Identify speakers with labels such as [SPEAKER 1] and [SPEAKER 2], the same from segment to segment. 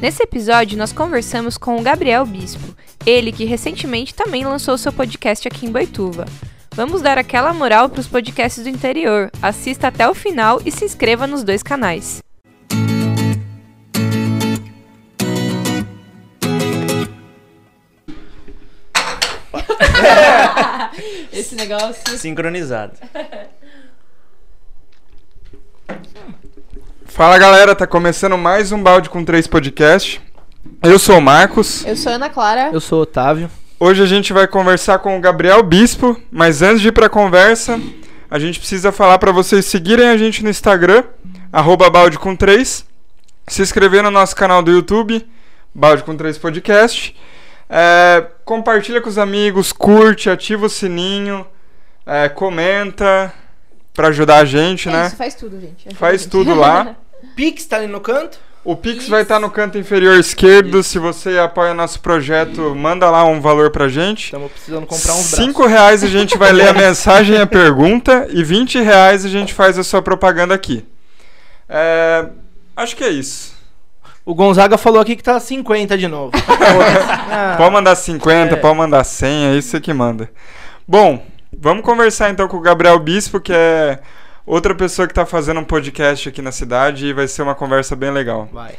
[SPEAKER 1] Nesse episódio, nós conversamos com o Gabriel Bispo, ele que recentemente também lançou seu podcast aqui em Boituva. Vamos dar aquela moral para os podcasts do interior. Assista até o final e se inscreva nos dois canais.
[SPEAKER 2] Esse negócio.
[SPEAKER 3] Sincronizado.
[SPEAKER 4] Fala galera, tá começando mais um Balde com Três Podcast. Eu sou o Marcos.
[SPEAKER 2] Eu sou Ana Clara.
[SPEAKER 5] Eu sou o Otávio.
[SPEAKER 4] Hoje a gente vai conversar com o Gabriel Bispo, mas antes de ir pra conversa, a gente precisa falar pra vocês seguirem a gente no Instagram, arroba balde com 3, se inscrever no nosso canal do YouTube, Balde com 3 Podcast. É, compartilha com os amigos, curte, ativa o sininho, é, comenta pra ajudar a gente,
[SPEAKER 2] É
[SPEAKER 4] né?
[SPEAKER 2] Isso faz tudo, gente. Ajuda a
[SPEAKER 4] Faz
[SPEAKER 2] gente.
[SPEAKER 4] tudo lá.
[SPEAKER 5] Pix tá ali no canto?
[SPEAKER 4] O Pix vai estar no canto inferior esquerdo. Se você apoia nosso projeto, manda lá um valor pra gente.
[SPEAKER 5] Estamos precisando Então, comprar uns braços.
[SPEAKER 4] Cinco reais a gente vai ler a mensagem e a pergunta. E 20 reais a gente faz a sua propaganda aqui. É, acho que é isso.
[SPEAKER 5] O Gonzaga falou aqui que tá 50 de novo. Ah,
[SPEAKER 4] Pode mandar 50,
[SPEAKER 5] É.
[SPEAKER 4] pode mandar 100, é isso aí que manda. Bom, vamos conversar então com o Gabriel Bispo, que é outra pessoa que tá fazendo um podcast aqui na cidade e vai ser uma conversa bem legal.
[SPEAKER 5] Vai.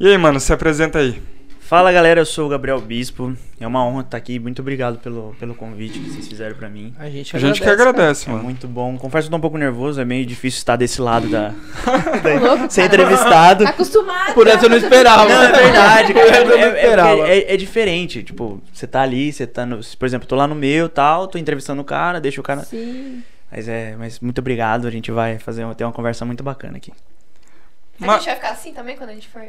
[SPEAKER 4] E aí, mano, se apresenta aí.
[SPEAKER 3] Fala galera, eu sou o Gabriel Bispo. É uma honra estar aqui. Muito obrigado pelo, pelo convite que vocês fizeram pra mim.
[SPEAKER 5] A gente,
[SPEAKER 4] A gente que agradece,
[SPEAKER 3] É
[SPEAKER 4] mano.
[SPEAKER 3] muito bom. Confesso que eu tô um pouco nervoso, é meio difícil estar desse lado da. da-
[SPEAKER 2] Louco,
[SPEAKER 3] ser
[SPEAKER 2] cara.
[SPEAKER 3] entrevistado.
[SPEAKER 2] Tá acostumado.
[SPEAKER 5] Por essa eu não esperava.
[SPEAKER 3] Não, é verdade, cara.
[SPEAKER 5] Eu não
[SPEAKER 3] É, é
[SPEAKER 5] esperava.
[SPEAKER 3] porque é- é diferente. Tipo, você tá ali, você tá no. Por exemplo, tô lá no meu e tal, tô entrevistando o cara, deixa o cara.
[SPEAKER 2] Sim.
[SPEAKER 3] Mas é, mas muito obrigado. A gente vai fazer uma- ter uma conversa muito bacana aqui.
[SPEAKER 4] Ma-
[SPEAKER 2] A gente vai ficar assim também quando a gente for.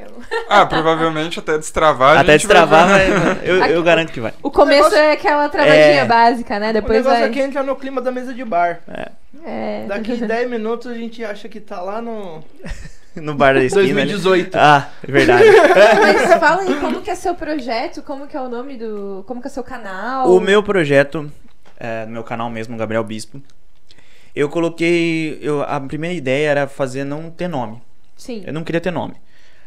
[SPEAKER 4] Ah, provavelmente até destravar. a
[SPEAKER 3] Até
[SPEAKER 4] gente vai- né?
[SPEAKER 3] destravar, mas eu, eu garanto que vai.
[SPEAKER 2] O começo
[SPEAKER 5] negócio-
[SPEAKER 2] é aquela travadinha
[SPEAKER 3] É.
[SPEAKER 2] básica, né?
[SPEAKER 5] O
[SPEAKER 2] Depois
[SPEAKER 5] negócio
[SPEAKER 2] vai.
[SPEAKER 5] é que entra no clima da mesa de bar.
[SPEAKER 2] É.
[SPEAKER 5] Daqui 10 minutos a gente acha que tá lá no
[SPEAKER 3] No bar da esquina. né?
[SPEAKER 5] 2018.
[SPEAKER 3] Ah, é verdade.
[SPEAKER 2] Mas fala aí como que é seu projeto, como que é o nome do. Como que é seu canal.
[SPEAKER 3] O meu projeto, é, no meu canal mesmo, Gabriel Bispo, eu coloquei. Eu, a primeira ideia era fazer não ter nome.
[SPEAKER 2] Sim.
[SPEAKER 3] Eu não queria ter nome.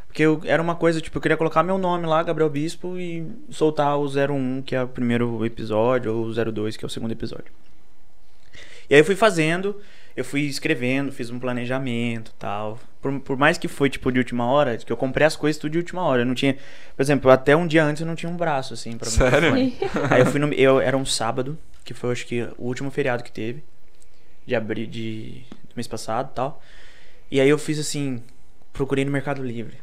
[SPEAKER 3] Porque eu, era uma coisa, tipo, eu queria colocar meu nome lá, Gabriel Bispo, e soltar o 01, que é o primeiro episódio, ou o 02, que é o segundo episódio. E aí eu fui fazendo, eu fui escrevendo, fiz um planejamento tal. Por, por mais que foi, tipo, de última hora, que eu comprei as coisas tudo de última hora. Eu não tinha. Por exemplo, até um dia antes eu não tinha um braço, assim, pra
[SPEAKER 4] Sério?
[SPEAKER 3] Aí eu fui no. Eu, era um sábado, que foi acho que o último feriado que teve. De abril de. do mês passado e tal. E aí eu fiz assim. Procurei no Mercado Livre.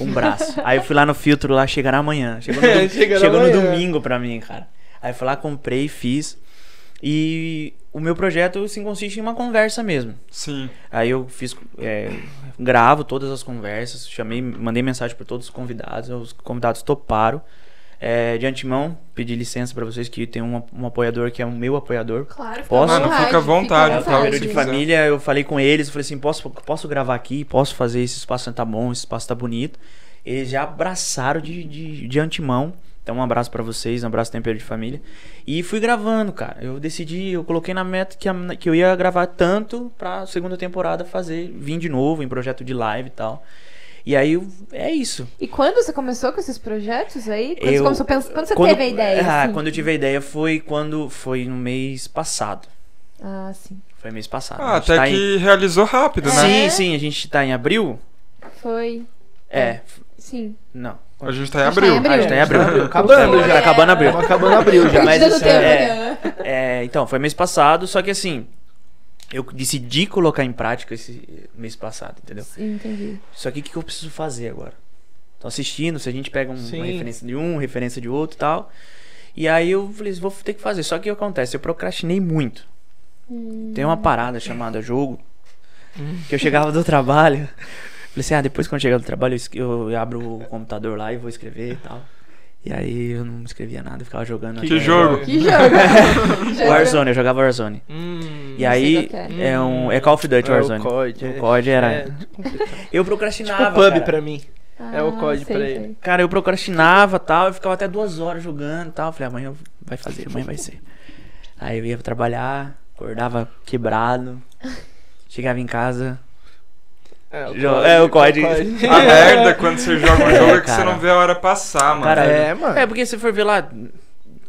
[SPEAKER 3] Um braço. aí eu fui lá no filtro lá, chegará amanhã. Chegou no, dom-
[SPEAKER 5] Chegará
[SPEAKER 3] chegou no
[SPEAKER 5] amanhã.
[SPEAKER 3] domingo pra mim, cara. Aí eu fui lá, comprei, fiz. E o meu projeto assim, consiste em uma conversa mesmo.
[SPEAKER 4] Sim.
[SPEAKER 3] Aí eu fiz, é, gravo todas as conversas, chamei, mandei mensagem para todos os convidados, os convidados toparam. É, de antemão, pedi licença para vocês que tem um, um apoiador que é o meu apoiador.
[SPEAKER 2] Claro, fica à
[SPEAKER 3] Posso?
[SPEAKER 2] vontade,
[SPEAKER 3] Mano,
[SPEAKER 4] fica à vontade,
[SPEAKER 3] É o
[SPEAKER 4] tá?
[SPEAKER 3] primeiro de
[SPEAKER 4] Sim.
[SPEAKER 3] família, eu falei com eles, eu falei assim, posso, posso gravar aqui, posso fazer, esse espaço tá bom, esse espaço tá bonito. Eles já abraçaram de, de, de antemão. Então, um abraço pra vocês, um abraço tempero de família. E fui gravando, cara. Eu decidi, eu coloquei na meta que, a- que eu ia gravar tanto pra segunda temporada fazer, vir de novo em projeto de live e tal. E aí eu- é isso.
[SPEAKER 2] E quando você começou com esses projetos aí? Quando você,
[SPEAKER 3] Eu-
[SPEAKER 2] começou a pensar- quando você teve a ideia?
[SPEAKER 3] Ah,
[SPEAKER 2] assim?
[SPEAKER 3] quando eu tive a ideia foi quando foi no mês passado.
[SPEAKER 2] Ah, sim.
[SPEAKER 3] Foi mês passado.
[SPEAKER 4] Ah,
[SPEAKER 3] A gente
[SPEAKER 4] até
[SPEAKER 3] tá em-
[SPEAKER 4] que realizou rápido, né?
[SPEAKER 3] Sim,
[SPEAKER 2] É.
[SPEAKER 3] sim, a gente tá em abril.
[SPEAKER 2] Foi.
[SPEAKER 3] É,
[SPEAKER 2] Sim.
[SPEAKER 3] Não.
[SPEAKER 4] A gente tá em
[SPEAKER 2] A gente tá em
[SPEAKER 4] abril.
[SPEAKER 2] abril.
[SPEAKER 3] A gente tá em abril.
[SPEAKER 5] Acabando
[SPEAKER 3] Tá
[SPEAKER 5] já.
[SPEAKER 3] Acabando abril.
[SPEAKER 5] Tamo acabando abril já.
[SPEAKER 3] Mas
[SPEAKER 2] Perdida no
[SPEAKER 3] isso
[SPEAKER 2] Tá tempo,
[SPEAKER 3] é-
[SPEAKER 2] né?
[SPEAKER 3] É, então, foi mês passado, só que assim. Eu decidi colocar em prática esse mês passado, entendeu?
[SPEAKER 2] Sim, entendi.
[SPEAKER 3] Só que o que que eu preciso fazer agora? Tô assistindo, se a gente pega um-
[SPEAKER 5] Sim.
[SPEAKER 3] uma referência de um, referência de outro e tal. E aí eu falei, vou ter que fazer. Só que o que acontece? Eu procrastinei muito.
[SPEAKER 2] Hum.
[SPEAKER 3] Tem uma parada chamada jogo. Que eu chegava do trabalho. Falei assim, ah, depois quando chegar do trabalho, eu es- eu, abro o computador lá e vou escrever e tal. E aí eu não escrevia nada, eu ficava jogando.
[SPEAKER 4] Que jogo.
[SPEAKER 2] Que jogo! Já
[SPEAKER 3] Warzone, eu jogava Warzone.
[SPEAKER 5] Hum,
[SPEAKER 3] E
[SPEAKER 2] Não sei
[SPEAKER 3] aí
[SPEAKER 2] qual
[SPEAKER 3] é um. É Call of Duty
[SPEAKER 5] é
[SPEAKER 3] Warzone.
[SPEAKER 5] o COD.
[SPEAKER 3] O COD era.
[SPEAKER 5] É,
[SPEAKER 3] Eu
[SPEAKER 5] tipo
[SPEAKER 3] procrastinava.
[SPEAKER 5] um pub
[SPEAKER 3] cara.
[SPEAKER 5] pra mim.
[SPEAKER 2] era-
[SPEAKER 5] É o
[SPEAKER 2] Ah,
[SPEAKER 5] código
[SPEAKER 2] sei,
[SPEAKER 5] pra
[SPEAKER 2] sei.
[SPEAKER 5] ele.
[SPEAKER 3] Cara, eu procrastinava tal, eu ficava até duas horas jogando e tal. Eu Falei, "Ah, amanhã eu- vai fazer, amanhã vai ser. Aí eu ia trabalhar, acordava quebrado, chegava em casa,
[SPEAKER 5] É, o
[SPEAKER 3] Jo- é, o código.
[SPEAKER 4] A merda quando você joga um jogo é que você não vê a hora passar, mano.
[SPEAKER 3] Caralho.
[SPEAKER 5] É, mano.
[SPEAKER 3] É, porque se for ver lá,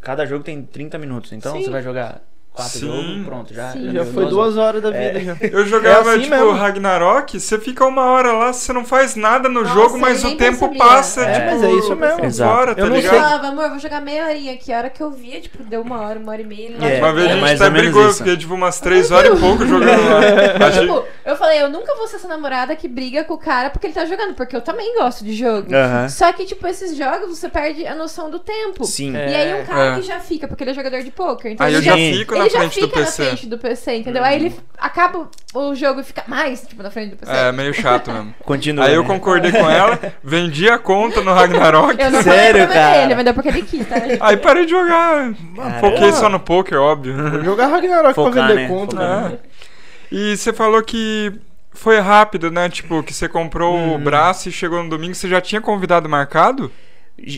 [SPEAKER 3] cada jogo tem 30 minutos, então
[SPEAKER 5] Sim.
[SPEAKER 3] você vai jogar quatro
[SPEAKER 4] Sim.
[SPEAKER 3] jogos, pronto, já. é
[SPEAKER 2] Sim.
[SPEAKER 5] Já
[SPEAKER 3] deu
[SPEAKER 5] foi duas horas da vida
[SPEAKER 3] É.
[SPEAKER 5] já.
[SPEAKER 4] Eu jogava,
[SPEAKER 5] assim
[SPEAKER 4] tipo,
[SPEAKER 5] mesmo.
[SPEAKER 4] Ragnarok, você fica uma hora lá, você não faz nada no
[SPEAKER 2] Nossa,
[SPEAKER 4] jogo,
[SPEAKER 2] eu
[SPEAKER 4] mas o
[SPEAKER 2] nem né?
[SPEAKER 4] tempo
[SPEAKER 2] percebia.
[SPEAKER 4] passa,
[SPEAKER 5] É,
[SPEAKER 4] tipo,
[SPEAKER 5] mas é isso mesmo.
[SPEAKER 4] Exato. Fora, tá
[SPEAKER 5] Eu não
[SPEAKER 2] Eu
[SPEAKER 5] sei.
[SPEAKER 4] ligado?
[SPEAKER 2] falava, amor, vou jogar meia horinha aqui. A hora que eu via, tipo, deu uma hora, uma hora e meia. ele lá
[SPEAKER 3] É,
[SPEAKER 4] Uma vez
[SPEAKER 2] jogando.
[SPEAKER 4] a gente
[SPEAKER 3] mais
[SPEAKER 4] até
[SPEAKER 3] ou menos
[SPEAKER 4] brigou, eu
[SPEAKER 3] isso.
[SPEAKER 4] fiquei, tipo, umas três horas e pouco jogando lá. Achei-
[SPEAKER 2] Tipo, eu falei, eu nunca vou ser essa namorada que briga com o cara porque ele tá jogando, porque eu também gosto de jogo.
[SPEAKER 3] Aham.
[SPEAKER 2] Só que, tipo, esses jogos você perde a noção do tempo.
[SPEAKER 3] Sim.
[SPEAKER 5] É.
[SPEAKER 2] E aí um cara
[SPEAKER 4] É.
[SPEAKER 2] que já fica, porque ele é jogador de pôquer, então
[SPEAKER 4] Aí
[SPEAKER 2] ele
[SPEAKER 4] eu já
[SPEAKER 3] Sim.
[SPEAKER 4] fico na
[SPEAKER 2] ele já
[SPEAKER 4] frente
[SPEAKER 2] fica
[SPEAKER 4] do
[SPEAKER 2] na
[SPEAKER 4] PC.
[SPEAKER 2] frente do PC, entendeu? Aí ele acaba o jogo e fica mais, tipo, na frente do PC.
[SPEAKER 4] É, meio chato mesmo.
[SPEAKER 3] Continua.
[SPEAKER 4] Aí eu
[SPEAKER 3] né?
[SPEAKER 4] concordei com ela, vendi a conta no Ragnarok.
[SPEAKER 2] Eu não
[SPEAKER 3] Sério,
[SPEAKER 2] Sério, falei
[SPEAKER 3] cara?
[SPEAKER 2] cara? ele, mas deu porque ele quis, tá?
[SPEAKER 4] Aí parei de jogar. Foquei só no poker, óbvio.
[SPEAKER 5] Jogar Ragnarok pra
[SPEAKER 3] Focar,
[SPEAKER 5] vender
[SPEAKER 3] né?
[SPEAKER 5] conta.
[SPEAKER 3] Focar.
[SPEAKER 5] né?
[SPEAKER 4] É. E você falou que foi rápido, né? Tipo, que você comprou o braço e chegou no domingo, você já tinha convidado marcado?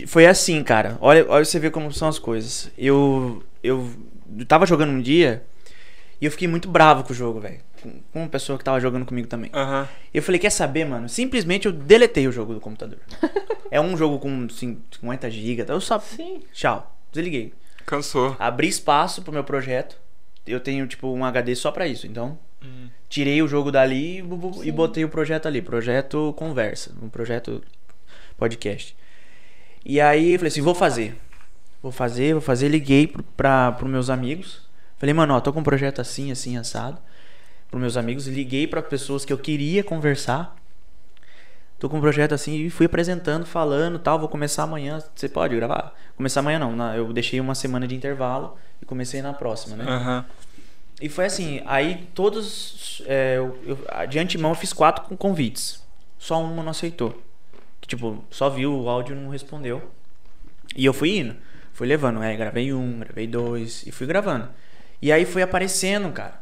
[SPEAKER 3] Foi assim, cara. Olha, olha você vê como são as coisas. Eu eu tava jogando um dia e eu fiquei muito bravo com o jogo, velho. Com, com uma pessoa que tava jogando comigo também.
[SPEAKER 4] Aham.
[SPEAKER 3] Eu falei, quer saber, mano? Simplesmente eu deletei o jogo do computador. é um jogo com assim, 50 GB, eu só
[SPEAKER 5] Sim.
[SPEAKER 3] tchau, desliguei.
[SPEAKER 4] Cansou.
[SPEAKER 3] abri espaço pro meu projeto. Eu tenho, tipo, um HD só pra isso. Então, tirei o jogo dali e bu- bu- e botei o projeto ali. Projeto Conversa. Um projeto podcast. E aí, eu falei assim, vou fazer. Vou fazer, vou fazer. Liguei pro- pra, pros meus amigos. Falei, mano, ó, tô com um projeto assim, assim, assado. Pros meus amigos. Liguei pra pessoas que eu queria conversar. Tô com um projeto assim e fui apresentando, falando tal. Vou começar amanhã. Você pode gravar? Começar amanhã não. na- Eu deixei uma semana de intervalo e comecei na próxima, né?
[SPEAKER 4] Aham.
[SPEAKER 3] E foi assim, aí todos. é, eu, eu- de antemão eu fiz quatro com convites. Só uma não aceitou. Que, tipo, só viu o áudio e não respondeu. E eu fui indo. Fui levando. Aí gravei um, gravei dois. E fui gravando. E aí foi aparecendo, cara.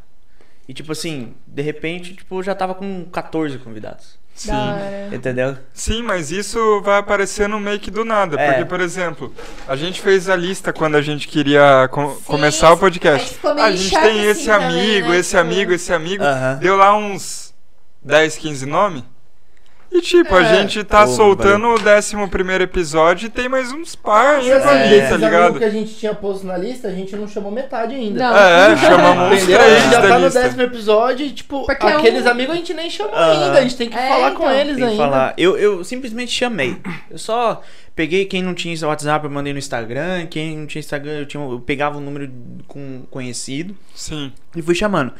[SPEAKER 3] E tipo assim, de repente, tipo, eu já tava com 14 convidados.
[SPEAKER 4] Sim.
[SPEAKER 2] Da hora.
[SPEAKER 3] Entendeu?
[SPEAKER 4] Sim, mas isso vai aparecendo meio que do nada.
[SPEAKER 3] É.
[SPEAKER 4] Porque, por exemplo, a gente fez a lista quando a gente queria co-
[SPEAKER 2] Sim,
[SPEAKER 4] começar o
[SPEAKER 2] aí
[SPEAKER 4] podcast.
[SPEAKER 2] ficou meio
[SPEAKER 4] A gente
[SPEAKER 2] chato
[SPEAKER 4] tem
[SPEAKER 2] assim
[SPEAKER 4] esse
[SPEAKER 2] também,
[SPEAKER 4] amigo,
[SPEAKER 2] né?
[SPEAKER 4] esse
[SPEAKER 2] Tipo-
[SPEAKER 4] amigo, esse amigo.
[SPEAKER 3] Aham.
[SPEAKER 4] Deu lá uns 10, 15 nomes. E tipo, a
[SPEAKER 5] É.
[SPEAKER 4] gente tá
[SPEAKER 3] Pô,
[SPEAKER 4] soltando o décimo primeiro episódio e tem mais uns par ainda
[SPEAKER 2] é,
[SPEAKER 4] ali,
[SPEAKER 5] Esses
[SPEAKER 4] tá
[SPEAKER 5] amigos
[SPEAKER 4] ligado?
[SPEAKER 5] que a gente tinha posto na lista, a gente não chamou metade ainda.
[SPEAKER 2] Não.
[SPEAKER 4] É, chamamos uns
[SPEAKER 5] Entendeu? A
[SPEAKER 4] três
[SPEAKER 5] gente já
[SPEAKER 4] da
[SPEAKER 5] tá no
[SPEAKER 4] lista.
[SPEAKER 5] décimo episódio e, tipo,
[SPEAKER 2] Porque
[SPEAKER 5] aqueles
[SPEAKER 2] um-
[SPEAKER 5] amigos a gente nem chamou
[SPEAKER 3] Ah.
[SPEAKER 5] ainda. A gente tem que
[SPEAKER 2] É,
[SPEAKER 5] falar com
[SPEAKER 2] então.
[SPEAKER 5] eles
[SPEAKER 3] Tem que
[SPEAKER 5] ainda.
[SPEAKER 3] falar. Eu, eu simplesmente chamei. Eu só peguei quem não tinha WhatsApp, eu mandei no Instagram. Quem não tinha Instagram, eu, tinha, eu pegava um número com conhecido
[SPEAKER 4] Sim.
[SPEAKER 3] e fui chamando.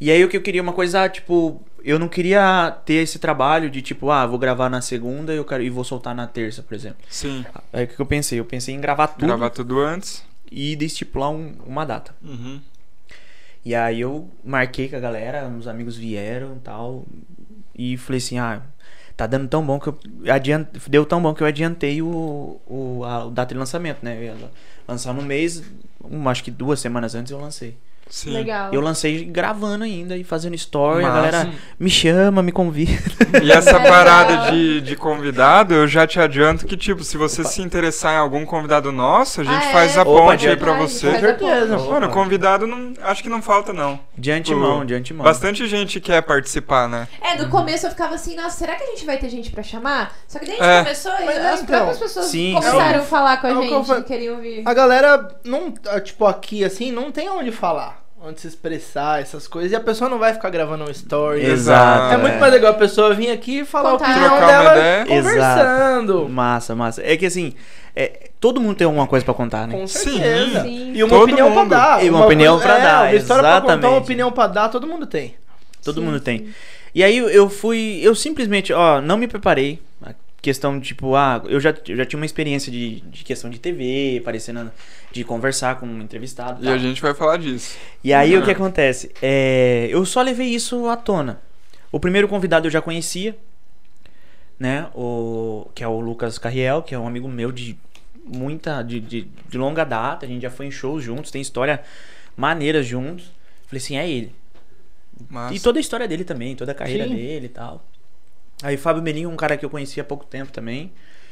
[SPEAKER 3] E aí o que eu queria uma coisa, tipo, eu não queria ter esse trabalho de tipo, ah, vou gravar na segunda e eu quero e vou soltar na terça, por exemplo.
[SPEAKER 4] Sim,
[SPEAKER 3] Aí o que que eu pensei? Eu pensei em gravar tudo
[SPEAKER 4] gravar tudo antes.
[SPEAKER 3] e estipular um- uma data.
[SPEAKER 4] Uhum.
[SPEAKER 3] E aí eu marquei com a galera, uns amigos vieram e tal. E falei assim, ah, tá dando tão bom que eu. Adiant... Deu tão bom que eu adiantei o, o, a o data de lançamento, né? Eu ia lançar no mês, um, acho que duas semanas antes eu lancei.
[SPEAKER 4] Sim.
[SPEAKER 2] Legal.
[SPEAKER 3] Eu lancei gravando ainda e fazendo story, a
[SPEAKER 4] Massa.
[SPEAKER 3] galera me chama, me convida.
[SPEAKER 4] E essa
[SPEAKER 2] Legal.
[SPEAKER 4] parada de, de convidado, eu já te adianto que, tipo, se você se interessar em algum convidado nosso, a gente
[SPEAKER 2] Ah, é?
[SPEAKER 4] faz a
[SPEAKER 2] Opa,
[SPEAKER 4] ponte aí
[SPEAKER 3] adianta.
[SPEAKER 4] pra
[SPEAKER 2] Ai,
[SPEAKER 5] Com
[SPEAKER 4] você.
[SPEAKER 2] faz a ponte.
[SPEAKER 5] certeza.
[SPEAKER 4] Mano, convidado não, acho que não falta, não.
[SPEAKER 3] De antemão,
[SPEAKER 4] Pô,
[SPEAKER 3] de antemão.
[SPEAKER 4] Bastante gente quer participar, né?
[SPEAKER 2] É, no começo eu ficava assim, nossa, será que a gente vai ter gente pra chamar? Só que daí a gente
[SPEAKER 4] É.
[SPEAKER 2] começou e
[SPEAKER 5] Mas é,
[SPEAKER 2] as
[SPEAKER 5] então.
[SPEAKER 2] próprias pessoas
[SPEAKER 3] Sim,
[SPEAKER 2] começaram
[SPEAKER 5] sim.
[SPEAKER 2] a falar com a
[SPEAKER 5] É o que eu
[SPEAKER 2] gente,
[SPEAKER 5] falei.
[SPEAKER 2] que queriam vir.
[SPEAKER 5] A galera, não, ah, tipo, aqui assim, não tem onde falar, onde se expressar, essas coisas. E a pessoa não vai ficar gravando um story.
[SPEAKER 3] Exato.
[SPEAKER 5] É muito mais legal a pessoa vir aqui e falar
[SPEAKER 2] Contar.
[SPEAKER 5] a opinião
[SPEAKER 4] Trocar uma
[SPEAKER 5] dela
[SPEAKER 4] ideia.
[SPEAKER 5] conversando.
[SPEAKER 3] Massa, massa. É que assim, é, todo mundo tem alguma coisa pra contar, né?
[SPEAKER 5] Com
[SPEAKER 4] Sim.
[SPEAKER 5] certeza.
[SPEAKER 2] Sim.
[SPEAKER 5] E uma
[SPEAKER 4] Todo
[SPEAKER 5] opinião
[SPEAKER 4] mundo.
[SPEAKER 5] pra dar.
[SPEAKER 3] E uma opinião pra
[SPEAKER 5] é,
[SPEAKER 3] dar,
[SPEAKER 5] Uma história pra contar, uma
[SPEAKER 3] exatamente.
[SPEAKER 5] opinião pra dar, todo mundo tem.
[SPEAKER 3] Todo mundo tem. E aí eu fui, eu simplesmente, ó, não me preparei. A questão de, tipo, ah, eu já, eu já tinha uma experiência de, de questão de TV, parecendo de conversar com um entrevistado.
[SPEAKER 4] E
[SPEAKER 2] Tá.
[SPEAKER 3] tal.
[SPEAKER 4] a gente vai falar disso.
[SPEAKER 3] E aí o que acontece? É, eu só levei isso à tona. O primeiro convidado eu já conhecia, né? O, que é o Lucas Carriel, que é um amigo meu de muita. De, de, de longa data. A gente já foi em shows juntos, tem história maneira juntos. Falei assim, é ele.
[SPEAKER 4] Mas...
[SPEAKER 3] E toda a história dele também, toda a carreira
[SPEAKER 5] Sim.
[SPEAKER 3] dele e tal. Aí Fábio Melim, um cara que eu conheci há pouco tempo também,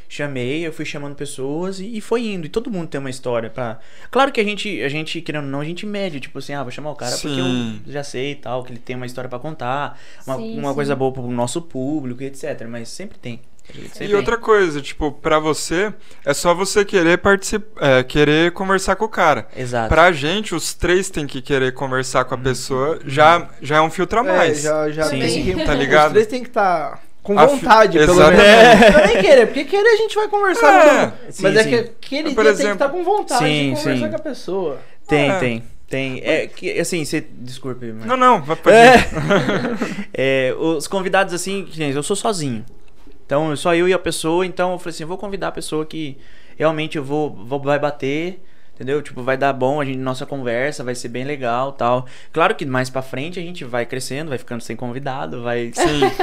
[SPEAKER 3] Chamei, eu fui chamando pessoas e, e foi indo. E todo mundo tem uma história pra. Claro que a gente, a gente, querendo ou não, a gente mede, tipo assim, ah, vou chamar o cara
[SPEAKER 4] Sim.
[SPEAKER 3] porque eu já sei e tal, que ele tem uma história pra contar, uma,
[SPEAKER 2] Sim,
[SPEAKER 3] uma
[SPEAKER 2] sim.
[SPEAKER 3] coisa boa pro nosso público, e etc. Mas sempre tem. Sempre
[SPEAKER 4] E outra coisa, tipo, pra você, é só você querer participar, é, querer conversar com o cara.
[SPEAKER 3] Exato.
[SPEAKER 4] Pra gente, os três têm que querer conversar
[SPEAKER 2] Uhum.
[SPEAKER 4] com a pessoa, já, já é um filtro a mais.
[SPEAKER 5] É, já, já
[SPEAKER 3] Sim.
[SPEAKER 5] tem que-
[SPEAKER 4] Tá ligado?
[SPEAKER 5] Os três tem que estar com
[SPEAKER 4] A fi-
[SPEAKER 5] vontade, pelo
[SPEAKER 4] Exatamente.
[SPEAKER 5] menos. Não é nem querer, porque querer a gente vai conversar.
[SPEAKER 4] É.
[SPEAKER 5] no- Mas
[SPEAKER 3] Sim,
[SPEAKER 5] é
[SPEAKER 3] sim.
[SPEAKER 5] que aquele
[SPEAKER 4] Por
[SPEAKER 5] dia tem que
[SPEAKER 4] exemplo-
[SPEAKER 5] estar com vontade
[SPEAKER 3] Sim,
[SPEAKER 5] de conversar
[SPEAKER 3] sim.
[SPEAKER 5] com a pessoa.
[SPEAKER 3] Tem,
[SPEAKER 4] Ah.
[SPEAKER 3] tem. Tem. É que, assim, você. Desculpe, mas...
[SPEAKER 4] Não, não, vai pode ir.
[SPEAKER 3] É. É, os convidados, assim, gente, eu sou sozinho. Então, só eu e a pessoa. Então, eu falei assim: eu vou convidar a pessoa que realmente eu vou, vou vai bater. Entendeu? Tipo, vai dar bom, a gente, nossa conversa vai ser bem legal tal. Claro que mais pra frente a gente vai crescendo, vai ficando sem convidado, vai.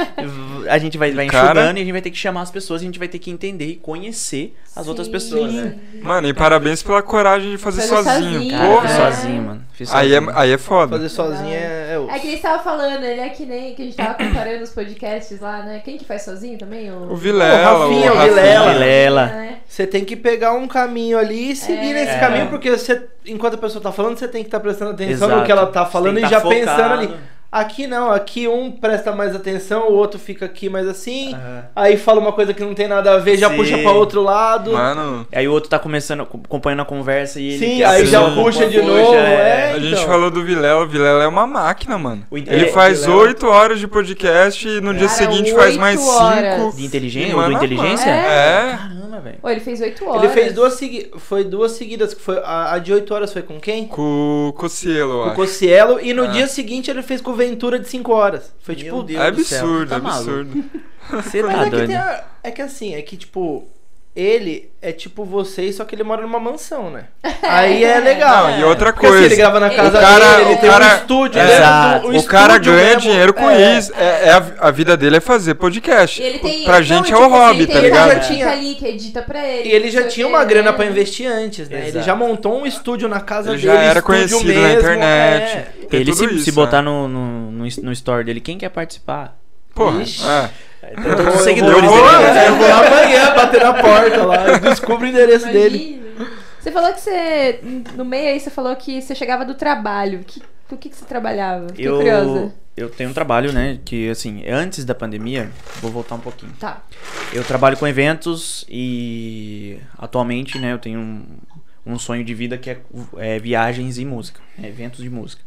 [SPEAKER 3] A gente vai, vai
[SPEAKER 4] Cara-
[SPEAKER 3] enxugando e a gente vai ter que chamar as pessoas, a gente vai ter que entender e conhecer as outras
[SPEAKER 2] Sim.
[SPEAKER 3] pessoas, né?
[SPEAKER 4] Mano, e parabéns pela coragem de fazer
[SPEAKER 2] Fazer
[SPEAKER 4] sozinho.
[SPEAKER 2] sozinho,
[SPEAKER 3] Cara, eu
[SPEAKER 4] Porra.
[SPEAKER 3] fiz sozinho, mano. Fiz
[SPEAKER 4] Aí é,
[SPEAKER 3] sozinho.
[SPEAKER 4] aí é foda.
[SPEAKER 5] Fazer sozinho é, é osso.
[SPEAKER 2] É que ele tava falando, ele é que nem que a gente tava comparando os podcasts lá, né? Quem que faz sozinho também?
[SPEAKER 4] O
[SPEAKER 2] O,
[SPEAKER 4] Vilela,
[SPEAKER 5] O
[SPEAKER 4] o
[SPEAKER 5] Rafinha, o
[SPEAKER 4] Rafinha,
[SPEAKER 5] Vilela.
[SPEAKER 3] Vilela.
[SPEAKER 2] né?
[SPEAKER 5] Você tem que pegar um caminho ali e seguir nesse
[SPEAKER 3] É.
[SPEAKER 5] caminho, porque você, enquanto a pessoa tá falando, você tem que estar prestando atenção no
[SPEAKER 3] Exato.
[SPEAKER 5] que ela tá
[SPEAKER 3] Você
[SPEAKER 5] falando
[SPEAKER 3] tem
[SPEAKER 5] e
[SPEAKER 3] que
[SPEAKER 5] já
[SPEAKER 3] tá
[SPEAKER 5] pensando
[SPEAKER 3] focado.
[SPEAKER 5] ali. Aqui não, aqui um presta mais atenção, o outro fica aqui mais assim.
[SPEAKER 3] Aham.
[SPEAKER 5] Aí fala uma coisa que não tem nada a ver, já
[SPEAKER 3] Sim.
[SPEAKER 5] puxa pra outro lado.
[SPEAKER 4] Mano,
[SPEAKER 3] Aí o outro tá começando, acompanhando a conversa e ele.
[SPEAKER 5] Sim,
[SPEAKER 3] quer
[SPEAKER 5] aí
[SPEAKER 3] saber
[SPEAKER 5] já
[SPEAKER 3] um pouco,
[SPEAKER 5] puxa de
[SPEAKER 3] puxa,
[SPEAKER 5] novo, é.
[SPEAKER 4] a gente
[SPEAKER 5] então.
[SPEAKER 4] falou do Vilela. O Vilela é uma máquina, mano.
[SPEAKER 3] O inte-
[SPEAKER 4] Ele
[SPEAKER 3] é,
[SPEAKER 4] faz
[SPEAKER 5] Vilela.
[SPEAKER 4] oito horas de podcast e no dia
[SPEAKER 2] Cara,
[SPEAKER 4] seguinte faz
[SPEAKER 2] oito
[SPEAKER 4] mais
[SPEAKER 2] horas.
[SPEAKER 4] cinco.
[SPEAKER 3] De inteligência?
[SPEAKER 4] E,
[SPEAKER 3] Ou do
[SPEAKER 4] mano,
[SPEAKER 3] inteligência?
[SPEAKER 2] mano.
[SPEAKER 4] É.
[SPEAKER 3] Caramba, velho.
[SPEAKER 2] Ô, ele fez oito horas.
[SPEAKER 5] Ele fez duas seguidas. Foi duas seguidas. que Foi, a, a de 8 horas foi com quem?
[SPEAKER 4] Com com o Cielo, eu
[SPEAKER 5] Com o
[SPEAKER 4] acho.
[SPEAKER 5] Cocielo. E no
[SPEAKER 4] Ah.
[SPEAKER 5] dia seguinte ele fez com o Ventura de 5 horas. Foi
[SPEAKER 3] Meu
[SPEAKER 5] tipo.
[SPEAKER 3] Deus
[SPEAKER 4] É
[SPEAKER 3] do céu,
[SPEAKER 4] absurdo,
[SPEAKER 3] tá
[SPEAKER 4] é
[SPEAKER 3] maluco.
[SPEAKER 4] absurdo.
[SPEAKER 3] Você
[SPEAKER 5] Mas
[SPEAKER 3] tá
[SPEAKER 5] é, que
[SPEAKER 3] doido.
[SPEAKER 5] tem a- é que assim, é que tipo. Ele é tipo vocês, só que ele mora numa mansão, né? Aí é legal.
[SPEAKER 4] Não, e outra
[SPEAKER 5] Porque assim,
[SPEAKER 4] coisa.
[SPEAKER 5] ele grava na
[SPEAKER 2] Ele-
[SPEAKER 5] casa
[SPEAKER 4] O cara-
[SPEAKER 5] dele, ele
[SPEAKER 4] o
[SPEAKER 5] tem
[SPEAKER 4] cara-
[SPEAKER 5] um estúdio.
[SPEAKER 4] é.
[SPEAKER 5] dentro do-
[SPEAKER 3] Exato.
[SPEAKER 5] um
[SPEAKER 4] O cara
[SPEAKER 5] estúdio
[SPEAKER 4] ganha
[SPEAKER 5] mesmo.
[SPEAKER 4] dinheiro com
[SPEAKER 5] É.
[SPEAKER 4] isso. É, é a, a vida dele é fazer podcast.
[SPEAKER 2] E ele tem.
[SPEAKER 4] pra
[SPEAKER 2] não,
[SPEAKER 4] gente
[SPEAKER 2] e,
[SPEAKER 4] é o
[SPEAKER 2] tipo,
[SPEAKER 4] hobby,
[SPEAKER 2] assim,
[SPEAKER 4] tá
[SPEAKER 2] tem
[SPEAKER 4] ligado?
[SPEAKER 2] Ele
[SPEAKER 5] É.
[SPEAKER 2] tinha ali que edita pra ele.
[SPEAKER 5] E ele já
[SPEAKER 2] não sei
[SPEAKER 5] tinha
[SPEAKER 2] o quê,
[SPEAKER 5] uma grana
[SPEAKER 2] né?
[SPEAKER 5] pra investir antes, né? Ele
[SPEAKER 3] Exato.
[SPEAKER 5] já montou um estúdio na casa
[SPEAKER 4] Ele
[SPEAKER 5] dele.
[SPEAKER 4] já era
[SPEAKER 5] estúdio
[SPEAKER 4] conhecido
[SPEAKER 5] mesmo,
[SPEAKER 4] na internet.
[SPEAKER 5] é.
[SPEAKER 4] Tem
[SPEAKER 3] Ele se,
[SPEAKER 4] tudo isso,
[SPEAKER 3] se
[SPEAKER 4] né?
[SPEAKER 3] botar no, no, no, no story dele, quem quer participar?
[SPEAKER 4] Porra,
[SPEAKER 5] Ixi.
[SPEAKER 4] é.
[SPEAKER 3] Tem todos
[SPEAKER 5] Eu
[SPEAKER 3] os seguidores
[SPEAKER 5] vou,
[SPEAKER 3] dele. né?
[SPEAKER 5] eu vou lá amanhã bater na porta lá. Eu descubro o endereço
[SPEAKER 2] Imagina.
[SPEAKER 5] dele.
[SPEAKER 2] Você falou que você. No meio aí, você falou que você chegava do trabalho. Que, do que, que você trabalhava? Fiquei
[SPEAKER 3] Eu,
[SPEAKER 2] curiosa.
[SPEAKER 3] eu tenho um trabalho, né? Que assim, antes da pandemia, vou voltar um pouquinho.
[SPEAKER 2] Tá.
[SPEAKER 3] Eu trabalho com eventos e atualmente, né, eu tenho um, um sonho de vida que é, é viagens e música, né, eventos de música.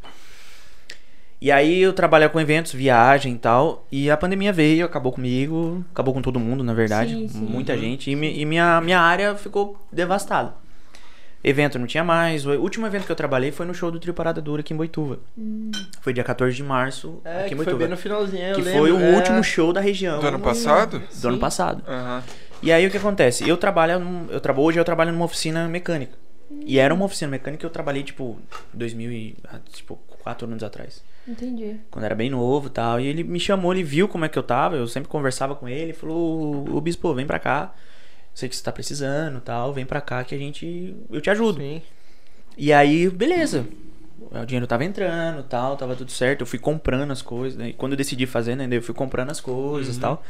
[SPEAKER 3] E aí eu trabalho com eventos, viagem e tal, e a pandemia veio, acabou comigo, acabou com todo mundo, na verdade,
[SPEAKER 2] Sim, sim.
[SPEAKER 3] muita gente, e, mi- e minha, minha área ficou devastada. Evento não tinha mais, o último evento que eu trabalhei foi no show do Trio Parada Dura aqui em Boituva.
[SPEAKER 2] Hum.
[SPEAKER 3] Foi dia 14 de março,
[SPEAKER 5] É,
[SPEAKER 3] aqui
[SPEAKER 5] que
[SPEAKER 3] em
[SPEAKER 5] foi
[SPEAKER 3] Boituva.
[SPEAKER 5] bem no finalzinho, eu
[SPEAKER 3] que
[SPEAKER 5] lembro.
[SPEAKER 3] foi o
[SPEAKER 5] é. Uhum.
[SPEAKER 3] último show da
[SPEAKER 2] Então
[SPEAKER 3] região.
[SPEAKER 4] Do ano passado?
[SPEAKER 3] Do ano passado.
[SPEAKER 2] é.
[SPEAKER 4] Aham.
[SPEAKER 3] E aí o que acontece? Eu trabalho, num- eu tra... hoje eu trabalho numa oficina mecânica. E era uma oficina mecânica que eu trabalhei tipo 2000 e ah, tipo 4 anos atrás,
[SPEAKER 2] Entendi.
[SPEAKER 3] quando era bem novo, e tal. E ele me chamou, ele viu como é que eu tava, eu sempre conversava com ele, falou: "O bispo, vem pra cá. Sei que você tá precisando, e tal, vem pra cá que a gente eu te ajudo".
[SPEAKER 5] Sim.
[SPEAKER 3] E aí, beleza. O dinheiro tava entrando tal, tava tudo certo. Eu fui comprando as coisas. Né? E quando eu decidi fazer, né? Eu fui comprando as coisas tal.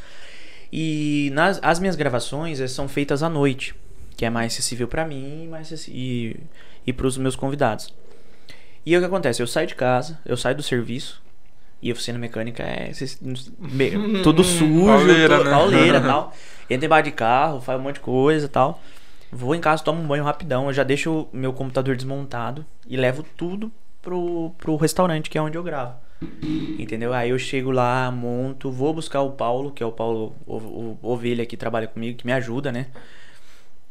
[SPEAKER 3] E nas, as minhas gravações eh, são feitas à noite, que é mais acessível pra mim mais acessi- e, e pros meus convidados. E aí, o que acontece? Eu saio de casa, eu saio do serviço. E a oficina mecânica é esses- me- todo sujo,
[SPEAKER 4] Pauleira,
[SPEAKER 3] todo,
[SPEAKER 4] né?
[SPEAKER 3] pauleira e tal. Entra embaixo de carro, faz um monte de coisa e tal. Vou em casa, tomo um banho rapidão, eu já deixo o meu computador desmontado e levo tudo pro, pro restaurante, que é onde eu gravo. Entendeu? Aí eu chego lá, monto, vou buscar o Paulo, que é o Paulo o, o- Ovelha que trabalha comigo, que me ajuda, né?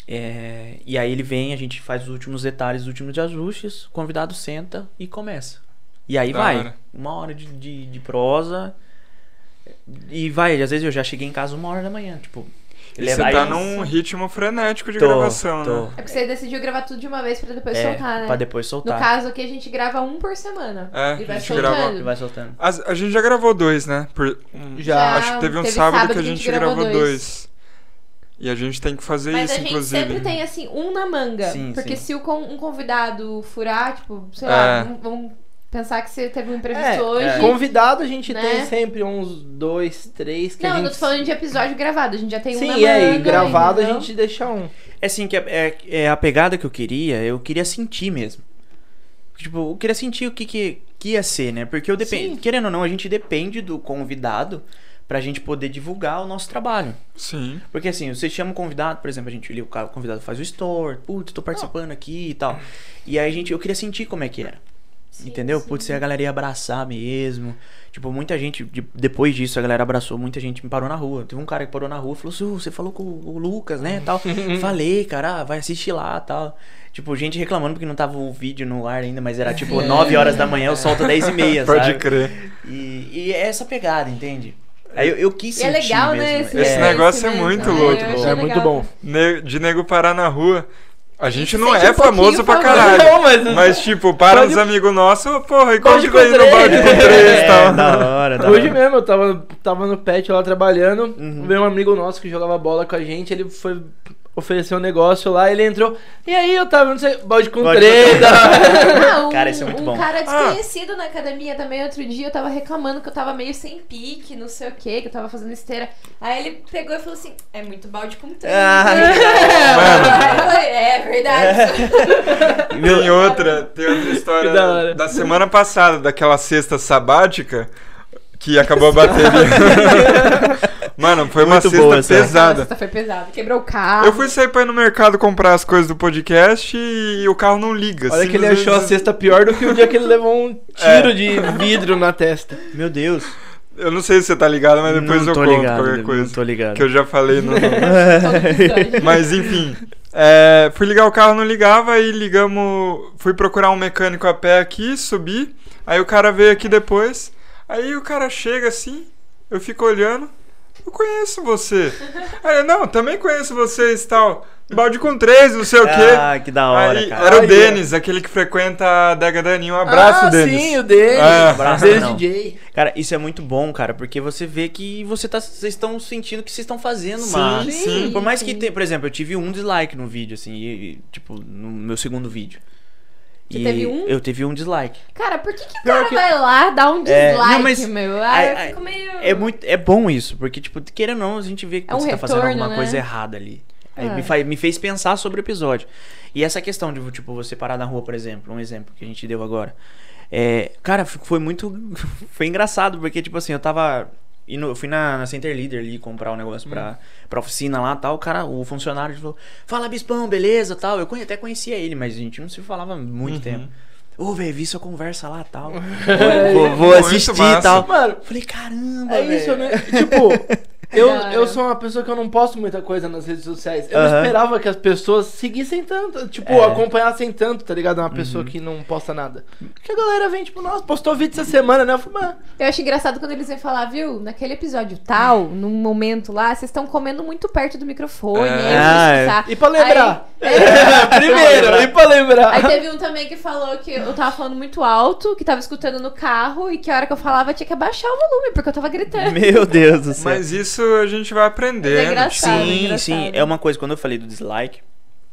[SPEAKER 3] É, e aí ele vem, a gente faz os últimos detalhes, os últimos ajustes, o convidado senta e começa. E aí
[SPEAKER 4] Da
[SPEAKER 3] vai.
[SPEAKER 4] hora.
[SPEAKER 3] Uma hora de, de, de prosa. E vai, às vezes eu já cheguei em casa uma hora da manhã, tipo.
[SPEAKER 4] E Você
[SPEAKER 3] leva- aí-
[SPEAKER 4] tá num ritmo frenético de
[SPEAKER 3] Tô,
[SPEAKER 4] gravação,
[SPEAKER 3] tô.
[SPEAKER 4] né?
[SPEAKER 2] É porque você decidiu gravar tudo de uma vez pra depois
[SPEAKER 3] É,
[SPEAKER 2] soltar, né?
[SPEAKER 3] Pra depois
[SPEAKER 2] No
[SPEAKER 3] soltar.
[SPEAKER 2] caso aqui, a gente grava um por semana.
[SPEAKER 4] É,
[SPEAKER 2] e
[SPEAKER 4] a
[SPEAKER 2] vai
[SPEAKER 4] gente
[SPEAKER 2] soltando.
[SPEAKER 4] grava-
[SPEAKER 3] E vai soltando.
[SPEAKER 4] As- a gente já gravou dois, né? Por- um-
[SPEAKER 5] Já.
[SPEAKER 4] Acho que teve um sábado, que a gente, gravou, dois. E a gente tem que fazer
[SPEAKER 2] Mas
[SPEAKER 4] isso,
[SPEAKER 2] a gente
[SPEAKER 4] inclusive.
[SPEAKER 2] sempre tem, assim, um na manga.
[SPEAKER 3] Sim,
[SPEAKER 2] porque
[SPEAKER 3] sim.
[SPEAKER 2] se o con- um convidado furar, tipo, sei
[SPEAKER 4] É.
[SPEAKER 2] lá, um, um Pensar que você teve um imprevisto
[SPEAKER 5] É,
[SPEAKER 2] hoje.
[SPEAKER 3] é.
[SPEAKER 5] Convidado a gente
[SPEAKER 2] Né?
[SPEAKER 5] tem sempre uns dois, três que
[SPEAKER 2] Não,
[SPEAKER 5] a
[SPEAKER 2] eu
[SPEAKER 5] gente...
[SPEAKER 2] tô falando de episódio gravado, a gente já tem um na
[SPEAKER 5] Sim, é, e
[SPEAKER 2] manga,
[SPEAKER 5] gravado a
[SPEAKER 2] entendeu?
[SPEAKER 5] gente deixa um.
[SPEAKER 3] É assim, que é, é- é a pegada que eu queria, eu queria sentir mesmo. Tipo, eu queria sentir o que, que, que ia ser, né? Porque eu
[SPEAKER 5] Sim.
[SPEAKER 3] dependo, querendo ou não, a gente depende do convidado pra gente poder divulgar o nosso trabalho.
[SPEAKER 4] Sim.
[SPEAKER 3] Porque assim, você chama o convidado, por exemplo, a gente, ele- o cara- o convidado faz o story, putz, tô participando aqui e tal. E aí, gente, eu queria sentir como é que era.
[SPEAKER 2] Sim,
[SPEAKER 3] entendeu?
[SPEAKER 2] sim.
[SPEAKER 3] Putz, se a galera ia abraçar mesmo. Tipo, muita gente, de- depois disso, a galera abraçou, muita gente me parou na rua. Teve um cara que parou na rua e falou assim: "Ô, você falou com o Lucas, né? Tal. Falei, cara, ah, vai assistir lá tal. Tipo, gente reclamando porque não tava o vídeo no ar ainda, mas era
[SPEAKER 2] É.
[SPEAKER 3] tipo 9 horas da manhã, eu solto 10 e meia, sabe?
[SPEAKER 4] Pode crer.
[SPEAKER 3] E, e é essa pegada, entende? Aí eu, eu quis
[SPEAKER 2] E é
[SPEAKER 3] sentir
[SPEAKER 2] legal,
[SPEAKER 3] mesmo.
[SPEAKER 2] né? Esse,
[SPEAKER 4] Esse
[SPEAKER 2] esse
[SPEAKER 4] negócio é
[SPEAKER 2] mesmo.
[SPEAKER 4] muito
[SPEAKER 2] Ah, eu
[SPEAKER 4] louco.
[SPEAKER 2] achei
[SPEAKER 5] né?
[SPEAKER 4] É
[SPEAKER 2] legal.
[SPEAKER 4] Ne- de nego parar na rua. A gente não
[SPEAKER 2] sente
[SPEAKER 4] é
[SPEAKER 2] um
[SPEAKER 4] famoso
[SPEAKER 2] pouquinho
[SPEAKER 4] pra
[SPEAKER 2] famoso.
[SPEAKER 4] caralho.
[SPEAKER 5] Não, mas...
[SPEAKER 4] Mas, tipo, para os amigos nossos, ô, porra, e
[SPEAKER 5] Balde
[SPEAKER 4] conta aí no
[SPEAKER 5] com
[SPEAKER 4] balde com
[SPEAKER 5] três.
[SPEAKER 4] três e
[SPEAKER 3] É,
[SPEAKER 4] tal.
[SPEAKER 3] da hora, da
[SPEAKER 5] Hoje
[SPEAKER 3] hora.
[SPEAKER 5] mesmo, eu tava, tava no pet lá trabalhando,
[SPEAKER 3] Uhum.
[SPEAKER 5] veio um amigo nosso que jogava bola com a gente, ele foi oferecer um negócio lá, ele entrou, e aí, Otávio, não sei, balde com
[SPEAKER 3] Balde com
[SPEAKER 5] treta.
[SPEAKER 2] Ah, um,
[SPEAKER 3] Cara, esse é muito
[SPEAKER 2] um
[SPEAKER 3] bom.
[SPEAKER 2] cara desconhecido na academia também, outro dia eu tava reclamando que eu tava meio sem pique, não sei o que, que eu tava fazendo esteira. Aí ele pegou e falou assim: é muito balde com três.
[SPEAKER 3] Ah,
[SPEAKER 2] Aí eu falei, é verdade.
[SPEAKER 4] Tem outra, tem outra história
[SPEAKER 5] Que da hora.
[SPEAKER 4] da, semana passada, daquela sexta sabática, que acabou a bateria. Mano, foi uma
[SPEAKER 3] Muito
[SPEAKER 4] sexta
[SPEAKER 3] boa essa.
[SPEAKER 4] pesada.
[SPEAKER 2] Nossa, foi pesado. Quebrou o carro.
[SPEAKER 4] Eu fui sair pra ir no mercado comprar as coisas do podcast e o carro não liga.
[SPEAKER 5] Olha que ele
[SPEAKER 4] Simplesmente-
[SPEAKER 5] achou a cesta pior do que o dia que ele levou um
[SPEAKER 3] É.
[SPEAKER 5] tiro de vidro na testa.
[SPEAKER 3] Meu Deus.
[SPEAKER 4] Eu não sei se você tá ligado, mas depois
[SPEAKER 3] não
[SPEAKER 4] eu
[SPEAKER 3] tô
[SPEAKER 4] conto
[SPEAKER 3] ligado,
[SPEAKER 4] qualquer
[SPEAKER 3] Não
[SPEAKER 4] coisa.
[SPEAKER 3] tô ligado. É
[SPEAKER 4] Que eu já falei no.
[SPEAKER 2] Todo episódio.
[SPEAKER 4] Mas enfim. é, fui ligar o carro, não ligava, aí ligamos. Fui procurar um mecânico a pé aqui, subi. Aí o cara veio aqui depois. Aí o cara chega assim, eu fico olhando. Eu conheço você. Aí eu, não, também conheço vocês tal. Balde com três, não sei É o quê.
[SPEAKER 3] Ah, que da hora,
[SPEAKER 4] aí
[SPEAKER 3] cara.
[SPEAKER 4] era o
[SPEAKER 5] Aí, ó.
[SPEAKER 4] Denis, aquele que frequenta a Dega Daninho. Um abraço,
[SPEAKER 5] ah,
[SPEAKER 4] Denis.
[SPEAKER 5] sim, o Denis.
[SPEAKER 4] É.
[SPEAKER 3] Abraço,
[SPEAKER 5] Denis
[SPEAKER 3] não.
[SPEAKER 5] DJ.
[SPEAKER 3] Cara, isso é muito bom, cara, porque você vê que você tá, vocês estão sentindo que vocês estão fazendo
[SPEAKER 4] Sim,
[SPEAKER 3] mal.
[SPEAKER 4] sim.
[SPEAKER 3] Por mais que tenha, por exemplo, eu tive um dislike no vídeo, assim, e- e, tipo, no meu segundo vídeo.
[SPEAKER 2] Você teve um?
[SPEAKER 3] Eu teve um dislike.
[SPEAKER 2] Cara, por que, que o
[SPEAKER 3] Pior
[SPEAKER 2] cara
[SPEAKER 3] que-
[SPEAKER 2] vai lá dar um
[SPEAKER 3] É,
[SPEAKER 2] dislike,
[SPEAKER 3] não, mas-
[SPEAKER 2] meu? Ah,
[SPEAKER 3] Ai,
[SPEAKER 2] eu
[SPEAKER 3] ai,
[SPEAKER 2] fico meio.
[SPEAKER 3] É muito, é bom isso, porque tipo, querendo ou não, a gente vê que
[SPEAKER 2] É um
[SPEAKER 3] você tá fazendo
[SPEAKER 2] retorno,
[SPEAKER 3] alguma
[SPEAKER 2] né?
[SPEAKER 3] coisa errada ali. Aí
[SPEAKER 2] É.
[SPEAKER 3] me, fa- me fez pensar sobre o episódio. E essa questão de, tipo, você parar na rua, por exemplo, um exemplo que a gente deu agora. É, cara, f- foi muito. foi engraçado, porque, tipo assim, eu tava. indo- eu fui na, na Center Leader ali comprar um negócio
[SPEAKER 2] Hum.
[SPEAKER 3] pra, pra oficina lá tal. O cara, o funcionário falou: Fala, Bispão, beleza tal. Eu conhe- até conhecia ele, mas a gente não se falava há muito
[SPEAKER 2] Uhum.
[SPEAKER 3] tempo. Ô, velho, vi sua conversa lá tal. vou vou
[SPEAKER 4] Muito
[SPEAKER 3] assistir
[SPEAKER 4] massa.
[SPEAKER 3] e tal.
[SPEAKER 5] Mano,
[SPEAKER 3] Eu Falei, caramba,
[SPEAKER 5] é
[SPEAKER 3] velho.
[SPEAKER 5] isso, né? Tipo, eu,
[SPEAKER 2] Da hora.
[SPEAKER 5] eu sou uma pessoa que eu não posto muita coisa nas redes sociais. Eu não
[SPEAKER 3] Aham.
[SPEAKER 5] esperava que as pessoas seguissem tanto, tipo,
[SPEAKER 3] É.
[SPEAKER 5] acompanhassem tanto, tá ligado? Uma pessoa
[SPEAKER 4] Uhum.
[SPEAKER 5] que não posta nada. Porque a galera vem, tipo, nossa, postou vídeo essa semana, né? Eu falei, mano,
[SPEAKER 2] Eu acho engraçado quando eles vêm falar, viu, naquele episódio tal, num momento lá, vocês estão comendo muito perto do microfone.
[SPEAKER 4] É.
[SPEAKER 2] aí eu
[SPEAKER 3] Ah,
[SPEAKER 2] vou escutar.
[SPEAKER 5] e pra lembrar?
[SPEAKER 2] Ah, Aí, é.
[SPEAKER 5] Primeiro, e pra lembrar?
[SPEAKER 2] Aí teve um também que falou que eu tava falando muito alto, que tava escutando no carro e que a hora que eu falava tinha que abaixar o volume, porque eu tava gritando.
[SPEAKER 3] Meu Deus do céu.
[SPEAKER 4] Mas isso a gente vai
[SPEAKER 2] Mas é
[SPEAKER 4] aprender. né?
[SPEAKER 2] engraçado.
[SPEAKER 3] sim,
[SPEAKER 2] engraçado.
[SPEAKER 3] sim. É uma coisa, quando eu falei do dislike,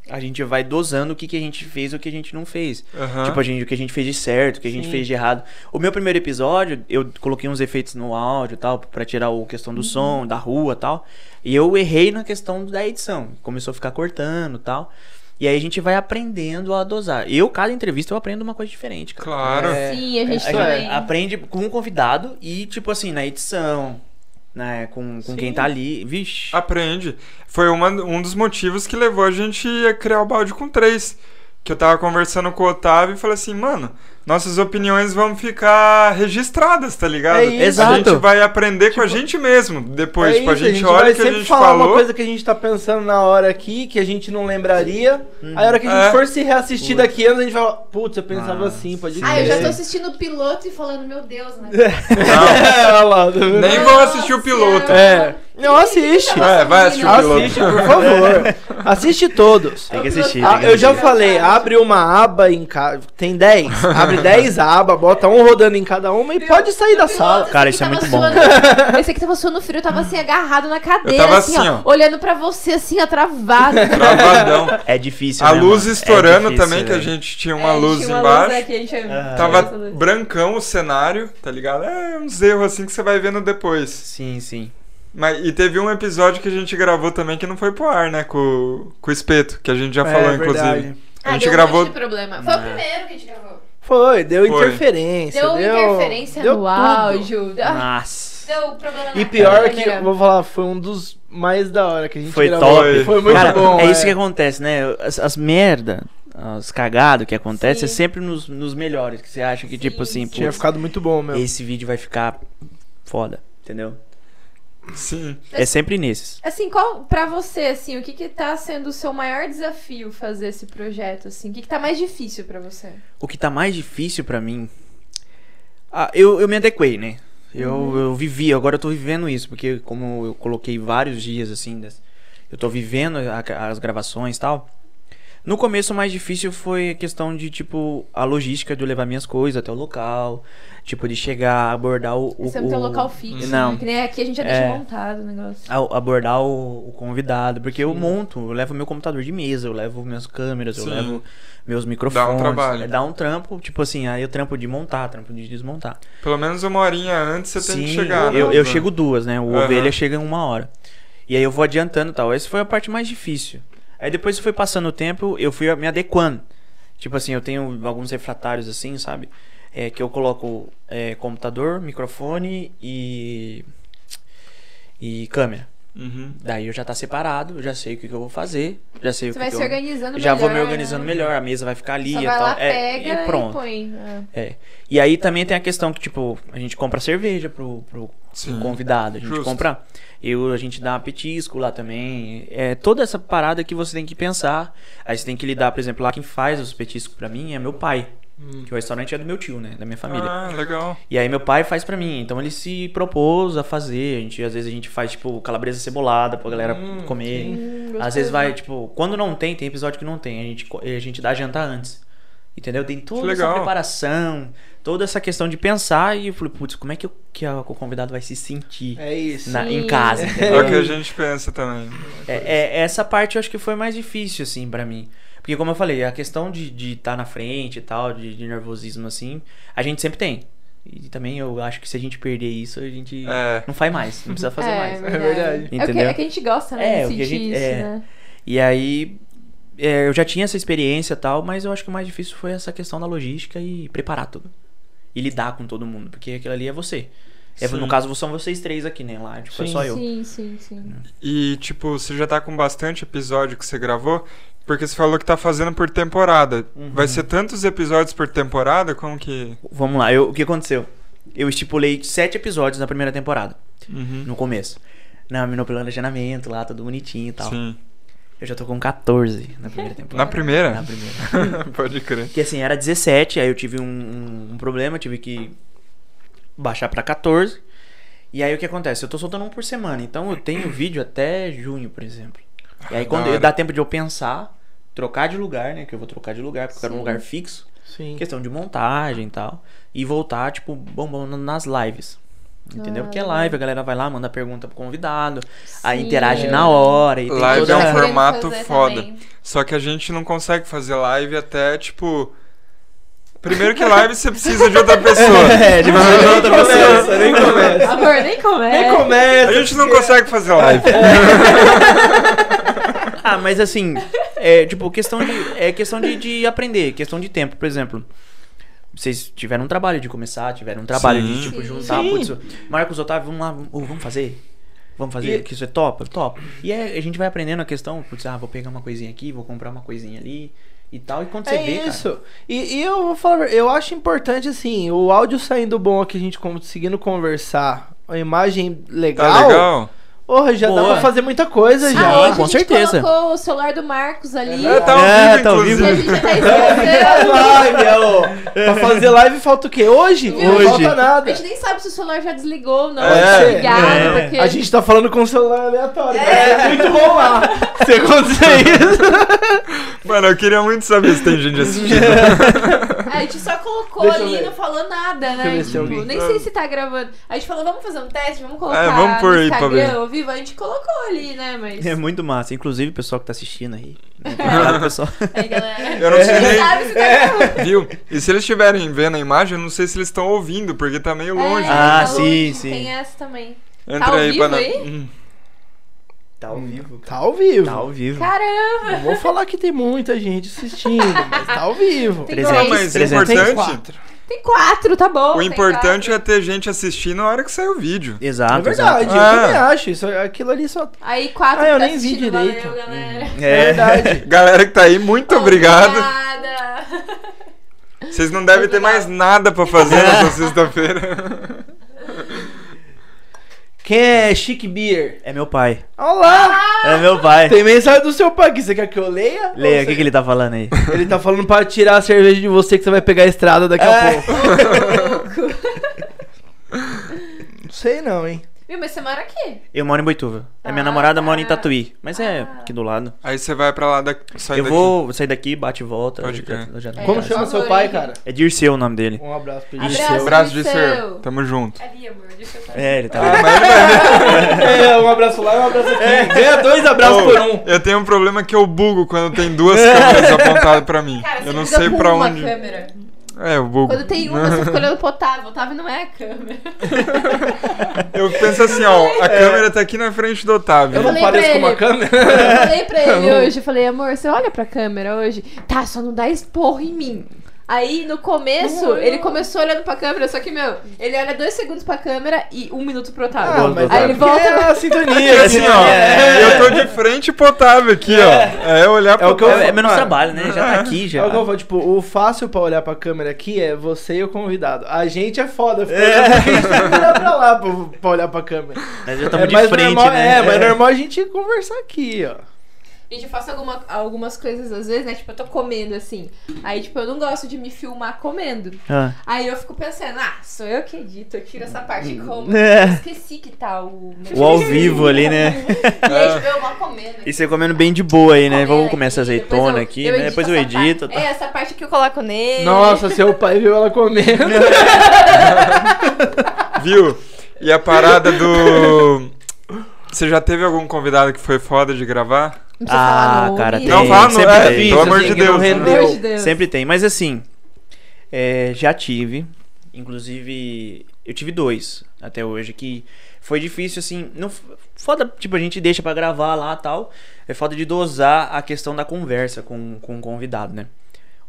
[SPEAKER 3] a gente vai dosando o que, que a gente fez e o que a gente não fez. Tipo, a gente, o que a gente fez de certo, o que a gente
[SPEAKER 5] Sim.
[SPEAKER 3] fez de errado. O meu primeiro episódio, eu coloquei uns efeitos no áudio e tal, pra tirar o questão do som, da rua e tal. E eu errei na questão da edição. Começou a ficar cortando e tal. E aí a gente vai aprendendo a dosar. Eu, cada entrevista, eu aprendo uma coisa diferente, cara.
[SPEAKER 4] Claro.
[SPEAKER 5] É.
[SPEAKER 2] um Sim, a gente
[SPEAKER 3] A gente
[SPEAKER 2] também.
[SPEAKER 3] aprende com um convidado e, tipo assim, na edição, né? Com, com quem tá ali. Vixe.
[SPEAKER 4] Aprende. Foi uma, um dos motivos que levou a gente a criar o balde com três. Que eu tava conversando com o Otávio e falei assim, mano, nossas opiniões vão ficar registradas, tá ligado?
[SPEAKER 5] É isso.
[SPEAKER 4] A gente
[SPEAKER 3] Exato.
[SPEAKER 4] vai aprender com a gente mesmo. Depois,
[SPEAKER 5] É
[SPEAKER 4] tipo, a
[SPEAKER 5] isso,
[SPEAKER 4] gente, olha
[SPEAKER 5] vai
[SPEAKER 4] o que a
[SPEAKER 5] sempre
[SPEAKER 4] gente
[SPEAKER 5] falar
[SPEAKER 4] falou.
[SPEAKER 5] uma coisa que a gente tá pensando na hora aqui, que a gente não lembraria. Aí a hora que a gente
[SPEAKER 4] É.
[SPEAKER 5] for se reassistir daqui anos, a gente fala, putz, eu pensava
[SPEAKER 3] Ah,
[SPEAKER 5] assim, pode
[SPEAKER 2] Ah, eu já tô
[SPEAKER 5] crer."
[SPEAKER 2] assistindo o piloto e falando, meu Deus, né?
[SPEAKER 4] Não,
[SPEAKER 5] É, olha lá.
[SPEAKER 4] nem vou assistir o piloto.
[SPEAKER 2] É.
[SPEAKER 5] Não, assiste.
[SPEAKER 4] É, vai assistir o piloto.
[SPEAKER 5] Assiste, por favor. Assiste todos.
[SPEAKER 3] Tem que assistir.
[SPEAKER 5] Ah,
[SPEAKER 3] tem que
[SPEAKER 5] eu já
[SPEAKER 3] assistir.
[SPEAKER 5] falei, abre uma aba em cada. Tem 10. Abre 10 abas, bota um rodando em cada uma e pode sair da sala.
[SPEAKER 3] Cara, isso é muito bom.
[SPEAKER 2] bom. Esse aqui tava suando frio, eu tava assim, agarrado na cadeira,
[SPEAKER 4] tava
[SPEAKER 2] assim,
[SPEAKER 4] assim,
[SPEAKER 2] ó,
[SPEAKER 4] ó.
[SPEAKER 2] Olhando pra você, assim, ó, travado.
[SPEAKER 4] Travadão.
[SPEAKER 3] É difícil.
[SPEAKER 4] A
[SPEAKER 3] né,
[SPEAKER 4] luz
[SPEAKER 3] mano? É É.
[SPEAKER 4] estourando
[SPEAKER 3] difícil,
[SPEAKER 4] também, que a
[SPEAKER 3] velho.
[SPEAKER 4] gente tinha
[SPEAKER 2] É,
[SPEAKER 4] uma
[SPEAKER 2] a gente
[SPEAKER 4] luz
[SPEAKER 2] tinha uma
[SPEAKER 4] embaixo.
[SPEAKER 2] aqui, a gente...
[SPEAKER 5] Ah.
[SPEAKER 4] Tava
[SPEAKER 2] essa luz.
[SPEAKER 4] brancão o cenário, tá ligado? É uns erros assim que você vai vendo depois.
[SPEAKER 3] Sim, sim.
[SPEAKER 4] Mas, e teve um episódio que a gente gravou também que não foi pro ar, né? Com, com o Espeto, que a gente já falou,
[SPEAKER 5] É, verdade.
[SPEAKER 4] inclusive. A gente
[SPEAKER 2] deu um
[SPEAKER 4] gravou.
[SPEAKER 2] monte de problema. Foi o primeiro que a gente gravou.
[SPEAKER 5] Foi, deu
[SPEAKER 4] Foi.
[SPEAKER 5] interferência.
[SPEAKER 2] Deu, interferência
[SPEAKER 5] deu
[SPEAKER 2] no
[SPEAKER 5] tudo.
[SPEAKER 2] áudio. Deu,
[SPEAKER 3] Ah. Nossa.
[SPEAKER 2] deu problema na
[SPEAKER 5] E pior que,
[SPEAKER 2] câmera.
[SPEAKER 5] eu vou falar, foi um dos mais da hora que a gente
[SPEAKER 3] Foi
[SPEAKER 5] gravou.
[SPEAKER 3] top.
[SPEAKER 5] Foi muito
[SPEAKER 3] Cara,
[SPEAKER 5] bom.
[SPEAKER 3] É isso que acontece, né? As, as merda, as cagadas que acontece é
[SPEAKER 2] Sim.
[SPEAKER 3] sempre nos, nos melhores. Que você acha que, tipo
[SPEAKER 2] Sim,
[SPEAKER 3] assim,
[SPEAKER 2] sim.
[SPEAKER 5] Tinha
[SPEAKER 3] putz,
[SPEAKER 5] ficado muito bom mesmo.
[SPEAKER 3] esse vídeo vai ficar foda, entendeu?
[SPEAKER 4] Sim.
[SPEAKER 3] É sempre nesses.
[SPEAKER 2] Assim, qual pra você, assim, o que que tá sendo o seu maior desafio fazer esse projeto, assim? O que que tá mais difícil pra você?
[SPEAKER 3] O que tá mais difícil pra mim. Ah, eu, eu me adequei, né? Eu,
[SPEAKER 2] Uhum.
[SPEAKER 3] eu vivi, agora eu tô vivendo isso, porque como eu coloquei vários dias assim, das- eu tô vivendo a- as gravações e tal. No começo o mais difícil foi a questão de, tipo, a logística de eu levar minhas coisas até o local, tipo, de chegar, abordar o. o
[SPEAKER 2] Você não tem um
[SPEAKER 3] o-
[SPEAKER 2] local fixo,
[SPEAKER 3] Não.
[SPEAKER 2] né? Que nem aqui a gente já deixa
[SPEAKER 3] É.
[SPEAKER 2] montado o negócio.
[SPEAKER 3] a- abordar o, o convidado, porque eu monto, eu levo meu computador de mesa, eu levo minhas câmeras,
[SPEAKER 4] Sim.
[SPEAKER 3] eu levo meus microfones.
[SPEAKER 4] um trabalho.
[SPEAKER 3] é, Dá um trampo, tipo assim, aí eu trampo de montar, trampo de desmontar.
[SPEAKER 4] Pelo menos uma horinha antes você tem que
[SPEAKER 3] Sim,
[SPEAKER 4] chegar, né?
[SPEAKER 3] eu, eu
[SPEAKER 4] Zé?
[SPEAKER 3] chego duas, né? O
[SPEAKER 4] Aham.
[SPEAKER 3] ovelha chega em uma hora. E aí eu vou adiantando e tal. Essa foi a parte mais difícil. Aí depois que foi passando o tempo, eu fui me adequando. Tipo assim, eu tenho alguns refratários assim, sabe? É, que eu coloco é, computador, microfone e. e câmera.
[SPEAKER 4] Uhum.
[SPEAKER 3] Daí eu já tá separado, eu já sei o que, que eu vou fazer, já sei
[SPEAKER 2] Você
[SPEAKER 3] o que,
[SPEAKER 2] vai
[SPEAKER 3] que
[SPEAKER 2] se
[SPEAKER 3] eu...
[SPEAKER 2] organizando
[SPEAKER 3] Já
[SPEAKER 2] melhor.
[SPEAKER 3] vou me organizando
[SPEAKER 2] né?
[SPEAKER 3] melhor, a mesa vai ficar ali
[SPEAKER 2] Só
[SPEAKER 3] e
[SPEAKER 2] vai
[SPEAKER 3] tal.
[SPEAKER 2] lá,
[SPEAKER 3] é,
[SPEAKER 2] pega
[SPEAKER 3] e pronto.
[SPEAKER 2] põe. é.
[SPEAKER 3] É. E aí também tem a questão que, tipo, a gente compra cerveja pro, pro,
[SPEAKER 4] Sim.
[SPEAKER 3] convidado, a gente
[SPEAKER 4] Justo.
[SPEAKER 3] compra. Eu, a gente dá petisco lá também. É toda essa parada que você tem que pensar. Aí você tem que lidar, por exemplo, lá quem faz os petiscos pra mim é meu pai. Que o restaurante é do meu tio, né? Da minha família.
[SPEAKER 4] Hum. Ah, legal.
[SPEAKER 3] E aí meu pai faz pra mim. Então ele se propôs a fazer. A gente, às vezes a gente faz, tipo, calabresa cebolada pra galera
[SPEAKER 4] Hum,
[SPEAKER 3] comer.
[SPEAKER 2] hum,
[SPEAKER 3] Às vezes vai, tipo, quando não tem, tem episódio que não tem. A gente, co- a gente dá jantar antes. Entendeu? Tem toda essa
[SPEAKER 4] Legal.
[SPEAKER 3] preparação, toda essa questão de pensar e eu falei, putz, como é que, eu- que a- que o convidado vai se sentir
[SPEAKER 5] É isso.
[SPEAKER 3] na-
[SPEAKER 2] Sim.
[SPEAKER 3] em casa?
[SPEAKER 4] É
[SPEAKER 3] entendeu?
[SPEAKER 4] o que a gente pensa também.
[SPEAKER 3] É, é- essa parte eu acho que foi mais difícil, assim, pra mim. Porque, como eu falei, a questão de estar de tá na frente e tal, de, de nervosismo, assim, a gente sempre tem. E também eu acho que se a gente perder isso, a gente
[SPEAKER 4] É.
[SPEAKER 3] não faz mais, não precisa fazer
[SPEAKER 2] é,
[SPEAKER 3] mais.
[SPEAKER 5] É verdade.
[SPEAKER 2] É o que,
[SPEAKER 3] Entendeu?
[SPEAKER 2] é que a gente gosta,
[SPEAKER 3] É,
[SPEAKER 2] né?
[SPEAKER 3] o
[SPEAKER 2] de
[SPEAKER 3] que a
[SPEAKER 2] sentir
[SPEAKER 3] gente-
[SPEAKER 2] isso,
[SPEAKER 3] é.
[SPEAKER 2] né?
[SPEAKER 3] E aí, é, eu já tinha essa experiência e tal, mas eu acho que o mais difícil foi essa questão da logística e preparar tudo. E lidar com todo mundo, porque aquilo ali é você. É,
[SPEAKER 4] Sim.
[SPEAKER 3] no caso, são vocês três aqui, né? Lá, tipo, é
[SPEAKER 5] Sim.
[SPEAKER 3] só eu.
[SPEAKER 2] Sim, sim, sim.
[SPEAKER 4] E, tipo, você já tá com bastante episódio que você gravou, porque você falou que tá fazendo por temporada.
[SPEAKER 3] Uhum.
[SPEAKER 4] Vai ser tantos episódios por temporada? Como que.
[SPEAKER 3] Vamos lá, eu- o que aconteceu? Eu estipulei sete episódios na primeira temporada,
[SPEAKER 4] Uhum.
[SPEAKER 3] no começo. Na, no planejamento lá, tudo bonitinho e tal.
[SPEAKER 4] Sim.
[SPEAKER 3] Eu já tô com 14 na primeira
[SPEAKER 4] Na
[SPEAKER 3] temporada.
[SPEAKER 4] primeira?
[SPEAKER 3] na primeira.
[SPEAKER 4] Pode crer.
[SPEAKER 3] Porque assim, era 17, aí eu tive um, um- um problema, tive que baixar pra 14. E aí o que acontece? Eu tô soltando um por semana, então eu tenho vídeo até junho, por exemplo. E aí quando
[SPEAKER 4] Ah, da hora.
[SPEAKER 3] dá tempo de eu pensar, trocar de lugar, né? Que eu vou trocar de lugar, porque eu quero um
[SPEAKER 2] Sim.
[SPEAKER 3] lugar fixo.
[SPEAKER 5] Sim.
[SPEAKER 3] Questão de montagem e tal. E voltar, tipo, bombando nas lives. Entendeu?
[SPEAKER 2] Ah,
[SPEAKER 3] Porque é live, a galera vai lá, manda pergunta pro convidado, aí
[SPEAKER 2] Sim.
[SPEAKER 3] interage na hora. E tem
[SPEAKER 4] é. Live
[SPEAKER 3] toda...
[SPEAKER 4] é um
[SPEAKER 2] Tá querendo
[SPEAKER 4] formato
[SPEAKER 2] fazer
[SPEAKER 4] foda.
[SPEAKER 2] também.
[SPEAKER 4] Só que a gente não consegue fazer live até, tipo. Primeiro que live você precisa de outra pessoa.
[SPEAKER 3] É, tipo,
[SPEAKER 5] Nem começa, nem começa.
[SPEAKER 2] Amor, nem
[SPEAKER 5] Nem
[SPEAKER 2] começa.
[SPEAKER 3] É.
[SPEAKER 5] começa.
[SPEAKER 4] A gente não consegue fazer live.
[SPEAKER 3] Ah, mas assim, é tipo, questão de. É questão de, de aprender, questão de tempo, por exemplo. Vocês tiveram um trabalho de começar, tiveram um trabalho
[SPEAKER 4] Sim.
[SPEAKER 3] de tipo
[SPEAKER 2] Sim.
[SPEAKER 3] juntar,
[SPEAKER 5] Sim.
[SPEAKER 3] putz, Marcos Otávio, vamos lá, vamos- ô, vamos fazer. Vamos fazer,
[SPEAKER 5] E-
[SPEAKER 3] que isso é top, top. E é, a gente vai aprendendo a questão, putz, ah, vou pegar uma coisinha aqui, vou comprar uma coisinha ali e tal. E quando você
[SPEAKER 5] É
[SPEAKER 3] vê, cara,
[SPEAKER 5] isso. E, e eu vou falar, a ver- eu acho importante assim, o áudio saindo bom aqui, a gente conseguindo conversar, a imagem
[SPEAKER 4] Tá
[SPEAKER 5] legal.
[SPEAKER 4] legal?
[SPEAKER 5] Porra, já dá
[SPEAKER 3] Boa.
[SPEAKER 5] pra fazer muita coisa já.
[SPEAKER 2] Ah, hoje
[SPEAKER 3] com
[SPEAKER 2] a gente
[SPEAKER 3] certeza.
[SPEAKER 2] colocou o celular do Marcos ali.
[SPEAKER 4] É, tá ao
[SPEAKER 3] É,
[SPEAKER 4] vivo,
[SPEAKER 3] tá ao
[SPEAKER 4] inclusive.
[SPEAKER 2] A gente já tá
[SPEAKER 5] Faz
[SPEAKER 2] esquecendo.
[SPEAKER 5] live, é, ô. Pra fazer live falta o quê? Hoje? Não
[SPEAKER 3] Hoje.
[SPEAKER 5] falta nada.
[SPEAKER 2] A gente tá nem sabe se o celular já desligou ou não.
[SPEAKER 5] É.
[SPEAKER 2] É. Ligado,
[SPEAKER 3] É.
[SPEAKER 2] porque...
[SPEAKER 5] A gente tá falando com o celular aleatório. É. muito bom lá. Se acontecer isso.
[SPEAKER 4] Mano, eu queria muito saber se tem gente assistindo.
[SPEAKER 2] A gente só colocou
[SPEAKER 5] Deixa eu
[SPEAKER 2] ali
[SPEAKER 5] ver.
[SPEAKER 2] e não falou
[SPEAKER 5] Deixa
[SPEAKER 2] nada,
[SPEAKER 5] eu
[SPEAKER 2] né?
[SPEAKER 5] ver se tem
[SPEAKER 2] Tipo,
[SPEAKER 5] alguém.
[SPEAKER 2] nem sei se tá gravando. A gente falou, vamos fazer um teste, vamos colocar
[SPEAKER 4] É, vamos pôr
[SPEAKER 2] no
[SPEAKER 4] aí pra
[SPEAKER 2] Instagram
[SPEAKER 4] ver.
[SPEAKER 2] ao vivo. A gente colocou ali, né? Mas.
[SPEAKER 3] É muito massa. Inclusive, o pessoal que tá assistindo aí. né? Obrigado, pessoal.
[SPEAKER 2] Aí, galera.
[SPEAKER 4] Eu não sei
[SPEAKER 2] Não
[SPEAKER 5] É.
[SPEAKER 4] nem.
[SPEAKER 2] sabe se tá gravando.
[SPEAKER 4] Viu? E se eles estiverem vendo a imagem, eu não sei se eles estão ouvindo, porque tá meio longe.
[SPEAKER 2] É,
[SPEAKER 3] Ah,
[SPEAKER 2] tá
[SPEAKER 3] sim,
[SPEAKER 2] longe,
[SPEAKER 3] sim.
[SPEAKER 2] Tem essa também.
[SPEAKER 4] Entra
[SPEAKER 2] ao
[SPEAKER 4] aí
[SPEAKER 2] vivo
[SPEAKER 4] pra.
[SPEAKER 2] aí?
[SPEAKER 4] Hum.
[SPEAKER 3] Tá ao vivo.
[SPEAKER 5] Tá ao vivo.
[SPEAKER 3] Tá ao vivo.
[SPEAKER 2] Caramba!
[SPEAKER 5] Não vou falar que tem muita gente assistindo, mas tá ao vivo.
[SPEAKER 2] Tem
[SPEAKER 3] Trezentos.
[SPEAKER 4] Não,
[SPEAKER 2] dois.
[SPEAKER 4] mas o
[SPEAKER 3] 300.
[SPEAKER 4] importante.
[SPEAKER 2] Tem quatro, tá bom.
[SPEAKER 4] O
[SPEAKER 2] tem
[SPEAKER 4] importante
[SPEAKER 2] quatro.
[SPEAKER 4] é ter gente assistindo na hora que sair o vídeo.
[SPEAKER 5] É
[SPEAKER 3] Exato,
[SPEAKER 5] verdade,
[SPEAKER 3] exato.
[SPEAKER 5] eu
[SPEAKER 4] Ah.
[SPEAKER 5] também acho. Isso, aquilo ali só.
[SPEAKER 2] Aí quatro
[SPEAKER 5] Ah,
[SPEAKER 2] que
[SPEAKER 5] eu
[SPEAKER 2] tá
[SPEAKER 5] nem vi
[SPEAKER 2] assistindo,
[SPEAKER 5] direito.
[SPEAKER 2] Valeu,
[SPEAKER 5] É
[SPEAKER 2] galera.
[SPEAKER 3] É.
[SPEAKER 5] verdade.
[SPEAKER 4] Galera que tá aí, muito obrigado.
[SPEAKER 2] Obrigada.
[SPEAKER 4] Vocês não devem ter mais nada pra fazer nessa sexta-feira.
[SPEAKER 5] Quem é Chic Beer?
[SPEAKER 3] É meu pai.
[SPEAKER 5] Olá!
[SPEAKER 3] É meu pai.
[SPEAKER 5] Tem mensagem do seu pai aqui. Você quer que eu leia?
[SPEAKER 3] Leia,
[SPEAKER 5] Ou
[SPEAKER 3] o que,
[SPEAKER 5] você-
[SPEAKER 3] que ele tá falando aí?
[SPEAKER 5] Ele tá falando pra tirar a cerveja de você que você vai pegar a estrada daqui a
[SPEAKER 3] É.
[SPEAKER 5] pouco.
[SPEAKER 2] Louco.
[SPEAKER 5] Não sei não, hein?
[SPEAKER 2] Viu, mas você mora aqui.
[SPEAKER 3] Eu moro em Boituva. A minha
[SPEAKER 2] Ah,
[SPEAKER 3] namorada mora em
[SPEAKER 2] tá.
[SPEAKER 3] Tatuí. Mas é aqui do lado.
[SPEAKER 4] Aí você vai pra lá daqui.
[SPEAKER 5] Tá
[SPEAKER 4] Sai
[SPEAKER 3] eu
[SPEAKER 4] daqui.
[SPEAKER 3] vou sair daqui, bate e volta.
[SPEAKER 4] Pode crer.
[SPEAKER 3] já- já tô em
[SPEAKER 5] Como
[SPEAKER 3] casa.
[SPEAKER 5] chama
[SPEAKER 2] É, só
[SPEAKER 5] seu
[SPEAKER 2] vou
[SPEAKER 5] pai,
[SPEAKER 2] aí.
[SPEAKER 5] cara?
[SPEAKER 3] É Dirceu o nome dele.
[SPEAKER 5] Um abraço pra ele.
[SPEAKER 2] Abraço.
[SPEAKER 4] Seu braço de
[SPEAKER 2] Dirceu.
[SPEAKER 4] ser. Tamo junto.
[SPEAKER 2] Ali, amor, deixa eu falar.
[SPEAKER 3] É, ele tá
[SPEAKER 4] Ah, mas ele vai ver.
[SPEAKER 5] É, um abraço lá e um abraço aqui. Ganha dois abraços
[SPEAKER 4] Ô,
[SPEAKER 5] por um.
[SPEAKER 4] Eu tenho um problema que eu bugo quando tem duas câmeras apontadas pra mim.
[SPEAKER 2] Cara, você
[SPEAKER 4] eu não
[SPEAKER 2] liga
[SPEAKER 4] sei
[SPEAKER 2] com
[SPEAKER 4] pra
[SPEAKER 2] uma
[SPEAKER 4] onde.
[SPEAKER 2] câmera.
[SPEAKER 4] É, eu bugo.
[SPEAKER 2] Quando tem uma, você fica olhando pro Otávio. Otávio não é a câmera.
[SPEAKER 4] Eu penso assim, ó,
[SPEAKER 2] É.
[SPEAKER 4] a câmera tá aqui na frente do Otávio.
[SPEAKER 5] Eu não
[SPEAKER 2] falei
[SPEAKER 5] pareço
[SPEAKER 2] pra
[SPEAKER 5] com uma
[SPEAKER 2] ele.
[SPEAKER 5] câmera.
[SPEAKER 3] É.
[SPEAKER 2] Eu falei pra
[SPEAKER 3] Tá
[SPEAKER 2] ele hoje, eu falei, amor, você olha pra câmera hoje? Tá, só não dá esporro em mim. Aí, no começo, ele começou olhando pra câmera, só que, meu, ele olha dois segundos pra câmera e um minuto pro Otávio.
[SPEAKER 3] Ah, mas
[SPEAKER 2] Aí ele
[SPEAKER 5] é
[SPEAKER 2] volta...
[SPEAKER 5] porque é a
[SPEAKER 4] É
[SPEAKER 5] sintonia.
[SPEAKER 4] assim,
[SPEAKER 5] né?
[SPEAKER 4] ó,
[SPEAKER 5] É.
[SPEAKER 4] eu tô de frente pro Otávio aqui, ó. É olhar pro
[SPEAKER 5] o que eu-
[SPEAKER 3] É, é menos
[SPEAKER 5] Mano.
[SPEAKER 3] trabalho, né? Já tá aqui, já.
[SPEAKER 5] É o que eu falo, tipo, o fácil pra olhar pra câmera aqui é você e o convidado. A gente é foda, fica
[SPEAKER 3] É.
[SPEAKER 5] olhando pra gente, tem que olhar pra lá pra, pra olhar pra câmera.
[SPEAKER 3] Nós já estamos
[SPEAKER 5] é
[SPEAKER 3] de
[SPEAKER 5] mais
[SPEAKER 3] frente,
[SPEAKER 5] normal,
[SPEAKER 3] né?
[SPEAKER 5] É, mas é normal a gente conversar aqui, ó.
[SPEAKER 2] Gente, eu faço alguma- algumas coisas às vezes, né? Tipo, eu tô comendo, assim. Aí, tipo, eu não gosto de me filmar comendo.
[SPEAKER 3] Ah.
[SPEAKER 2] Aí eu fico pensando, ah, sou eu que edito, eu tiro essa parte e como.
[SPEAKER 3] É.
[SPEAKER 2] Eu esqueci que tá o...
[SPEAKER 3] O ao vivo ali, né?
[SPEAKER 2] E aí, tipo, eu mal comendo.
[SPEAKER 3] E você comendo bem de boa aí, né? Vamos comer essa
[SPEAKER 2] essa
[SPEAKER 3] azeitona aqui, né? Depois eu edito.
[SPEAKER 2] É,
[SPEAKER 3] Tá.
[SPEAKER 2] essa parte que eu coloco nele.
[SPEAKER 5] Nossa, seu pai viu ela comendo.
[SPEAKER 4] Viu? E a parada do. Você já teve algum convidado que foi foda de gravar?
[SPEAKER 2] Não precisa falar
[SPEAKER 3] Ah,
[SPEAKER 2] nome.
[SPEAKER 3] cara, tem.
[SPEAKER 4] Não, fala, não,
[SPEAKER 3] sempre
[SPEAKER 4] é,
[SPEAKER 3] tem.
[SPEAKER 4] pelo amor de
[SPEAKER 5] que não
[SPEAKER 4] Deus.
[SPEAKER 2] Pelo amor de
[SPEAKER 5] rendeu.
[SPEAKER 2] Deus.
[SPEAKER 3] Sempre tem, mas assim, é, já tive, inclusive, eu tive dois até hoje, que foi difícil, assim, não, f- foda, tipo, a gente deixa pra gravar lá e tal, é foda de dosar a questão da conversa com, com o convidado, né?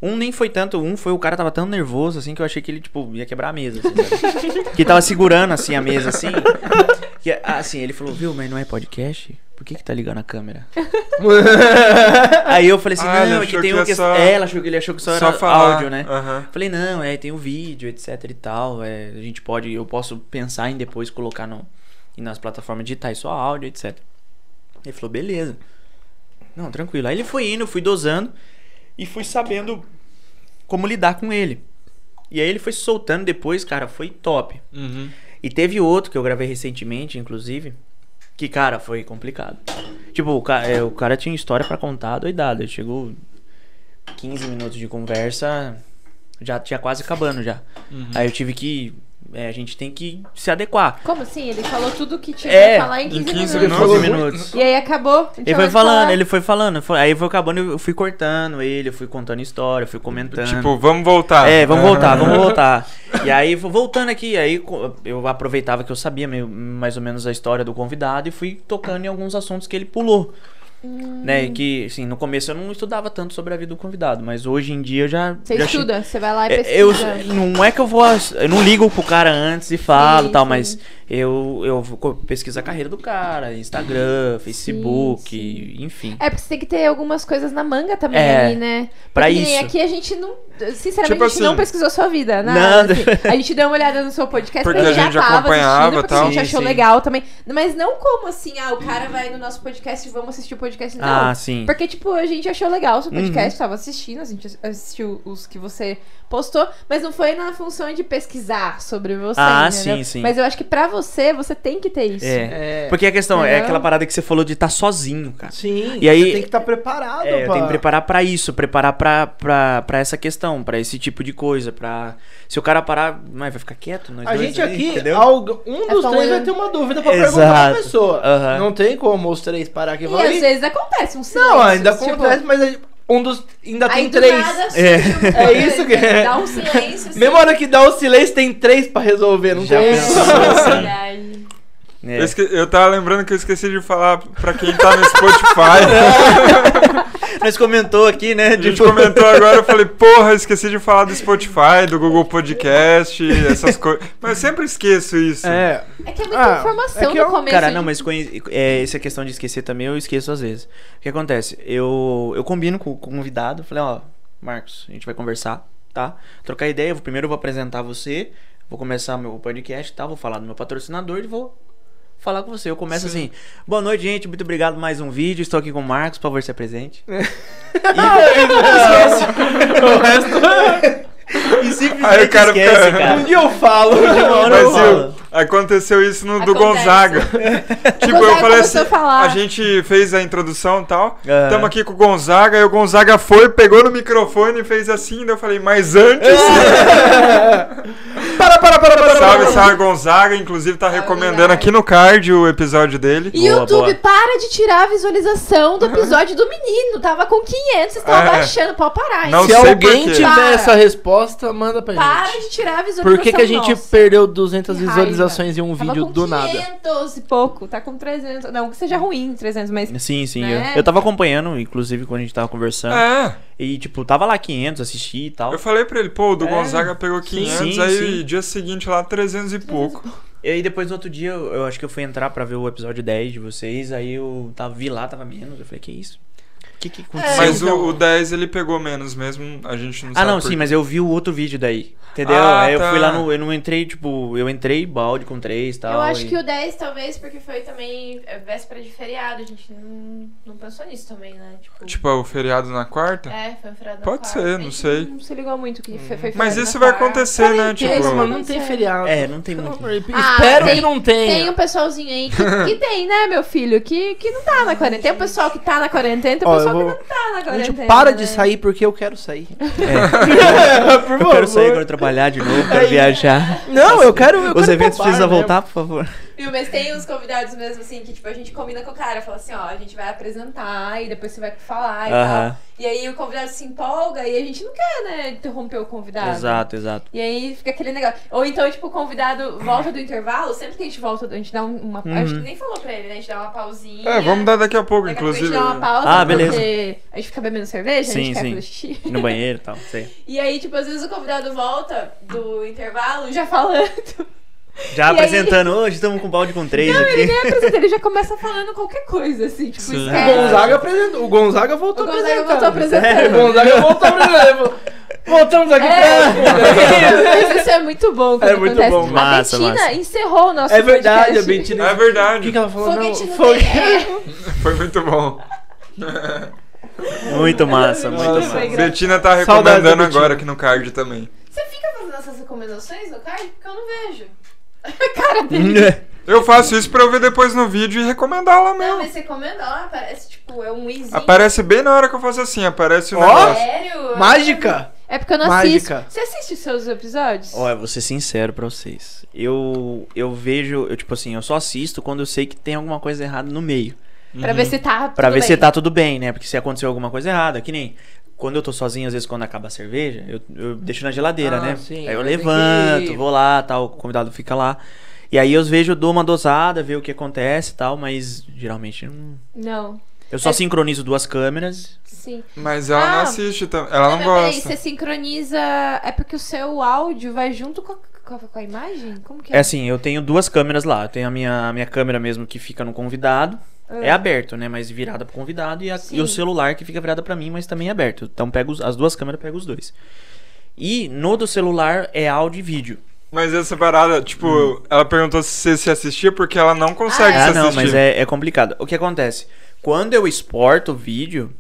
[SPEAKER 3] Um nem foi tanto, um foi o cara tava tão nervoso, assim, que eu achei que ele, tipo, ia quebrar a mesa, assim, sabe? que tava segurando, assim, a mesa, assim, que, assim, ele falou, viu, mas não é podcast? Por que que tá ligando a câmera? Aí eu falei assim,
[SPEAKER 4] Ah, ele
[SPEAKER 3] não, é que
[SPEAKER 4] achou
[SPEAKER 3] tem
[SPEAKER 4] que
[SPEAKER 3] uma
[SPEAKER 4] é
[SPEAKER 3] questão.
[SPEAKER 4] só-
[SPEAKER 3] É, ela achou que ele achou que só,
[SPEAKER 4] Só
[SPEAKER 3] era
[SPEAKER 4] falar.
[SPEAKER 3] áudio, né?
[SPEAKER 4] Aham.
[SPEAKER 3] Falei, não, é, tem o vídeo, etc e tal. é, a gente pode, eu posso pensar em depois colocar no, e nas plataformas digitais, só áudio, etc. Ele falou, beleza. Não, tranquilo. Aí ele foi indo, eu fui dosando e fui sabendo como lidar com ele. E aí ele foi se soltando depois, cara, foi top.
[SPEAKER 4] Uhum.
[SPEAKER 3] E teve outro que eu gravei recentemente, inclusive, que, cara, foi complicado. Tipo, o cara, o cara tinha história pra contar doidado. Ele chegou 15 minutos de conversa, já tinha quase acabando já. Aí eu tive que. é, a gente tem que se adequar.
[SPEAKER 2] Como assim? Ele falou tudo o que tinha
[SPEAKER 3] É,
[SPEAKER 2] que falar em 15,
[SPEAKER 4] em 15
[SPEAKER 2] minutos.
[SPEAKER 4] minutos.
[SPEAKER 3] 15
[SPEAKER 5] muito.
[SPEAKER 3] minutos.
[SPEAKER 2] E aí acabou. Então
[SPEAKER 3] Ele foi falando, ele foi falando. foi- Aí foi acabando, eu fui cortando ele, eu fui contando história, eu fui comentando.
[SPEAKER 4] Tipo, vamos voltar.
[SPEAKER 3] É, vamos
[SPEAKER 4] Aham.
[SPEAKER 3] voltar, vamos voltar. E aí, vo- voltando aqui, aí co- eu aproveitava que eu sabia meio- mais ou menos a história do convidado e fui tocando em alguns assuntos que ele pulou.
[SPEAKER 2] "Hum,
[SPEAKER 3] Né,
[SPEAKER 2] Uhum.
[SPEAKER 3] e que, assim, no começo eu não estudava tanto sobre a vida do convidado, mas hoje em dia eu já.
[SPEAKER 2] Você
[SPEAKER 3] já che-
[SPEAKER 2] estuda, você vai lá e pesquisa.
[SPEAKER 3] é, eu, não é que eu vou. ass- Eu não ligo pro cara antes e falo
[SPEAKER 2] Sim,
[SPEAKER 3] tal,
[SPEAKER 2] sim.
[SPEAKER 3] mas eu, eu vou co- pesquiso a carreira do cara, Instagram, Facebook, enfim.
[SPEAKER 2] É, porque você tem que ter algumas coisas na manga também
[SPEAKER 3] É,
[SPEAKER 2] ali, né?
[SPEAKER 3] pra
[SPEAKER 2] Porque que nem
[SPEAKER 3] isso.
[SPEAKER 2] aqui a gente não Sinceramente,
[SPEAKER 4] Tipo
[SPEAKER 2] a gente não
[SPEAKER 4] assim,
[SPEAKER 2] pesquisou sua vida, nada.
[SPEAKER 3] nada.
[SPEAKER 2] assim. A gente deu uma olhada no seu podcast
[SPEAKER 4] Porque
[SPEAKER 2] ele
[SPEAKER 4] a gente
[SPEAKER 2] já tava
[SPEAKER 4] acompanhava,
[SPEAKER 2] assistindo, porque
[SPEAKER 4] tal.
[SPEAKER 2] a gente
[SPEAKER 3] Sim,
[SPEAKER 2] achou
[SPEAKER 3] sim.
[SPEAKER 2] legal também. Mas não como assim, ah, o cara vai no nosso podcast e vamos assistir o podcast. Não.
[SPEAKER 3] Ah, sim.
[SPEAKER 2] Porque, tipo, a gente achou legal o seu podcast,
[SPEAKER 5] Uhum.
[SPEAKER 2] tava assistindo, a gente assistiu os que você postou, mas não foi na função de pesquisar sobre você.
[SPEAKER 3] Ah,
[SPEAKER 2] entendeu?
[SPEAKER 3] sim, sim.
[SPEAKER 2] Mas eu acho que pra você, você tem que ter isso.
[SPEAKER 5] É.
[SPEAKER 3] É. Porque a questão é
[SPEAKER 2] Entendeu?
[SPEAKER 3] aquela parada que você falou de estar sozinho, cara.
[SPEAKER 5] Sim,
[SPEAKER 3] E aí-
[SPEAKER 5] você tem que estar preparado,
[SPEAKER 3] É, eu
[SPEAKER 5] pá.
[SPEAKER 3] tenho que preparar pra isso, preparar pra, pra, pra essa questão, pra esse tipo de coisa, pra... Se o cara parar, mas vai ficar quieto, nós
[SPEAKER 5] A
[SPEAKER 3] dois
[SPEAKER 5] gente
[SPEAKER 3] ali,
[SPEAKER 5] aqui,
[SPEAKER 3] entendeu?
[SPEAKER 5] algo- um
[SPEAKER 2] É
[SPEAKER 5] dos
[SPEAKER 2] só um
[SPEAKER 5] três
[SPEAKER 2] olhando.
[SPEAKER 5] vai ter uma dúvida pra perguntar pra
[SPEAKER 3] Exato.
[SPEAKER 5] pessoa.
[SPEAKER 3] Aham.
[SPEAKER 5] Não tem como os três parar aqui e
[SPEAKER 2] E
[SPEAKER 5] falar.
[SPEAKER 2] às
[SPEAKER 5] "Ih,
[SPEAKER 2] vezes acontece um silêncio.
[SPEAKER 5] Não, ainda
[SPEAKER 2] tipo,
[SPEAKER 5] acontece, mas aí um dos. Ainda
[SPEAKER 2] Aí
[SPEAKER 5] tem
[SPEAKER 2] do
[SPEAKER 5] três.
[SPEAKER 2] nada surge
[SPEAKER 3] É.
[SPEAKER 2] uma
[SPEAKER 5] É
[SPEAKER 2] coisa,
[SPEAKER 5] isso que é.
[SPEAKER 2] Dá um silêncio. assim.
[SPEAKER 5] Mesmo assim. hora que dá o silêncio, tem três pra resolver, não
[SPEAKER 3] Já
[SPEAKER 5] tem?
[SPEAKER 3] pensou?
[SPEAKER 2] Verdade.
[SPEAKER 3] É.
[SPEAKER 4] Eu, esque- eu tava lembrando que eu esqueci de falar pra quem tá no Spotify.
[SPEAKER 3] Nós comentou aqui, né?
[SPEAKER 4] A gente
[SPEAKER 3] tipo-
[SPEAKER 4] comentou agora, eu falei, porra, esqueci de falar do Spotify, do Google Podcast, essas coisas. Mas eu sempre esqueço isso.
[SPEAKER 5] É.
[SPEAKER 2] É que é muita
[SPEAKER 5] Ah, é
[SPEAKER 2] informação
[SPEAKER 5] que
[SPEAKER 2] no
[SPEAKER 4] um
[SPEAKER 5] eu-
[SPEAKER 2] começo. né?
[SPEAKER 3] Cara,
[SPEAKER 2] de-
[SPEAKER 3] não, mas conhe- é, essa questão de esquecer também eu esqueço às vezes. O que acontece? Eu, eu combino com, com o convidado, falei, ó, Marcos, a gente vai conversar, tá? Trocar ideia, eu vou- primeiro eu vou apresentar você, vou começar meu podcast, tá? Vou falar do meu patrocinador e vou falar com você. Eu começo assim, boa noite, gente, muito obrigado por mais um vídeo, estou aqui com o Marcos, por favor, se apresente.
[SPEAKER 5] o resto.
[SPEAKER 3] E simplesmente
[SPEAKER 4] Aí o cara
[SPEAKER 3] esquece,
[SPEAKER 4] fica-
[SPEAKER 5] Um
[SPEAKER 3] cara.
[SPEAKER 5] dia eu falo.
[SPEAKER 3] uma hora eu
[SPEAKER 4] Mas
[SPEAKER 3] falo.
[SPEAKER 4] eu- aconteceu isso no do
[SPEAKER 2] Acontece.
[SPEAKER 4] Gonzaga. tipo, eu
[SPEAKER 2] Gonzaga
[SPEAKER 4] falei assim,
[SPEAKER 2] começou a falar.
[SPEAKER 4] a gente fez a introdução e tal.
[SPEAKER 3] Aham.
[SPEAKER 4] Tamo aqui com o Gonzaga, e o Gonzaga foi, pegou no microfone e fez assim, daí eu falei, mas antes.
[SPEAKER 5] Para, para, para, para.
[SPEAKER 4] Salve,
[SPEAKER 5] para.
[SPEAKER 4] salve Gonzaga, inclusive tá
[SPEAKER 2] Salve,
[SPEAKER 4] recomendando
[SPEAKER 2] Gonzaga.
[SPEAKER 4] aqui no card o episódio dele.
[SPEAKER 2] E
[SPEAKER 3] Boa,
[SPEAKER 2] YouTube,
[SPEAKER 3] boa.
[SPEAKER 2] para de tirar a visualização do episódio do menino. Tava com 500, vocês
[SPEAKER 4] É.
[SPEAKER 2] estão baixando. Pode parar.
[SPEAKER 4] Não
[SPEAKER 2] gente.
[SPEAKER 5] Se
[SPEAKER 4] sei
[SPEAKER 5] alguém
[SPEAKER 4] por quê.
[SPEAKER 5] tiver
[SPEAKER 2] Para.
[SPEAKER 5] essa resposta, manda pra
[SPEAKER 2] Para
[SPEAKER 5] gente.
[SPEAKER 2] de tirar a visualização.
[SPEAKER 5] Por que, que a gente
[SPEAKER 2] nossa.
[SPEAKER 5] perdeu 200
[SPEAKER 2] Que
[SPEAKER 5] visualizações em um
[SPEAKER 2] Tava
[SPEAKER 5] vídeo
[SPEAKER 2] com
[SPEAKER 5] do nada?
[SPEAKER 2] 500 e pouco. Tá com 300. Não, que seja ruim 300, mas...
[SPEAKER 3] Sim, sim.
[SPEAKER 2] Né?
[SPEAKER 3] Eu, eu tava acompanhando, inclusive, quando a gente tava conversando.
[SPEAKER 4] É,
[SPEAKER 3] E, tipo, tava lá 500, assisti e tal.
[SPEAKER 4] eu falei pra ele, pô, o do
[SPEAKER 3] É.
[SPEAKER 4] Gonzaga pegou
[SPEAKER 3] Sim,
[SPEAKER 4] 500,
[SPEAKER 3] sim,
[SPEAKER 4] aí
[SPEAKER 3] sim.
[SPEAKER 4] dia seguinte lá 300 e pouco.
[SPEAKER 3] E aí depois no outro dia, eu, eu acho que eu fui entrar pra ver o episódio 10 de vocês, aí eu tava, vi lá, tava menos, eu falei, que isso? O que que aconteceu?
[SPEAKER 4] Mas
[SPEAKER 5] então.
[SPEAKER 4] o, o 10 ele pegou menos mesmo, a gente não
[SPEAKER 3] Ah,
[SPEAKER 4] sabe
[SPEAKER 3] não,
[SPEAKER 4] por
[SPEAKER 3] sim,
[SPEAKER 4] quê.
[SPEAKER 3] mas eu vi o outro vídeo daí, entendeu?
[SPEAKER 4] Ah,
[SPEAKER 3] aí eu
[SPEAKER 4] tá.
[SPEAKER 3] fui lá no, eu não entrei, tipo, eu entrei balde com três e tal.
[SPEAKER 5] Tá
[SPEAKER 2] Eu acho
[SPEAKER 3] e-
[SPEAKER 2] que o 10 talvez, porque foi também é, véspera de feriado. A gente não, não pensou nisso também, né? Tipo...
[SPEAKER 4] Tipo, o feriado na quarta?
[SPEAKER 2] É, foi um feriado na
[SPEAKER 4] Pode
[SPEAKER 2] quarta.
[SPEAKER 4] ser,
[SPEAKER 2] A
[SPEAKER 4] não
[SPEAKER 2] gente
[SPEAKER 4] sei.
[SPEAKER 2] Não se ligou muito que
[SPEAKER 5] Uhum.
[SPEAKER 2] foi, foi
[SPEAKER 4] Mas
[SPEAKER 2] feriado
[SPEAKER 4] isso
[SPEAKER 2] na
[SPEAKER 4] vai
[SPEAKER 2] quarta.
[SPEAKER 4] acontecer,
[SPEAKER 5] Tem,
[SPEAKER 4] né? Tipo,
[SPEAKER 5] mano, não tem feriado.
[SPEAKER 3] É, não tem
[SPEAKER 5] Pelo
[SPEAKER 3] muito.
[SPEAKER 5] amor de Deus.
[SPEAKER 2] Ah,
[SPEAKER 5] Espero
[SPEAKER 2] tem-
[SPEAKER 5] que não tenha.
[SPEAKER 2] Tem um pessoalzinho aí que, que tem, né, meu filho? Que, que não tá na quarentena. Tem o pessoal que tá na quarentena, tem o
[SPEAKER 5] Ó, eu vou-
[SPEAKER 2] pessoal que não tá na quarentena.
[SPEAKER 5] Gente, para de
[SPEAKER 2] né?
[SPEAKER 5] sair porque eu quero sair.
[SPEAKER 3] É,
[SPEAKER 5] Por
[SPEAKER 3] eu quero sair, quero trabalhar de novo, quero
[SPEAKER 5] Aí.
[SPEAKER 3] viajar. Assim,
[SPEAKER 5] Não, eu quero. Eu
[SPEAKER 3] Os
[SPEAKER 5] quero
[SPEAKER 3] eventos
[SPEAKER 5] pro bar
[SPEAKER 4] né?
[SPEAKER 5] mesmo.
[SPEAKER 3] precisam voltar, por favor.
[SPEAKER 2] Viu? Mas tem uns convidados mesmo, assim, que tipo, a gente combina com o cara, fala assim, ó, a gente vai apresentar e depois você vai falar e
[SPEAKER 3] Aham.
[SPEAKER 2] tal. E aí o convidado se empolga e a gente não quer, né, interromper o convidado.
[SPEAKER 3] Exato, exato.
[SPEAKER 2] E aí fica aquele negócio. Ou então, tipo, o convidado volta do intervalo, sempre que a gente volta, a gente dá um- uma. A gente
[SPEAKER 3] Uhum.
[SPEAKER 2] nem falou pra ele, né? A gente dá uma pausinha.
[SPEAKER 4] É, vamos dar daqui a pouco,
[SPEAKER 2] Daqui a pouco
[SPEAKER 4] inclusive.
[SPEAKER 2] A gente dá uma pausa
[SPEAKER 3] Ah, beleza.
[SPEAKER 2] porque a gente fica bebendo cerveja, a
[SPEAKER 3] Sim,
[SPEAKER 2] gente quer
[SPEAKER 3] sim.
[SPEAKER 2] fazer xixi.
[SPEAKER 3] No banheiro e tal, sei.
[SPEAKER 2] E aí, tipo, às vezes o convidado volta do intervalo já falando.
[SPEAKER 3] Já
[SPEAKER 2] E aí?
[SPEAKER 3] apresentando, hoje estamos com balde com três
[SPEAKER 2] Ele
[SPEAKER 3] aqui.
[SPEAKER 2] nem apresenta, ele já começa falando qualquer coisa, assim, tipo,
[SPEAKER 4] Sim.
[SPEAKER 5] O
[SPEAKER 2] esquece.
[SPEAKER 5] Gonzaga apresentou. O Gonzaga voltou
[SPEAKER 2] O Gonzaga
[SPEAKER 5] apresentando. É,
[SPEAKER 2] voltou apresentando.
[SPEAKER 5] O Gonzaga voltou apresentando. Ele falou, Voltamos aqui pra.
[SPEAKER 2] É, mas isso é muito bom quando
[SPEAKER 5] É muito
[SPEAKER 2] acontece.
[SPEAKER 5] bom.
[SPEAKER 3] Massa,
[SPEAKER 2] a Betina
[SPEAKER 3] massa.
[SPEAKER 2] encerrou o nosso
[SPEAKER 5] É verdade, a
[SPEAKER 2] podcast.
[SPEAKER 5] Betina.
[SPEAKER 4] É
[SPEAKER 5] O que, que
[SPEAKER 4] verdade,
[SPEAKER 5] ela falou?
[SPEAKER 2] Foguete
[SPEAKER 5] não,
[SPEAKER 2] no
[SPEAKER 5] foguete.
[SPEAKER 2] deserto.
[SPEAKER 4] foi muito bom.
[SPEAKER 3] Muito massa, muito
[SPEAKER 5] Nossa.
[SPEAKER 3] massa.
[SPEAKER 4] Betina tá
[SPEAKER 5] Saudades da
[SPEAKER 4] recomendando
[SPEAKER 5] Betina.
[SPEAKER 4] agora aqui no card também.
[SPEAKER 5] É.
[SPEAKER 2] Você fica fazendo essas recomendações no card? Porque eu não vejo. A cara dele.
[SPEAKER 4] Eu faço isso pra eu ver depois no vídeo e recomendar lá
[SPEAKER 2] Não,
[SPEAKER 4] mesmo.
[SPEAKER 2] mas você comenta lá, aparece tipo, é um izinho.
[SPEAKER 4] Aparece bem na hora que eu faço assim, aparece o
[SPEAKER 5] Ó!
[SPEAKER 4] negócio.
[SPEAKER 2] Sério?
[SPEAKER 5] Mágica?
[SPEAKER 2] É porque eu não
[SPEAKER 5] Mágica.
[SPEAKER 2] assisto. Você assiste os seus episódios?
[SPEAKER 3] Olha, vou ser sincero pra vocês. Eu, eu vejo, eu, tipo assim, eu só assisto quando eu sei que tem alguma coisa errada no meio.
[SPEAKER 2] Pra ver se tá.
[SPEAKER 3] Uhum. Pra
[SPEAKER 2] tudo
[SPEAKER 3] ver se
[SPEAKER 2] bem.
[SPEAKER 3] tá tudo bem, né? Porque se aconteceu alguma coisa errada, que nem. Quando eu tô sozinho, às vezes quando acaba a cerveja, eu, eu deixo na geladeira,
[SPEAKER 5] Ah,
[SPEAKER 3] né?
[SPEAKER 5] sim,
[SPEAKER 3] aí eu
[SPEAKER 5] vai ter
[SPEAKER 3] levanto,
[SPEAKER 5] que-
[SPEAKER 3] vou lá, tal, o convidado fica lá. E aí eu vejo, dou uma dosada, ver o que acontece e tal, mas geralmente não.
[SPEAKER 2] Não.
[SPEAKER 3] Eu só
[SPEAKER 2] É-
[SPEAKER 3] sincronizo duas câmeras.
[SPEAKER 2] Sim.
[SPEAKER 4] Mas ela não
[SPEAKER 2] Ah.
[SPEAKER 4] assiste também. Ela não
[SPEAKER 2] mas peraí,
[SPEAKER 4] gosta.
[SPEAKER 2] você sincroniza. É porque o seu áudio vai junto com a, com a- com a imagem? Como que é?
[SPEAKER 3] É assim, eu tenho duas câmeras lá. Eu tenho a minha, a minha câmera mesmo que fica no convidado. É aberto, né? Mas virada pro convidado. E, a- e
[SPEAKER 2] Sim.
[SPEAKER 3] o celular que fica virada pra mim, mas também é aberto. Então pego os- as duas câmeras, pego os dois. E no do celular é áudio e vídeo.
[SPEAKER 4] Mas essa parada, tipo, ela perguntou se você se assistia porque ela não consegue
[SPEAKER 3] Ah,
[SPEAKER 4] se
[SPEAKER 3] não,
[SPEAKER 4] Tá, assistir.
[SPEAKER 3] mas Hum. é, é complicado. O que acontece? Quando eu exporto o vídeo,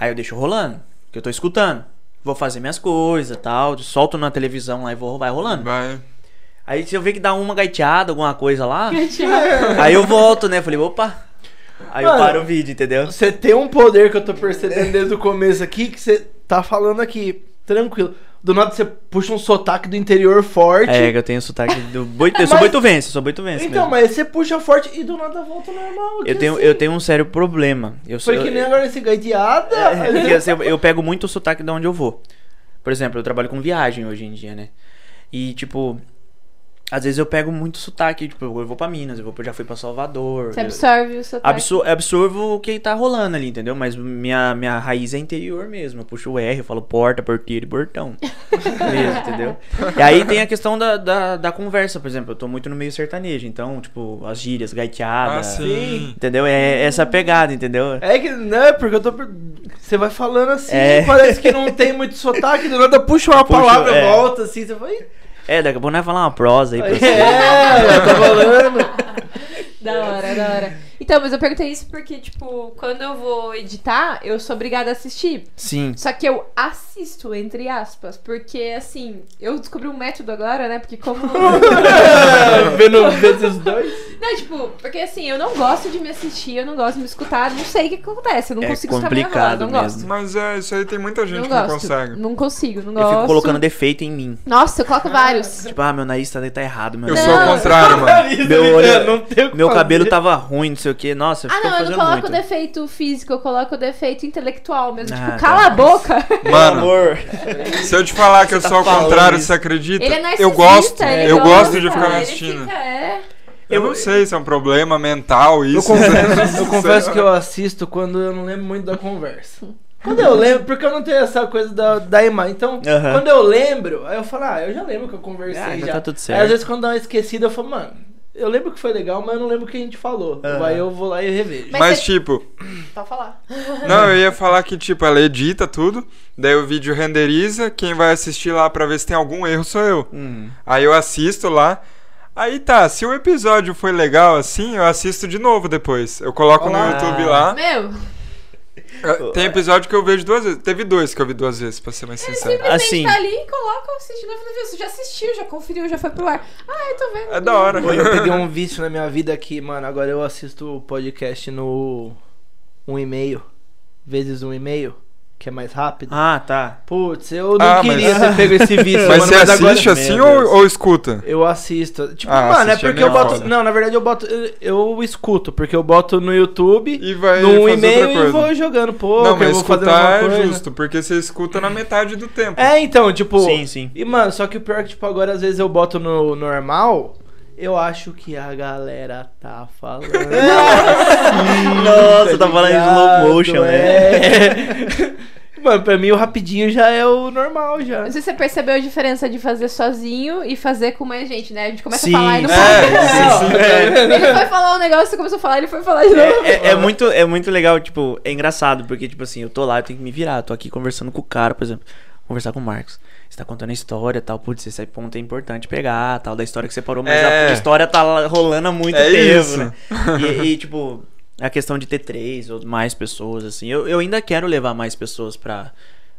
[SPEAKER 3] aí eu deixo rolando, que eu tô escutando. Vou fazer minhas coisas tal, solto na televisão lá e vou, vai rolando.
[SPEAKER 4] Vai.
[SPEAKER 3] Aí se eu ver que dá uma gaiteada, alguma coisa lá, aí eu volto, né? Falei, opa. Aí eu
[SPEAKER 5] Mano,
[SPEAKER 3] paro o vídeo, entendeu?
[SPEAKER 5] Você tem um poder que eu tô percebendo desde o começo aqui, que você tá falando aqui, tranquilo. Do nada você puxa um sotaque do interior forte.
[SPEAKER 3] É, que eu tenho sotaque do boito. Eu
[SPEAKER 5] Mas-
[SPEAKER 3] sou boitovense, eu sou boitovense
[SPEAKER 5] então,
[SPEAKER 3] mesmo.
[SPEAKER 5] mas você puxa forte e do nada volta ao normal.
[SPEAKER 3] Eu
[SPEAKER 5] que
[SPEAKER 3] tenho,
[SPEAKER 5] assim,
[SPEAKER 3] eu tenho um sério problema. Eu sou,
[SPEAKER 5] Foi que nem agora esse gaiteada.
[SPEAKER 3] É, porque, assim, eu, eu pego muito o sotaque de onde eu vou. Por exemplo, eu trabalho com viagem hoje em dia, né? E, tipo, às vezes eu pego muito sotaque. Tipo, eu vou pra Minas, eu vou, pra- já fui pra Salvador.
[SPEAKER 2] Você
[SPEAKER 3] eu-
[SPEAKER 2] absorve o sotaque.
[SPEAKER 3] absor- absorvo o que tá rolando ali, entendeu? Mas minha, minha raiz é interior mesmo. Eu puxo o R, eu falo porta, porteiro e portão. mesmo, entendeu? E aí tem a questão da, da, da conversa, por exemplo. Eu tô muito no meio sertanejo, então, tipo, as gírias,
[SPEAKER 4] Ah,
[SPEAKER 3] gaiteadas.
[SPEAKER 4] sim.
[SPEAKER 3] Entendeu? É essa pegada, entendeu?
[SPEAKER 5] É que, né, porque eu tô. per- Você vai falando assim,
[SPEAKER 3] É.
[SPEAKER 5] parece que não tem muito sotaque, do nada puxa uma
[SPEAKER 3] Puxa,
[SPEAKER 5] palavra,
[SPEAKER 3] é. Tipo
[SPEAKER 5] volta assim, você vai.
[SPEAKER 3] É, daqui a pouco nós vamos falar uma prosa aí pra você. assim."
[SPEAKER 5] É, eu tô falando.
[SPEAKER 2] Da hora, da hora. Então, mas eu perguntei isso porque, tipo, quando eu vou editar, eu sou obrigada a assistir.
[SPEAKER 3] Sim.
[SPEAKER 2] Só que eu assisto, entre aspas, porque, assim, eu descobri um método agora, né? Porque como...
[SPEAKER 5] Vendo vendo os dois.
[SPEAKER 2] Não, tipo, porque assim, eu não gosto de me assistir, eu não gosto de me escutar, não sei o que acontece, eu não
[SPEAKER 3] É
[SPEAKER 2] consigo escutar minha voz,
[SPEAKER 3] complicado
[SPEAKER 2] não gosto.
[SPEAKER 3] mesmo.
[SPEAKER 4] Mas é, isso aí tem muita gente
[SPEAKER 2] Não
[SPEAKER 4] que
[SPEAKER 2] gosto.
[SPEAKER 4] não consegue.
[SPEAKER 2] Não consigo, não
[SPEAKER 3] Eu
[SPEAKER 2] gosto.
[SPEAKER 3] fico colocando defeito em mim.
[SPEAKER 2] Nossa, eu coloco vários.
[SPEAKER 3] Tipo, ah, meu nariz tá, tá errado, meu
[SPEAKER 4] Eu
[SPEAKER 3] nariz-
[SPEAKER 4] sou
[SPEAKER 2] Não.
[SPEAKER 4] ao contrário, mano.
[SPEAKER 3] Meu olho-
[SPEAKER 5] É, não tem o que
[SPEAKER 3] Meu
[SPEAKER 5] fazer.
[SPEAKER 3] cabelo tá- tava ruim, não sei o que. Nossa, eu
[SPEAKER 2] Ah,
[SPEAKER 3] fico
[SPEAKER 2] não, eu não
[SPEAKER 3] fazendo
[SPEAKER 2] coloco
[SPEAKER 3] muito.
[SPEAKER 2] defeito físico, eu coloco defeito intelectual mesmo.
[SPEAKER 3] Ah,
[SPEAKER 2] tipo,
[SPEAKER 3] tá.
[SPEAKER 2] cala a boca.
[SPEAKER 4] Mano,
[SPEAKER 3] Amor.
[SPEAKER 4] se eu te falar que eu
[SPEAKER 3] Você tá
[SPEAKER 4] sou ao
[SPEAKER 3] falando
[SPEAKER 4] contrário,
[SPEAKER 3] isso.
[SPEAKER 4] você acredita?
[SPEAKER 2] Ele é narcisista,
[SPEAKER 4] eu gosto,
[SPEAKER 2] ele
[SPEAKER 4] eu
[SPEAKER 2] gosta,
[SPEAKER 4] gosto de ficar me
[SPEAKER 2] ele
[SPEAKER 4] assistindo.
[SPEAKER 2] fica, é.
[SPEAKER 4] Eu não sei se é um problema mental
[SPEAKER 5] Eu
[SPEAKER 4] isso.
[SPEAKER 5] confesso, eu confesso
[SPEAKER 4] Sei
[SPEAKER 5] que eu assisto quando eu não lembro muito da conversa. Quando eu lembro, porque eu não tenho essa coisa da, da imagem. Então,
[SPEAKER 3] Aham.
[SPEAKER 5] quando eu lembro, aí eu falo, ah, eu já lembro que eu conversei
[SPEAKER 3] Ah, já
[SPEAKER 5] já.
[SPEAKER 3] tá tudo
[SPEAKER 5] Aí às
[SPEAKER 3] certo.
[SPEAKER 5] vezes quando dá uma esquecida, eu falo, mano, eu lembro que foi legal, mas eu não lembro o que a gente falou.
[SPEAKER 3] Aham.
[SPEAKER 5] Aí eu vou lá e revejo.
[SPEAKER 2] Mas
[SPEAKER 4] Mas
[SPEAKER 2] você-
[SPEAKER 4] tipo,
[SPEAKER 2] Pode falar.
[SPEAKER 4] Não, eu ia falar que, tipo, ela edita tudo, daí o vídeo renderiza, quem vai assistir lá pra ver se tem algum erro sou eu.
[SPEAKER 3] Hum.
[SPEAKER 4] Aí eu assisto lá. Aí tá, se o episódio foi legal assim, eu assisto de novo depois. Eu coloco
[SPEAKER 5] Olá.
[SPEAKER 4] no YouTube lá.
[SPEAKER 2] Meu,
[SPEAKER 4] Eu- Tem episódio que eu vejo duas vezes. Teve dois que eu vi duas vezes, pra ser mais sincero.
[SPEAKER 2] simplesmente
[SPEAKER 3] Assim.
[SPEAKER 2] tá ali e coloca, assiste de novo, não viu? Você já assistiu, já conferiu, já foi pro ar. Ah, eu tô vendo.
[SPEAKER 4] É da hora.
[SPEAKER 5] Pô, Eu peguei um vício na minha vida que, mano, agora eu assisto o podcast no um e-mail, vezes um e-mail, que é mais rápido.
[SPEAKER 3] Ah, tá.
[SPEAKER 5] Putz, eu não
[SPEAKER 4] Ah, mas-
[SPEAKER 5] queria ter pego esse vício,
[SPEAKER 4] Mas
[SPEAKER 5] mano,
[SPEAKER 4] você
[SPEAKER 5] mas agora
[SPEAKER 4] assiste
[SPEAKER 3] Meu
[SPEAKER 4] assim
[SPEAKER 3] Deus.
[SPEAKER 4] ou, ou escuta?
[SPEAKER 5] eu assisto. Tipo,
[SPEAKER 4] Ah,
[SPEAKER 5] mano, é
[SPEAKER 4] assistir é
[SPEAKER 5] porque
[SPEAKER 4] meio
[SPEAKER 5] eu boto,
[SPEAKER 4] foda.
[SPEAKER 5] não, na verdade eu boto eu, eu escuto, porque eu boto no YouTube,
[SPEAKER 4] E vai
[SPEAKER 5] no
[SPEAKER 4] fazer
[SPEAKER 5] e-mail
[SPEAKER 4] outra coisa.
[SPEAKER 5] e vou jogando pouco,
[SPEAKER 4] Não,
[SPEAKER 5] eu
[SPEAKER 4] mas
[SPEAKER 5] vou fazendo alguma
[SPEAKER 4] escutar é
[SPEAKER 5] coisa.
[SPEAKER 4] justo, porque você escuta na metade do tempo.
[SPEAKER 5] É, então, tipo,
[SPEAKER 3] Sim, sim.
[SPEAKER 5] E, mano, só que o pior é que, tipo, agora às vezes eu boto no normal, eu acho que a galera tá falando.
[SPEAKER 3] Nossa, tá falando em slow motion,
[SPEAKER 4] é.
[SPEAKER 3] né?
[SPEAKER 5] né? mano, pra mim o rapidinho já é o normal já.
[SPEAKER 2] Não sei se você percebeu a diferença de fazer sozinho e fazer com mais gente, né? A gente começa
[SPEAKER 3] Sim,
[SPEAKER 2] a falar e não
[SPEAKER 3] sim.
[SPEAKER 2] fala.
[SPEAKER 4] sim, sim.
[SPEAKER 2] Ele foi falar um negócio, você começou a falar, ele foi falar de novo.
[SPEAKER 3] É, é- é muito, é muito legal, tipo, é engraçado, porque, tipo assim, eu tô lá, eu tenho que me virar, eu tô aqui conversando com o cara, por exemplo, conversar com o Marcos. Você tá contando a história tal, putz, esse ponto é importante pegar, tal, da história que você parou, mas
[SPEAKER 4] É.
[SPEAKER 3] a história tá lá rolando há muito
[SPEAKER 4] É
[SPEAKER 3] tempo,
[SPEAKER 4] isso.
[SPEAKER 3] né? E, e, tipo, a questão de ter três ou mais pessoas, assim, eu, eu ainda quero levar mais pessoas pra,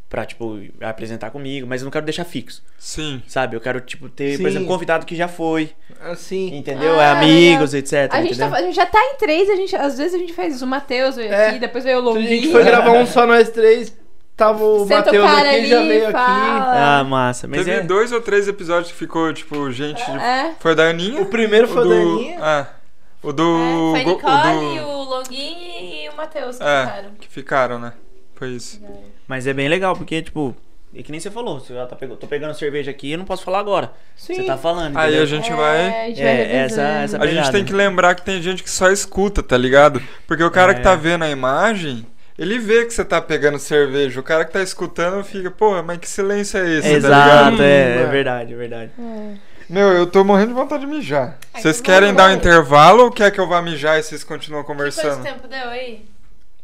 [SPEAKER 3] pra, tipo, apresentar comigo, mas eu não quero deixar fixo,
[SPEAKER 4] Sim.
[SPEAKER 3] sabe? Eu quero, tipo, ter,
[SPEAKER 5] Sim.
[SPEAKER 3] por exemplo, convidado que já foi,
[SPEAKER 5] Assim.
[SPEAKER 3] entendeu?
[SPEAKER 2] Ah,
[SPEAKER 3] é amigos, etc,
[SPEAKER 2] A gente,
[SPEAKER 3] entendeu?
[SPEAKER 2] tá- a gente já tá em três, a gente, às vezes a gente faz o Matheus veio
[SPEAKER 5] É.
[SPEAKER 2] aqui, depois veio o
[SPEAKER 5] A
[SPEAKER 2] Longuinho.
[SPEAKER 5] gente foi gravar um só nós três, tava o
[SPEAKER 2] Senta o
[SPEAKER 5] Matheus
[SPEAKER 2] cara
[SPEAKER 5] aqui,
[SPEAKER 2] ali,
[SPEAKER 5] já veio aqui.
[SPEAKER 2] fala.
[SPEAKER 3] Ah, massa, mas
[SPEAKER 4] Teve
[SPEAKER 3] é...
[SPEAKER 4] dois ou três episódios que ficou, tipo, gente. de-
[SPEAKER 2] É.
[SPEAKER 4] Foi da Aninha?
[SPEAKER 5] O primeiro foi o
[SPEAKER 4] do-
[SPEAKER 5] Daninha.
[SPEAKER 4] É. O do.
[SPEAKER 2] É, foi a
[SPEAKER 4] go-
[SPEAKER 2] Nicole,
[SPEAKER 4] do-
[SPEAKER 2] o Longuinho e o Matheus que
[SPEAKER 4] É,
[SPEAKER 2] ficaram.
[SPEAKER 4] que ficaram, né? Foi isso.
[SPEAKER 3] Mas é bem legal, porque, tipo, é que nem você falou, você já tá pegando, tô pegando cerveja aqui e não posso falar agora.
[SPEAKER 5] Sim.
[SPEAKER 3] Você tá falando,
[SPEAKER 4] Aí
[SPEAKER 3] entendeu?
[SPEAKER 4] a gente vai.
[SPEAKER 2] É, a gente vai
[SPEAKER 3] É, essa,
[SPEAKER 2] revisando.
[SPEAKER 3] essa
[SPEAKER 4] A gente
[SPEAKER 3] pegada.
[SPEAKER 4] tem que lembrar que tem gente que só escuta, tá ligado? Porque o cara que
[SPEAKER 3] É.
[SPEAKER 4] tá vendo a imagem, ele vê que você tá pegando cerveja. O cara que tá escutando fica, porra, mas que silêncio é esse, tá
[SPEAKER 3] Exato,
[SPEAKER 4] ligado? Hum.
[SPEAKER 3] é, é
[SPEAKER 5] Mano.
[SPEAKER 3] verdade, é verdade.
[SPEAKER 4] Meu, eu tô morrendo de vontade de mijar.
[SPEAKER 2] Ai,
[SPEAKER 4] Vocês
[SPEAKER 2] que
[SPEAKER 4] querem
[SPEAKER 2] bom.
[SPEAKER 4] dar um intervalo ou quer que eu vá mijar e vocês continuam
[SPEAKER 2] Quanto
[SPEAKER 4] conversando?
[SPEAKER 2] tempo deu aí?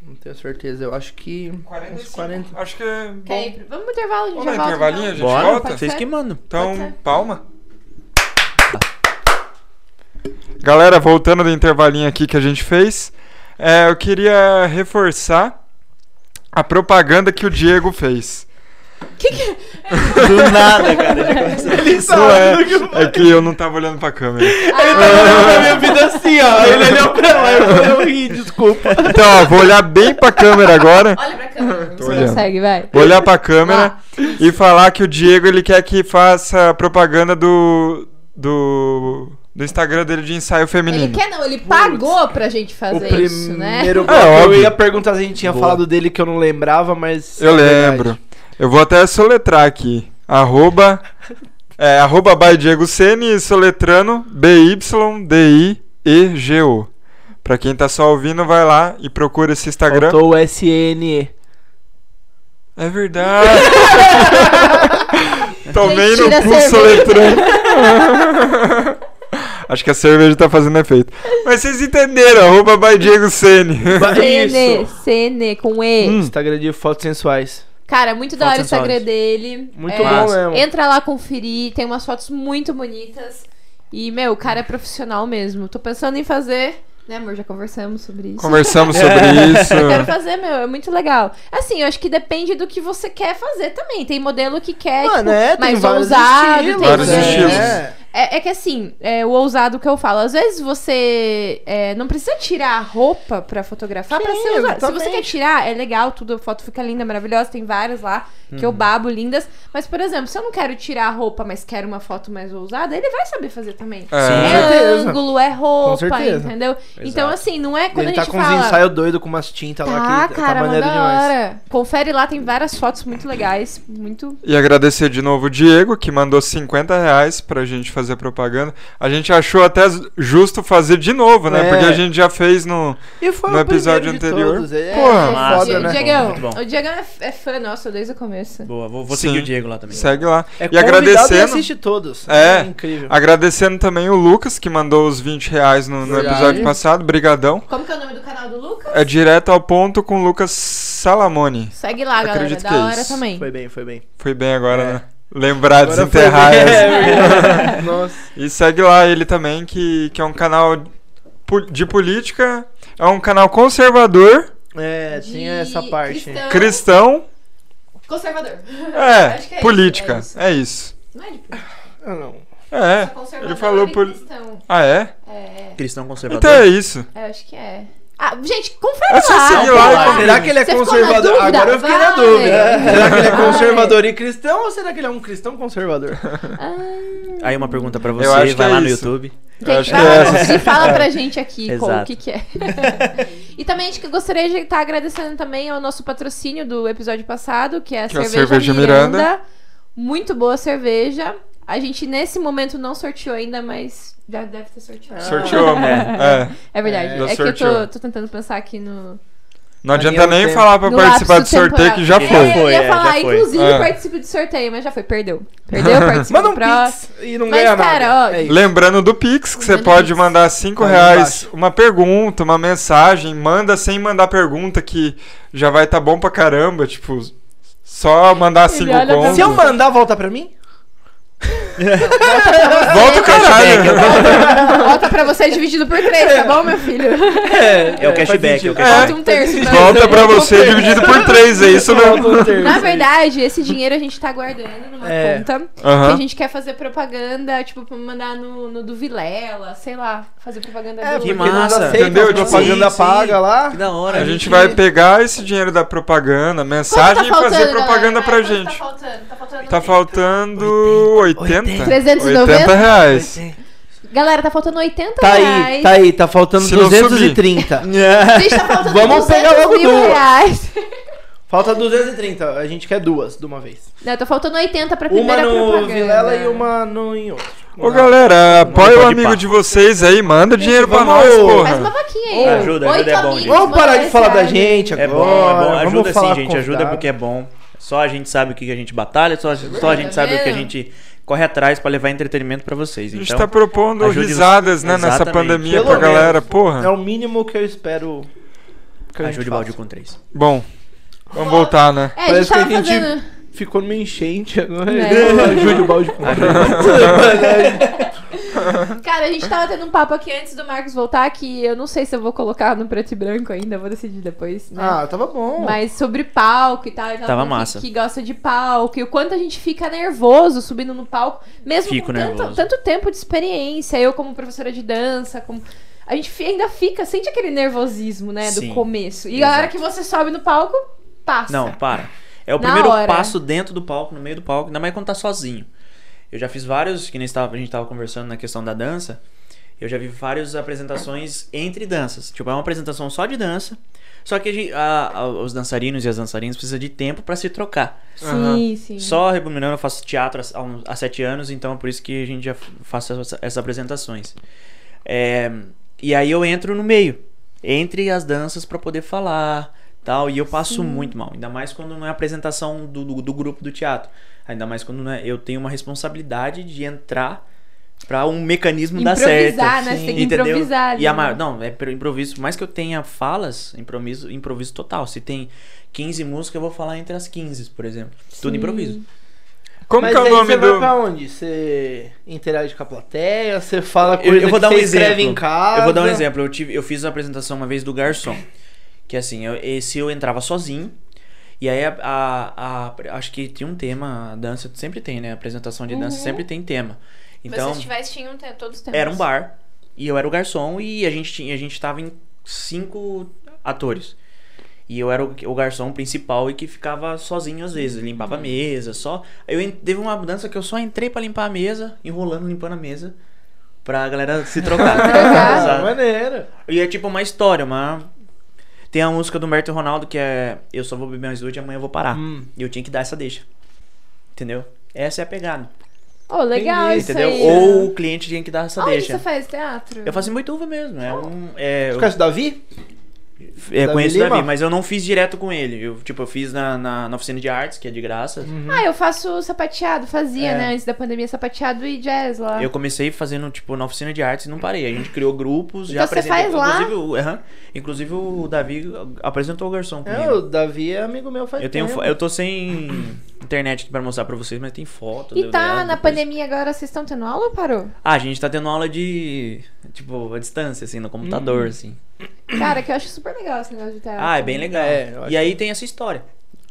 [SPEAKER 5] Não tenho certeza. Eu acho que. uns
[SPEAKER 4] 45.
[SPEAKER 5] 40.
[SPEAKER 4] Acho que é bom.
[SPEAKER 2] Quer ir pro- Vamos pro intervalo, a gente
[SPEAKER 4] Vamos
[SPEAKER 2] já
[SPEAKER 4] no
[SPEAKER 2] volta.
[SPEAKER 4] intervalinho, a gente
[SPEAKER 2] então.
[SPEAKER 3] Bora,
[SPEAKER 4] volta?
[SPEAKER 3] vocês
[SPEAKER 2] ser?
[SPEAKER 3] que mandam.
[SPEAKER 4] Então,
[SPEAKER 2] Pode ser.
[SPEAKER 4] palma. Galera, voltando do intervalinho aqui que a gente fez, é, eu queria reforçar a propaganda que o Diego fez.
[SPEAKER 3] Do nada, cara. Já começou. Ele
[SPEAKER 4] Não é, é que eu não tava olhando pra câmera.
[SPEAKER 5] Ele minha vida assim, ó. Ele olhou pra lá eu falei, eu ri, desculpa.
[SPEAKER 4] Então, ó, vou olhar bem pra câmera agora.
[SPEAKER 2] Olha pra câmera.
[SPEAKER 4] Tô olhando.
[SPEAKER 2] Consegue, vai.
[SPEAKER 4] Vou olhar pra câmera e falar que o Diego ele quer que faça propaganda do, do, do Instagram dele de ensaio feminino.
[SPEAKER 2] Ele quer não, ele pagou pra gente
[SPEAKER 5] O
[SPEAKER 2] fazer
[SPEAKER 5] primeiro
[SPEAKER 2] isso, né?
[SPEAKER 5] bloco, eu
[SPEAKER 4] óbvio.
[SPEAKER 5] ia perguntar se a gente tinha
[SPEAKER 3] É, Boa.
[SPEAKER 5] falado dele que eu não lembrava, mas.
[SPEAKER 4] Eu
[SPEAKER 5] é
[SPEAKER 4] lembro.
[SPEAKER 5] verdade.
[SPEAKER 4] Eu vou até soletrar aqui. Arroba. É, arroba by Diego Sene e soletrando B-Y-D-I-E-G-O. Pra quem tá só ouvindo, vai lá e procura esse Instagram.
[SPEAKER 5] Faltou o SNE.
[SPEAKER 4] É verdade. Tomei no
[SPEAKER 2] Mentira,
[SPEAKER 4] cu
[SPEAKER 2] cerveja.
[SPEAKER 4] soletrando. Acho que a cerveja tá fazendo efeito. Mas vocês entenderam, arroba by Diego Sene.
[SPEAKER 2] CN, CN, com E.
[SPEAKER 5] Instagram de fotos sensuais.
[SPEAKER 2] Cara, muito da
[SPEAKER 3] Fotos
[SPEAKER 2] hora o Instagram
[SPEAKER 3] sensuais.
[SPEAKER 2] dele.
[SPEAKER 5] Muito
[SPEAKER 2] É,
[SPEAKER 5] bom
[SPEAKER 3] Massa.
[SPEAKER 5] mesmo.
[SPEAKER 2] Entra lá conferir, tem umas fotos muito bonitas. E, meu, o cara é profissional mesmo. Tô pensando em fazer, né, amor? Já conversamos sobre isso.
[SPEAKER 4] Conversamos sobre isso.
[SPEAKER 2] Eu quero fazer, meu, é muito legal. Assim, eu acho que depende do que você quer fazer também. Tem modelo que quer, tipo, mais ousado, tem
[SPEAKER 4] Vários
[SPEAKER 2] gente-
[SPEAKER 4] estilos.
[SPEAKER 5] É.
[SPEAKER 2] É, é que assim, é, o ousado que eu falo, às vezes você é, não precisa tirar a roupa pra fotografar pra
[SPEAKER 5] Sim,
[SPEAKER 2] ser ousado. Se você
[SPEAKER 5] exatamente.
[SPEAKER 2] quer tirar, é legal, tudo, a foto fica linda, maravilhosa, tem várias lá que eu
[SPEAKER 3] Uhum.
[SPEAKER 2] babo, lindas. Mas, por exemplo, se eu não quero tirar a roupa, mas quero uma foto mais ousada, ele vai saber fazer também.
[SPEAKER 4] É.
[SPEAKER 3] Sim.
[SPEAKER 2] É
[SPEAKER 5] certeza.
[SPEAKER 2] ângulo, é roupa,
[SPEAKER 5] certeza.
[SPEAKER 2] entendeu? Então, assim, não é quando
[SPEAKER 5] Ele
[SPEAKER 2] a
[SPEAKER 5] tá
[SPEAKER 2] gente
[SPEAKER 5] com uns
[SPEAKER 2] fala.
[SPEAKER 5] ensaios doidos com umas tintas lá
[SPEAKER 2] Tá,
[SPEAKER 5] que
[SPEAKER 2] cara,
[SPEAKER 5] tá
[SPEAKER 2] manda
[SPEAKER 5] maneiro
[SPEAKER 2] da
[SPEAKER 5] demais.
[SPEAKER 2] hora. Confere lá, tem várias fotos muito legais, muito.
[SPEAKER 4] E agradecer de novo o Diego, que mandou 50 reais pra gente fazer propaganda. A gente achou até justo fazer de novo, né?
[SPEAKER 5] É.
[SPEAKER 4] Porque a gente já fez no.
[SPEAKER 5] E foi
[SPEAKER 4] No
[SPEAKER 5] o
[SPEAKER 4] episódio
[SPEAKER 5] primeiro de
[SPEAKER 4] anterior.
[SPEAKER 5] todos, é-
[SPEAKER 4] Porra,
[SPEAKER 5] é
[SPEAKER 3] massa.
[SPEAKER 5] foda,
[SPEAKER 2] Di-
[SPEAKER 5] né?
[SPEAKER 2] Diegão,
[SPEAKER 3] Muito bom.
[SPEAKER 2] o Diegão é, é fã nosso desde o começo.
[SPEAKER 3] Boa, vou, vou
[SPEAKER 4] Sim.
[SPEAKER 3] seguir o Diego lá também.
[SPEAKER 4] Segue lá.
[SPEAKER 5] É
[SPEAKER 4] e
[SPEAKER 5] convidado
[SPEAKER 4] agradecendo.
[SPEAKER 5] assiste todos.
[SPEAKER 4] É.
[SPEAKER 5] incrível.
[SPEAKER 4] Agradecendo também o Lucas, que mandou os 20 reais no, no
[SPEAKER 5] Verdade.
[SPEAKER 4] episódio passado. Brigadão.
[SPEAKER 2] Como que é o nome do canal do Lucas?
[SPEAKER 4] É direto ao ponto com o Lucas Salamone.
[SPEAKER 2] Segue lá, galera.
[SPEAKER 4] Acredito
[SPEAKER 2] Da
[SPEAKER 4] que é
[SPEAKER 2] hora
[SPEAKER 4] isso.
[SPEAKER 2] também.
[SPEAKER 5] Foi bem, foi bem.
[SPEAKER 4] Foi bem agora, né? Lembrar,
[SPEAKER 5] É. Agora foi
[SPEAKER 4] desenterrar.
[SPEAKER 5] bem.
[SPEAKER 4] essa.
[SPEAKER 5] É, Nossa.
[SPEAKER 4] E segue lá ele também, que, que é um canal pu- de política. É um canal conservador,
[SPEAKER 5] É,
[SPEAKER 2] De
[SPEAKER 5] tinha essa parte.
[SPEAKER 2] cristão
[SPEAKER 4] cristão.
[SPEAKER 2] Conservador. Acho que
[SPEAKER 4] É,
[SPEAKER 2] é
[SPEAKER 4] política.
[SPEAKER 2] isso,
[SPEAKER 4] É isso.
[SPEAKER 2] Não é de política.
[SPEAKER 5] Ah, não.
[SPEAKER 4] É.
[SPEAKER 2] conservador
[SPEAKER 4] Ele falou
[SPEAKER 2] e
[SPEAKER 4] por-
[SPEAKER 2] cristão.
[SPEAKER 4] Ah, é?
[SPEAKER 2] É,
[SPEAKER 3] Cristão conservador.
[SPEAKER 4] Então é isso.
[SPEAKER 2] é, eu acho que é. Ah, gente, confere
[SPEAKER 4] É só
[SPEAKER 2] lá.
[SPEAKER 4] seguir lá e
[SPEAKER 2] vai.
[SPEAKER 4] comentar.
[SPEAKER 5] Será que ele é
[SPEAKER 2] Você ficou na
[SPEAKER 5] conservador?
[SPEAKER 2] dúvida?
[SPEAKER 5] Agora eu fiquei na
[SPEAKER 2] Vai.
[SPEAKER 5] dúvida. Será que ele é
[SPEAKER 2] Vai.
[SPEAKER 5] conservador e cristão ou será que ele é um cristão conservador?
[SPEAKER 2] Ah,
[SPEAKER 3] Aí uma pergunta pra você,
[SPEAKER 4] Eu acho que
[SPEAKER 3] vai
[SPEAKER 4] é
[SPEAKER 3] lá no
[SPEAKER 4] isso.
[SPEAKER 3] YouTube.
[SPEAKER 4] Eu acho que
[SPEAKER 2] Vai
[SPEAKER 4] é
[SPEAKER 2] lá,
[SPEAKER 4] essa.
[SPEAKER 2] E fala pra gente aqui
[SPEAKER 3] Exato.
[SPEAKER 2] qual, o que, que é. e também a gente gostaria de estar agradecendo também ao nosso patrocínio do episódio passado, que é a,
[SPEAKER 4] Que é a
[SPEAKER 2] cerveja,
[SPEAKER 4] Cerveja
[SPEAKER 2] Miranda.
[SPEAKER 4] Miranda.
[SPEAKER 2] Muito boa cerveja. A gente nesse momento não sorteou ainda, mas já deve ter sorteado.
[SPEAKER 4] Ah. Sorteou, mano. É.
[SPEAKER 2] É verdade.
[SPEAKER 4] Já
[SPEAKER 2] É, que eu
[SPEAKER 4] sorteou.
[SPEAKER 2] tô, tô tentando pensar aqui no.
[SPEAKER 4] Não
[SPEAKER 5] Daniel
[SPEAKER 4] adianta nem
[SPEAKER 5] tem-
[SPEAKER 4] falar pra
[SPEAKER 2] no
[SPEAKER 4] participar do
[SPEAKER 2] lapso
[SPEAKER 4] sorteio
[SPEAKER 2] temporal.
[SPEAKER 4] que já
[SPEAKER 3] É,
[SPEAKER 4] foi.
[SPEAKER 2] Eu
[SPEAKER 3] Foi,
[SPEAKER 2] ia
[SPEAKER 3] é,
[SPEAKER 2] falar,
[SPEAKER 3] já foi.
[SPEAKER 2] inclusive,
[SPEAKER 4] É.
[SPEAKER 2] participo de sorteio, mas já foi, perdeu. Perdeu, participo
[SPEAKER 5] Manda
[SPEAKER 2] do
[SPEAKER 5] um
[SPEAKER 2] próximo.
[SPEAKER 5] pix e não
[SPEAKER 2] Mas,
[SPEAKER 5] ganha
[SPEAKER 2] cara,
[SPEAKER 5] nada.
[SPEAKER 2] ó,
[SPEAKER 5] É isso.
[SPEAKER 4] Lembrando do Pix, que você
[SPEAKER 2] Lembrando
[SPEAKER 4] pode
[SPEAKER 2] do Pix.
[SPEAKER 4] mandar 5
[SPEAKER 5] Tá aí
[SPEAKER 4] reais,
[SPEAKER 5] embaixo.
[SPEAKER 4] uma pergunta, uma mensagem, manda sem mandar pergunta, que já vai tá bom pra caramba, tipo, só mandar 5
[SPEAKER 2] olha pra
[SPEAKER 4] contos.
[SPEAKER 5] Se eu mandar, volta pra mim?
[SPEAKER 4] Volta o caralho!
[SPEAKER 2] Volta pra você dividido por três, tá bom, meu filho?
[SPEAKER 3] É o cashback, é o cashback.
[SPEAKER 2] Volta um terço pra
[SPEAKER 4] Volta pra você dividido por 3, é isso mesmo?
[SPEAKER 2] Na verdade, esse dinheiro a gente tá guardando numa
[SPEAKER 5] É.
[SPEAKER 2] conta que a
[SPEAKER 4] Aham.
[SPEAKER 2] gente quer fazer propaganda, tipo, pra mandar no, no do Vilela, sei lá, fazer propaganda
[SPEAKER 5] É,
[SPEAKER 2] do...
[SPEAKER 5] porque
[SPEAKER 3] massa.
[SPEAKER 5] nós aceitamos
[SPEAKER 4] Entendeu?
[SPEAKER 5] a
[SPEAKER 4] Tipo,
[SPEAKER 5] propaganda
[SPEAKER 3] sim, sim.
[SPEAKER 5] paga lá.
[SPEAKER 3] Que da hora.
[SPEAKER 4] Ah, A gente vai pegar esse dinheiro da propaganda,
[SPEAKER 2] Quanto
[SPEAKER 4] mensagem
[SPEAKER 2] tá
[SPEAKER 4] e fazer
[SPEAKER 2] faltando,
[SPEAKER 4] propaganda
[SPEAKER 2] galera?
[SPEAKER 4] pra
[SPEAKER 2] Quanto
[SPEAKER 4] gente.
[SPEAKER 2] Tá faltando, tá faltando.
[SPEAKER 4] Tá faltando 80?
[SPEAKER 2] 390?
[SPEAKER 4] 80 reais.
[SPEAKER 2] Galera, tá faltando 80
[SPEAKER 5] Tá aí,
[SPEAKER 2] reais.
[SPEAKER 5] tá aí, tá faltando
[SPEAKER 4] Se não
[SPEAKER 5] 230.
[SPEAKER 2] Gente, tá faltando
[SPEAKER 5] Vamos
[SPEAKER 2] 200
[SPEAKER 5] pegar logo
[SPEAKER 2] mil
[SPEAKER 5] duas.
[SPEAKER 2] reais.
[SPEAKER 5] Falta 230, a gente quer duas de uma vez.
[SPEAKER 2] Não, tá faltando 80 pra
[SPEAKER 5] Uma
[SPEAKER 2] primeira
[SPEAKER 5] no
[SPEAKER 2] propaganda.
[SPEAKER 5] Vilela e uma no em outro.
[SPEAKER 4] Ô galera, apoia o
[SPEAKER 3] pode
[SPEAKER 4] amigo
[SPEAKER 3] pá.
[SPEAKER 4] de vocês aí, manda dinheiro pra
[SPEAKER 5] vamos-
[SPEAKER 4] nós,
[SPEAKER 2] Faz uma
[SPEAKER 4] porra.
[SPEAKER 2] vaquinha aí.
[SPEAKER 3] É, ajuda,
[SPEAKER 2] Oito
[SPEAKER 3] ajuda é bom,
[SPEAKER 2] amigos,
[SPEAKER 3] gente.
[SPEAKER 5] Vamos
[SPEAKER 2] manda
[SPEAKER 5] parar de falar da
[SPEAKER 2] mensagem.
[SPEAKER 5] gente
[SPEAKER 3] É
[SPEAKER 5] agora.
[SPEAKER 3] bom, é bom.
[SPEAKER 5] Vamos
[SPEAKER 3] Ajuda
[SPEAKER 5] falar
[SPEAKER 3] sim,
[SPEAKER 5] com
[SPEAKER 3] gente. Ajuda
[SPEAKER 5] convidado.
[SPEAKER 3] porque é bom. Só a gente sabe o que que a gente batalha, só, só a gente
[SPEAKER 2] Tá
[SPEAKER 3] sabe o que a
[SPEAKER 2] vendo?
[SPEAKER 3] gente corre atrás pra levar entretenimento pra vocês.
[SPEAKER 4] A
[SPEAKER 3] Então,
[SPEAKER 4] gente tá propondo
[SPEAKER 3] ajude-nos.
[SPEAKER 4] risadas, né, nessa
[SPEAKER 3] Exatamente. Então-
[SPEAKER 4] pandemia
[SPEAKER 5] Pelo
[SPEAKER 4] pra galera,
[SPEAKER 5] É
[SPEAKER 4] porra.
[SPEAKER 5] o mínimo que eu espero que a
[SPEAKER 3] Ajude
[SPEAKER 5] gente
[SPEAKER 3] o balde
[SPEAKER 5] faz?
[SPEAKER 3] com três.
[SPEAKER 4] Bom, vamos voltar, né?
[SPEAKER 2] É,
[SPEAKER 5] Parece que
[SPEAKER 2] a
[SPEAKER 5] a
[SPEAKER 2] gente tava
[SPEAKER 5] gente-
[SPEAKER 2] fazendo.
[SPEAKER 5] Ficou numa enchente agora.
[SPEAKER 2] É.
[SPEAKER 5] Ajude o balde com
[SPEAKER 3] Ajude o
[SPEAKER 2] Cara, a gente tava tendo um papo aqui antes do Marcos voltar, que eu não sei se eu vou colocar no preto e branco ainda, vou decidir depois, né?
[SPEAKER 5] Ah, tava bom.
[SPEAKER 2] Mas sobre palco e tal. ele
[SPEAKER 3] Tava
[SPEAKER 2] falando que-
[SPEAKER 3] massa.
[SPEAKER 2] Que, gosta de palco. E o quanto a gente fica nervoso subindo no palco. Mesmo
[SPEAKER 3] Fico
[SPEAKER 2] com tanto,
[SPEAKER 3] nervoso.
[SPEAKER 2] tanto tempo de experiência. Eu como professora de dança, como... A gente fi- ainda fica, sente aquele nervosismo, né? Do
[SPEAKER 3] Sim.
[SPEAKER 2] começo. E a
[SPEAKER 3] Exato.
[SPEAKER 2] hora que você sobe no palco, passa.
[SPEAKER 3] Não, para. É o
[SPEAKER 2] Na
[SPEAKER 3] primeiro
[SPEAKER 2] hora.
[SPEAKER 3] passo dentro do palco, no meio do palco, ainda mais quando tá sozinho. Eu já fiz vários, que nem estava, a gente tava conversando na questão da dança, eu já vi várias apresentações entre danças. Tipo, é uma apresentação só de dança, só que a gente- a- a- os dançarinos e as dançarinas precisam de tempo pra se trocar.
[SPEAKER 2] Sim, sim.
[SPEAKER 3] Só rebobinando, eu faço teatro há, há uns- há sete anos, então é por isso que a gente já faz essas, essas apresentações. É, e aí eu entro no meio, entre as danças pra poder falar tal, e eu passo muito mal, ainda mais quando não é apresentação do, do, do grupo do teatro, ainda mais quando não é- eu tenho uma responsabilidade de entrar pra um mecanismo dar certo.
[SPEAKER 2] Improvisar, né? Você tem que
[SPEAKER 3] Entendeu?
[SPEAKER 2] improvisar.
[SPEAKER 3] E a
[SPEAKER 2] né?
[SPEAKER 3] maior, não, é pro- improviso, por mais que eu tenha falas, improviso, improviso total. Se tem 15 músicas, eu vou falar entre as 15, por exemplo. Tudo
[SPEAKER 2] Sim.
[SPEAKER 3] improviso.
[SPEAKER 4] Como
[SPEAKER 5] Mas
[SPEAKER 4] que é o
[SPEAKER 5] aí
[SPEAKER 4] nome
[SPEAKER 5] você
[SPEAKER 4] do.
[SPEAKER 5] vai pra onde? Você interage com a plateia, você fala
[SPEAKER 3] Eu,
[SPEAKER 5] coisa
[SPEAKER 3] eu vou
[SPEAKER 5] que
[SPEAKER 3] dar um
[SPEAKER 5] você escreve
[SPEAKER 3] exemplo.
[SPEAKER 5] em casa.
[SPEAKER 3] Eu vou dar um exemplo. Eu, tive, eu fiz uma apresentação uma vez do garçom. Que assim, eu, esse eu entrava sozinho. E aí, a, a- a- acho que tinha um tema, a dança sempre tem, né? A apresentação de dança sempre tem tema. Então,
[SPEAKER 2] Vocês tivessem, tinham te- todos os tempos.
[SPEAKER 3] era um bar. E eu era o garçom e a gente, tinha, a gente tava em cinco atores. E eu era o, o garçom principal e que ficava sozinho às vezes, limpava a mesa, só. Eu en- teve uma dança que eu só entrei pra limpar a mesa, enrolando, limpando a mesa, pra galera se trocar.
[SPEAKER 5] Ah,
[SPEAKER 3] Sabe?
[SPEAKER 5] maneiro.
[SPEAKER 3] E é tipo uma história, uma. Tem a música do Humberto Ronaldo que é Eu só vou beber mais hoje, amanhã eu vou parar.
[SPEAKER 5] Hum.
[SPEAKER 3] E eu tinha que dar essa deixa. Entendeu? Essa é a pegada.
[SPEAKER 2] Oh, legal
[SPEAKER 5] Entendi,
[SPEAKER 2] isso
[SPEAKER 3] entendeu?
[SPEAKER 2] aí.
[SPEAKER 3] Ou o cliente tinha que dar essa
[SPEAKER 2] Onde
[SPEAKER 3] deixa.
[SPEAKER 2] você faz teatro?
[SPEAKER 3] Eu faço em Boituva mesmo. É um. É,
[SPEAKER 5] Você
[SPEAKER 3] eu,
[SPEAKER 5] conhece o Davi?
[SPEAKER 3] é,
[SPEAKER 5] Davi
[SPEAKER 3] conheço o Davi,
[SPEAKER 5] Lima?
[SPEAKER 3] mas eu não fiz direto com ele. Eu, tipo, eu fiz na, na, na oficina de artes, que é de graça.
[SPEAKER 4] Uhum.
[SPEAKER 2] Ah, eu faço sapateado, fazia,
[SPEAKER 3] É.
[SPEAKER 2] né? Antes da pandemia, sapateado e jazz lá.
[SPEAKER 3] Eu comecei fazendo, tipo, na oficina de artes e não parei. A gente criou grupos,
[SPEAKER 2] Então
[SPEAKER 3] já
[SPEAKER 2] você
[SPEAKER 3] apresentou.
[SPEAKER 2] faz lá?
[SPEAKER 3] Inclusive, o, aham. inclusive, o Davi apresentou o garçom comigo.
[SPEAKER 5] É, o Davi é amigo meu faz
[SPEAKER 3] Eu tenho, um
[SPEAKER 5] tempo.
[SPEAKER 3] fo- eu tô sem internet aqui pra mostrar pra vocês, mas tem foto.
[SPEAKER 2] E
[SPEAKER 3] deu
[SPEAKER 2] tá
[SPEAKER 3] dela,
[SPEAKER 2] na
[SPEAKER 3] depois-
[SPEAKER 2] pandemia agora, vocês estão tendo aula ou parou?
[SPEAKER 3] Ah, a gente tá tendo aula de, tipo, à distância, assim, no
[SPEAKER 2] Hum.
[SPEAKER 3] computador, assim.
[SPEAKER 2] Cara, que eu acho super legal esse negócio de teatro.
[SPEAKER 3] Ah, é bem legal.
[SPEAKER 5] É, eu acho
[SPEAKER 3] e aí tem essa história.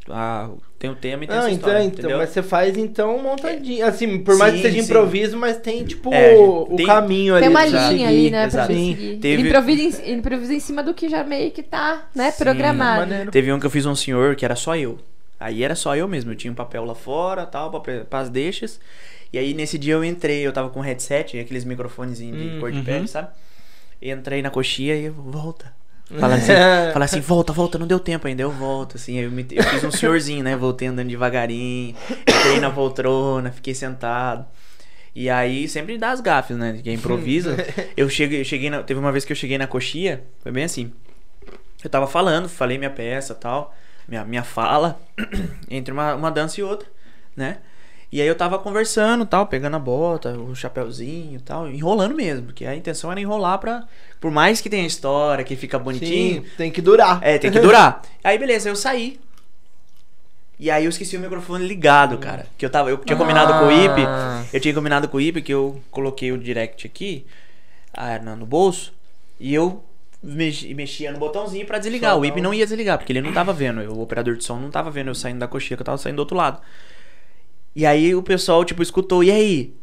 [SPEAKER 3] Ah, tem o tema e tem
[SPEAKER 5] Não,
[SPEAKER 3] essa
[SPEAKER 5] então,
[SPEAKER 3] história,
[SPEAKER 5] então,
[SPEAKER 3] entendeu?
[SPEAKER 5] mas você faz então montadinho. Assim, por mais que
[SPEAKER 3] Sim,
[SPEAKER 5] seja
[SPEAKER 3] sim.
[SPEAKER 5] improviso, mas tem tipo
[SPEAKER 3] É,
[SPEAKER 5] o, o
[SPEAKER 3] tem-
[SPEAKER 5] caminho ali.
[SPEAKER 2] Tem uma
[SPEAKER 5] pra
[SPEAKER 2] linha
[SPEAKER 5] você
[SPEAKER 2] ali,
[SPEAKER 5] seguir.
[SPEAKER 2] né? Pra
[SPEAKER 3] exato.
[SPEAKER 2] você
[SPEAKER 5] Sim. É
[SPEAKER 2] seguir.
[SPEAKER 3] Teve-
[SPEAKER 2] Ele improvisa, em- ele improvisa em cima do que já meio que tá, né? programado.
[SPEAKER 5] maneiro.
[SPEAKER 3] Teve um que eu fiz um senhor que era só eu. Aí era só eu mesmo. Eu tinha um papel lá fora, tal, pra, pre- pras deixas. E aí nesse dia eu entrei, eu tava com um headset, aqueles microfones de
[SPEAKER 5] Hum,
[SPEAKER 3] cor de
[SPEAKER 4] uhum.
[SPEAKER 3] pele, sabe? Entrei na coxia e eu, volta. Fala assim,
[SPEAKER 5] É.
[SPEAKER 3] fala assim, volta, volta, não deu tempo ainda, eu volto, assim, aí eu, me- eu fiz um senhorzinho, né, voltei andando devagarinho, entrei na poltrona, fiquei sentado, e aí sempre dá as gafes, né, que improvisa, eu cheguei, eu cheguei na- teve uma vez que eu cheguei na coxia, foi bem assim, eu tava falando, falei minha peça tal, minha, minha fala, entre uma, uma dança e outra, né? E aí eu tava conversando tal, pegando a bota, o chapéuzinho tal, enrolando mesmo, porque a intenção era enrolar pra. Por mais que tenha história, que fica bonitinho.
[SPEAKER 5] Sim, tem que durar.
[SPEAKER 3] É, tem que durar. aí beleza, eu saí. E aí eu esqueci o microfone ligado, cara. Que eu tava. Eu tinha combinado com o Ipe.
[SPEAKER 4] Ah.
[SPEAKER 3] Eu tinha combinado com o Ipe que eu coloquei o direct aqui ah, na- no bolso. E eu mexi- mexia no botãozinho pra desligar.
[SPEAKER 5] Só
[SPEAKER 3] o Ipe
[SPEAKER 5] não.
[SPEAKER 3] não ia desligar, porque ele não tava vendo. O operador de som não tava vendo eu saindo da coxinha, que eu tava saindo do outro lado. E aí o pessoal, tipo, escutou, e aí?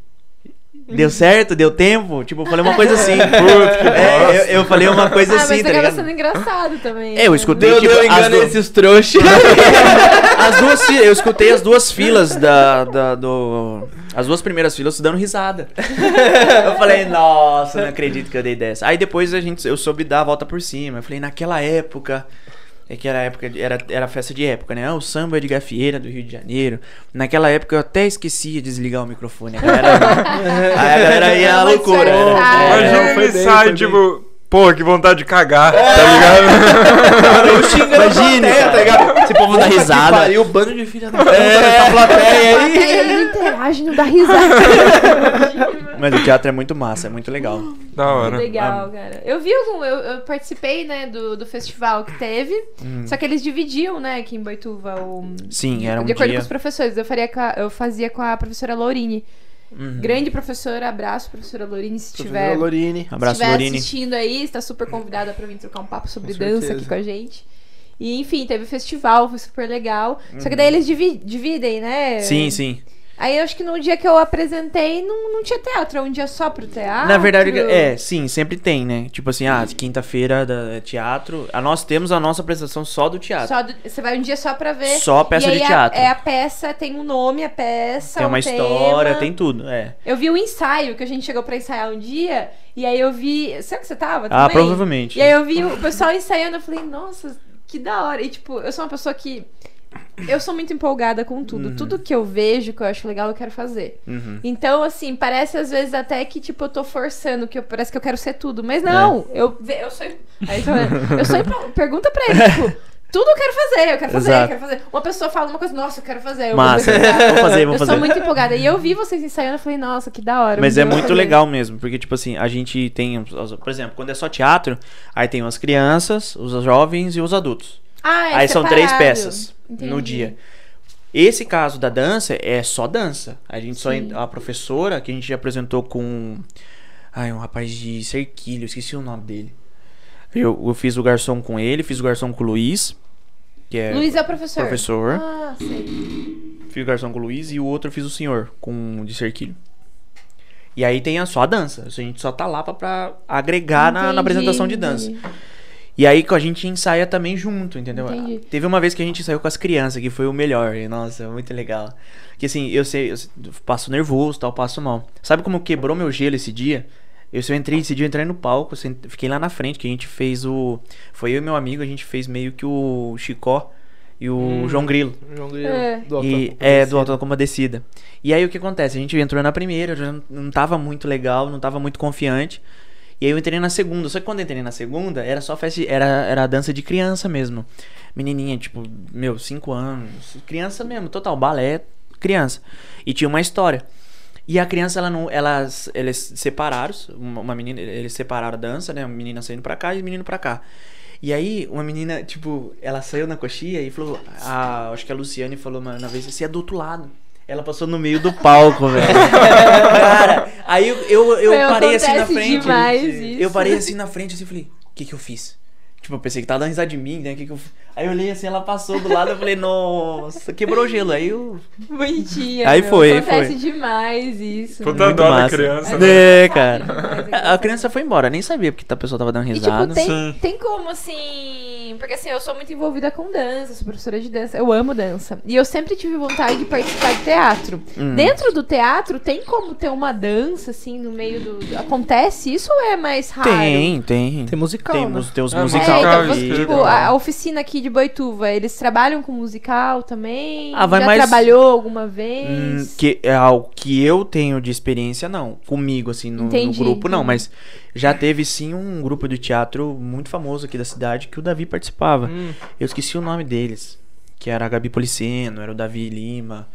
[SPEAKER 3] Deu certo? Deu tempo? Tipo, eu falei uma coisa assim. É, eu, eu falei uma coisa
[SPEAKER 2] Ah, mas
[SPEAKER 3] assim, tá
[SPEAKER 2] acaba
[SPEAKER 3] ligado?
[SPEAKER 2] sendo engraçado também.
[SPEAKER 3] É, eu
[SPEAKER 2] né?
[SPEAKER 3] escutei,
[SPEAKER 5] Deu,
[SPEAKER 3] tipo,
[SPEAKER 5] deu
[SPEAKER 3] as
[SPEAKER 5] engano
[SPEAKER 3] duas,
[SPEAKER 5] esses trouxas.
[SPEAKER 3] as duas fi- eu escutei as duas filas da, da- do, as duas primeiras filas dando risada. Eu falei, nossa, não acredito que eu dei dessa. Aí depois a gente, eu soube dar a volta por cima. Eu falei, naquela época, é que era época, de- era, era festa de época, né? Ah, O samba de gafieira do Rio de Janeiro. Naquela época eu até esquecia de desligar o microfone. A galera, aí a galera ia à
[SPEAKER 2] Uma
[SPEAKER 3] loucura.
[SPEAKER 2] disfarçada.
[SPEAKER 3] É.
[SPEAKER 4] Imagina
[SPEAKER 5] foi
[SPEAKER 4] ele
[SPEAKER 5] bem, É.
[SPEAKER 4] sai,
[SPEAKER 5] foi
[SPEAKER 4] tipo, Pô, que vontade de cagar, tá ligado?
[SPEAKER 5] Cara, xinga
[SPEAKER 3] Imagine, tá cara.
[SPEAKER 5] tá
[SPEAKER 3] Esse povo dá risada.
[SPEAKER 5] Pariu, bando de filha da
[SPEAKER 3] É.
[SPEAKER 5] plateia aí.
[SPEAKER 2] Ele não interage, não dá risada.
[SPEAKER 3] Mas o teatro é muito massa, é muito legal.
[SPEAKER 4] da hora.
[SPEAKER 2] Legal, cara. Eu vi algum, eu, eu participei, né, do, do festival que teve,
[SPEAKER 3] Hum.
[SPEAKER 2] só que eles dividiam, né, aqui em Boituva o...
[SPEAKER 3] Sim, era um
[SPEAKER 2] de acordo com
[SPEAKER 3] dia.
[SPEAKER 2] os professores, eu, faria com a- eu fazia com a professora Lourine.
[SPEAKER 3] Uhum.
[SPEAKER 2] Grande professora, abraço, professora Lourine, se tiver
[SPEAKER 5] Lorine.
[SPEAKER 3] Um Abraço,
[SPEAKER 2] Se estiver
[SPEAKER 3] Lorine.
[SPEAKER 2] assistindo aí, está super convidada para vir trocar um papo sobre
[SPEAKER 5] Com
[SPEAKER 2] dança
[SPEAKER 5] certeza.
[SPEAKER 2] aqui com a gente. E enfim, teve festival, foi super legal. Só que daí eles divi- dividem, né?
[SPEAKER 3] Uhum. Sim, sim.
[SPEAKER 2] Aí eu acho que no dia que eu apresentei não, não tinha teatro, é um dia só pro teatro.
[SPEAKER 3] Na verdade, é, sim, sempre tem, né? Tipo assim, ah, quinta-feira da- é teatro. Ah, nós temos a nossa apresentação só do teatro.
[SPEAKER 2] Só do- você vai um dia só pra ver.
[SPEAKER 3] Só peça
[SPEAKER 2] e
[SPEAKER 3] de
[SPEAKER 2] aí a-
[SPEAKER 3] teatro.
[SPEAKER 2] é a peça, tem um nome, a peça.
[SPEAKER 3] tem uma
[SPEAKER 2] um
[SPEAKER 3] história,
[SPEAKER 2] tema.
[SPEAKER 3] tem tudo, é.
[SPEAKER 2] Eu vi o ensaio que a gente chegou pra ensaiar um dia, e aí eu vi. Sabe que você tava?
[SPEAKER 3] Ah,
[SPEAKER 2] também?
[SPEAKER 3] provavelmente.
[SPEAKER 2] E aí eu vi o pessoal ensaiando, eu falei, nossa, que da hora. E tipo, eu sou uma pessoa que. Eu sou muito empolgada com tudo. Tudo que eu vejo, que eu acho legal, eu quero fazer.
[SPEAKER 3] Uhum.
[SPEAKER 2] Então, assim, parece às vezes até que, tipo, eu tô forçando, que eu- parece que eu quero ser tudo. Mas não,
[SPEAKER 3] É.
[SPEAKER 2] eu, ve- eu sou. Aí, tá vendo? eu sou. empol- Pergunta pra ele, tipo, tudo eu quero fazer, eu quero fazer, eu
[SPEAKER 3] Exato.
[SPEAKER 2] quero fazer. Uma pessoa fala uma coisa, nossa, eu quero fazer. Eu vou
[SPEAKER 3] Massa.
[SPEAKER 2] fazer.
[SPEAKER 3] vamos fazer,
[SPEAKER 2] Eu
[SPEAKER 3] vamos
[SPEAKER 2] sou
[SPEAKER 3] fazer.
[SPEAKER 2] muito empolgada. E eu vi vocês ensaiando, eu falei, nossa, que da hora. um
[SPEAKER 3] Mas é
[SPEAKER 2] dia eu vou
[SPEAKER 3] muito
[SPEAKER 2] fazer.
[SPEAKER 3] legal mesmo, porque, tipo assim, a gente tem, os- os- por exemplo, quando é só teatro, aí tem as crianças, os jovens e os adultos.
[SPEAKER 2] Ah, é
[SPEAKER 3] aí são três
[SPEAKER 2] separado.
[SPEAKER 3] peças no
[SPEAKER 2] Entendi.
[SPEAKER 3] dia. Esse caso da dança é só dança. A gente só. A professora que a gente apresentou com. Ai, um rapaz de Cerquilho, esqueci o nome dele. Eu, eu fiz o garçom com ele, fiz o garçom com o Luiz. Que é
[SPEAKER 2] Luiz é o professor.
[SPEAKER 3] professor.
[SPEAKER 2] Ah, sei.
[SPEAKER 3] Fiz o garçom com o Luiz e o outro eu fiz o senhor com o de cerquilho. E aí tem a só a dança. A gente só tá lá pra, pra agregar na, na
[SPEAKER 2] Entendi,
[SPEAKER 3] apresentação de dança.
[SPEAKER 2] entendi.
[SPEAKER 3] E aí que a gente ensaia também junto, entendeu?
[SPEAKER 2] Entendi.
[SPEAKER 3] Teve uma vez que a gente ensaiou com as crianças, que foi o melhor. E, nossa, muito legal. Que assim, eu sei, eu sei- eu passo nervoso, tal, passo mal. Sabe como quebrou meu gelo esse dia? Eu, se eu entrei esse dia, eu entrei no palco, eu sent- fiquei lá na frente, que a gente fez o. Foi eu e meu amigo, a gente fez meio que o Chicó e o João Grilo.
[SPEAKER 5] João Grilo.
[SPEAKER 2] É.
[SPEAKER 5] Do Alto
[SPEAKER 3] E,
[SPEAKER 5] da
[SPEAKER 3] é, do
[SPEAKER 5] Compadecida.
[SPEAKER 3] Alto com uma descida. E aí o que acontece? A gente entrou na primeira, já não- não tava muito legal, não tava muito confiante. E aí eu entrei na segunda. Só que quando eu entrei na segunda, era só festa. Era, era dança de criança mesmo. Menininha, tipo, meu, 5 anos. Criança mesmo, total. Balé, criança. E tinha uma história. E a criança, ela não. Elas, eles separaram. Uma, uma menina, eles separaram a dança, né? Uma menina saindo pra cá e o menino pra cá. E aí, uma menina, tipo, ela saiu na coxinha e falou. a- acho que a Luciane falou uma, uma vez: você é do outro lado. Ela passou no meio do palco, velho. Cara, aí eu, eu, eu
[SPEAKER 2] Meu,
[SPEAKER 3] parei assim na
[SPEAKER 2] acontece
[SPEAKER 3] frente.
[SPEAKER 2] demais
[SPEAKER 3] Eu
[SPEAKER 2] isso.
[SPEAKER 3] parei assim na frente assim, e falei, o que que eu fiz? Tipo, eu pensei que tava dando risada de mim, né? Que que eu... fi-?" Aí eu olhei assim, ela passou do lado, eu falei, nossa, quebrou o gelo. Aí eu.
[SPEAKER 2] Bonitinha.
[SPEAKER 3] Aí
[SPEAKER 2] meu.
[SPEAKER 3] foi, aí
[SPEAKER 2] Acontece demais isso.
[SPEAKER 4] Puta
[SPEAKER 3] Muito
[SPEAKER 4] dó da
[SPEAKER 3] massa.
[SPEAKER 4] criança. né?
[SPEAKER 3] É, cara.
[SPEAKER 2] Mas é
[SPEAKER 3] A a criança foi embora, nem sabia porque a pessoa tava dando
[SPEAKER 2] E, tipo,
[SPEAKER 3] risada.
[SPEAKER 2] tem,
[SPEAKER 4] Sim.
[SPEAKER 2] tem como, assim... Porque, assim, eu sou muito envolvida com dança, sou professora de dança, eu amo dança. E eu sempre tive vontade de participar de teatro.
[SPEAKER 3] Hum.
[SPEAKER 2] Dentro do teatro, tem como ter uma dança, assim, no meio do... Acontece isso ou é mais raro?
[SPEAKER 3] Tem, tem.
[SPEAKER 5] Tem musical,
[SPEAKER 3] Tem,
[SPEAKER 5] né?
[SPEAKER 3] mus- tem os
[SPEAKER 4] Ah,
[SPEAKER 2] É,
[SPEAKER 3] musical.
[SPEAKER 4] musical,
[SPEAKER 2] então, você,
[SPEAKER 4] isso,
[SPEAKER 2] tipo,
[SPEAKER 4] legal.
[SPEAKER 2] a a oficina aqui de Boituva, eles trabalham com musical também?
[SPEAKER 3] Ah, vai
[SPEAKER 2] Já
[SPEAKER 3] mais-
[SPEAKER 2] trabalhou alguma
[SPEAKER 3] Hum,
[SPEAKER 2] vez?
[SPEAKER 3] que é algo que eu tenho de experiência, não. Comigo, assim, no, no
[SPEAKER 2] Entendi,
[SPEAKER 3] grupo, não.
[SPEAKER 2] entendi.
[SPEAKER 3] Mas já teve, sim, um grupo de teatro muito famoso aqui da cidade que o Davi participava.
[SPEAKER 5] Hum.
[SPEAKER 3] Eu esqueci o nome deles. Que era a Gabi Policeno, era o Davi Lima.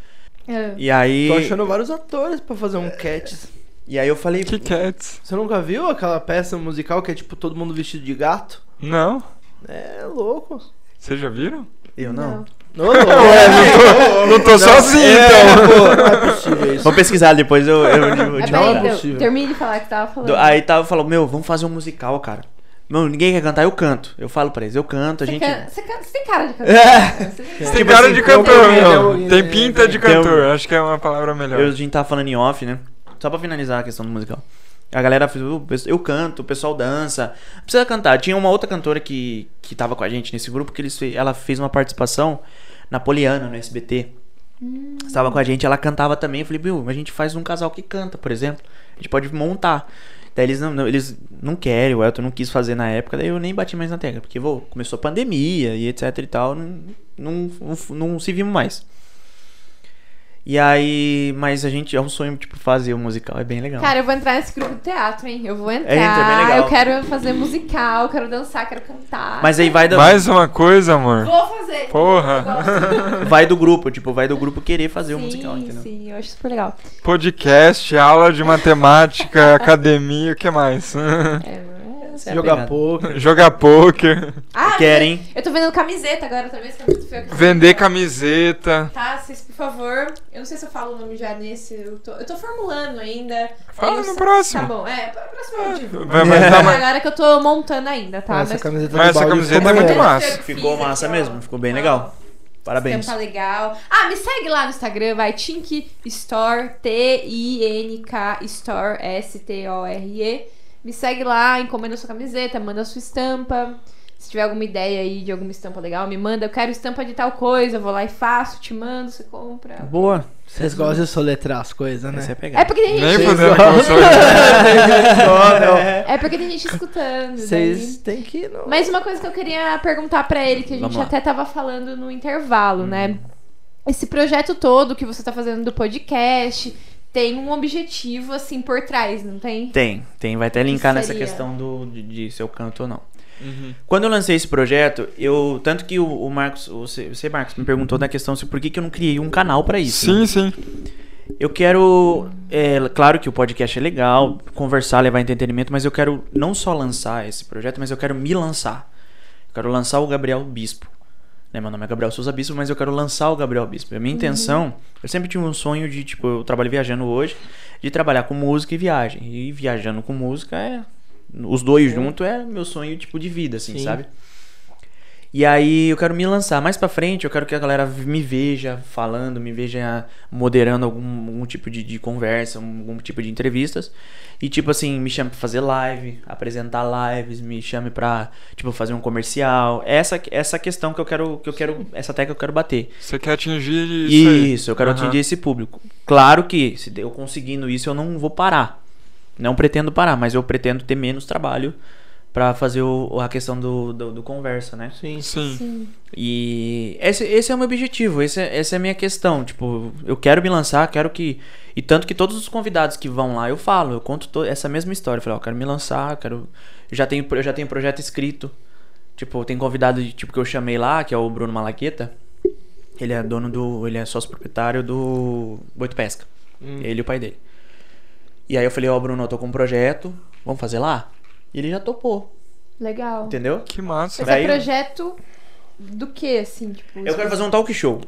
[SPEAKER 2] É.
[SPEAKER 3] E aí.
[SPEAKER 5] Tô achando vários atores pra fazer um cats.
[SPEAKER 3] E aí eu falei.
[SPEAKER 4] Que é cats?
[SPEAKER 5] Você nunca viu aquela peça musical que é tipo todo mundo vestido de gato?
[SPEAKER 4] Não?
[SPEAKER 5] É louco.
[SPEAKER 4] Vocês já viram?
[SPEAKER 3] Eu não.
[SPEAKER 5] Ô, louco.
[SPEAKER 4] é, Não tô sozinho, então.
[SPEAKER 5] Pô, não é possível isso.
[SPEAKER 3] Vou pesquisar depois, eu, eu, eu
[SPEAKER 2] Ah,
[SPEAKER 3] te falo.
[SPEAKER 2] peraí,
[SPEAKER 5] não é
[SPEAKER 2] então,
[SPEAKER 5] possível.
[SPEAKER 2] termine de falar que tava falando.
[SPEAKER 3] Do- Aí tava falou, meu, vamos fazer um musical, cara. Meu, ninguém quer cantar, eu canto. Eu falo pra eles, eu canto, a
[SPEAKER 2] você,
[SPEAKER 3] gente.
[SPEAKER 2] can- você, can- você tem cara de
[SPEAKER 3] É.
[SPEAKER 2] cantar. Você tem-
[SPEAKER 3] Tipo
[SPEAKER 4] Tem cara
[SPEAKER 3] assim,
[SPEAKER 4] de cantor,
[SPEAKER 5] tem-
[SPEAKER 4] meu.
[SPEAKER 5] tem-
[SPEAKER 4] Tem pinta de
[SPEAKER 3] tem-
[SPEAKER 4] cantor. Acho que é uma palavra melhor.
[SPEAKER 3] Eu, a gente tava falando em off, né? Só pra finalizar a questão do musical. A galera fez, "Ô, pesso- eu canto, o pessoal dança. Precisa cantar. Tinha uma outra cantora que, que tava com a gente nesse grupo, que eles, fe- ela fez uma participação napoliana no SBT. Estava com a gente, ela cantava também. Eu falei, meu, a gente faz um casal que canta, por exemplo. A gente pode montar. Daí eles não, não- eles não querem, o Elton não quis fazer na época, daí eu nem bati mais na tecla, porque vô, começou a pandemia e etc e tal, não, não, não, não se vimos mais. E aí, mas a gente é um sonho, tipo, fazer o musical, é bem legal.
[SPEAKER 2] Cara, eu vou entrar nesse grupo de teatro, hein? Eu vou entrar.
[SPEAKER 3] Entra, É, bem legal.
[SPEAKER 2] Eu quero fazer musical, quero dançar, quero cantar.
[SPEAKER 3] mas aí vai do,
[SPEAKER 4] Mais uma coisa, amor.
[SPEAKER 2] Vou fazer.
[SPEAKER 4] Porra.
[SPEAKER 3] vai do grupo, tipo, vai do grupo querer fazer o
[SPEAKER 2] sim,
[SPEAKER 3] musical, né? entendeu?
[SPEAKER 2] sim, eu acho super legal.
[SPEAKER 4] Podcast, aula de matemática, academia, o que mais?
[SPEAKER 2] É, mas-
[SPEAKER 3] Essa é a
[SPEAKER 5] Jogar
[SPEAKER 3] pegada.
[SPEAKER 5] poker.
[SPEAKER 4] Jogar poker,
[SPEAKER 2] Ah,
[SPEAKER 3] Querem?
[SPEAKER 2] Eu tô vendendo camiseta agora, outra vez que eu fui eu que-
[SPEAKER 4] vender camiseta.
[SPEAKER 2] Tá, vocês, por favor. Eu não sei se eu falo o nome já nesse. Eu tô, eu tô formulando ainda.
[SPEAKER 4] Fala
[SPEAKER 2] Eu
[SPEAKER 4] no
[SPEAKER 2] sei- Tá
[SPEAKER 4] próximo.
[SPEAKER 2] bom, é, pra próximo eu digo.
[SPEAKER 4] Vai, mas dá uma-
[SPEAKER 2] Agora que eu tô montando ainda, tá?
[SPEAKER 5] essa
[SPEAKER 2] Mas-
[SPEAKER 5] camiseta, do
[SPEAKER 4] Mas essa
[SPEAKER 5] balde
[SPEAKER 4] camiseta
[SPEAKER 5] ficou
[SPEAKER 4] é muito
[SPEAKER 5] maneira.
[SPEAKER 4] massa.
[SPEAKER 2] Ah,
[SPEAKER 3] Ficou massa mesmo, ficou bem legal. Parabéns.
[SPEAKER 2] Tá legal. Ah, me segue lá no Instagram, vai Tink Store, T-I-N-K Store, S-T-O-R-E. Me segue lá, encomenda sua camiseta, manda sua estampa. Se tiver alguma ideia aí de alguma estampa legal, me manda. Eu quero estampa de tal coisa, eu vou lá e faço, te mando, você compra.
[SPEAKER 3] Boa.
[SPEAKER 5] Vocês gostam de soletrar as coisas, né?
[SPEAKER 3] Essa é a
[SPEAKER 2] É
[SPEAKER 3] pegada.
[SPEAKER 2] porque tem
[SPEAKER 4] Nem
[SPEAKER 2] gente,
[SPEAKER 4] fudendo que eu sou.
[SPEAKER 2] é porque tem gente escutando. daí-
[SPEAKER 5] Vocês têm que ir no...
[SPEAKER 2] Mas uma coisa que eu queria perguntar pra ele, que a gente
[SPEAKER 3] Vamos lá.
[SPEAKER 2] até tava falando no intervalo, né? Esse projeto todo que você tá fazendo do podcast tem um objetivo, assim, por trás, não tem?
[SPEAKER 3] Tem, tem. Vai até linkar nessa
[SPEAKER 2] seria?
[SPEAKER 3] questão do, de, de se eu canto ou não. Quando eu lancei esse projeto, eu. Tanto que o, o Marcos, o C- você, Marcos, me perguntou da questão se por que, que eu não criei um canal pra isso.
[SPEAKER 4] Sim,
[SPEAKER 3] né?
[SPEAKER 4] sim.
[SPEAKER 3] Eu quero. é, claro que o podcast é legal, conversar, levar entretenimento, mas eu quero não só lançar esse projeto, mas eu quero me lançar. Eu quero lançar o Gabriel Bispo. Né, meu nome é Gabriel Souza Bispo, mas eu quero lançar o Gabriel Bispo. A minha intenção, eu sempre tive um sonho de, tipo, eu trabalho viajando hoje, de trabalhar com música e viagem. E viajando com música é. Os dois juntos é meu sonho, tipo, de vida, assim,
[SPEAKER 5] Sim.
[SPEAKER 3] sabe? E aí eu quero me lançar mais pra frente, eu quero que a galera me veja falando, me veja moderando algum, algum tipo de, de conversa, um- algum tipo de entrevistas. E tipo assim, me chame pra fazer live, apresentar lives, me chame pra, tipo, fazer um comercial. Essa essa questão que eu quero que eu quero, essa tecla que eu quero bater.
[SPEAKER 4] Você quer atingir isso
[SPEAKER 3] Isso,
[SPEAKER 4] aí.
[SPEAKER 3] eu quero
[SPEAKER 4] Aham.
[SPEAKER 3] atingir esse público. Claro que se eu conseguindo isso, eu não vou parar. Não pretendo parar, mas eu pretendo ter menos trabalho pra fazer o- a questão do, do, do conversa, né?
[SPEAKER 5] Sim.
[SPEAKER 4] Sim.
[SPEAKER 3] E esse, esse é o meu objetivo, esse é- essa é a minha questão. Tipo, eu quero me lançar, quero que. E tanto que todos os convidados que vão lá, eu falo, eu conto to- essa mesma história. Eu falo, ó, eu quero me lançar, eu quero. Eu já tenho, pro- eu já tenho projeto escrito. Tipo, tem convidado de- tipo, que eu chamei lá, que é o Bruno Malaqueta. Ele é dono do. Ele é sócio proprietário do Boito Pesca. Ele e o pai dele. E aí eu falei, ó, Bruno, eu tô com um projeto, vamos fazer lá? E ele já topou,
[SPEAKER 2] Legal.
[SPEAKER 3] entendeu?
[SPEAKER 4] Que massa.
[SPEAKER 2] Esse
[SPEAKER 3] Daí-
[SPEAKER 2] é projeto do que, assim, tipo...
[SPEAKER 3] Eu quero fazer um talk show.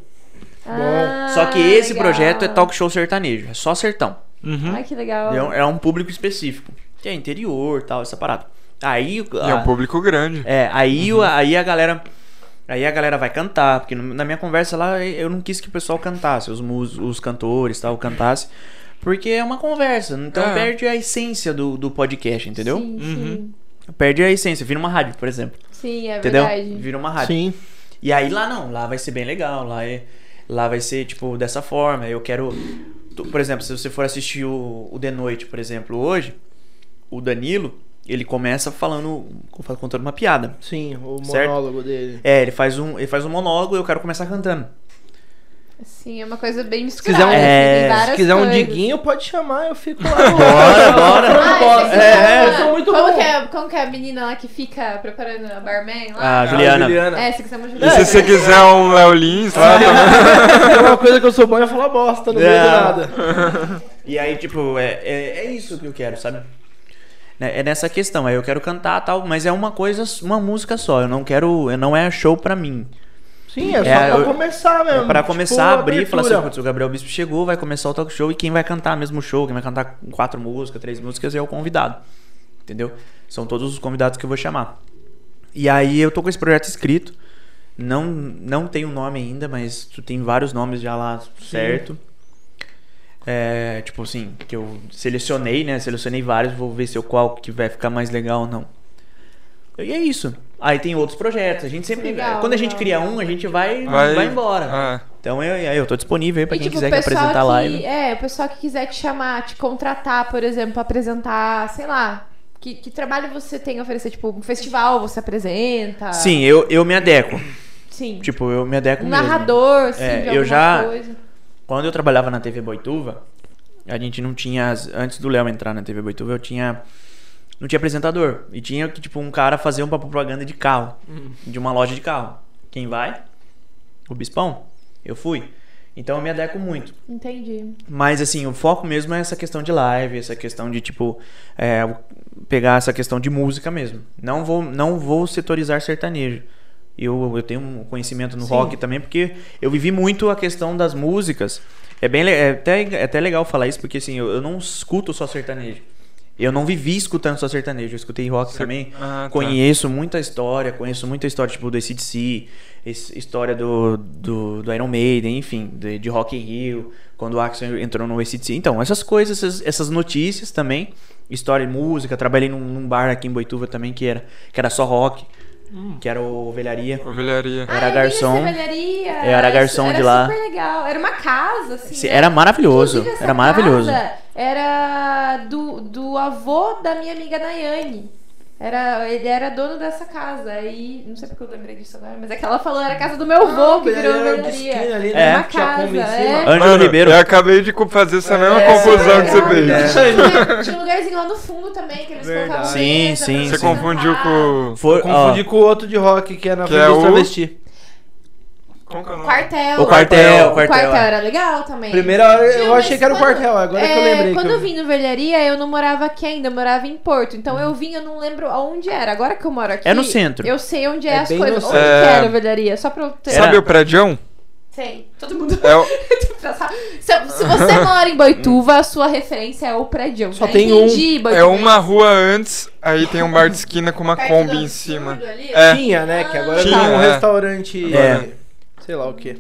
[SPEAKER 2] Ah,
[SPEAKER 3] Só que esse
[SPEAKER 2] legal.
[SPEAKER 3] projeto é talk show sertanejo, é só sertão.
[SPEAKER 4] Uhum.
[SPEAKER 2] Ai, que legal.
[SPEAKER 3] É um, é um público específico, que é interior tal, essa parada. Aí,
[SPEAKER 4] E é um
[SPEAKER 3] a-
[SPEAKER 4] público Uhum. grande.
[SPEAKER 3] é, aí, o- aí a galera. Aí a galera vai cantar, porque no- na minha conversa lá eu não quis que o pessoal cantasse, os, mus, os cantores tal, cantasse. Porque é uma conversa, então
[SPEAKER 4] É.
[SPEAKER 3] perde a essência do, do podcast, entendeu?
[SPEAKER 2] Ah. Sim, sim.
[SPEAKER 3] Perde a essência, vira uma rádio, por exemplo.
[SPEAKER 2] Sim, é
[SPEAKER 3] entendeu?
[SPEAKER 2] verdade.
[SPEAKER 3] Vira uma rádio.
[SPEAKER 5] Sim.
[SPEAKER 3] E aí lá não, lá vai ser bem legal, lá é, lá vai ser tipo dessa forma. Eu quero, tu- por exemplo, se você for assistir o, o de noite, por exemplo, hoje, o Danilo, ele começa falando, contando uma piada.
[SPEAKER 5] Sim, o
[SPEAKER 3] Certo.
[SPEAKER 5] monólogo dele.
[SPEAKER 3] É, ele faz um, ele faz um monólogo e eu quero começar cantando.
[SPEAKER 2] Sim, é uma coisa bem
[SPEAKER 5] Se quiser
[SPEAKER 2] misturada.
[SPEAKER 5] um,
[SPEAKER 2] assim,
[SPEAKER 3] É,
[SPEAKER 2] tem
[SPEAKER 5] se
[SPEAKER 2] várias
[SPEAKER 5] quiser um
[SPEAKER 2] coisas.
[SPEAKER 5] diguinho, pode chamar, eu fico lá.
[SPEAKER 3] Bora, bora.
[SPEAKER 2] Ah,
[SPEAKER 5] bora.
[SPEAKER 2] esqueci o nome
[SPEAKER 5] É,
[SPEAKER 2] lá.
[SPEAKER 5] eu sou muito
[SPEAKER 2] como
[SPEAKER 5] bom.
[SPEAKER 2] Que é, como que é a menina lá que fica preparando a barman lá?
[SPEAKER 3] A Juliana.
[SPEAKER 2] É, se quiser me
[SPEAKER 4] E
[SPEAKER 2] ajudar.
[SPEAKER 4] se você quiser um Léo Lins lá também.
[SPEAKER 5] É uma coisa que eu sou bom é falar bosta, não vejo
[SPEAKER 3] É.
[SPEAKER 5] nada.
[SPEAKER 3] E aí, tipo, é, é, é isso que eu quero, sabe? Né, É nessa questão, aí eu quero cantar tal, mas é uma coisa, uma música só. Eu não quero, eu- não é show pra mim.
[SPEAKER 5] Sim, é só
[SPEAKER 3] É,
[SPEAKER 5] pra
[SPEAKER 3] eu-
[SPEAKER 5] começar mesmo.
[SPEAKER 3] É pra começar a
[SPEAKER 5] Tipo,
[SPEAKER 3] abrir e falar assim,
[SPEAKER 5] abertura.
[SPEAKER 3] putz, o Gabriel Bispo chegou, vai começar o talk show e quem vai cantar mesmo o show, quem vai cantar quatro músicas, três músicas é o convidado. Entendeu? São todos os convidados que eu vou chamar. E aí eu tô com esse projeto escrito. Não não tem o nome ainda, mas tu tem vários nomes já lá certo. É, tipo assim, que eu selecionei, né? Selecionei vários, vou ver se eu qual que vai ficar mais legal ou não. E é isso. Aí tem outros projetos. A gente sempre.
[SPEAKER 2] Legal,
[SPEAKER 3] quando a gente
[SPEAKER 2] legal.
[SPEAKER 3] cria um, a gente vai,
[SPEAKER 4] Vai-
[SPEAKER 3] vai, embora.
[SPEAKER 4] Ah,
[SPEAKER 3] Então eu, eu tô disponível aí pra
[SPEAKER 2] E,
[SPEAKER 3] quem
[SPEAKER 2] tipo,
[SPEAKER 3] quiser
[SPEAKER 2] o pessoal
[SPEAKER 3] apresentar
[SPEAKER 2] que,
[SPEAKER 3] live.
[SPEAKER 2] É, o pessoal que quiser te chamar, te contratar, por exemplo, pra apresentar, sei lá. Que, que trabalho você tem a oferecer? Tipo, um festival você apresenta?
[SPEAKER 3] Sim, eu, eu me adequo.
[SPEAKER 2] Sim.
[SPEAKER 3] Tipo, eu me adequo
[SPEAKER 2] um
[SPEAKER 3] mesmo.
[SPEAKER 2] narrador, sim,
[SPEAKER 3] É,
[SPEAKER 2] de
[SPEAKER 3] eu
[SPEAKER 2] alguma
[SPEAKER 3] já-
[SPEAKER 2] coisa.
[SPEAKER 3] Quando eu trabalhava na TV Boituva, a gente não tinha. as- Antes do Léo entrar na TV Boituva, eu tinha. Não tinha apresentador. E tinha que, tipo, um cara fazer uma propaganda de carro.
[SPEAKER 2] Uhum.
[SPEAKER 3] De uma loja de carro. Quem vai? O Bispão. Eu fui. Então eu me adequo muito.
[SPEAKER 2] Entendi.
[SPEAKER 3] Mas assim, o foco mesmo é essa questão de live, essa questão de tipo é, o- pegar essa questão de música mesmo. Não vou, não vou setorizar sertanejo. Eu, eu tenho um conhecimento no rock também, porque eu vivi muito a questão das músicas. É bem le- é até, é até legal falar isso, porque assim, eu, eu não escuto só sertanejo. Eu não vivi escutando só sertanejo, eu escutei rock também.
[SPEAKER 4] Ah, tá.
[SPEAKER 3] Conheço muita história, conheço muita história, tipo, do ACDC, his- história do, do, do Iron Maiden, enfim, de, de Rock in Rio, quando o Axel entrou no ACDC. Então, essas coisas, essas, essas notícias também, história e música. Trabalhei num, num bar aqui em Boituva também que era, que era só rock,
[SPEAKER 2] Hum.
[SPEAKER 3] que era o Velharia.
[SPEAKER 4] Ovelharia.
[SPEAKER 3] Era
[SPEAKER 2] ah,
[SPEAKER 3] garçom.
[SPEAKER 2] Eu, ia ser velharia.
[SPEAKER 3] Eu era garçom
[SPEAKER 2] era
[SPEAKER 3] de lá.
[SPEAKER 2] super legal. Era uma casa, assim.
[SPEAKER 3] Se-
[SPEAKER 2] né?
[SPEAKER 3] Era maravilhoso,
[SPEAKER 2] Inclusive, essa
[SPEAKER 3] era maravilhoso.
[SPEAKER 2] casa Era do, do avô da minha amiga Nayane. Era, ele era dono dessa casa. Aí, não sei porque eu lembrei disso agora, mas é que ela falou, era a casa do meu
[SPEAKER 5] Ah,
[SPEAKER 2] avô que virou velharia.
[SPEAKER 5] ali,
[SPEAKER 3] né?
[SPEAKER 5] né?
[SPEAKER 3] É.
[SPEAKER 2] Uma Tinha combo em casa, cima. é.
[SPEAKER 3] Ângelo Ribeiro.
[SPEAKER 4] Eu acabei de co- fazer essa mesma
[SPEAKER 5] É,
[SPEAKER 4] confusão que você
[SPEAKER 2] é,
[SPEAKER 4] fez.
[SPEAKER 5] é.
[SPEAKER 2] Tinha, tinha um lugarzinho lá no fundo também, que eles
[SPEAKER 5] Verdade.
[SPEAKER 2] colocavam.
[SPEAKER 3] Sim,
[SPEAKER 2] mesa
[SPEAKER 3] sim,
[SPEAKER 2] pra
[SPEAKER 4] Você
[SPEAKER 3] sim.
[SPEAKER 2] sentar.
[SPEAKER 4] confundiu com.
[SPEAKER 3] Foi,
[SPEAKER 5] Confundi
[SPEAKER 3] ó,
[SPEAKER 5] com o outro de rock que é na
[SPEAKER 4] Que
[SPEAKER 5] frente
[SPEAKER 4] é
[SPEAKER 5] dos
[SPEAKER 4] o-
[SPEAKER 5] travesti.
[SPEAKER 4] Como que é o nome?
[SPEAKER 2] Quartel.
[SPEAKER 3] o quartel, é. o
[SPEAKER 2] O quartel
[SPEAKER 3] quartel.
[SPEAKER 2] era legal também.
[SPEAKER 5] Primeira hora
[SPEAKER 2] Tinha,
[SPEAKER 5] eu
[SPEAKER 2] mas
[SPEAKER 5] achei que era o
[SPEAKER 2] quando-
[SPEAKER 5] quartel, agora que eu
[SPEAKER 2] É,
[SPEAKER 5] lembrei.
[SPEAKER 2] Quando
[SPEAKER 5] que
[SPEAKER 2] eu vim no Velharia, eu não morava aqui ainda, eu morava em Porto. Então eu vim, eu não lembro aonde era. Agora que eu moro aqui.
[SPEAKER 3] É no centro.
[SPEAKER 2] Eu sei onde é,
[SPEAKER 5] É
[SPEAKER 2] as
[SPEAKER 5] bem
[SPEAKER 2] coisas.
[SPEAKER 5] no
[SPEAKER 2] Onde
[SPEAKER 4] centro.
[SPEAKER 2] que
[SPEAKER 4] É.
[SPEAKER 2] era a Velharia? Só pra eu ter.
[SPEAKER 3] Era-
[SPEAKER 4] Sabe o prédio?
[SPEAKER 2] Sei. Todo mundo.
[SPEAKER 4] É o-
[SPEAKER 2] Pra sa- se, se você mora em Boituva, a sua referência é o prédio.
[SPEAKER 5] Só
[SPEAKER 2] Já
[SPEAKER 5] tem um.
[SPEAKER 2] entendi, Boituva.
[SPEAKER 4] É uma rua antes, aí tem um bar de esquina com uma
[SPEAKER 2] Perto
[SPEAKER 4] Kombi
[SPEAKER 2] do
[SPEAKER 4] em cima.
[SPEAKER 2] absurdo ali,
[SPEAKER 4] É.
[SPEAKER 5] Tinha, né? Que agora
[SPEAKER 4] Tinha,
[SPEAKER 5] tinha um
[SPEAKER 4] é.
[SPEAKER 5] restaurante.
[SPEAKER 3] É.
[SPEAKER 5] Sei lá o quê.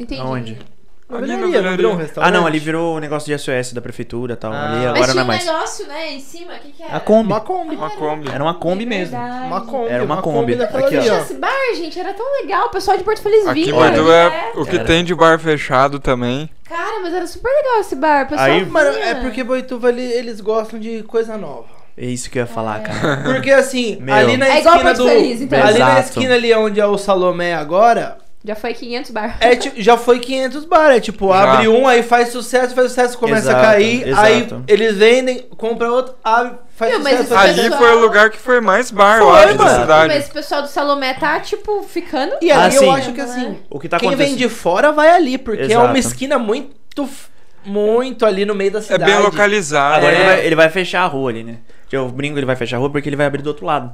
[SPEAKER 2] Entendi.
[SPEAKER 3] Aonde?
[SPEAKER 5] Uma
[SPEAKER 4] Ali na
[SPEAKER 5] velharia, não virou um
[SPEAKER 4] velharia.
[SPEAKER 3] Ah,
[SPEAKER 5] restaurante.
[SPEAKER 3] não, ali virou o negócio de SOS da prefeitura e tal.
[SPEAKER 5] Ah.
[SPEAKER 3] Ali
[SPEAKER 2] Mas
[SPEAKER 3] agora não
[SPEAKER 2] tinha
[SPEAKER 3] é
[SPEAKER 2] um
[SPEAKER 3] mais.
[SPEAKER 2] negócio, né, em cima? O que, que era?
[SPEAKER 3] A Kombi.
[SPEAKER 5] Uma Kombi.
[SPEAKER 4] Uma Kombi.
[SPEAKER 3] Era um uma Kombi mesmo.
[SPEAKER 2] É Verdade.
[SPEAKER 5] Uma Kombi.
[SPEAKER 3] Era uma Kombi.
[SPEAKER 5] daquela
[SPEAKER 3] Aqui,
[SPEAKER 5] ali,
[SPEAKER 2] Tinha
[SPEAKER 5] ó.
[SPEAKER 2] esse bar, gente, era tão legal. O pessoal de Porto Feliz
[SPEAKER 4] Aqui em
[SPEAKER 2] vinha.
[SPEAKER 4] Bordeaux é
[SPEAKER 2] né?
[SPEAKER 4] o que
[SPEAKER 3] Era.
[SPEAKER 4] tem de bar fechado também.
[SPEAKER 2] Cara, mas era super legal esse bar. O pessoal
[SPEAKER 3] Aí-
[SPEAKER 2] vinha.
[SPEAKER 5] Mano, é porque Boituva ali, eles gostam de coisa nova.
[SPEAKER 3] É isso que eu ia falar, cara.
[SPEAKER 5] Porque assim,
[SPEAKER 3] Meu.
[SPEAKER 5] ali na
[SPEAKER 2] É igual
[SPEAKER 5] esquina
[SPEAKER 2] Porto
[SPEAKER 5] do.
[SPEAKER 2] Feliz, então.
[SPEAKER 5] Ali na
[SPEAKER 3] Exato.
[SPEAKER 5] esquina ali onde é o Salomé agora,
[SPEAKER 2] Já foi 500 bar.
[SPEAKER 5] é, ti- já foi 500 bar. É tipo,
[SPEAKER 4] Já.
[SPEAKER 5] abre um, aí faz sucesso, faz sucesso, começa
[SPEAKER 3] Exato,
[SPEAKER 5] a cair.
[SPEAKER 3] exato.
[SPEAKER 5] Aí eles vendem, compra outro, abre, faz
[SPEAKER 2] Meu, mas
[SPEAKER 5] sucesso.
[SPEAKER 2] isso
[SPEAKER 5] faz
[SPEAKER 2] é
[SPEAKER 4] Ali
[SPEAKER 5] sucesso.
[SPEAKER 2] pessoal-
[SPEAKER 4] foi o lugar que foi mais bar, eu
[SPEAKER 5] Foi,
[SPEAKER 4] acho, da
[SPEAKER 5] mano.
[SPEAKER 4] cidade.
[SPEAKER 2] Mas o pessoal do Salomé tá, tipo, ficando.
[SPEAKER 5] E aí
[SPEAKER 3] Ah, sim.
[SPEAKER 5] eu acho que assim,
[SPEAKER 3] O que tá
[SPEAKER 5] quem vem
[SPEAKER 3] acontecendo?
[SPEAKER 5] de fora vai ali, porque é
[SPEAKER 3] Exato.
[SPEAKER 5] uma esquina muito, f- muito ali no meio da
[SPEAKER 4] É
[SPEAKER 5] cidade.
[SPEAKER 4] bem localizado.
[SPEAKER 3] Agora ele,
[SPEAKER 4] né?
[SPEAKER 3] vai, ele vai fechar a rua ali, né? Eu brinco, ele vai fechar a rua porque ele vai abrir do outro lado.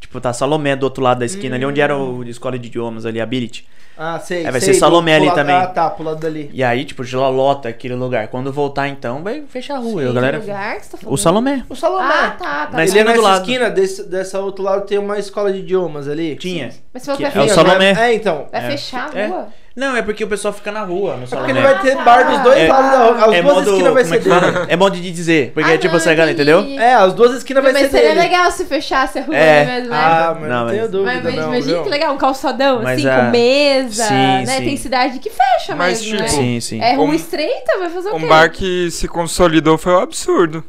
[SPEAKER 3] Tipo, tá Salomé do outro lado da esquina ali, onde era o de escola de idiomas ali, a Billet.
[SPEAKER 5] Ah, sei.
[SPEAKER 3] É, vai
[SPEAKER 5] sei,
[SPEAKER 3] ser Salomé ali
[SPEAKER 5] pro lado-
[SPEAKER 3] também.
[SPEAKER 5] Ah, tá, pro lado dali.
[SPEAKER 3] E aí, tipo, já lota aquele lugar. Quando voltar, então, vai fechar a rua. E a
[SPEAKER 2] Que
[SPEAKER 3] galera...
[SPEAKER 2] lugar que você tá falando?
[SPEAKER 3] O Salomé.
[SPEAKER 5] O Salomé.
[SPEAKER 2] Ah, tá, tá.
[SPEAKER 3] Na
[SPEAKER 5] ele
[SPEAKER 3] esquina
[SPEAKER 5] é
[SPEAKER 3] do
[SPEAKER 5] nessa
[SPEAKER 3] lado.
[SPEAKER 5] esquina, desse, dessa outro lado tem uma escola de idiomas ali.
[SPEAKER 3] Tinha.
[SPEAKER 2] Mas você falou
[SPEAKER 3] que
[SPEAKER 2] que
[SPEAKER 3] é o
[SPEAKER 2] vai,
[SPEAKER 5] Tinha,
[SPEAKER 2] fechar-
[SPEAKER 3] Salomé.
[SPEAKER 5] mas- É, então.
[SPEAKER 2] vai
[SPEAKER 3] É.
[SPEAKER 2] fechar a
[SPEAKER 3] É.
[SPEAKER 2] rua?
[SPEAKER 3] Não, é porque o pessoal fica na rua, no
[SPEAKER 5] Porque ele
[SPEAKER 3] Salomé.
[SPEAKER 5] vai ter bar dos dois
[SPEAKER 3] É.
[SPEAKER 5] lados da rua. As
[SPEAKER 3] é
[SPEAKER 5] duas
[SPEAKER 3] modo,
[SPEAKER 5] esquinas vai
[SPEAKER 3] como é
[SPEAKER 5] ser
[SPEAKER 3] que fala?
[SPEAKER 5] dele.
[SPEAKER 3] É modo de dizer. Porque
[SPEAKER 2] Ah,
[SPEAKER 3] é tipo,
[SPEAKER 2] não,
[SPEAKER 3] essa galera,
[SPEAKER 2] entendi.
[SPEAKER 3] entendeu?
[SPEAKER 5] É, as duas esquinas vai
[SPEAKER 2] Mas
[SPEAKER 5] ser
[SPEAKER 2] seria
[SPEAKER 5] dele.
[SPEAKER 2] legal se fechasse a rua
[SPEAKER 3] É.
[SPEAKER 2] mesmo, né?
[SPEAKER 5] Ah, mas
[SPEAKER 3] Não,
[SPEAKER 5] não,
[SPEAKER 3] mas-
[SPEAKER 5] tenho dúvida.
[SPEAKER 2] Mas
[SPEAKER 5] não,
[SPEAKER 2] imagina
[SPEAKER 5] viu?
[SPEAKER 2] que legal, um calçadão,
[SPEAKER 3] Mas
[SPEAKER 2] assim,
[SPEAKER 3] a-
[SPEAKER 2] com mesa,
[SPEAKER 3] Sim,
[SPEAKER 2] né?
[SPEAKER 3] sim.
[SPEAKER 2] Tem cidade que fecha
[SPEAKER 4] Mas,
[SPEAKER 2] mesmo,
[SPEAKER 4] tipo,
[SPEAKER 2] né?
[SPEAKER 3] Sim, sim.
[SPEAKER 2] É rua
[SPEAKER 4] um-
[SPEAKER 2] estreita, vai fazer o quê?
[SPEAKER 4] Um bar que se consolidou foi um absurdo.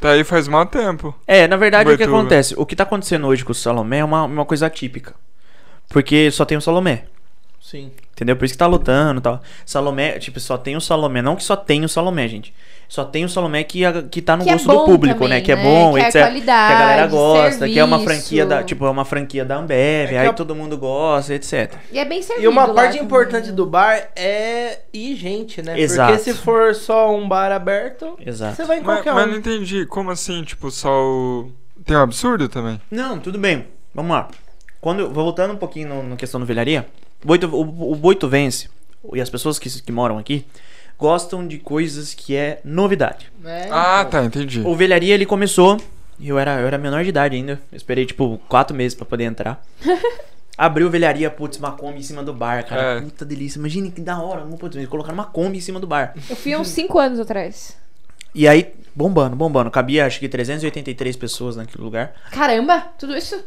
[SPEAKER 4] Tá aí faz mal tempo.
[SPEAKER 3] É, na verdade, o que
[SPEAKER 4] Boituva.
[SPEAKER 3] acontece? O que tá acontecendo hoje com o Salomé é uma, uma coisa atípica. Porque só tem o Salomé.
[SPEAKER 5] Sim.
[SPEAKER 3] Entendeu? Por isso que tá lutando e tal. Salomé, tipo, só tem o Salomé. Não que só tem o Salomé, gente. Só tem o Salomé que, a- que tá no
[SPEAKER 2] Que é
[SPEAKER 3] gosto do
[SPEAKER 2] bom
[SPEAKER 3] público,
[SPEAKER 2] também,
[SPEAKER 3] né? Que é
[SPEAKER 2] né?
[SPEAKER 3] bom,
[SPEAKER 2] Que é
[SPEAKER 3] etc.
[SPEAKER 2] qualidade,
[SPEAKER 3] que a galera gosta, que é uma
[SPEAKER 2] serviço. É
[SPEAKER 3] franquia da. Tipo, é uma franquia da Ambev,
[SPEAKER 5] que
[SPEAKER 3] aí
[SPEAKER 5] a-
[SPEAKER 3] todo mundo gosta, etc.
[SPEAKER 2] E é bem servido
[SPEAKER 5] E uma
[SPEAKER 2] lá
[SPEAKER 5] parte
[SPEAKER 2] também.
[SPEAKER 5] importante do bar é ir gente, né?
[SPEAKER 3] Exato.
[SPEAKER 5] Porque se for só um bar aberto,
[SPEAKER 3] Exato.
[SPEAKER 5] você vai em
[SPEAKER 4] Mas,
[SPEAKER 5] qualquer
[SPEAKER 4] mas
[SPEAKER 5] um.
[SPEAKER 4] não entendi. Como assim? Tipo, só o. Tem um absurdo também?
[SPEAKER 3] Não, tudo bem. Vamos lá. Quando, voltando um pouquinho no- na questão do velharia, Boito, o, o Boito Vence e as pessoas que, que moram aqui gostam de coisas que é novidade.
[SPEAKER 5] É,
[SPEAKER 4] Ah,
[SPEAKER 5] então.
[SPEAKER 4] tá, entendi.
[SPEAKER 3] O velharia ele começou. e Eu era, eu era menor de idade ainda. Eu esperei, tipo, quatro meses pra poder entrar. Abriu velharia, putz, uma Kombi em cima do bar, cara.
[SPEAKER 4] É.
[SPEAKER 3] Puta delícia. Imagina que da hora. Uma, putz, eles colocaram uma Kombi em cima do bar.
[SPEAKER 2] Eu fui há uns 5 anos atrás.
[SPEAKER 3] E aí, bombando, bombando. Cabia, acho que 383 pessoas naquele lugar.
[SPEAKER 2] Caramba, tudo isso?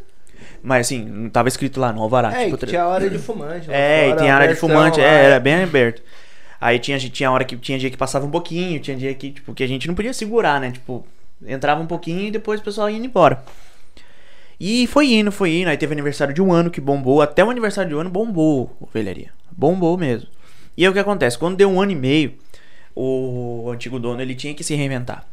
[SPEAKER 3] Mas assim, não tava escrito lá no Alvará.
[SPEAKER 5] É,
[SPEAKER 3] tipo,
[SPEAKER 5] e
[SPEAKER 3] tre-
[SPEAKER 5] tinha a área de fumante. né? lá
[SPEAKER 3] É, e
[SPEAKER 5] fora,
[SPEAKER 3] tem área de
[SPEAKER 5] abertão
[SPEAKER 3] fumante,
[SPEAKER 5] lá.
[SPEAKER 3] é, era bem aberto. Aí tinha, gente- tinha hora que tinha dia que passava um pouquinho, tinha dia que, tipo, que a gente não podia segurar, né? Tipo, entrava um pouquinho e depois o pessoal ia indo embora. E foi indo, foi indo. Aí teve aniversário de um ano que bombou, até o aniversário de um ano bombou o velharia. Bombou mesmo. E aí o que acontece? Quando deu um ano e meio, o antigo dono ele tinha que se reinventar.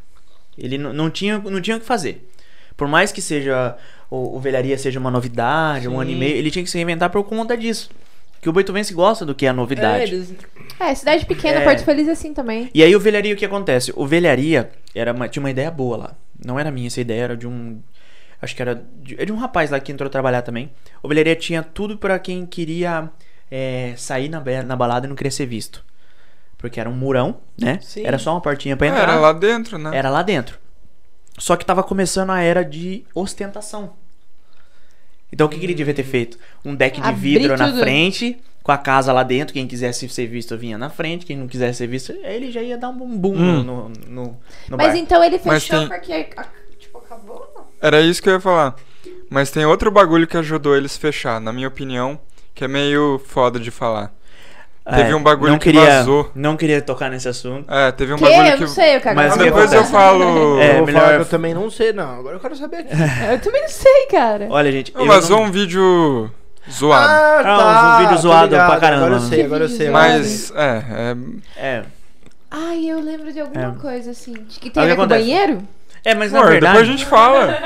[SPEAKER 3] Ele n- não tinha, não tinha o que fazer. Por mais que seja o, o velharia seja uma novidade, um ano e
[SPEAKER 5] Sim.
[SPEAKER 3] meio, ele tinha que se reinventar por conta disso. Que o boituvense gosta do que é
[SPEAKER 6] É,
[SPEAKER 3] novidade.
[SPEAKER 6] eles-
[SPEAKER 2] É, cidade pequena,
[SPEAKER 3] É.
[SPEAKER 2] Porto Feliz é assim também.
[SPEAKER 3] E aí o velharia, o que acontece? O velharia era uma- tinha uma ideia boa lá. Não era minha essa ideia, era de um. Acho que era de, é de um rapaz lá que entrou trabalhar também. O velharia tinha tudo pra quem queria é, sair na, be- na balada e não queria ser visto. Porque era um murão, né?
[SPEAKER 5] Sim.
[SPEAKER 3] Era só uma portinha pra
[SPEAKER 4] Ah,
[SPEAKER 3] entrar.
[SPEAKER 4] Era lá dentro, né?
[SPEAKER 3] Era lá dentro. Só que tava começando a era de ostentação. Então o que, que ele devia ter feito? Um deck de
[SPEAKER 2] Abrir
[SPEAKER 3] vidro na
[SPEAKER 2] tudo.
[SPEAKER 3] frente, com a casa lá dentro. Quem quisesse ser visto vinha na frente, quem não quisesse ser visto, aí ele já ia dar um boom
[SPEAKER 4] Hum.
[SPEAKER 3] no, no, no, no
[SPEAKER 2] Mas
[SPEAKER 3] bar.
[SPEAKER 2] então ele
[SPEAKER 4] Mas
[SPEAKER 2] fechou
[SPEAKER 4] tem-
[SPEAKER 2] porque, ah, tipo, acabou? não?
[SPEAKER 4] Era isso que eu ia falar. Mas tem outro bagulho que ajudou eles fechar, na minha opinião, que é meio foda de falar.
[SPEAKER 2] então-
[SPEAKER 4] teve um bagulho
[SPEAKER 3] não
[SPEAKER 4] que
[SPEAKER 3] queria,
[SPEAKER 4] vazou.
[SPEAKER 3] Não queria tocar nesse assunto.
[SPEAKER 4] É, teve um
[SPEAKER 2] que?
[SPEAKER 4] bagulho
[SPEAKER 2] Eu
[SPEAKER 4] que.
[SPEAKER 2] não sei o que agora.
[SPEAKER 3] Mas
[SPEAKER 4] Ah,
[SPEAKER 3] que
[SPEAKER 4] depois eu
[SPEAKER 3] acontece?
[SPEAKER 4] falo.
[SPEAKER 3] É,
[SPEAKER 5] eu vou
[SPEAKER 3] melhor-
[SPEAKER 5] falar que eu também não sei, não. Agora eu quero saber aqui.
[SPEAKER 2] Eu também não sei, cara.
[SPEAKER 3] Olha, gente. eu
[SPEAKER 4] Vazou
[SPEAKER 3] não-
[SPEAKER 4] um vídeo zoado.
[SPEAKER 3] Ah, uns vídeos
[SPEAKER 5] tô
[SPEAKER 3] zoado pra
[SPEAKER 5] tá, ligado,
[SPEAKER 3] caramba.
[SPEAKER 5] Agora eu sei,
[SPEAKER 2] Que
[SPEAKER 5] agora eu
[SPEAKER 2] vídeo
[SPEAKER 5] sei.
[SPEAKER 2] zoado?
[SPEAKER 4] Mas, é, é.
[SPEAKER 3] É,
[SPEAKER 2] Ai, eu lembro de alguma
[SPEAKER 3] É.
[SPEAKER 2] coisa assim. De que
[SPEAKER 3] Olha
[SPEAKER 2] tem
[SPEAKER 3] o que
[SPEAKER 2] a ver com o
[SPEAKER 3] acontece.
[SPEAKER 2] banheiro?
[SPEAKER 3] é mas na
[SPEAKER 4] Amor,
[SPEAKER 3] verdade,
[SPEAKER 4] depois a gente fala.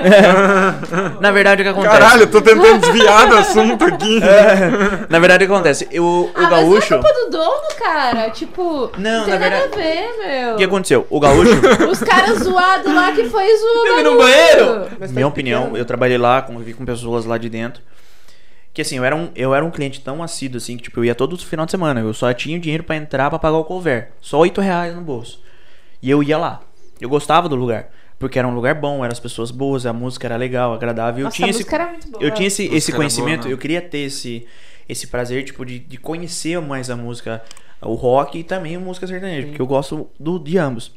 [SPEAKER 3] na verdade o que acontece? É.
[SPEAKER 4] Caralho, eu tô tentando desviar do assunto aqui.
[SPEAKER 3] Na verdade o que acontece? O, o
[SPEAKER 2] ah, mas
[SPEAKER 3] gaúcho...
[SPEAKER 2] não é culpa do dono, cara. Tipo, não,
[SPEAKER 3] na
[SPEAKER 2] tem nada
[SPEAKER 3] verdade-
[SPEAKER 2] a ver,
[SPEAKER 3] O que
[SPEAKER 2] meu.
[SPEAKER 3] aconteceu? O gaúcho...
[SPEAKER 2] Os caras zoados lá que foi zoando.
[SPEAKER 5] no banheiro?
[SPEAKER 3] Minha opinião, eu trabalhei lá, convivi com pessoas lá de dentro. Que assim, eu era um, eu era um cliente tão assíduo assim, que tipo, eu ia todo final de semana. Eu só tinha o dinheiro pra entrar pra pagar o couvert. Só 8 reais no bolso. E eu ia lá. Eu gostava do lugar. Porque era um lugar bom, eram as pessoas boas, a música era legal, agradável.
[SPEAKER 2] Nossa,
[SPEAKER 3] eu tinha
[SPEAKER 2] a
[SPEAKER 3] esse,
[SPEAKER 2] música era muito boa.
[SPEAKER 3] eu tinha esse,
[SPEAKER 4] Música
[SPEAKER 3] esse
[SPEAKER 4] era boa,
[SPEAKER 3] conhecimento,
[SPEAKER 4] né?
[SPEAKER 3] eu queria ter esse, esse prazer, tipo, de, de conhecer mais a música, o rock e também a música sertaneja, porque eu gosto do, de ambos.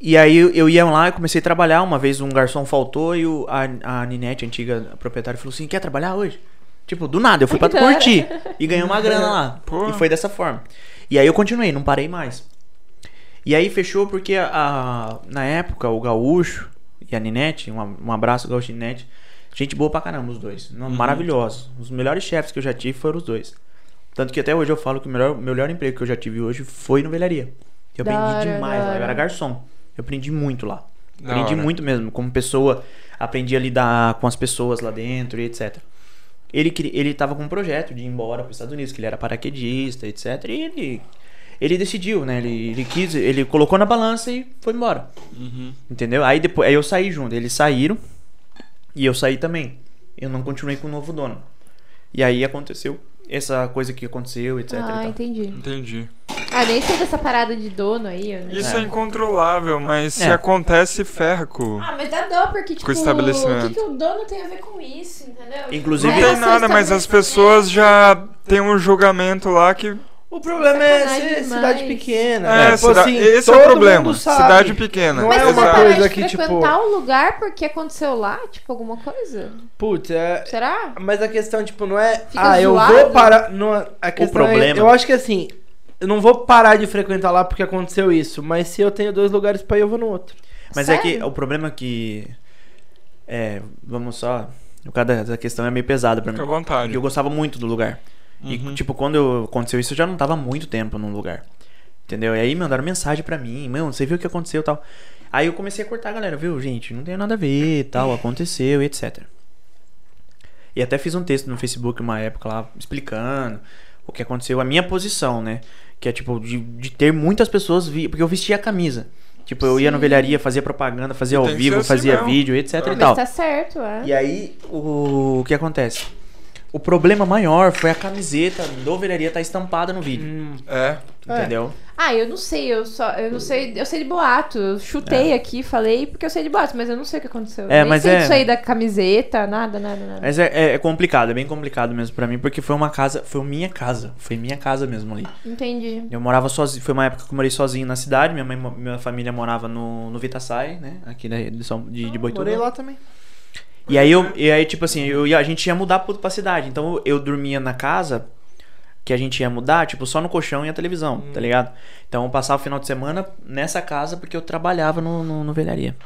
[SPEAKER 3] E aí eu eu ia lá e comecei a trabalhar. Uma vez um garçom faltou e o, a, a Ninete, a antiga proprietária, falou assim: quer trabalhar hoje? Tipo, do nada, eu fui pra
[SPEAKER 2] Que da hora.
[SPEAKER 3] curtir. E ganhei uma grana lá.
[SPEAKER 4] Pô.
[SPEAKER 3] E foi dessa forma. E aí eu continuei, não parei mais. E aí fechou porque a, a- na época o Gaúcho e a Ninete, um, a- um abraço Gaúcho e Ninete, gente boa pra caramba os dois, não-
[SPEAKER 4] Uhum.
[SPEAKER 3] maravilhosos. Os melhores chefes que eu já tive foram os dois. Tanto que até hoje eu falo que o melhor, o melhor emprego que eu já tive hoje foi no Velharia. Eu
[SPEAKER 2] Da
[SPEAKER 3] aprendi
[SPEAKER 2] hora, da
[SPEAKER 3] demais lá, eu
[SPEAKER 2] hora.
[SPEAKER 3] era garçom. Eu aprendi muito lá.
[SPEAKER 4] Da
[SPEAKER 3] Aprendi
[SPEAKER 4] hora.
[SPEAKER 3] muito mesmo, como pessoa, aprendi a lidar com as pessoas lá dentro e etc. Ele, queria- ele tava com um projeto de ir embora para os Estados Unidos, que ele era paraquedista, etc. E ele, ele decidiu, né? Ele, ele quis, ele colocou na balança e foi embora. Entendeu? Aí depois aí eu saí junto, eles saíram e eu saí também. Eu não continuei com o novo dono. E aí aconteceu essa coisa que aconteceu, etc. e
[SPEAKER 2] Ah,
[SPEAKER 3] tal.
[SPEAKER 2] entendi.
[SPEAKER 4] Entendi.
[SPEAKER 2] Ah, nem sei dessa parada de dono aí. eu não-
[SPEAKER 4] Isso é, incontrolável, mas se
[SPEAKER 3] É.
[SPEAKER 4] acontece, ferra com.
[SPEAKER 2] Ah, mas dá dó, porque, tipo,
[SPEAKER 4] o estabelecimento.
[SPEAKER 2] o que, que o dono tem a ver com isso, entendeu?
[SPEAKER 3] Inclusive-
[SPEAKER 4] Não
[SPEAKER 3] Inclusive-
[SPEAKER 2] Era
[SPEAKER 4] tem
[SPEAKER 2] só
[SPEAKER 4] nada, mas as pessoas já têm um julgamento lá que.
[SPEAKER 5] O problema é
[SPEAKER 2] Sacanagem
[SPEAKER 5] ser
[SPEAKER 2] demais.
[SPEAKER 5] cidade pequena.
[SPEAKER 4] É,
[SPEAKER 5] Tipo
[SPEAKER 4] cida-
[SPEAKER 5] assim,
[SPEAKER 4] esse
[SPEAKER 5] todo
[SPEAKER 4] é o
[SPEAKER 5] mundo
[SPEAKER 4] problema.
[SPEAKER 5] sabe.
[SPEAKER 4] Cidade pequena. tá
[SPEAKER 5] Não
[SPEAKER 2] Mas
[SPEAKER 5] é
[SPEAKER 2] você
[SPEAKER 5] uma
[SPEAKER 2] vai
[SPEAKER 4] Exato.
[SPEAKER 5] coisa
[SPEAKER 2] parar de
[SPEAKER 5] que, tipo-
[SPEAKER 2] frequentar um lugar porque aconteceu lá? Tipo, alguma coisa?
[SPEAKER 5] Putz, é.
[SPEAKER 2] Será?
[SPEAKER 5] Mas a questão, tipo, não é.
[SPEAKER 2] Fica
[SPEAKER 5] ah, eu
[SPEAKER 2] zoado?
[SPEAKER 5] vou parar. Não, a questão
[SPEAKER 3] problema-
[SPEAKER 5] É, eu acho que assim. Eu não vou parar de frequentar lá porque aconteceu isso. Mas se eu tenho dois lugares pra ir, eu vou no outro.
[SPEAKER 3] Mas é que
[SPEAKER 2] Sério?
[SPEAKER 3] o problema é que. É, vamos só. O cara dessa questão é meio pesada pra mim.
[SPEAKER 4] Fica à vontade.
[SPEAKER 3] Porque eu gostava muito do lugar.
[SPEAKER 4] Uhum.
[SPEAKER 3] E, tipo, quando eu- aconteceu isso, eu já não tava há muito tempo num lugar. Entendeu? E aí mandaram mensagem pra mim, mano, você viu o que aconteceu e tal. Aí eu comecei a cortar a galera, viu, gente? Não tem nada a ver e
[SPEAKER 4] Uhum.
[SPEAKER 3] tal, aconteceu e etc. E até fiz um texto no Facebook uma época lá, explicando o que aconteceu, a minha posição, né? Que é tipo, de, de ter muitas pessoas. Vi... Porque eu vestia a camisa. Tipo, eu ia no velharia, fazia propaganda, fazia
[SPEAKER 4] E
[SPEAKER 3] ao
[SPEAKER 4] tem que
[SPEAKER 3] vivo,
[SPEAKER 4] ser assim
[SPEAKER 3] fazia
[SPEAKER 4] mesmo.
[SPEAKER 3] vídeo, etc e
[SPEAKER 2] Mas
[SPEAKER 3] tal.
[SPEAKER 2] tá certo, é.
[SPEAKER 3] Então. E aí, o, o que acontece? O problema maior foi a camiseta do Velharia estar estampada no vídeo.
[SPEAKER 4] É.
[SPEAKER 5] Hum.
[SPEAKER 3] Entendeu?
[SPEAKER 2] Ah, eu não sei, eu só. Eu não sei. Eu sei de boato. Eu chutei aqui, falei porque eu sei de boato, mas eu não sei o que aconteceu.
[SPEAKER 3] É,
[SPEAKER 2] Nem
[SPEAKER 3] mas
[SPEAKER 2] sei
[SPEAKER 3] é-
[SPEAKER 2] disso aí da camiseta, nada, nada, nada.
[SPEAKER 3] Mas é, é- é complicado, é bem complicado mesmo pra mim, porque foi uma casa, foi minha casa, foi minha casa mesmo ali.
[SPEAKER 2] Entendi.
[SPEAKER 3] Eu morava sozinho, foi uma época que eu morei sozinho na cidade, minha mãe, mo- minha família morava no, no Vitaçai, né, aqui na, de, São- de, de Boituva.
[SPEAKER 5] Ah, Morei lá também.
[SPEAKER 3] E aí, eu, e aí tipo assim, eu ia- a gente ia mudar pro- pra cidade. Então eu dormia na casa que a gente ia mudar, tipo, só no colchão e a televisão, tá ligado? Então eu passava o final de semana nessa casa porque eu trabalhava no, no, no velharia.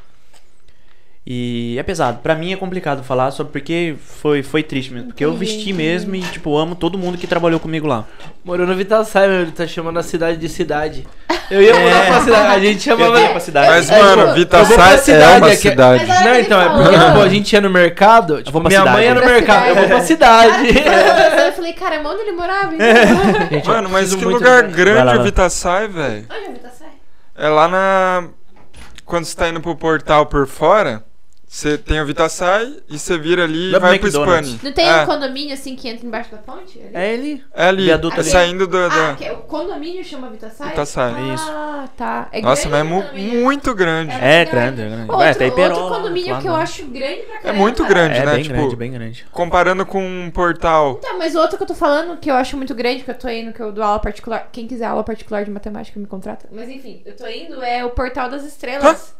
[SPEAKER 3] E é pesado. Pra mim é complicado falar só porque foi, foi triste mesmo. Porque eu
[SPEAKER 2] Entendi,
[SPEAKER 3] vesti
[SPEAKER 2] entendi.
[SPEAKER 3] mesmo e, tipo, amo todo mundo que trabalhou comigo lá.
[SPEAKER 5] Morou no Vital Simon, ele tá chamando a cidade de cidade. Eu ia mudar
[SPEAKER 3] É.
[SPEAKER 5] pra cidade, a gente chamava.
[SPEAKER 3] pra cidade.
[SPEAKER 4] Mas,
[SPEAKER 5] É,
[SPEAKER 4] mano,
[SPEAKER 5] tipo,
[SPEAKER 4] Vita
[SPEAKER 5] eu vou pra
[SPEAKER 4] Sai é
[SPEAKER 5] cidade
[SPEAKER 4] uma
[SPEAKER 5] aqui.
[SPEAKER 4] cidade.
[SPEAKER 2] Mas-
[SPEAKER 5] Não, então, é porque tipo, a gente ia no mercado, tipo,
[SPEAKER 3] vou pra
[SPEAKER 5] minha
[SPEAKER 3] cidade.
[SPEAKER 5] mãe ia no
[SPEAKER 2] Pra
[SPEAKER 5] mercado, eu
[SPEAKER 2] cidade.
[SPEAKER 5] vou pra cidade.
[SPEAKER 2] Eu falei, caramba, onde ele morava? Então?
[SPEAKER 5] Gente, eu
[SPEAKER 4] Mano, mas
[SPEAKER 5] preciso
[SPEAKER 4] que
[SPEAKER 5] muito-
[SPEAKER 4] lugar
[SPEAKER 3] Vai lá,
[SPEAKER 4] grande
[SPEAKER 3] vai
[SPEAKER 4] o
[SPEAKER 3] lá.
[SPEAKER 4] Vita Sai, velho.
[SPEAKER 2] Olha, me tá saindo.
[SPEAKER 4] É lá na. Quando você tá indo pro portal por fora, você tem o Vita Sai e você vira ali e
[SPEAKER 3] é
[SPEAKER 5] Lá pro
[SPEAKER 4] vai pro
[SPEAKER 5] McDonald's.
[SPEAKER 4] Spani.
[SPEAKER 2] Não tem
[SPEAKER 4] é,
[SPEAKER 2] um condomínio assim que entra embaixo da ponte? Ali?
[SPEAKER 5] É ele?
[SPEAKER 4] é ali,
[SPEAKER 3] viaduto
[SPEAKER 4] é
[SPEAKER 3] ali.
[SPEAKER 4] saindo do. do-
[SPEAKER 2] Ah, que é- o condomínio chama Vita Sai?
[SPEAKER 4] Vita Sai.
[SPEAKER 3] Isso.
[SPEAKER 2] Ah, tá. É
[SPEAKER 4] Nossa, mas é
[SPEAKER 2] grande o
[SPEAKER 4] mu-
[SPEAKER 2] condomínio.
[SPEAKER 4] muito grande.
[SPEAKER 3] É grande, é grande.
[SPEAKER 2] Outro,
[SPEAKER 3] Vai, até Iperola,
[SPEAKER 2] outro condomínio
[SPEAKER 3] lá
[SPEAKER 2] que eu
[SPEAKER 3] não.
[SPEAKER 2] acho grande pra
[SPEAKER 4] É
[SPEAKER 2] caramba.
[SPEAKER 4] muito grande,
[SPEAKER 3] É
[SPEAKER 4] né?
[SPEAKER 3] bem
[SPEAKER 4] tipo,
[SPEAKER 3] grande, bem grande.
[SPEAKER 4] comparando com um portal.
[SPEAKER 2] Tá, mas o outro que eu tô falando, que eu acho muito grande, que eu tô indo, que eu dou aula particular. Quem quiser aula particular de matemática, me contrata. Mas enfim, eu tô indo, é o Portal das Estrelas.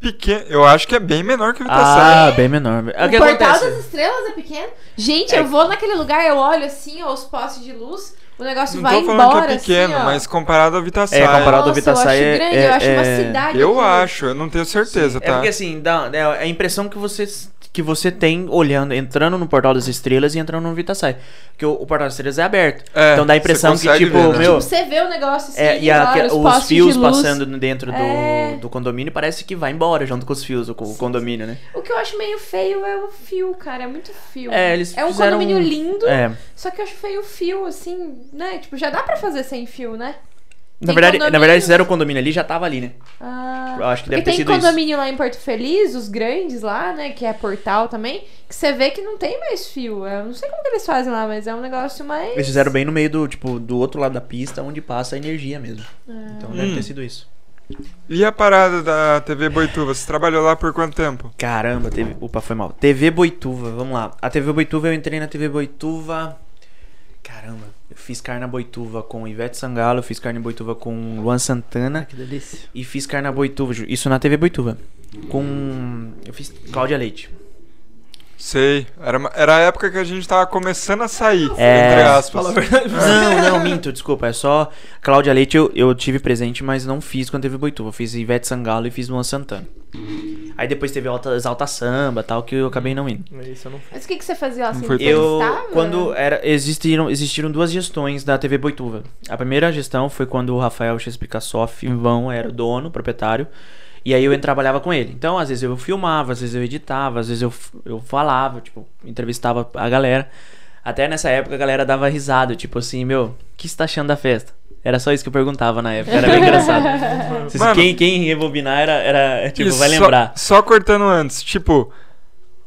[SPEAKER 4] Pequeno. Eu acho que é bem menor que o Vita Sai.
[SPEAKER 3] Ah, bem menor.
[SPEAKER 2] o
[SPEAKER 4] É
[SPEAKER 3] O que
[SPEAKER 2] Portal
[SPEAKER 3] acontece?
[SPEAKER 2] das Estrelas é pequeno? Gente, eu vou naquele lugar, eu olho assim, ó, os postes de luz, o negócio
[SPEAKER 4] Não
[SPEAKER 2] vai
[SPEAKER 4] tô
[SPEAKER 2] embora.
[SPEAKER 4] falando que é pequeno,
[SPEAKER 2] assim, ó.
[SPEAKER 4] mas comparado ao Vita Sai.
[SPEAKER 3] É, comparado ao
[SPEAKER 2] Nossa,
[SPEAKER 3] Vita
[SPEAKER 2] eu acho
[SPEAKER 3] Sai é-
[SPEAKER 2] grande,
[SPEAKER 3] é-
[SPEAKER 2] eu acho uma
[SPEAKER 3] é-
[SPEAKER 2] cidade.
[SPEAKER 4] Eu
[SPEAKER 2] aquilo.
[SPEAKER 4] acho, eu não tenho certeza,
[SPEAKER 3] É
[SPEAKER 4] tá?
[SPEAKER 3] porque assim, dá, é a impressão que você, que você tem olhando, entrando no Portal das Estrelas e entrando no VitaSai. Porque o, o Portal das Estrelas é aberto.
[SPEAKER 4] É,
[SPEAKER 3] então dá a
[SPEAKER 4] você
[SPEAKER 3] impressão que,
[SPEAKER 4] consegue
[SPEAKER 3] tipo,
[SPEAKER 4] ver, né?
[SPEAKER 3] meu.
[SPEAKER 2] Você vê o negócio assim,
[SPEAKER 3] é, e a-
[SPEAKER 2] embora,
[SPEAKER 3] os,
[SPEAKER 2] postes de
[SPEAKER 3] fios
[SPEAKER 2] luz.
[SPEAKER 3] passando dentro do,
[SPEAKER 2] É.
[SPEAKER 3] do condomínio parece que vai embora junto com os fios, o, co- o condomínio, né?
[SPEAKER 2] O que eu acho meio feio é o fio, cara. É muito fio.
[SPEAKER 3] É, eles
[SPEAKER 2] é um
[SPEAKER 3] fizeram
[SPEAKER 2] condomínio
[SPEAKER 3] um-
[SPEAKER 2] lindo,
[SPEAKER 3] É.
[SPEAKER 2] só que eu acho feio o fio, assim, né? Tipo, já dá pra fazer sem fio, né?
[SPEAKER 3] Na
[SPEAKER 2] Tem
[SPEAKER 3] verdade, na verdade,
[SPEAKER 2] condomínios-
[SPEAKER 3] fizeram o condomínio ali já tava ali, né?
[SPEAKER 2] Ah,
[SPEAKER 3] Eu acho que deve
[SPEAKER 2] porque
[SPEAKER 3] ter
[SPEAKER 2] tem
[SPEAKER 3] sido isso.
[SPEAKER 2] condomínio lá em Porto Feliz, os grandes lá, né? Que é portal também, que você vê que não tem mais fio. É, Eu não sei como que eles fazem lá, mas é um negócio mais.
[SPEAKER 3] Eles fizeram bem no meio do, tipo, do outro lado da pista onde passa a energia mesmo.
[SPEAKER 2] É.
[SPEAKER 3] Então deve
[SPEAKER 4] Hum.
[SPEAKER 3] ter sido isso.
[SPEAKER 4] E a parada da TV Boituva? Você trabalhou lá por quanto tempo?
[SPEAKER 3] Caramba, teve. Opa, foi mal. TV Boituva, vamos lá. A TV Boituva, eu entrei na TV Boituva. Caramba, eu fiz carne na Boituva com Ivete Sangalo, eu fiz carne na Boituva com Luan Santana
[SPEAKER 5] Que delícia.
[SPEAKER 3] e fiz carne na Boituva, ju- isso na TV Boituva, com. Eu fiz Cláudia Leite.
[SPEAKER 4] Sei. Era, uma- era a época que a gente tava começando a sair,
[SPEAKER 3] É.
[SPEAKER 4] entre
[SPEAKER 5] Fala a
[SPEAKER 4] aspas.
[SPEAKER 5] verdade.
[SPEAKER 3] Não, não, minto, desculpa, é só. Cláudia Leite eu, eu tive presente, mas não fiz quando teve Boituva. Eu fiz Ivete Sangalo e fiz Luan Santana. Aí depois teve alta, Exalta Samba tal, que eu acabei não indo.
[SPEAKER 5] É Isso eu não
[SPEAKER 2] Mas o que, que você fazia lá assim?
[SPEAKER 4] foi tão-
[SPEAKER 3] Eu,
[SPEAKER 2] entrevistava?
[SPEAKER 3] quando era, existiram, existiram duas gestões da TV Boituva. A primeira gestão foi quando o Rafael Chespikassoff, em vão, era o dono, o proprietário. E aí eu trabalhava com ele. Então, às vezes eu filmava, às vezes eu editava, às vezes eu, f- eu falava, tipo, entrevistava a galera. Até nessa época a galera dava risada, tipo assim, meu, o que você tá achando da festa? Era só isso que eu perguntava na época, era bem engraçado. Vocês-
[SPEAKER 4] Mano.
[SPEAKER 3] quem, quem rebobinar era, era tipo,
[SPEAKER 4] E
[SPEAKER 3] vai
[SPEAKER 4] só-
[SPEAKER 3] lembrar.
[SPEAKER 4] Só, cortando antes, tipo,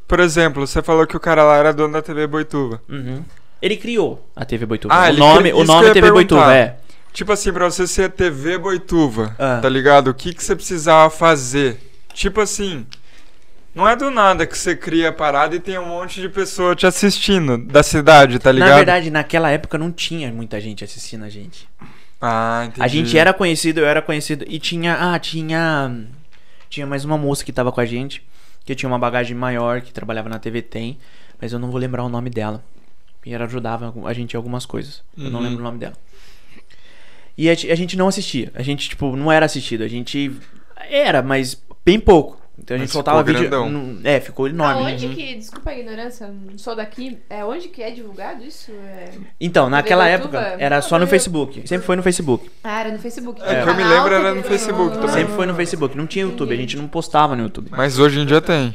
[SPEAKER 4] por exemplo, você falou que o cara lá era dono da TV Boituva.
[SPEAKER 3] Uhum. Ele criou a TV Boituva.
[SPEAKER 4] Ah,
[SPEAKER 3] o
[SPEAKER 4] ele
[SPEAKER 3] nome,
[SPEAKER 4] cri-
[SPEAKER 3] o
[SPEAKER 4] isso que eu
[SPEAKER 3] nome
[SPEAKER 4] ia
[SPEAKER 3] TV Boituva,
[SPEAKER 4] perguntar.
[SPEAKER 3] é.
[SPEAKER 4] Tipo assim, pra você ser TV Boituva,
[SPEAKER 3] Ah.
[SPEAKER 4] tá ligado? O que, que você precisava fazer? Tipo assim, não é do nada que você cria a parada e tem um monte de pessoa te assistindo da cidade, tá ligado?
[SPEAKER 3] Na verdade, naquela época não tinha muita gente assistindo a gente.
[SPEAKER 4] ah, entendi.
[SPEAKER 3] A gente era conhecido, eu era conhecido. E tinha. Ah, tinha. Tinha mais uma moça que tava com a gente. Que tinha uma bagagem maior, que trabalhava na TV Tem. Mas eu não vou lembrar o nome dela. E ela ajudava a gente em algumas coisas. Eu não
[SPEAKER 4] Uhum.
[SPEAKER 3] lembro o nome dela. E a, gente- a gente não assistia. A gente, tipo, não era assistido. A gente. Era, mas bem pouco. Então a
[SPEAKER 4] Mas
[SPEAKER 3] gente soltava
[SPEAKER 4] ficou
[SPEAKER 3] vídeo.
[SPEAKER 4] grandão.
[SPEAKER 3] não- é, ficou enorme.
[SPEAKER 2] Aonde
[SPEAKER 3] uhum.
[SPEAKER 2] que, desculpa a ignorância, não sou daqui, é onde que é divulgado isso? É...
[SPEAKER 3] Então, naquela
[SPEAKER 2] Boituva?
[SPEAKER 3] época, era
[SPEAKER 2] Não,
[SPEAKER 3] só no
[SPEAKER 2] eu-
[SPEAKER 3] Facebook. Sempre foi no Facebook.
[SPEAKER 2] Ah, era no Facebook.
[SPEAKER 4] É,
[SPEAKER 2] Tinha
[SPEAKER 4] que eu me
[SPEAKER 2] canal,
[SPEAKER 4] lembro era
[SPEAKER 2] TV
[SPEAKER 4] no Facebook também.
[SPEAKER 3] Sempre foi no Facebook, não tinha YouTube, a gente não postava no YouTube.
[SPEAKER 4] Mas hoje em dia tem.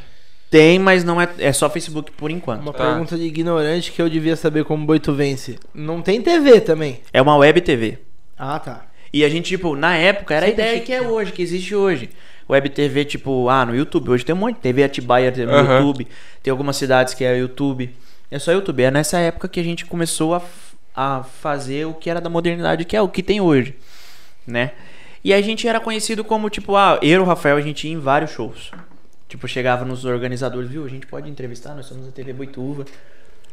[SPEAKER 3] Tem, mas não é, é só Facebook por enquanto.
[SPEAKER 5] Uma
[SPEAKER 4] Tá.
[SPEAKER 5] pergunta de ignorante que eu devia saber como Boito vence. Não tem TV também.
[SPEAKER 3] É uma web TV.
[SPEAKER 5] Ah, tá.
[SPEAKER 3] E a gente, tipo, na época era a
[SPEAKER 5] Sempre
[SPEAKER 3] ideia
[SPEAKER 5] achei
[SPEAKER 3] que é hoje, que existe hoje. Web TV, tipo, ah, no YouTube. Hoje tem um monte de TV Atibaia tem no
[SPEAKER 4] Aham.
[SPEAKER 3] YouTube. Tem algumas cidades que é YouTube. É só YouTube. É nessa época que a gente começou a, f- a fazer o que era da modernidade, que é o que tem hoje, né? E a gente era conhecido como, tipo, ah, eu e o Rafael, a gente ia em vários shows. Tipo, chegava nos organizadores, viu? A gente pode entrevistar, nós somos a TV Boituva.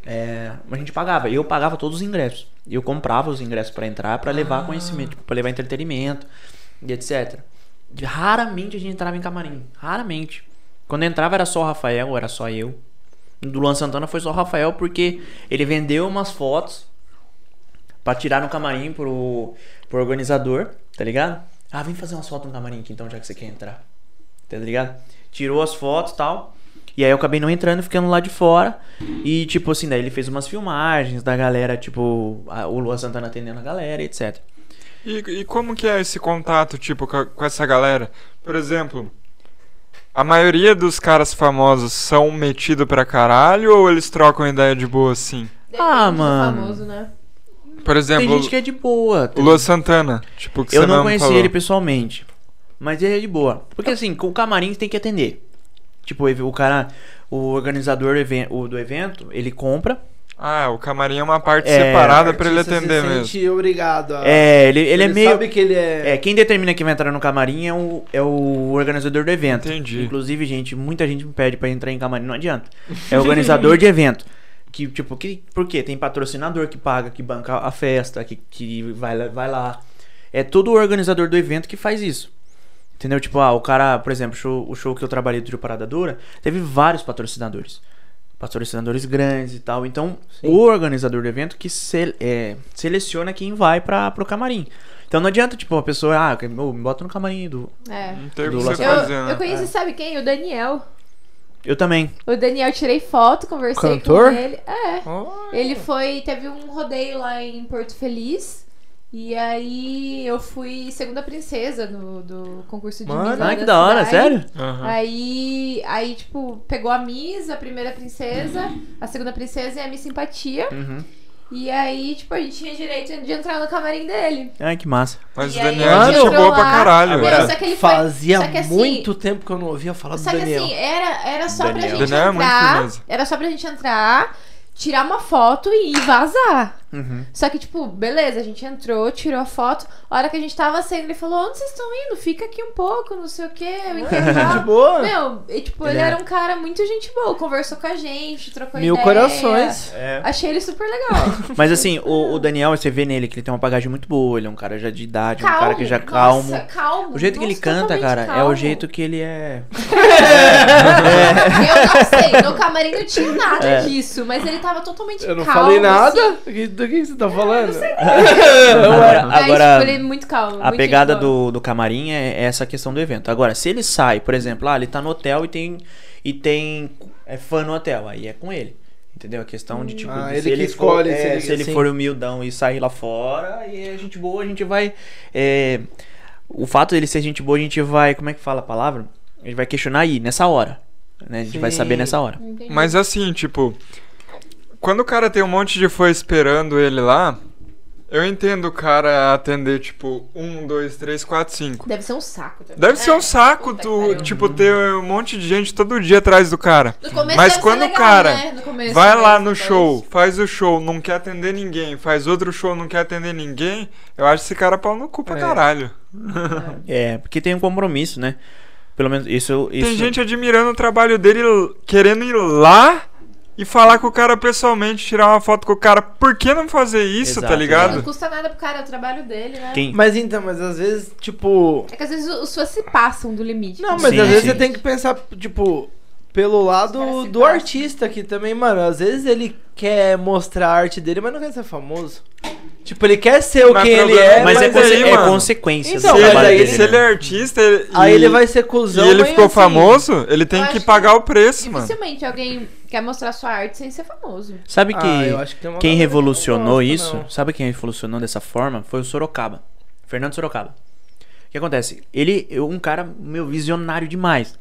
[SPEAKER 3] É, mas a gente pagava. Eu pagava todos os ingressos. Eu comprava os ingressos pra entrar, pra levar conhecimento, tipo, pra levar entretenimento e etc. De- Raramente a gente entrava em camarim. Raramente. Quando entrava era só o Rafael, era só eu. Do Luan Santana foi só o Rafael porque ele vendeu umas fotos pra tirar no camarim pro, pro organizador, tá ligado? Ah, vem fazer umas fotos no camarim aqui então, já que você quer entrar. Tá ligado? Tirou as fotos e tal. E aí eu acabei não entrando, ficando lá de fora. E, tipo assim, daí ele fez umas filmagens da galera, tipo, a- o Luan Santana atendendo a galera, etc.
[SPEAKER 4] E, e como que é esse contato, tipo, com, a- com essa galera? Por exemplo, a maioria dos caras famosos são metido pra caralho ou eles trocam ideia de boa assim?
[SPEAKER 2] Depende do
[SPEAKER 3] Ah, mano.
[SPEAKER 2] é famoso, né?
[SPEAKER 4] Por
[SPEAKER 3] Tem
[SPEAKER 4] exemplo,
[SPEAKER 3] gente que é de boa.
[SPEAKER 4] o
[SPEAKER 3] tá
[SPEAKER 4] Lua Santana, tipo, que
[SPEAKER 3] Eu
[SPEAKER 4] você
[SPEAKER 3] não
[SPEAKER 4] não
[SPEAKER 3] conheci
[SPEAKER 4] falou.
[SPEAKER 3] ele pessoalmente. Mas ele é de boa. Porque assim, com o camarim você tem que atender. Tipo, o ev- o cara, o organizador do even- o- do evento, ele compra.
[SPEAKER 4] Ah, o camarim é uma parte
[SPEAKER 3] É,
[SPEAKER 4] separada pra ele
[SPEAKER 5] Artista
[SPEAKER 4] atender
[SPEAKER 5] se
[SPEAKER 4] mesmo.
[SPEAKER 5] Sente obrigado a...
[SPEAKER 3] É, ele, ele, é meio.
[SPEAKER 5] sabe que Ah, ele é...
[SPEAKER 3] É, quem determina quem vai entrar no camarim é o, é o organizador do evento.
[SPEAKER 4] Entendi.
[SPEAKER 3] Inclusive, gente, muita gente me pede pra entrar em camarim, não adianta. É organizador de evento. Que, tipo, que, por quê? Tem patrocinador que paga, que banca a festa, que, que vai, lá- vai lá. É todo o organizador do evento que faz isso. Entendeu? Tipo, ah, o cara, por exemplo, show- o show que eu trabalhei do Trio Parada Dura, teve vários patrocinadores. Patrocinadores grandes e tal. Então, o organizador do evento que se- é, seleciona quem vai pra, pro camarim. Então não adianta, tipo, uma pessoa, ah, que- ô, me bota no camarim do.
[SPEAKER 2] É.
[SPEAKER 4] Não tem o que
[SPEAKER 3] Do
[SPEAKER 4] você
[SPEAKER 3] Lua
[SPEAKER 4] fazer,
[SPEAKER 2] Eu,
[SPEAKER 4] né?
[SPEAKER 2] eu conheci, sabe quem? O Daniel.
[SPEAKER 3] Eu também.
[SPEAKER 2] O Daniel, tirei foto, conversei
[SPEAKER 5] Cantor?
[SPEAKER 2] com ele. É.
[SPEAKER 4] Oh,
[SPEAKER 2] Ele foi, teve um rodeio lá em Porto Feliz. E aí eu fui segunda princesa no, do concurso de
[SPEAKER 5] Mano,
[SPEAKER 2] Miss lá
[SPEAKER 3] Ah, que da hora,
[SPEAKER 2] cidade.
[SPEAKER 3] sério?
[SPEAKER 2] Ah,
[SPEAKER 4] aham.
[SPEAKER 2] Aí, aí, tipo, pegou a Miss, a primeira princesa, a segunda princesa e a Miss Simpatia.
[SPEAKER 3] Uhum.
[SPEAKER 2] E aí, tipo, a gente tinha direito de entrar no camarim dele.
[SPEAKER 3] Ai, que massa.
[SPEAKER 4] Mas
[SPEAKER 2] E
[SPEAKER 4] o
[SPEAKER 2] aí
[SPEAKER 4] Daniel
[SPEAKER 5] ele
[SPEAKER 4] é gente
[SPEAKER 2] entrou
[SPEAKER 4] boa pra
[SPEAKER 2] lá,
[SPEAKER 4] caralho.
[SPEAKER 2] Agora,
[SPEAKER 4] velho.
[SPEAKER 2] só que ele foi-
[SPEAKER 5] Fazia
[SPEAKER 2] só que assim-
[SPEAKER 5] muito tempo que eu não ouvia falar do
[SPEAKER 2] Só que
[SPEAKER 5] Daniel.
[SPEAKER 2] assim, era, era só pra
[SPEAKER 3] Daniel.
[SPEAKER 2] gente
[SPEAKER 4] Daniel é muito
[SPEAKER 2] entrar.
[SPEAKER 4] firmeza.
[SPEAKER 2] era só pra gente entrar, tirar uma foto e vazar.
[SPEAKER 3] Uhum.
[SPEAKER 2] Só que, tipo, beleza, a gente entrou, tirou a foto. A hora que a gente tava saindo, ele falou: onde vocês estão indo? Fica aqui um pouco, não sei o quê. Eu
[SPEAKER 5] Gente
[SPEAKER 2] entendi.
[SPEAKER 5] boa.
[SPEAKER 2] assim, Meu, e tipo,
[SPEAKER 3] É. Ele
[SPEAKER 2] ele,
[SPEAKER 3] é-
[SPEAKER 2] era um cara muito gente boa, conversou com a gente, trocou
[SPEAKER 5] Mil
[SPEAKER 2] ideia.
[SPEAKER 5] corações.
[SPEAKER 3] É.
[SPEAKER 2] Achei ele super legal.
[SPEAKER 3] Mas assim, o, o Daniel, você vê nele que ele tem uma bagagem muito boa, ele é um cara já de idade, um
[SPEAKER 2] calmo,
[SPEAKER 3] cara que já é
[SPEAKER 2] nossa,
[SPEAKER 3] calmo.
[SPEAKER 2] calmo.
[SPEAKER 3] O jeito que ele
[SPEAKER 2] nossa,
[SPEAKER 3] canta,
[SPEAKER 2] totalmente
[SPEAKER 3] cara, é
[SPEAKER 2] calmo.
[SPEAKER 3] o jeito que ele é.
[SPEAKER 2] Eu não sei, no camarim não tinha nada
[SPEAKER 3] É.
[SPEAKER 2] disso, mas ele tava totalmente
[SPEAKER 5] Eu não
[SPEAKER 2] calmo.
[SPEAKER 5] falei
[SPEAKER 2] assim.
[SPEAKER 5] nada. Do que, do que você tá falando?
[SPEAKER 3] Agora,
[SPEAKER 2] Mas,
[SPEAKER 3] agora,
[SPEAKER 2] tipo, ele é muito calmo.
[SPEAKER 3] a pegada do, do camarim é, é essa questão do evento. Agora, se ele sai, por exemplo, ah, ele tá no hotel e tem e tem é fã no hotel, aí é com ele. Entendeu? A questão de tipo,
[SPEAKER 5] Ah,
[SPEAKER 3] de
[SPEAKER 5] ele
[SPEAKER 3] se
[SPEAKER 5] que escolhe,
[SPEAKER 3] for,
[SPEAKER 5] se
[SPEAKER 3] é,
[SPEAKER 5] ele-
[SPEAKER 3] se ele
[SPEAKER 5] sim.
[SPEAKER 3] for humildão e sair lá fora, e é gente boa, a gente vai é, o fato dele ser gente boa, a gente vai, como é que fala a palavra? A gente vai questionar aí nessa hora, né? A gente vai
[SPEAKER 5] Sim.
[SPEAKER 3] saber nessa hora.
[SPEAKER 4] Mas assim, tipo, quando o cara tem um monte de fã esperando ele lá, eu entendo o cara atender, tipo, um, dois, três, quatro, cinco.
[SPEAKER 2] Deve ser um saco. também.
[SPEAKER 4] Deve ser um saco
[SPEAKER 2] puta que
[SPEAKER 4] tu,
[SPEAKER 2] pariu.
[SPEAKER 4] tipo, ter um monte de gente todo dia atrás do cara.
[SPEAKER 2] No começo
[SPEAKER 4] Mas
[SPEAKER 2] deve ser
[SPEAKER 4] quando o
[SPEAKER 2] legal,
[SPEAKER 4] cara
[SPEAKER 2] né? No começo,
[SPEAKER 4] Vai
[SPEAKER 2] né?
[SPEAKER 4] lá no
[SPEAKER 2] Depois-
[SPEAKER 4] show, faz o show, não quer atender ninguém, faz outro show, não quer atender ninguém, eu acho esse cara pau no cu pra
[SPEAKER 5] É.
[SPEAKER 4] caralho.
[SPEAKER 3] É, porque tem um compromisso, né? Pelo menos isso isso
[SPEAKER 4] Tem gente admirando o trabalho dele, l- querendo ir lá e falar com o cara pessoalmente, tirar uma foto com o cara. Por que não fazer isso,
[SPEAKER 3] Exato,
[SPEAKER 4] tá
[SPEAKER 2] Não
[SPEAKER 4] ligado?
[SPEAKER 2] custa nada pro cara, é o trabalho dele, né?
[SPEAKER 3] quem
[SPEAKER 5] Mas então, mas às vezes, tipo.
[SPEAKER 2] É que às vezes os fãs se passam do limite.
[SPEAKER 5] Não, mas
[SPEAKER 3] Sim,
[SPEAKER 5] às vezes
[SPEAKER 3] sim.
[SPEAKER 5] você tem que pensar, tipo, pelo
[SPEAKER 2] caras
[SPEAKER 5] lado
[SPEAKER 2] se
[SPEAKER 5] do
[SPEAKER 2] passam.
[SPEAKER 5] artista que também, mano, às vezes ele quer mostrar a arte dele, mas não quer ser famoso. Tipo, ele quer ser o
[SPEAKER 4] Mas
[SPEAKER 5] que ele
[SPEAKER 4] problema-
[SPEAKER 5] é,
[SPEAKER 3] Mas,
[SPEAKER 5] mas,
[SPEAKER 3] é,
[SPEAKER 4] aí,
[SPEAKER 3] conse- é
[SPEAKER 4] mano.
[SPEAKER 3] consequência
[SPEAKER 5] Então,
[SPEAKER 3] do
[SPEAKER 5] mas
[SPEAKER 3] trabalho
[SPEAKER 5] aí
[SPEAKER 3] dele.
[SPEAKER 4] se ele
[SPEAKER 3] né?
[SPEAKER 4] é artista ele-
[SPEAKER 5] aí
[SPEAKER 4] e,
[SPEAKER 5] ele vai ser
[SPEAKER 4] e
[SPEAKER 5] cuzão.
[SPEAKER 4] ele
[SPEAKER 5] mas,
[SPEAKER 4] ficou
[SPEAKER 5] assim,
[SPEAKER 4] famoso, ele
[SPEAKER 2] Eu
[SPEAKER 4] tem que
[SPEAKER 2] acho
[SPEAKER 4] pagar
[SPEAKER 2] que
[SPEAKER 4] o preço, mano.
[SPEAKER 2] Dificilmente alguém quer mostrar sua arte sem ser famoso.
[SPEAKER 3] Sabe que,
[SPEAKER 5] Ah, eu acho que tem uma galera
[SPEAKER 3] quem
[SPEAKER 5] que não
[SPEAKER 3] revolucionou
[SPEAKER 5] gosta,
[SPEAKER 3] isso?
[SPEAKER 5] não.
[SPEAKER 3] Sabe quem revolucionou dessa forma? Foi o Sorocaba. Fernando Sorocaba. O que acontece? Ele é um cara, meu, visionário demais.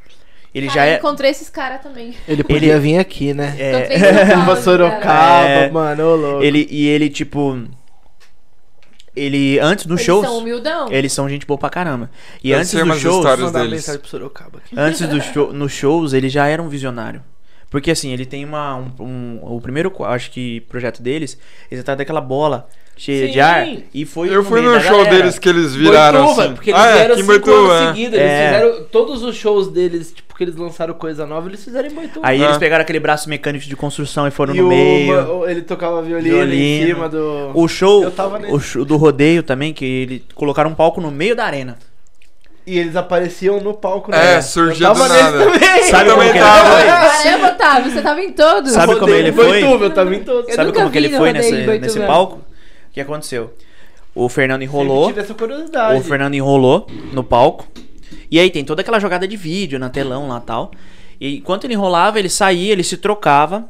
[SPEAKER 3] Ele
[SPEAKER 2] Cara,
[SPEAKER 3] já é.
[SPEAKER 2] encontrei esses caras também.
[SPEAKER 5] Ele
[SPEAKER 3] podia
[SPEAKER 5] podia vir aqui, né?
[SPEAKER 3] é-
[SPEAKER 2] Encontrei em São Paulo,
[SPEAKER 5] Pra Sorocaba,
[SPEAKER 3] É.
[SPEAKER 5] mano, ô louco.
[SPEAKER 3] ele, e ele, tipo. Ele, antes dos
[SPEAKER 2] Eles
[SPEAKER 3] shows.
[SPEAKER 2] são um humildão.
[SPEAKER 3] Eles são gente boa pra caramba. E
[SPEAKER 4] Eu
[SPEAKER 3] antes
[SPEAKER 4] sei
[SPEAKER 3] dos
[SPEAKER 4] umas
[SPEAKER 3] shows.
[SPEAKER 4] histórias.
[SPEAKER 5] Vou mandar uma
[SPEAKER 4] deles.
[SPEAKER 5] mensagem pro Sorocaba aqui.
[SPEAKER 3] Antes dos show, nos shows, ele já era um visionário. Porque assim, ele tem uma. um- um- o primeiro, co- acho que, projeto deles, eles tá daquela bola cheia de
[SPEAKER 5] Sim.
[SPEAKER 3] ar. E foi
[SPEAKER 4] Eu fui
[SPEAKER 3] meio
[SPEAKER 4] no
[SPEAKER 3] da
[SPEAKER 4] show
[SPEAKER 3] galera.
[SPEAKER 4] deles que eles viraram
[SPEAKER 5] Boituva,
[SPEAKER 4] assim.
[SPEAKER 5] porque eles
[SPEAKER 4] ah, é,
[SPEAKER 5] vieram
[SPEAKER 4] aqui em
[SPEAKER 5] cinco
[SPEAKER 4] Boituva,
[SPEAKER 5] anos
[SPEAKER 4] é.
[SPEAKER 5] seguidos, eles
[SPEAKER 3] É.
[SPEAKER 5] fizeram todos os shows deles, tipo, que eles lançaram coisa nova, eles fizeram em Boituva.
[SPEAKER 3] Aí
[SPEAKER 4] Ah.
[SPEAKER 3] eles pegaram aquele braço mecânico de construção e foram
[SPEAKER 5] E
[SPEAKER 3] no
[SPEAKER 5] o-
[SPEAKER 3] meio.
[SPEAKER 5] o- ele tocava violino, em
[SPEAKER 3] Violino.
[SPEAKER 5] cima do...
[SPEAKER 3] O show,
[SPEAKER 5] Eu tava nesse.
[SPEAKER 3] o show do rodeio também, que ele colocaram um palco no meio da arena.
[SPEAKER 5] E eles apareciam no palco,
[SPEAKER 4] É,
[SPEAKER 5] né?
[SPEAKER 4] surgia
[SPEAKER 5] Eu
[SPEAKER 4] do
[SPEAKER 5] tava nesse
[SPEAKER 4] nada.
[SPEAKER 5] também.
[SPEAKER 3] Sabe
[SPEAKER 4] Eu também
[SPEAKER 3] como que ele
[SPEAKER 4] tava.
[SPEAKER 3] foi?
[SPEAKER 2] Caramba, Otávio, você tava em todos.
[SPEAKER 3] é Sabe como
[SPEAKER 5] Rodeio
[SPEAKER 3] ele
[SPEAKER 5] em
[SPEAKER 3] foi?
[SPEAKER 5] Boituva, eu tava em todos.
[SPEAKER 2] Eu
[SPEAKER 3] Sabe
[SPEAKER 2] nunca
[SPEAKER 3] como que
[SPEAKER 2] vi
[SPEAKER 3] ele
[SPEAKER 2] no
[SPEAKER 3] foi
[SPEAKER 2] rodeio
[SPEAKER 3] nesse,
[SPEAKER 2] de Boituva.
[SPEAKER 3] nesse palco? O que aconteceu? O Fernando enrolou.
[SPEAKER 5] Sempre tive essa curiosidade.
[SPEAKER 3] O Fernando enrolou no palco. E aí tem toda aquela jogada de vídeo na telão lá tal. E enquanto ele enrolava, ele saía, ele se trocava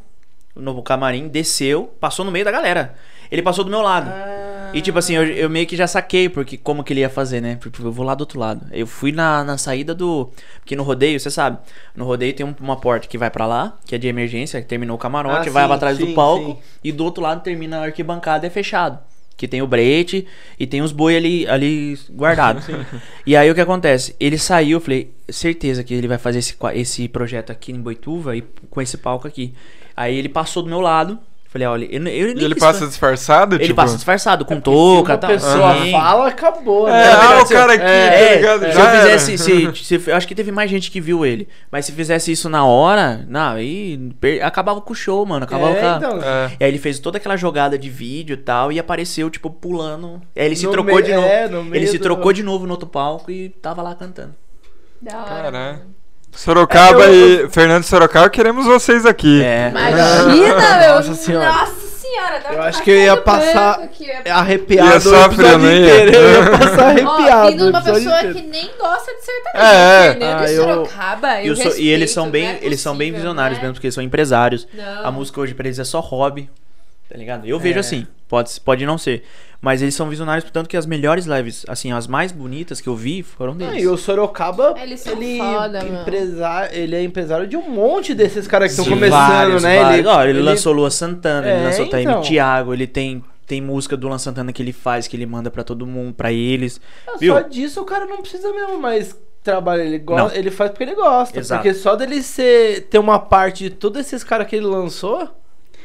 [SPEAKER 3] no camarim, desceu, passou no meio da galera. Ele passou do meu lado.
[SPEAKER 5] Ah. É,
[SPEAKER 3] E tipo assim, eu, eu meio que já saquei porque como que ele ia fazer, né? Porque eu vou lá do outro lado. Eu fui na, na saída do. Porque no rodeio, você sabe, no rodeio tem um- uma porta que vai pra lá, que é de emergência, que terminou o
[SPEAKER 5] Ah,
[SPEAKER 3] camarote,
[SPEAKER 5] sim,
[SPEAKER 3] vai lá atrás
[SPEAKER 5] sim,
[SPEAKER 3] do palco,
[SPEAKER 5] sim.
[SPEAKER 3] e do outro lado termina a arquibancada e é fechado. Que tem o brete e tem os boi ali, ali guardados. e aí o que acontece? Ele saiu, eu falei, certeza que ele vai fazer esse, qua- esse projeto aqui em Boituva e com esse palco aqui. Aí ele passou do meu lado, falei, olha, eu, eu nem
[SPEAKER 4] E ele
[SPEAKER 3] quis-
[SPEAKER 4] passa disfarçado?
[SPEAKER 3] ele
[SPEAKER 4] tipo...
[SPEAKER 3] passa disfarçado, com
[SPEAKER 5] É Se
[SPEAKER 3] touca
[SPEAKER 5] uma
[SPEAKER 3] e tal. assim.
[SPEAKER 5] pessoa
[SPEAKER 3] Sim.
[SPEAKER 5] fala, acabou,
[SPEAKER 4] É,
[SPEAKER 5] né?
[SPEAKER 4] ah, o cara aqui, tá
[SPEAKER 3] É,
[SPEAKER 4] ligado?
[SPEAKER 3] se
[SPEAKER 4] Já
[SPEAKER 3] eu
[SPEAKER 4] era.
[SPEAKER 3] fizesse. Se, se- eu acho que teve mais gente que viu ele. Mas se fizesse isso na hora, não, aí per- acabava com o show, mano. Acabava com a-
[SPEAKER 5] É, então,
[SPEAKER 4] É.
[SPEAKER 3] E aí ele fez toda aquela jogada de vídeo e tal, e apareceu, tipo, pulando. Aí ele se
[SPEAKER 5] No
[SPEAKER 3] trocou
[SPEAKER 5] meio-
[SPEAKER 3] de novo.
[SPEAKER 5] é, no meio
[SPEAKER 3] ele se
[SPEAKER 5] do-
[SPEAKER 3] trocou de novo no outro palco e tava lá cantando.
[SPEAKER 2] Da hora.
[SPEAKER 4] Caralho. Sorocaba
[SPEAKER 5] É, eu-
[SPEAKER 4] e Fernando Sorocaba, queremos vocês aqui.
[SPEAKER 3] É. Ah,
[SPEAKER 2] Imagina, meu.
[SPEAKER 5] Nossa senhora.
[SPEAKER 2] Nossa senhora. dá
[SPEAKER 5] Eu
[SPEAKER 2] um
[SPEAKER 5] acho que eu ia
[SPEAKER 2] café
[SPEAKER 5] passar-
[SPEAKER 2] branco aqui,
[SPEAKER 4] né?
[SPEAKER 2] é-
[SPEAKER 4] Ia
[SPEAKER 5] Arrepiado o
[SPEAKER 4] sofrer,
[SPEAKER 5] episódio
[SPEAKER 4] não ia?
[SPEAKER 5] inteiro. Eu ia passar
[SPEAKER 2] Ó,
[SPEAKER 5] arrepiado.
[SPEAKER 2] vindo de uma
[SPEAKER 5] o episódio
[SPEAKER 2] pessoa
[SPEAKER 5] inteiro.
[SPEAKER 2] que nem gosta de sertanejo.
[SPEAKER 4] É, é.
[SPEAKER 2] Fernando
[SPEAKER 5] Ah,
[SPEAKER 2] de
[SPEAKER 5] eu-
[SPEAKER 2] Sorocaba,
[SPEAKER 3] E,
[SPEAKER 2] eu
[SPEAKER 3] eu sou- e eles são
[SPEAKER 2] respeito,
[SPEAKER 3] bem,
[SPEAKER 2] não é
[SPEAKER 3] eles são bem
[SPEAKER 2] possível,
[SPEAKER 3] visionários
[SPEAKER 2] né?
[SPEAKER 3] mesmo, porque eles são empresários.
[SPEAKER 2] Não.
[SPEAKER 3] A música hoje pra eles é só hobby, tá ligado? Eu
[SPEAKER 5] É.
[SPEAKER 3] vejo assim, pode, se- pode não ser. Mas eles são visionários, portanto que as melhores lives, assim, as mais bonitas que eu vi foram
[SPEAKER 5] Ah,
[SPEAKER 3] deles.
[SPEAKER 5] e o Sorocaba,
[SPEAKER 2] Eles são
[SPEAKER 5] ele,
[SPEAKER 2] foda, mano.
[SPEAKER 5] empresa- ele é empresário de um monte desses caras que estão
[SPEAKER 3] De
[SPEAKER 5] começando,
[SPEAKER 3] vários,
[SPEAKER 5] né?
[SPEAKER 3] vários. Ó, ele, lançou Lua Santana,
[SPEAKER 5] É,
[SPEAKER 3] ele lançou Taime
[SPEAKER 5] então.
[SPEAKER 3] Thiago, ele tem, tem música do Luan Santana que ele faz, que ele manda pra todo mundo, pra eles.
[SPEAKER 5] Só
[SPEAKER 3] viu?
[SPEAKER 5] disso o cara não precisa mesmo mais trabalhar. Ele, go-
[SPEAKER 3] Não.
[SPEAKER 5] ele faz porque ele gosta.
[SPEAKER 3] Exato.
[SPEAKER 5] Porque só dele ser, ter uma parte de todos esses caras que ele lançou,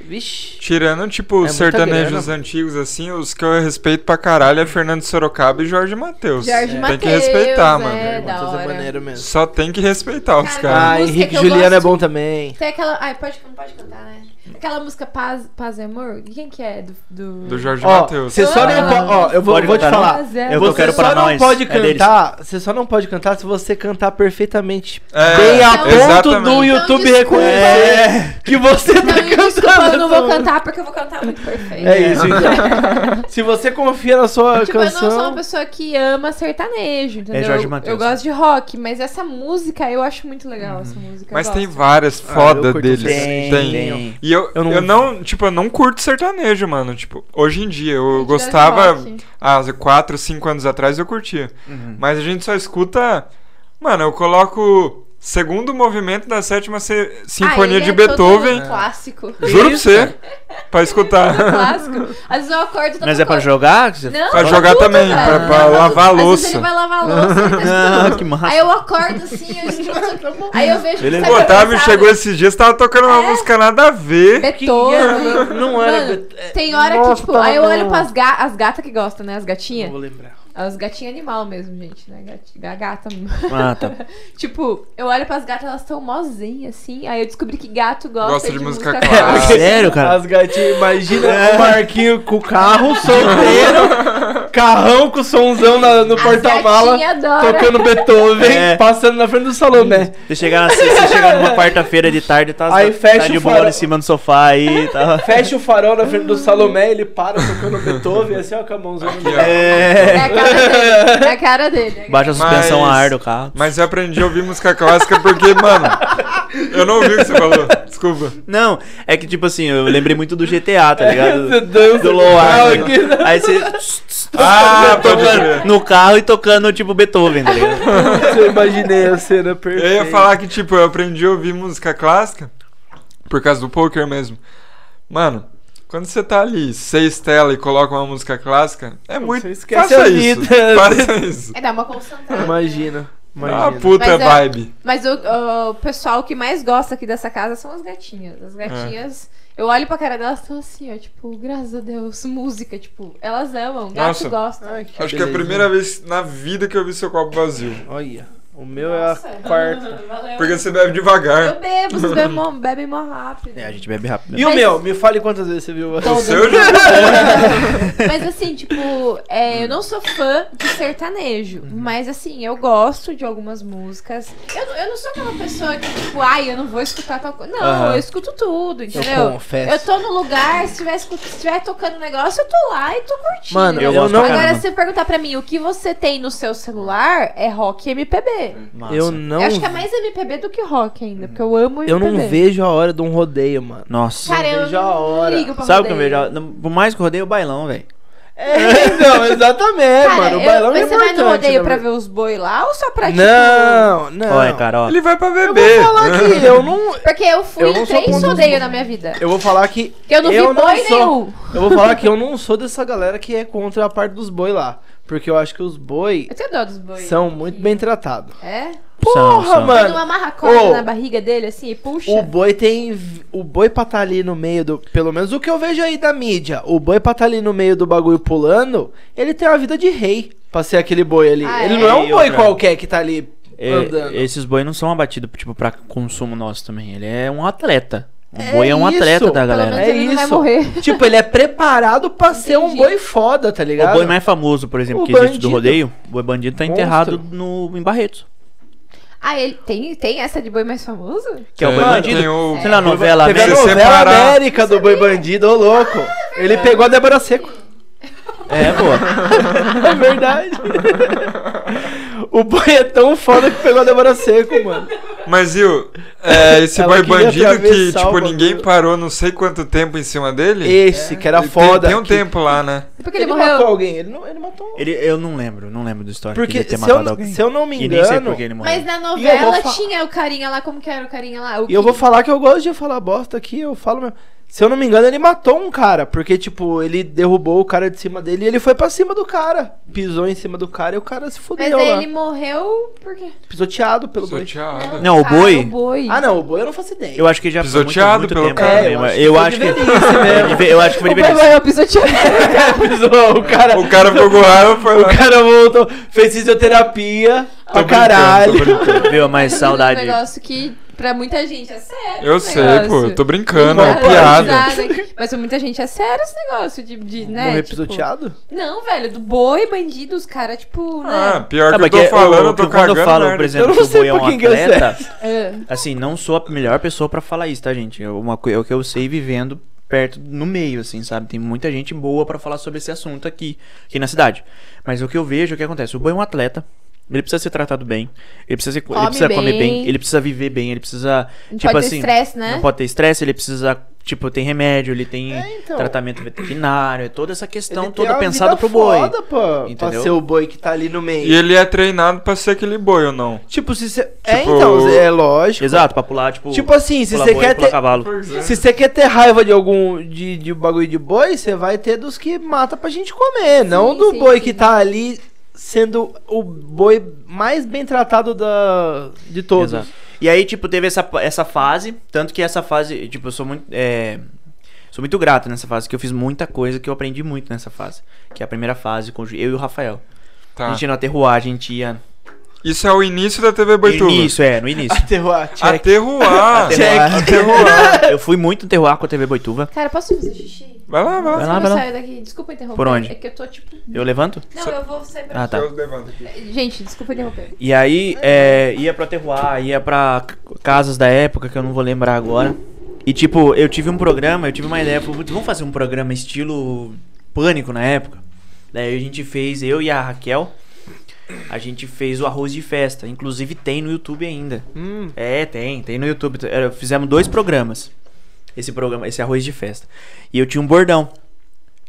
[SPEAKER 5] vixe.
[SPEAKER 4] Tirando, tipo, os
[SPEAKER 5] muita
[SPEAKER 4] sertanejos antigos, assim, os que eu respeito pra caralho é Fernando Sorocaba e Jorge Matheus.
[SPEAKER 2] Jorge
[SPEAKER 4] tem
[SPEAKER 2] Mateus,
[SPEAKER 4] que respeitar,
[SPEAKER 2] é,
[SPEAKER 4] mano.
[SPEAKER 2] Da
[SPEAKER 5] Matheus é
[SPEAKER 2] hora.
[SPEAKER 5] maneiro mesmo.
[SPEAKER 4] Só tem que respeitar os
[SPEAKER 2] Cara,
[SPEAKER 4] caras.
[SPEAKER 5] Ah,
[SPEAKER 2] música
[SPEAKER 5] Henrique
[SPEAKER 2] que eu
[SPEAKER 5] Juliano é
[SPEAKER 2] gosto-
[SPEAKER 5] bom também.
[SPEAKER 2] Tem aquela. Ai, pode, não pode cantar, né? Aquela música Paz, Paz e Amor? Quem que é? Do. do...
[SPEAKER 4] Do Jorge
[SPEAKER 5] Ó,
[SPEAKER 4] Matheus.
[SPEAKER 5] você só não
[SPEAKER 2] Ah.
[SPEAKER 5] pode. Ó, eu vou,
[SPEAKER 3] Pode
[SPEAKER 5] vou te
[SPEAKER 3] cantar, não?
[SPEAKER 5] falar.
[SPEAKER 2] Paz é
[SPEAKER 3] Eu
[SPEAKER 2] Amor.
[SPEAKER 5] Você
[SPEAKER 3] tô quero
[SPEAKER 5] só
[SPEAKER 3] pra
[SPEAKER 5] não
[SPEAKER 3] nós,
[SPEAKER 5] pode
[SPEAKER 3] é deles.
[SPEAKER 5] cantar. Você só não pode cantar se você cantar perfeitamente.
[SPEAKER 4] É,
[SPEAKER 5] bem a ponto
[SPEAKER 4] exatamente.
[SPEAKER 5] do YouTube
[SPEAKER 2] Então, desculpa.
[SPEAKER 3] É.
[SPEAKER 5] reconhecer que você tá
[SPEAKER 2] Não, me
[SPEAKER 5] cantando.
[SPEAKER 2] desculpa, eu não
[SPEAKER 5] essa
[SPEAKER 2] vou
[SPEAKER 5] música.
[SPEAKER 2] cantar porque eu vou cantar muito perfeito.
[SPEAKER 5] É isso, então. Se você confia na sua
[SPEAKER 2] Tipo, eu
[SPEAKER 5] canção.
[SPEAKER 2] não sou uma pessoa que ama sertanejo, entendeu?
[SPEAKER 3] É Jorge
[SPEAKER 2] Eu- eu
[SPEAKER 3] Mateus.
[SPEAKER 2] gosto de rock, mas essa música eu acho muito legal, essa
[SPEAKER 3] Uhum.
[SPEAKER 2] música. eu
[SPEAKER 4] Mas tem
[SPEAKER 2] gosto.
[SPEAKER 4] várias
[SPEAKER 5] Ah, eu
[SPEAKER 4] foda
[SPEAKER 5] curto
[SPEAKER 4] deles.
[SPEAKER 3] Tem, tem.
[SPEAKER 4] E eu,
[SPEAKER 5] Eu
[SPEAKER 4] eu,
[SPEAKER 5] não-
[SPEAKER 4] não... tipo, eu não curto sertanejo, mano. Tipo, hoje em dia, eu
[SPEAKER 2] Gente,
[SPEAKER 4] gostava ah,
[SPEAKER 2] gosto de rock.
[SPEAKER 4] há 4, 5 anos atrás, eu curtia.
[SPEAKER 5] Uhum.
[SPEAKER 4] Mas a gente só escuta. Mano, eu coloco segundo movimento da sétima se-
[SPEAKER 2] Ah,
[SPEAKER 4] Sinfonia
[SPEAKER 2] ele
[SPEAKER 4] de
[SPEAKER 2] é
[SPEAKER 4] Beethoven.
[SPEAKER 2] Todo clássico.
[SPEAKER 4] Juro pra você, pra
[SPEAKER 2] Todo um
[SPEAKER 4] escutar.
[SPEAKER 2] clássico. Às vezes eu acordo e tô
[SPEAKER 3] Mas
[SPEAKER 2] com
[SPEAKER 3] é pra
[SPEAKER 2] co-
[SPEAKER 3] jogar? que você
[SPEAKER 2] Não,
[SPEAKER 4] Pra
[SPEAKER 2] tô
[SPEAKER 4] jogar
[SPEAKER 2] puta,
[SPEAKER 4] também,
[SPEAKER 2] velho.
[SPEAKER 4] pra- pra
[SPEAKER 2] Não,
[SPEAKER 4] lavar a
[SPEAKER 2] né? Às vezes
[SPEAKER 4] louça.
[SPEAKER 2] ele vai lavar a louça, ele tá
[SPEAKER 3] Ah,
[SPEAKER 2] escutando.
[SPEAKER 3] que massa.
[SPEAKER 2] Aí eu acordo assim, eu escuto. aí eu vejo
[SPEAKER 3] Ele-
[SPEAKER 2] que
[SPEAKER 4] O
[SPEAKER 2] tá
[SPEAKER 4] é Otávio
[SPEAKER 2] cansado.
[SPEAKER 4] chegou esses dias, tava tocando uma
[SPEAKER 2] É?
[SPEAKER 4] música nada a ver.
[SPEAKER 2] Beethoven.
[SPEAKER 5] Não era
[SPEAKER 2] Mano,
[SPEAKER 5] Bet- é,
[SPEAKER 2] Tem hora que,
[SPEAKER 5] nossa,
[SPEAKER 2] tipo,
[SPEAKER 5] tava
[SPEAKER 2] aí eu
[SPEAKER 5] no-
[SPEAKER 2] olho pras ga as gatas que gostam, né? As
[SPEAKER 5] Não
[SPEAKER 2] gatinhas.
[SPEAKER 5] vou lembrar.
[SPEAKER 2] As gatinhas animal mesmo, gente, né? Gati- A gata.
[SPEAKER 3] Ah, tá.
[SPEAKER 2] tipo, eu olho pras gatas, elas tão mozinha, assim. Aí eu descobri que gato gosta,
[SPEAKER 4] Gosta de música
[SPEAKER 5] É,
[SPEAKER 2] clássica.
[SPEAKER 4] clássica.
[SPEAKER 3] Ah, Sério, cara? É.
[SPEAKER 5] As gatinhas, imagina o Marquinho com o carro, solteiro, carrão com o somzão na- no porta-mala,
[SPEAKER 2] gatinha adora.
[SPEAKER 5] tocando Beethoven,
[SPEAKER 3] É.
[SPEAKER 5] passando na frente do Salomé.
[SPEAKER 3] Você chegar, assim, você chegar numa quarta-feira de tarde, tá,
[SPEAKER 5] Aí
[SPEAKER 3] tá,
[SPEAKER 5] fecha
[SPEAKER 3] de
[SPEAKER 5] o
[SPEAKER 3] bola
[SPEAKER 5] farol.
[SPEAKER 3] em cima do sofá aí tá.
[SPEAKER 5] Fecha o farol na frente do Salomé, ele para tocando Beethoven, assim, ó, com a mãozona no ar.
[SPEAKER 3] É.
[SPEAKER 2] É a cara dele. É a cara dele. é a
[SPEAKER 3] Baixa a suspensão
[SPEAKER 4] Mas-
[SPEAKER 3] a ar do carro.
[SPEAKER 4] Mas eu aprendi a ouvir música clássica porque, mano, eu não ouvi o que você falou. Desculpa.
[SPEAKER 3] Não, é que tipo assim, eu lembrei muito do GTA, tá ligado?
[SPEAKER 5] Você dança
[SPEAKER 3] do
[SPEAKER 5] com
[SPEAKER 3] Low
[SPEAKER 5] o carro
[SPEAKER 3] Ar.
[SPEAKER 5] aqui, né?
[SPEAKER 3] Aí você.
[SPEAKER 4] Ah, pode
[SPEAKER 3] tocando
[SPEAKER 4] crer.
[SPEAKER 3] no carro e tocando tipo Beethoven, tá ligado?
[SPEAKER 5] Eu imaginei a cena perfeita.
[SPEAKER 4] Eu ia falar que, tipo, eu aprendi a ouvir música clássica por causa do poker mesmo. Mano, quando você tá ali, seis tela e coloca uma música clássica, é muito.
[SPEAKER 5] esquece
[SPEAKER 4] faça
[SPEAKER 5] a
[SPEAKER 4] isso.
[SPEAKER 5] vida.
[SPEAKER 4] Faça isso.
[SPEAKER 2] É dar uma concentrada.
[SPEAKER 5] Imagina,
[SPEAKER 4] É uma
[SPEAKER 5] imagina.
[SPEAKER 4] puta
[SPEAKER 2] Mas é-
[SPEAKER 4] vibe.
[SPEAKER 2] Mas o, o pessoal que mais gosta aqui dessa casa são as gatinhas. As gatinhas. Eu olho pra cara delas e tô assim, ó, tipo, graças a Deus, música, tipo, elas amam, gato
[SPEAKER 4] Nossa.
[SPEAKER 2] gosta.
[SPEAKER 5] Ai,
[SPEAKER 4] Acho que é a
[SPEAKER 5] beleza.
[SPEAKER 4] primeira vez na vida que eu vi seu copo vazio.
[SPEAKER 5] Olha, o meu é a
[SPEAKER 2] Nossa.
[SPEAKER 5] quarta.
[SPEAKER 2] Valeu.
[SPEAKER 4] Porque você bebe devagar.
[SPEAKER 2] Eu bebo, vocês bebem mó, bebem mó rápido.
[SPEAKER 3] É, a gente bebe rápido.
[SPEAKER 5] E o
[SPEAKER 2] Mas- Então,
[SPEAKER 5] meu? Me fale quantas vezes você viu.
[SPEAKER 4] O seu já.
[SPEAKER 2] Mas assim, tipo, é, eu não sou fã de
[SPEAKER 5] Uhum.
[SPEAKER 2] sertanejo. Mas assim, eu gosto de algumas músicas. Eu, eu não sou aquela pessoa que, tipo, ai, eu não vou escutar tal coisa. Não,
[SPEAKER 3] Aham.
[SPEAKER 2] eu escuto tudo, entendeu?
[SPEAKER 5] Eu confesso.
[SPEAKER 2] Eu tô no lugar, se tiver, escu- se tiver tocando um negócio, eu tô lá e tô curtindo.
[SPEAKER 5] Mano,
[SPEAKER 3] Eu
[SPEAKER 5] eu
[SPEAKER 3] gosto
[SPEAKER 5] não-
[SPEAKER 3] pra
[SPEAKER 2] Agora,
[SPEAKER 3] caramba.
[SPEAKER 2] se você perguntar pra mim o que você tem no seu celular, é rock e MPB. MPB.
[SPEAKER 3] Massa.
[SPEAKER 5] Eu não. Uhum.
[SPEAKER 2] Eu acho que é mais MPB do que rock ainda, porque eu amo MPB.
[SPEAKER 5] Eu não vejo a hora de um rodeio, mano.
[SPEAKER 3] Nossa.
[SPEAKER 2] Cara, eu
[SPEAKER 5] vejo a
[SPEAKER 2] não
[SPEAKER 5] hora.
[SPEAKER 2] ligo pra
[SPEAKER 3] Sabe o que eu
[SPEAKER 2] rodeio.
[SPEAKER 3] vejo? Não, Por mais que eu rodeio o bailão, velho.
[SPEAKER 5] É, então, exatamente,
[SPEAKER 2] Cara,
[SPEAKER 5] mano. O
[SPEAKER 2] eu-
[SPEAKER 5] bailão é
[SPEAKER 2] mas você vai
[SPEAKER 5] importante.
[SPEAKER 2] no rodeio
[SPEAKER 5] né,
[SPEAKER 2] pra
[SPEAKER 5] mano?
[SPEAKER 2] ver os boi lá ou só pra tipo...
[SPEAKER 5] Não, não.
[SPEAKER 3] Olha, cara, ó.
[SPEAKER 4] Ele vai pra
[SPEAKER 5] Eu vou
[SPEAKER 4] beber.
[SPEAKER 5] falar que eu não.
[SPEAKER 2] Porque eu fui
[SPEAKER 5] Eu
[SPEAKER 2] em
[SPEAKER 5] não sou
[SPEAKER 2] três
[SPEAKER 5] contra os
[SPEAKER 2] rodeios na minha vida.
[SPEAKER 5] Eu vou falar que.
[SPEAKER 2] Que eu não vi boi
[SPEAKER 5] sou,
[SPEAKER 2] nenhum.
[SPEAKER 5] Eu vou falar que eu não sou dessa galera que é contra a parte dos boi lá. Porque eu acho que os boi
[SPEAKER 2] Eu tenho dó dos boi.
[SPEAKER 5] são muito bem tratados.
[SPEAKER 2] É?
[SPEAKER 5] Porra,
[SPEAKER 3] São, são.
[SPEAKER 5] mano.
[SPEAKER 2] Quando amarra a corda
[SPEAKER 5] ô.
[SPEAKER 2] na barriga dele, assim, e puxa.
[SPEAKER 5] O boi tem. O boi pra tá ali no meio do. Pelo menos o que eu vejo aí da mídia. O boi pra tá ali no meio do bagulho pulando. Ele tem uma vida de rei. Pra ser aquele boi ali.
[SPEAKER 2] Ah,
[SPEAKER 5] ele
[SPEAKER 2] é?
[SPEAKER 5] não é um
[SPEAKER 3] E
[SPEAKER 5] boi
[SPEAKER 3] outra-
[SPEAKER 5] qualquer que tá ali
[SPEAKER 3] É,
[SPEAKER 5] andando.
[SPEAKER 3] esses boi não são abatidos, tipo, pra consumo nosso também. Ele é um atleta. O boi é um
[SPEAKER 5] isso.
[SPEAKER 3] atleta da
[SPEAKER 5] Pelo
[SPEAKER 2] Pelo
[SPEAKER 3] galera.
[SPEAKER 5] É
[SPEAKER 2] menos ele não vai
[SPEAKER 5] isso.
[SPEAKER 2] morrer.
[SPEAKER 5] Tipo, ele é preparado pra ser um boi foda, tá ligado?
[SPEAKER 3] O boi mais famoso, por exemplo,
[SPEAKER 5] O
[SPEAKER 3] que existe
[SPEAKER 5] bandido.
[SPEAKER 3] do rodeio, o boi bandido tá
[SPEAKER 5] Monstro.
[SPEAKER 3] enterrado no, em Barretos.
[SPEAKER 2] Ah, ele tem, tem essa de boi mais famoso?
[SPEAKER 3] Que é o boi
[SPEAKER 4] Mano,
[SPEAKER 3] bandido.
[SPEAKER 4] tem o-
[SPEAKER 3] Sei lá, a novela
[SPEAKER 5] Teve a
[SPEAKER 4] Se
[SPEAKER 3] América.
[SPEAKER 5] novela
[SPEAKER 4] separar-
[SPEAKER 5] América do boi bandido, ô louco.
[SPEAKER 2] Ah,
[SPEAKER 5] ele pegou a Débora Seco.
[SPEAKER 3] É, pô.
[SPEAKER 5] É verdade. o boi é tão foda que pegou a Débora Seco, mano.
[SPEAKER 4] Mas, Gil, é, esse
[SPEAKER 5] Ela
[SPEAKER 4] boy
[SPEAKER 5] queria
[SPEAKER 4] bandido que,
[SPEAKER 5] atravessar o
[SPEAKER 4] tipo,
[SPEAKER 5] bagulho.
[SPEAKER 4] ninguém parou não sei quanto tempo em cima dele.
[SPEAKER 5] Esse que era
[SPEAKER 4] Tem-
[SPEAKER 5] foda.
[SPEAKER 4] Tem um
[SPEAKER 5] que-
[SPEAKER 4] tempo lá, né?
[SPEAKER 2] Porque
[SPEAKER 5] Ele,
[SPEAKER 2] ele,
[SPEAKER 5] matou
[SPEAKER 2] morreu.
[SPEAKER 5] alguém. Ele, não, ele matou.
[SPEAKER 3] Ele, um. eu não lembro, não lembro do história.
[SPEAKER 5] Porque
[SPEAKER 3] Porque ter
[SPEAKER 5] se eu,
[SPEAKER 3] matado
[SPEAKER 5] não-
[SPEAKER 3] alguém.
[SPEAKER 5] se eu não me
[SPEAKER 3] E nem sei
[SPEAKER 5] engano.
[SPEAKER 3] por que ele morreu.
[SPEAKER 2] Mas na
[SPEAKER 5] E eu
[SPEAKER 2] novela
[SPEAKER 5] vou fa-
[SPEAKER 2] tinha o carinha lá, como que era o carinha lá? O
[SPEAKER 5] E eu
[SPEAKER 2] que-
[SPEAKER 5] vou falar que eu gosto de falar bosta aqui, eu falo mesmo. Se eu não me engano, ele matou um cara, porque, tipo, ele derrubou o cara de cima dele e ele foi pra cima do cara. Pisou em cima do cara e o cara se
[SPEAKER 2] Mas
[SPEAKER 5] fudeu
[SPEAKER 2] aí
[SPEAKER 5] lá.
[SPEAKER 2] ele morreu por quê?
[SPEAKER 5] Pisoteado pelo boi.
[SPEAKER 4] Sorteado.
[SPEAKER 3] Não, o
[SPEAKER 2] Cara,
[SPEAKER 3] boi-
[SPEAKER 2] o boi.
[SPEAKER 5] Ah, não, o boi eu não faço ideia. É,
[SPEAKER 3] Eu acho que já foi muito,
[SPEAKER 4] Pisoteado
[SPEAKER 3] muito
[SPEAKER 4] pelo
[SPEAKER 3] tempo.
[SPEAKER 4] cara.
[SPEAKER 3] também, mas Eu acho que. é
[SPEAKER 5] foi de velhice mesmo.
[SPEAKER 3] Eu acho que foi
[SPEAKER 2] O
[SPEAKER 3] de
[SPEAKER 2] boi
[SPEAKER 5] é
[SPEAKER 3] velhice.
[SPEAKER 2] morreu pisoteado.
[SPEAKER 5] Pisou, o cara.
[SPEAKER 4] O cara ficou com raiva e foi
[SPEAKER 5] O
[SPEAKER 4] lá.
[SPEAKER 3] é
[SPEAKER 5] cara
[SPEAKER 3] um
[SPEAKER 5] voltou, fez fisioterapia pra
[SPEAKER 4] brincando,
[SPEAKER 5] caralho.
[SPEAKER 4] tô brincando.
[SPEAKER 3] Viu? Mas É saudade.
[SPEAKER 2] Um negócio que pra muita gente é sério.
[SPEAKER 4] Eu
[SPEAKER 2] esse
[SPEAKER 4] sei,
[SPEAKER 2] negócio.
[SPEAKER 4] pô, eu tô brincando,
[SPEAKER 2] Dá
[SPEAKER 4] é piada.
[SPEAKER 2] risada aqui. Mas pra muita gente é sério esse negócio de, de né?
[SPEAKER 5] Morrer
[SPEAKER 2] tipo-
[SPEAKER 5] pisoteado?
[SPEAKER 2] Não, velho, do boi, bandido, os caras, tipo,
[SPEAKER 4] Ah,
[SPEAKER 2] né?
[SPEAKER 4] pior
[SPEAKER 3] Ah,
[SPEAKER 4] que eu
[SPEAKER 3] porque
[SPEAKER 4] tô falando,
[SPEAKER 3] o-
[SPEAKER 4] eu tô
[SPEAKER 3] quando
[SPEAKER 4] cagando.
[SPEAKER 3] eu falo,
[SPEAKER 4] merda.
[SPEAKER 3] por exemplo,
[SPEAKER 5] não
[SPEAKER 3] que o
[SPEAKER 5] sei
[SPEAKER 3] boi é um
[SPEAKER 5] por quem que eu sei.
[SPEAKER 3] atleta,
[SPEAKER 2] É.
[SPEAKER 3] assim, não sou a melhor pessoa pra falar isso, tá, gente? É uma coisa é o que eu sei vivendo perto no meio, assim, sabe? Tem muita gente boa pra falar sobre esse assunto aqui, aqui na cidade. Mas o que eu vejo é o que acontece. O boi é um atleta. Ele precisa ser tratado bem. Ele precisa, ser-
[SPEAKER 2] Come
[SPEAKER 3] ele precisa comer
[SPEAKER 2] bem.
[SPEAKER 3] bem. Ele precisa viver bem. Ele precisa.
[SPEAKER 2] Não
[SPEAKER 3] tipo
[SPEAKER 2] pode ter
[SPEAKER 3] assim.
[SPEAKER 2] estresse, né?
[SPEAKER 3] Não pode ter estresse. Ele precisa. Tipo, tem remédio. Ele tem
[SPEAKER 5] É, então.
[SPEAKER 3] tratamento veterinário. É toda essa questão
[SPEAKER 5] Ele tem
[SPEAKER 3] toda
[SPEAKER 5] uma
[SPEAKER 3] pensada
[SPEAKER 5] vida
[SPEAKER 3] pro boi.
[SPEAKER 5] Foda, pô, pra
[SPEAKER 3] Entendeu?
[SPEAKER 5] ser o boi que tá ali no meio.
[SPEAKER 4] E ele é treinado pra ser aquele boi ou não?
[SPEAKER 5] Tipo, se você. É,
[SPEAKER 4] Tipo-
[SPEAKER 5] então, é lógico.
[SPEAKER 3] Exato, pra pular, tipo.
[SPEAKER 5] Tipo assim, se
[SPEAKER 3] pular
[SPEAKER 5] você
[SPEAKER 3] boi, né?
[SPEAKER 5] quer
[SPEAKER 3] pular
[SPEAKER 5] ter.
[SPEAKER 3] cavalo.
[SPEAKER 4] é.
[SPEAKER 5] Se você quer ter raiva de algum de, de bagulho de boi, você vai ter dos que mata pra gente comer, não do
[SPEAKER 2] sim,
[SPEAKER 5] boi
[SPEAKER 2] sim.
[SPEAKER 5] que tá ali sendo o boi mais bem tratado da de todos.
[SPEAKER 3] Exato. E aí, tipo, teve essa, essa fase, tanto que essa fase, tipo, eu sou muito. é, sou muito grato nessa fase, que eu fiz muita coisa que eu aprendi muito nessa fase. Que é a primeira fase com o Ju- eu e o Rafael. A
[SPEAKER 4] Tá.
[SPEAKER 3] gente ia no aterroar, a gente ia.
[SPEAKER 4] Isso é o início da TV
[SPEAKER 3] No
[SPEAKER 4] Boituva.
[SPEAKER 3] início, é, no início.
[SPEAKER 5] Aterroar, check.
[SPEAKER 4] Aterroar.
[SPEAKER 3] Aterroar.
[SPEAKER 4] Aterroar.
[SPEAKER 3] eu fui muito aterroar com a TV Boituva.
[SPEAKER 2] Cara, posso fazer xixi?
[SPEAKER 4] Vai lá, vai
[SPEAKER 3] Vai
[SPEAKER 4] lá.
[SPEAKER 3] lá,
[SPEAKER 2] eu
[SPEAKER 3] vai lá.
[SPEAKER 2] saio daqui, desculpa interromper.
[SPEAKER 3] Por onde?
[SPEAKER 2] É que eu tô tipo.
[SPEAKER 3] Eu levanto?
[SPEAKER 2] Não, eu vou sair pra.
[SPEAKER 3] Ah, tá.
[SPEAKER 4] Eu levanto aqui.
[SPEAKER 2] Gente, desculpa interromper.
[SPEAKER 3] E aí, é, ia pra terroir, ia pra c- casas da época, que eu não vou lembrar agora. E, tipo, eu tive um programa, eu tive uma ideia, falei, "Putz, vamos fazer um programa estilo pânico na época. Daí a gente fez, eu e a Raquel, a gente fez o arroz de festa. Inclusive tem no YouTube ainda.
[SPEAKER 5] Hum,
[SPEAKER 3] É, tem, tem no YouTube. É, Fizemos dois programas. Esse programa, esse arroz de festa. E eu tinha um bordão.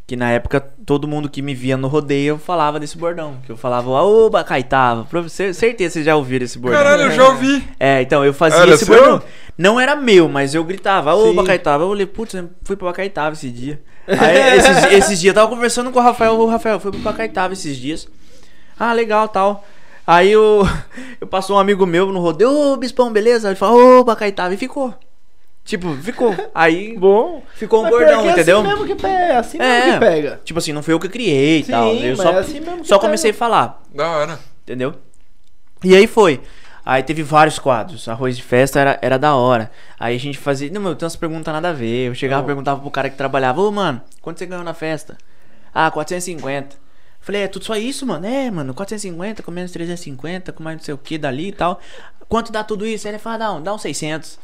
[SPEAKER 3] Que na época todo mundo que me via no rodeio eu falava desse bordão. Que eu falava, aoba, caitava. Pra você- Certeza vocês já ouviram esse bordão.
[SPEAKER 4] Caralho, eu já ouvi.
[SPEAKER 3] É, então eu fazia
[SPEAKER 4] Era
[SPEAKER 3] esse
[SPEAKER 4] seu?
[SPEAKER 3] bordão. Não era meu, mas eu gritava, ô
[SPEAKER 5] Sim.
[SPEAKER 3] Bacaitava. Eu olhei, putz, eu fui pra Bacaitava esse dia. Aí, esses, esses dias, eu tava conversando com o Rafael, o Rafael, fui pro Bacaitava esses dias. Ah, legal, tal. Aí eu, eu passou um amigo meu no rodeio, ô Bispão, beleza? Ele falou, ô Bacaitava, e ficou. Tipo, ficou. Aí
[SPEAKER 5] bom.
[SPEAKER 3] ficou um
[SPEAKER 5] Mas pior
[SPEAKER 3] bordão,
[SPEAKER 5] que é
[SPEAKER 3] entendeu?
[SPEAKER 5] Assim mesmo que pega, é assim mesmo
[SPEAKER 3] É.
[SPEAKER 5] que pega.
[SPEAKER 3] Tipo assim, não foi eu que criei e
[SPEAKER 5] Sim,
[SPEAKER 3] tal.
[SPEAKER 5] mas
[SPEAKER 3] Eu só,
[SPEAKER 5] é assim mesmo que
[SPEAKER 3] só
[SPEAKER 5] pega.
[SPEAKER 3] comecei a falar.
[SPEAKER 4] Da hora.
[SPEAKER 3] Entendeu? E aí foi. Aí teve vários quadros. Arroz de festa era, era da hora. Aí a gente fazia. Não, meu, tem umas perguntas nada a ver. Eu chegava e perguntava pro cara que trabalhava: Ô, mano, quanto você ganhou na festa? Ah, 450. Falei, é tudo só isso, mano? É, mano, 450 com menos 350, com mais não sei o que dali e tal. Quanto dá tudo isso? Ele falou, dá um, dá um 600.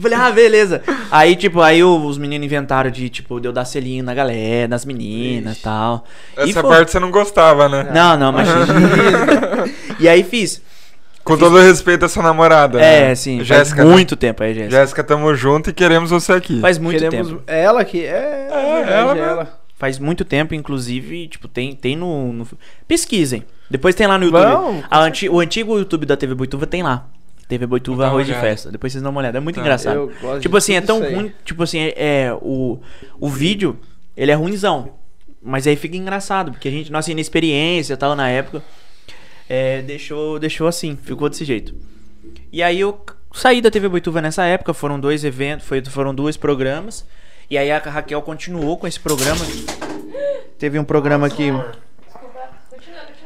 [SPEAKER 3] Falei, ah, beleza. Aí, tipo, aí o- os meninos inventaram de, tipo, de eu dar selinho na galera, nas meninas e tal. E
[SPEAKER 4] Essa
[SPEAKER 3] foi- É.
[SPEAKER 4] parte você não gostava, né?
[SPEAKER 3] Não, não, mas. e aí fiz.
[SPEAKER 4] Com todo o respeito à sua
[SPEAKER 5] Tá.
[SPEAKER 4] namorada. né?
[SPEAKER 3] É, sim.
[SPEAKER 4] Jéssica.
[SPEAKER 3] Faz muito tempo aí, Jéssica.
[SPEAKER 4] Jéssica, tamo junto e queremos você aqui.
[SPEAKER 3] Faz muito
[SPEAKER 5] Queremos
[SPEAKER 3] tempo.
[SPEAKER 5] É ela que é, é,
[SPEAKER 4] ela
[SPEAKER 5] ela,
[SPEAKER 4] mesmo.
[SPEAKER 3] Faz muito tempo, inclusive, tipo, tem, tem no, no- Pesquisem. Depois tem lá no YouTube.
[SPEAKER 5] Vão, com
[SPEAKER 3] A anti- O antigo YouTube da TV Boituva tem lá. TV Boituva
[SPEAKER 4] dar uma
[SPEAKER 3] Arroz de
[SPEAKER 4] olhada.
[SPEAKER 3] Festa. Depois vocês dão uma olhada. É muito
[SPEAKER 4] Tá.
[SPEAKER 3] engraçado.
[SPEAKER 5] Eu gosto de
[SPEAKER 3] tipo assim, é
[SPEAKER 5] tudo
[SPEAKER 3] tão
[SPEAKER 5] isso aí.
[SPEAKER 3] ruim. Tipo assim, é, é, o, o vídeo, ele é ruimzão. Mas aí fica engraçado, porque a gente, nossa inexperiência e tal na época, é, deixou, deixou assim, ficou desse jeito. E aí eu c- saí da TV Boituva nessa época, foram dois eventos, foi, foram dois programas. E aí a Raquel continuou com esse programa. Teve um programa que.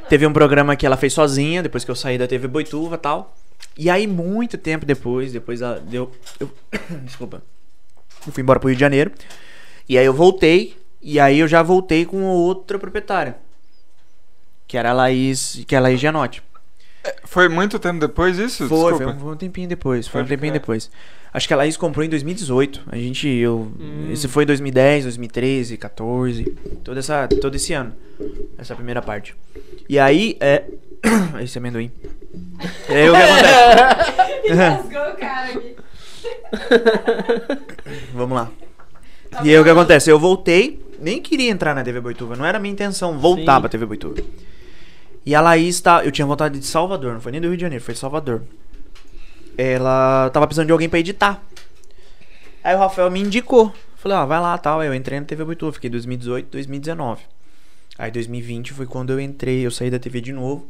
[SPEAKER 3] Teve um programa que ela fez sozinha, depois que eu saí da TV Boituva e tal. E aí, muito tempo depois, depois ela deu. Eu, desculpa. Eu fui embora pro Rio de Janeiro. E aí eu voltei. E aí eu já voltei com outra proprietária. Que era a Laís. Que é a Laís Gianotti.
[SPEAKER 4] Foi muito tempo depois isso?
[SPEAKER 3] Foi, foi
[SPEAKER 4] Desculpa.
[SPEAKER 3] um, foi um tempinho depois. Foi um
[SPEAKER 4] Pode
[SPEAKER 3] tempinho
[SPEAKER 4] crer.
[SPEAKER 3] depois. Acho que a Laís comprou em 2018. A gente. Eu,
[SPEAKER 4] Hum.
[SPEAKER 3] Esse foi 2010, 2013, 14. Toda essa, todo esse ano. Essa primeira parte. E aí. É... Esse amendoim. E aí o que acontece?
[SPEAKER 2] Rasgou o cara aqui.
[SPEAKER 3] Vamos lá. E aí o que acontece? Eu voltei, nem queria entrar na TV Boituva, não era minha intenção voltar
[SPEAKER 5] Sim.
[SPEAKER 3] pra TV Boituva. E a Laís tá. Eu tinha vontade de Salvador, não foi nem do Rio de Janeiro, foi de Salvador. Ela tava precisando de alguém pra editar. Aí o Rafael me indicou. Falei, ó, vai lá tal. Aí eu entrei na TV Boituva, fiquei 2018, 2019. Aí 2020 foi quando eu entrei, eu saí da TV de novo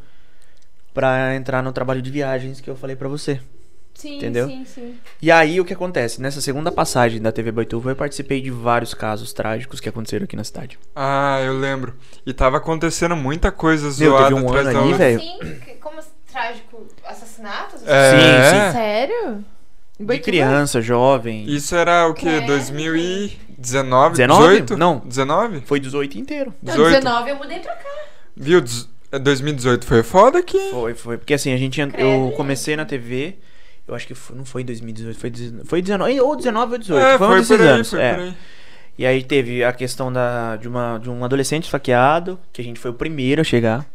[SPEAKER 3] pra entrar no trabalho de viagens que eu falei pra você.
[SPEAKER 2] Sim,
[SPEAKER 3] Entendeu?
[SPEAKER 2] sim, sim.
[SPEAKER 3] E aí o que acontece? Nessa segunda passagem da TV Boituva, eu participei de vários casos trágicos que aconteceram aqui na cidade.
[SPEAKER 4] Ah, eu lembro. E tava acontecendo muita coisa
[SPEAKER 3] Meu,
[SPEAKER 4] zoada
[SPEAKER 3] teve um
[SPEAKER 4] atrás
[SPEAKER 3] ano
[SPEAKER 4] da
[SPEAKER 3] ali,
[SPEAKER 4] outra.
[SPEAKER 3] velho.
[SPEAKER 2] Sim, assim? que- como as- trágico assassinatos?
[SPEAKER 4] É,
[SPEAKER 3] Sim,
[SPEAKER 2] Sério?
[SPEAKER 3] De criança, jovem.
[SPEAKER 4] Isso era o que?
[SPEAKER 2] É.
[SPEAKER 4] 2019?
[SPEAKER 3] 19?
[SPEAKER 4] 18?
[SPEAKER 3] Não.
[SPEAKER 4] 19?
[SPEAKER 3] Foi 18 inteiro.
[SPEAKER 2] Não,
[SPEAKER 4] 18?
[SPEAKER 2] 19 eu mudei pra cá.
[SPEAKER 4] Viu? é, Dez- 2018 foi foda aqui.
[SPEAKER 3] Foi, foi. Porque assim, a gente. an- Eu comecei na TV. Eu acho que foi- não foi em 2018, foi 19, foi 19 ou 19 ou 18.
[SPEAKER 4] É,
[SPEAKER 3] foi um
[SPEAKER 4] foi
[SPEAKER 3] desses
[SPEAKER 4] por aí,
[SPEAKER 3] anos.
[SPEAKER 4] foi
[SPEAKER 3] é.
[SPEAKER 4] por aí.
[SPEAKER 3] E aí teve a questão da, de, uma, de um adolescente esfaqueado, que a gente foi o primeiro a chegar.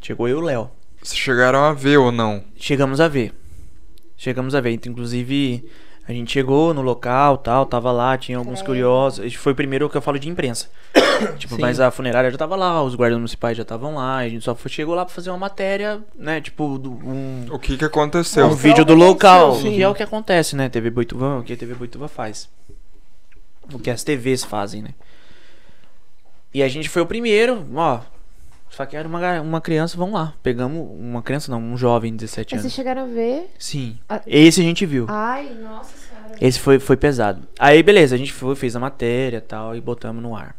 [SPEAKER 3] Chegou eu e o Léo.
[SPEAKER 4] Vocês chegaram a ver ou não?
[SPEAKER 3] chegamos a ver. Chegamos a ver. Então, inclusive, a gente chegou no local, tal, tava lá, tinha alguns curiosos. Esse Foi o primeiro que eu falo de imprensa. tipo,
[SPEAKER 5] Sim.
[SPEAKER 3] mas a funerária já tava lá, os guardas municipais já estavam lá, a gente só foi- chegou lá pra fazer uma matéria, né, tipo, do- um
[SPEAKER 4] O que que aconteceu?
[SPEAKER 3] um vídeo do local.
[SPEAKER 5] Sim.
[SPEAKER 3] Que é o que acontece, né? TV Boituva, o que a TV Boituva faz. O que as TVs fazem, né? E a gente foi o primeiro, ó. Esfaquearam uma, gar- uma criança, vamos lá. Pegamos uma criança, não, um jovem de 17
[SPEAKER 2] Vocês
[SPEAKER 3] anos.
[SPEAKER 2] chegaram a ver?
[SPEAKER 3] Sim.
[SPEAKER 2] Ah.
[SPEAKER 3] Esse a gente viu.
[SPEAKER 2] Ai, nossa senhora.
[SPEAKER 3] Esse foi, foi pesado. Aí, beleza, a gente foi, fez a matéria e tal, e botamos no ar.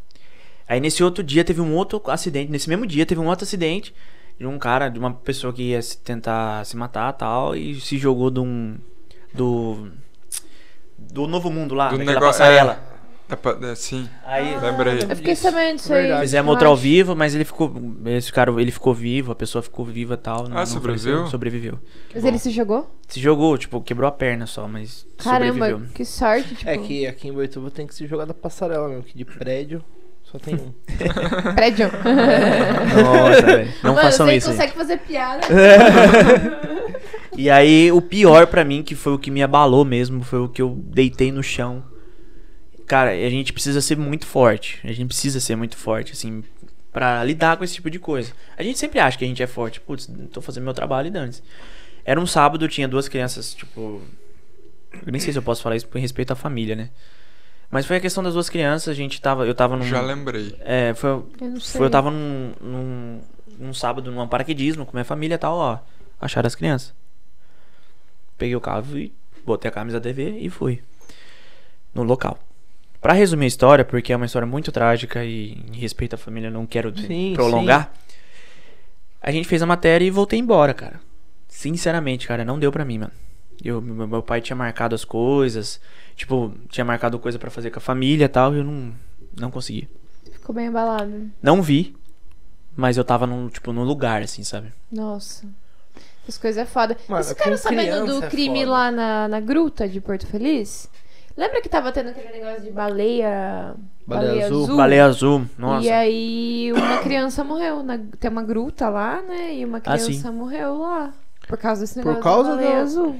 [SPEAKER 3] Aí, nesse outro dia, teve um outro acidente. Nesse mesmo dia, teve um outro acidente de um cara, de uma pessoa que ia se tentar se matar e tal, e se jogou de um. Do. Do Novo Mundo lá,
[SPEAKER 4] Do
[SPEAKER 3] daquela
[SPEAKER 4] negó-
[SPEAKER 3] passarela.
[SPEAKER 4] É, é pa- é, sim,
[SPEAKER 3] Aí.
[SPEAKER 4] lembra aí.
[SPEAKER 2] Eu fiquei sabendo disso aí.
[SPEAKER 4] Ah,
[SPEAKER 5] Verdade.
[SPEAKER 3] Fizemos outro é ao vivo, mas ele ficou. Esse cara, ele ficou vivo, a pessoa ficou viva e tal. não- não
[SPEAKER 4] Ah, sobreviveu?
[SPEAKER 3] foi- Sobreviveu.
[SPEAKER 2] Mas ele se jogou?
[SPEAKER 3] Se jogou, tipo, quebrou a perna só, mas
[SPEAKER 2] Caramba,
[SPEAKER 3] sobreviveu.
[SPEAKER 2] que sorte, tipo,
[SPEAKER 5] É que aqui em Boituva tem que se jogar da passarela, meu, que de prédio só tem um.
[SPEAKER 2] prédio.
[SPEAKER 3] Nossa, velho. Não
[SPEAKER 2] Mano,
[SPEAKER 3] façam
[SPEAKER 2] você
[SPEAKER 3] isso. gente.
[SPEAKER 2] consegue fazer piada.
[SPEAKER 3] E aí, o pior pra mim, que foi o que me abalou mesmo, foi o que eu deitei no chão. Cara, a gente precisa ser muito forte. A gente precisa ser muito forte, assim, pra lidar com esse tipo de coisa. A gente sempre acha que a gente é forte. Putz, tô fazendo meu trabalho e dane-se. Era um sábado, eu tinha duas crianças, tipo. Eu nem sei se eu posso falar isso por respeito à família, né? Mas foi a questão das duas crianças, a gente tava. Eu tava num.
[SPEAKER 4] já lembrei.
[SPEAKER 3] É, foi,
[SPEAKER 2] Eu não sei.
[SPEAKER 3] foi, eu tava num, num, num sábado num paraquedismo com minha família e tal, ó. Acharam as crianças. Peguei o carro e botei a camisa da TV e fui. No local. Pra resumir a história, porque é uma história muito trágica e em respeito à família, eu não quero
[SPEAKER 5] Sim,
[SPEAKER 3] prolongar. A gente fez a matéria e voltei embora, cara. Sinceramente, cara, não deu pra mim, mano. Eu, meu meu pai tinha marcado as coisas, tipo, tinha marcado coisa pra fazer com a família e tal, e eu não, não consegui.
[SPEAKER 2] Ficou bem abalado.
[SPEAKER 3] Não vi, mas eu tava num, tipo, num lugar, assim, sabe?
[SPEAKER 2] Nossa. Essas coisas é foda.
[SPEAKER 5] Mano,
[SPEAKER 2] Vocês ficaram
[SPEAKER 5] com
[SPEAKER 2] sabendo
[SPEAKER 5] criança
[SPEAKER 2] do
[SPEAKER 5] é
[SPEAKER 2] crime
[SPEAKER 5] foda.
[SPEAKER 2] lá na, na gruta de Porto Feliz? Lembra que tava tendo aquele negócio de baleia.
[SPEAKER 5] Baleia azul.
[SPEAKER 3] Baleia azul,
[SPEAKER 2] E é
[SPEAKER 3] nossa.
[SPEAKER 2] aí uma criança morreu. na- Tem uma gruta lá, né? E uma
[SPEAKER 3] Ah, sim.
[SPEAKER 2] criança morreu lá. Por causa desse
[SPEAKER 5] Por
[SPEAKER 2] negócio
[SPEAKER 5] causa
[SPEAKER 2] da baleia
[SPEAKER 5] do-
[SPEAKER 2] azul.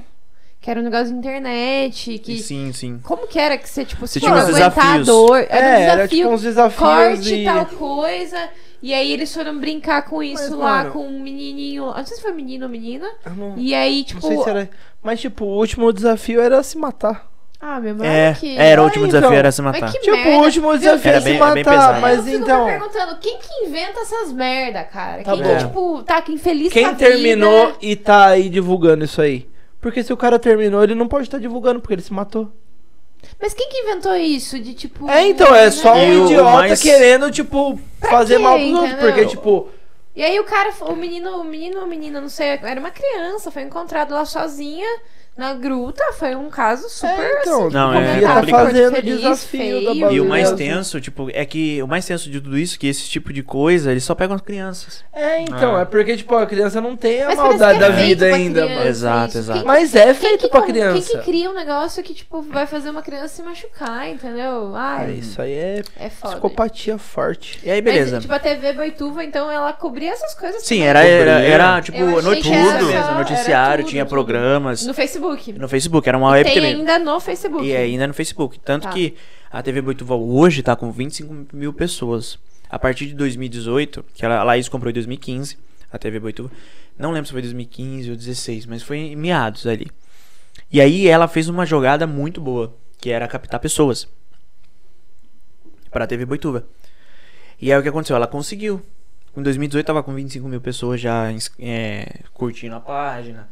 [SPEAKER 2] Que era um negócio de internet, que...
[SPEAKER 3] Sim, sim.
[SPEAKER 2] Como que era que você, tipo,
[SPEAKER 3] Você
[SPEAKER 2] se
[SPEAKER 3] tinha
[SPEAKER 2] for
[SPEAKER 3] uns
[SPEAKER 2] aguentar
[SPEAKER 3] desafios.
[SPEAKER 2] a dor... Era um
[SPEAKER 5] É,
[SPEAKER 2] desafio,
[SPEAKER 5] era tipo uns desafios
[SPEAKER 2] corte
[SPEAKER 5] e...
[SPEAKER 2] tal coisa... E aí eles foram brincar com isso
[SPEAKER 5] Mas,
[SPEAKER 2] lá,
[SPEAKER 5] mano-
[SPEAKER 2] com um menininho... eu Não sei se foi menino ou menina.
[SPEAKER 5] Eu Não,
[SPEAKER 2] E aí,
[SPEAKER 5] não
[SPEAKER 2] tipo...
[SPEAKER 5] sei se era... Mas, tipo, o último desafio era se matar.
[SPEAKER 2] Ah, meu mãe,
[SPEAKER 3] É,
[SPEAKER 2] que...
[SPEAKER 3] era o
[SPEAKER 5] Ai,
[SPEAKER 3] último
[SPEAKER 5] então.
[SPEAKER 3] desafio, era se
[SPEAKER 2] Mas
[SPEAKER 3] matar.
[SPEAKER 2] que
[SPEAKER 5] Tipo,
[SPEAKER 2] merda.
[SPEAKER 5] o último desafio
[SPEAKER 3] Era
[SPEAKER 5] era se
[SPEAKER 3] bem- era bem
[SPEAKER 5] matar,
[SPEAKER 3] pesado.
[SPEAKER 5] mas
[SPEAKER 2] eu fico
[SPEAKER 5] então...
[SPEAKER 2] me perguntando, quem que inventa essas merda, cara?
[SPEAKER 5] Tá
[SPEAKER 2] quem
[SPEAKER 5] bom.
[SPEAKER 2] que, tipo, tá aqui infeliz com a
[SPEAKER 5] Quem
[SPEAKER 2] vida?
[SPEAKER 5] terminou
[SPEAKER 2] né?
[SPEAKER 5] e tá aí divulgando isso aí? Porque se o cara terminou, ele não pode estar divulgando, porque ele se matou.
[SPEAKER 2] Mas quem que inventou isso? De tipo.
[SPEAKER 5] É, então, é só
[SPEAKER 3] E o-
[SPEAKER 5] um
[SPEAKER 3] o
[SPEAKER 5] idiota
[SPEAKER 3] mais-
[SPEAKER 5] querendo, tipo, fazer
[SPEAKER 2] quê,
[SPEAKER 5] mal pros outros.
[SPEAKER 2] entendeu?
[SPEAKER 5] Porque, tipo,
[SPEAKER 2] E aí o cara, o menino, o menino, a menina, não sei, era uma criança, foi encontrado lá sozinha na gruta. Foi um caso super.
[SPEAKER 5] é, então,
[SPEAKER 2] assim,
[SPEAKER 3] Não, é
[SPEAKER 5] devia tá
[SPEAKER 3] complicado.
[SPEAKER 5] fazendo o
[SPEAKER 2] Feliz,
[SPEAKER 5] desafio
[SPEAKER 2] feio.
[SPEAKER 5] da
[SPEAKER 2] E
[SPEAKER 5] baleia
[SPEAKER 3] E o mais
[SPEAKER 5] azul.
[SPEAKER 3] tenso, tipo, é que o mais tenso de tudo isso é que esse tipo de coisa, eles só pegam as crianças.
[SPEAKER 5] É, então,
[SPEAKER 4] É.
[SPEAKER 5] é porque, tipo, a criança não tem a
[SPEAKER 2] Mas parece
[SPEAKER 5] maldade
[SPEAKER 2] que é
[SPEAKER 5] da vida
[SPEAKER 2] feito pra
[SPEAKER 5] ainda,
[SPEAKER 2] criança,
[SPEAKER 5] mano.
[SPEAKER 3] Exato,
[SPEAKER 2] isso.
[SPEAKER 3] exato.
[SPEAKER 2] Quem-
[SPEAKER 5] Mas é
[SPEAKER 2] quem
[SPEAKER 5] feito
[SPEAKER 2] que
[SPEAKER 5] pra
[SPEAKER 2] con- Quem
[SPEAKER 5] criança.
[SPEAKER 2] que cria um negócio que, tipo, vai fazer uma criança se machucar, entendeu?
[SPEAKER 5] Ah,
[SPEAKER 2] Ai,
[SPEAKER 5] isso aí é
[SPEAKER 2] é foda.
[SPEAKER 5] psicopatia forte.
[SPEAKER 3] E aí,
[SPEAKER 2] Mas,
[SPEAKER 3] beleza.
[SPEAKER 2] tipo, a TV Boituva, então, ela cobria essas coisas
[SPEAKER 3] Sim, era, era, era, tipo,
[SPEAKER 2] Eu achei que
[SPEAKER 3] notícia
[SPEAKER 4] era
[SPEAKER 3] mesmo,
[SPEAKER 2] só- era
[SPEAKER 3] noticiário,
[SPEAKER 2] tudo,
[SPEAKER 3] tinha
[SPEAKER 2] tudo.
[SPEAKER 3] programas.
[SPEAKER 2] no
[SPEAKER 3] No...
[SPEAKER 2] Facebook.
[SPEAKER 3] Facebook, era uma
[SPEAKER 5] é
[SPEAKER 3] web
[SPEAKER 2] Tem
[SPEAKER 3] TV.
[SPEAKER 2] ainda no Facebook.
[SPEAKER 3] E ainda no Facebook. Tanto
[SPEAKER 2] Tá.
[SPEAKER 3] que a TV Boituva hoje tá com 25 mil pessoas. A partir de 2018, que ela- a Laís comprou em 2015, a TV Boituva. Não lembro se foi 2015 ou 16, mas foi em meados ali. E aí ela fez uma jogada muito boa, que era captar pessoas para a TV Boituva. E aí o que aconteceu? Ela conseguiu. Em 2018 tava com 25 mil pessoas já ins- é, curtindo a página.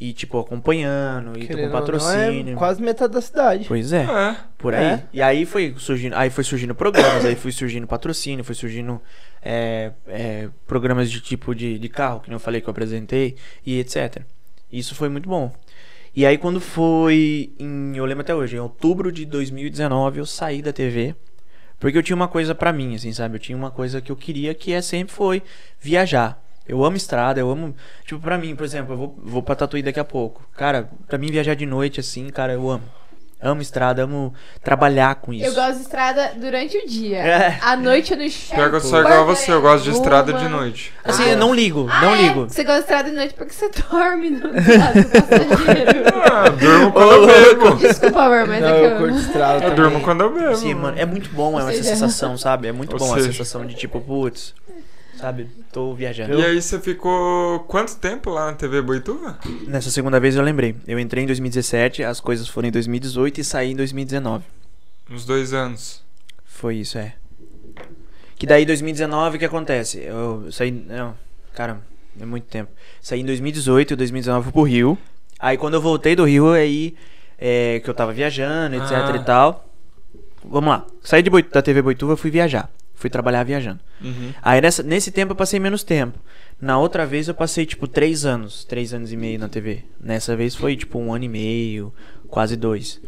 [SPEAKER 3] E, tipo, acompanhando, e
[SPEAKER 5] Querendo
[SPEAKER 3] com
[SPEAKER 5] ou não,
[SPEAKER 3] patrocínio.
[SPEAKER 5] é quase metade da cidade.
[SPEAKER 3] Pois é.
[SPEAKER 4] É.
[SPEAKER 3] Por aí.
[SPEAKER 5] É.
[SPEAKER 3] E aí foi surgindo, aí foi surgindo programas, aí foi surgindo patrocínio, foi surgindo é, é, programas de tipo de, de carro, que nem eu falei que eu apresentei, e etc. Isso foi muito bom. E aí quando foi em, eu lembro até hoje, em outubro de 2019, eu saí da TV, porque eu tinha uma coisa pra mim, assim, sabe? Eu tinha uma coisa que eu queria que é sempre foi viajar. Eu amo estrada, eu amo. Tipo, pra mim, por exemplo, eu vou, vou pra Tatuí daqui a pouco. Cara, pra mim viajar de noite, assim, cara, eu amo. Amo estrada, amo trabalhar com isso.
[SPEAKER 2] Eu gosto de estrada durante o dia.
[SPEAKER 3] É.
[SPEAKER 2] À noite eu não enxergo.
[SPEAKER 4] Pior que eu sou igual a você, eu gosto de estrada de noite.
[SPEAKER 3] Assim, eu não ligo, não
[SPEAKER 2] Ah, é?
[SPEAKER 3] ligo.
[SPEAKER 2] Você gosta de estrada de noite porque você dorme no lado do passageiro.
[SPEAKER 4] Ah, eu durmo quando eu bebo.
[SPEAKER 2] Desculpa, amor, mas
[SPEAKER 5] Não,
[SPEAKER 2] é que
[SPEAKER 5] eu
[SPEAKER 2] eu...
[SPEAKER 5] curto estrada
[SPEAKER 4] Eu
[SPEAKER 5] também.
[SPEAKER 4] durmo quando eu bebo.
[SPEAKER 3] Sim, mano, é muito bom, é essa
[SPEAKER 2] seja-
[SPEAKER 3] sensação, sabe? É muito
[SPEAKER 4] Ou
[SPEAKER 3] bom a
[SPEAKER 4] seja-
[SPEAKER 3] sensação de tipo, putz, sabe? Tô viajando.
[SPEAKER 4] E aí você ficou quanto tempo lá na TV Boituva?
[SPEAKER 3] Nessa segunda vez eu lembrei. Eu entrei em 2017, as coisas foram em 2018 e saí em 2019.
[SPEAKER 4] Uns dois anos.
[SPEAKER 3] Foi isso, é. Que daí 2019 o que acontece? Eu saí. Não, cara, é muito tempo. Saí em 2018 e 2019 fui pro Rio. Aí quando eu voltei do Rio, aí. é, que eu tava viajando, etc
[SPEAKER 4] Ah.
[SPEAKER 3] e tal. Vamos lá. Saí de Boi- da TV Boituva, fui viajar. Fui trabalhar viajando.
[SPEAKER 4] Uhum.
[SPEAKER 3] Aí nessa- nesse tempo eu passei menos tempo. Na outra vez eu passei, tipo, três anos. Três anos e meio na TV. Nessa vez foi, tipo, um ano e meio, quase dois.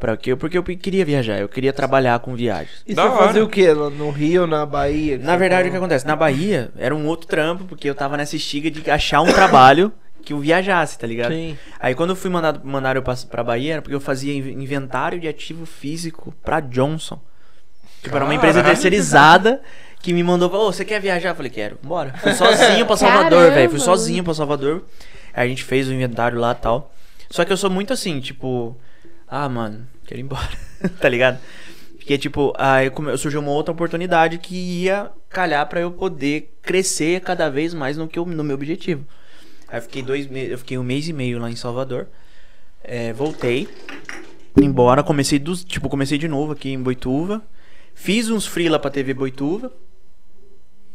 [SPEAKER 3] Pra quê? Porque eu queria viajar, eu queria trabalhar com viagens.
[SPEAKER 5] E
[SPEAKER 4] Da
[SPEAKER 5] você
[SPEAKER 4] hora.
[SPEAKER 5] fazia é o quê? Lá No Rio, na Bahia?
[SPEAKER 3] Na verdade, o que acontece? Na Bahia era um outro trampo, porque eu tava nessa estiga de achar um trabalho que eu viajasse, tá ligado?
[SPEAKER 5] Sim.
[SPEAKER 3] Aí quando eu fui mandado, mandaram eu pra, pra Bahia, era porque eu fazia in- inventário de ativo físico pra Johnson. Tipo, era uma empresa
[SPEAKER 4] Caralho.
[SPEAKER 3] terceirizada que me mandou, ô, você quer viajar? Eu falei, quero, bora. Fui sozinho pra Salvador, velho. Fui
[SPEAKER 2] Caramba.
[SPEAKER 3] sozinho pra Salvador. Aí a gente fez o inventário lá e tal. Só que eu sou muito assim, tipo, ah, mano, quero ir embora, tá ligado? Porque, tipo, aí come- surgiu uma outra oportunidade que ia calhar pra eu poder crescer cada vez mais no, que eu, no meu objetivo. Aí eu fiquei dois meses, eu fiquei um mês e meio lá em Salvador. É, voltei, fui embora, comecei dos, tipo, comecei de novo aqui em Boituva. Fiz uns freela pra TV Boituva,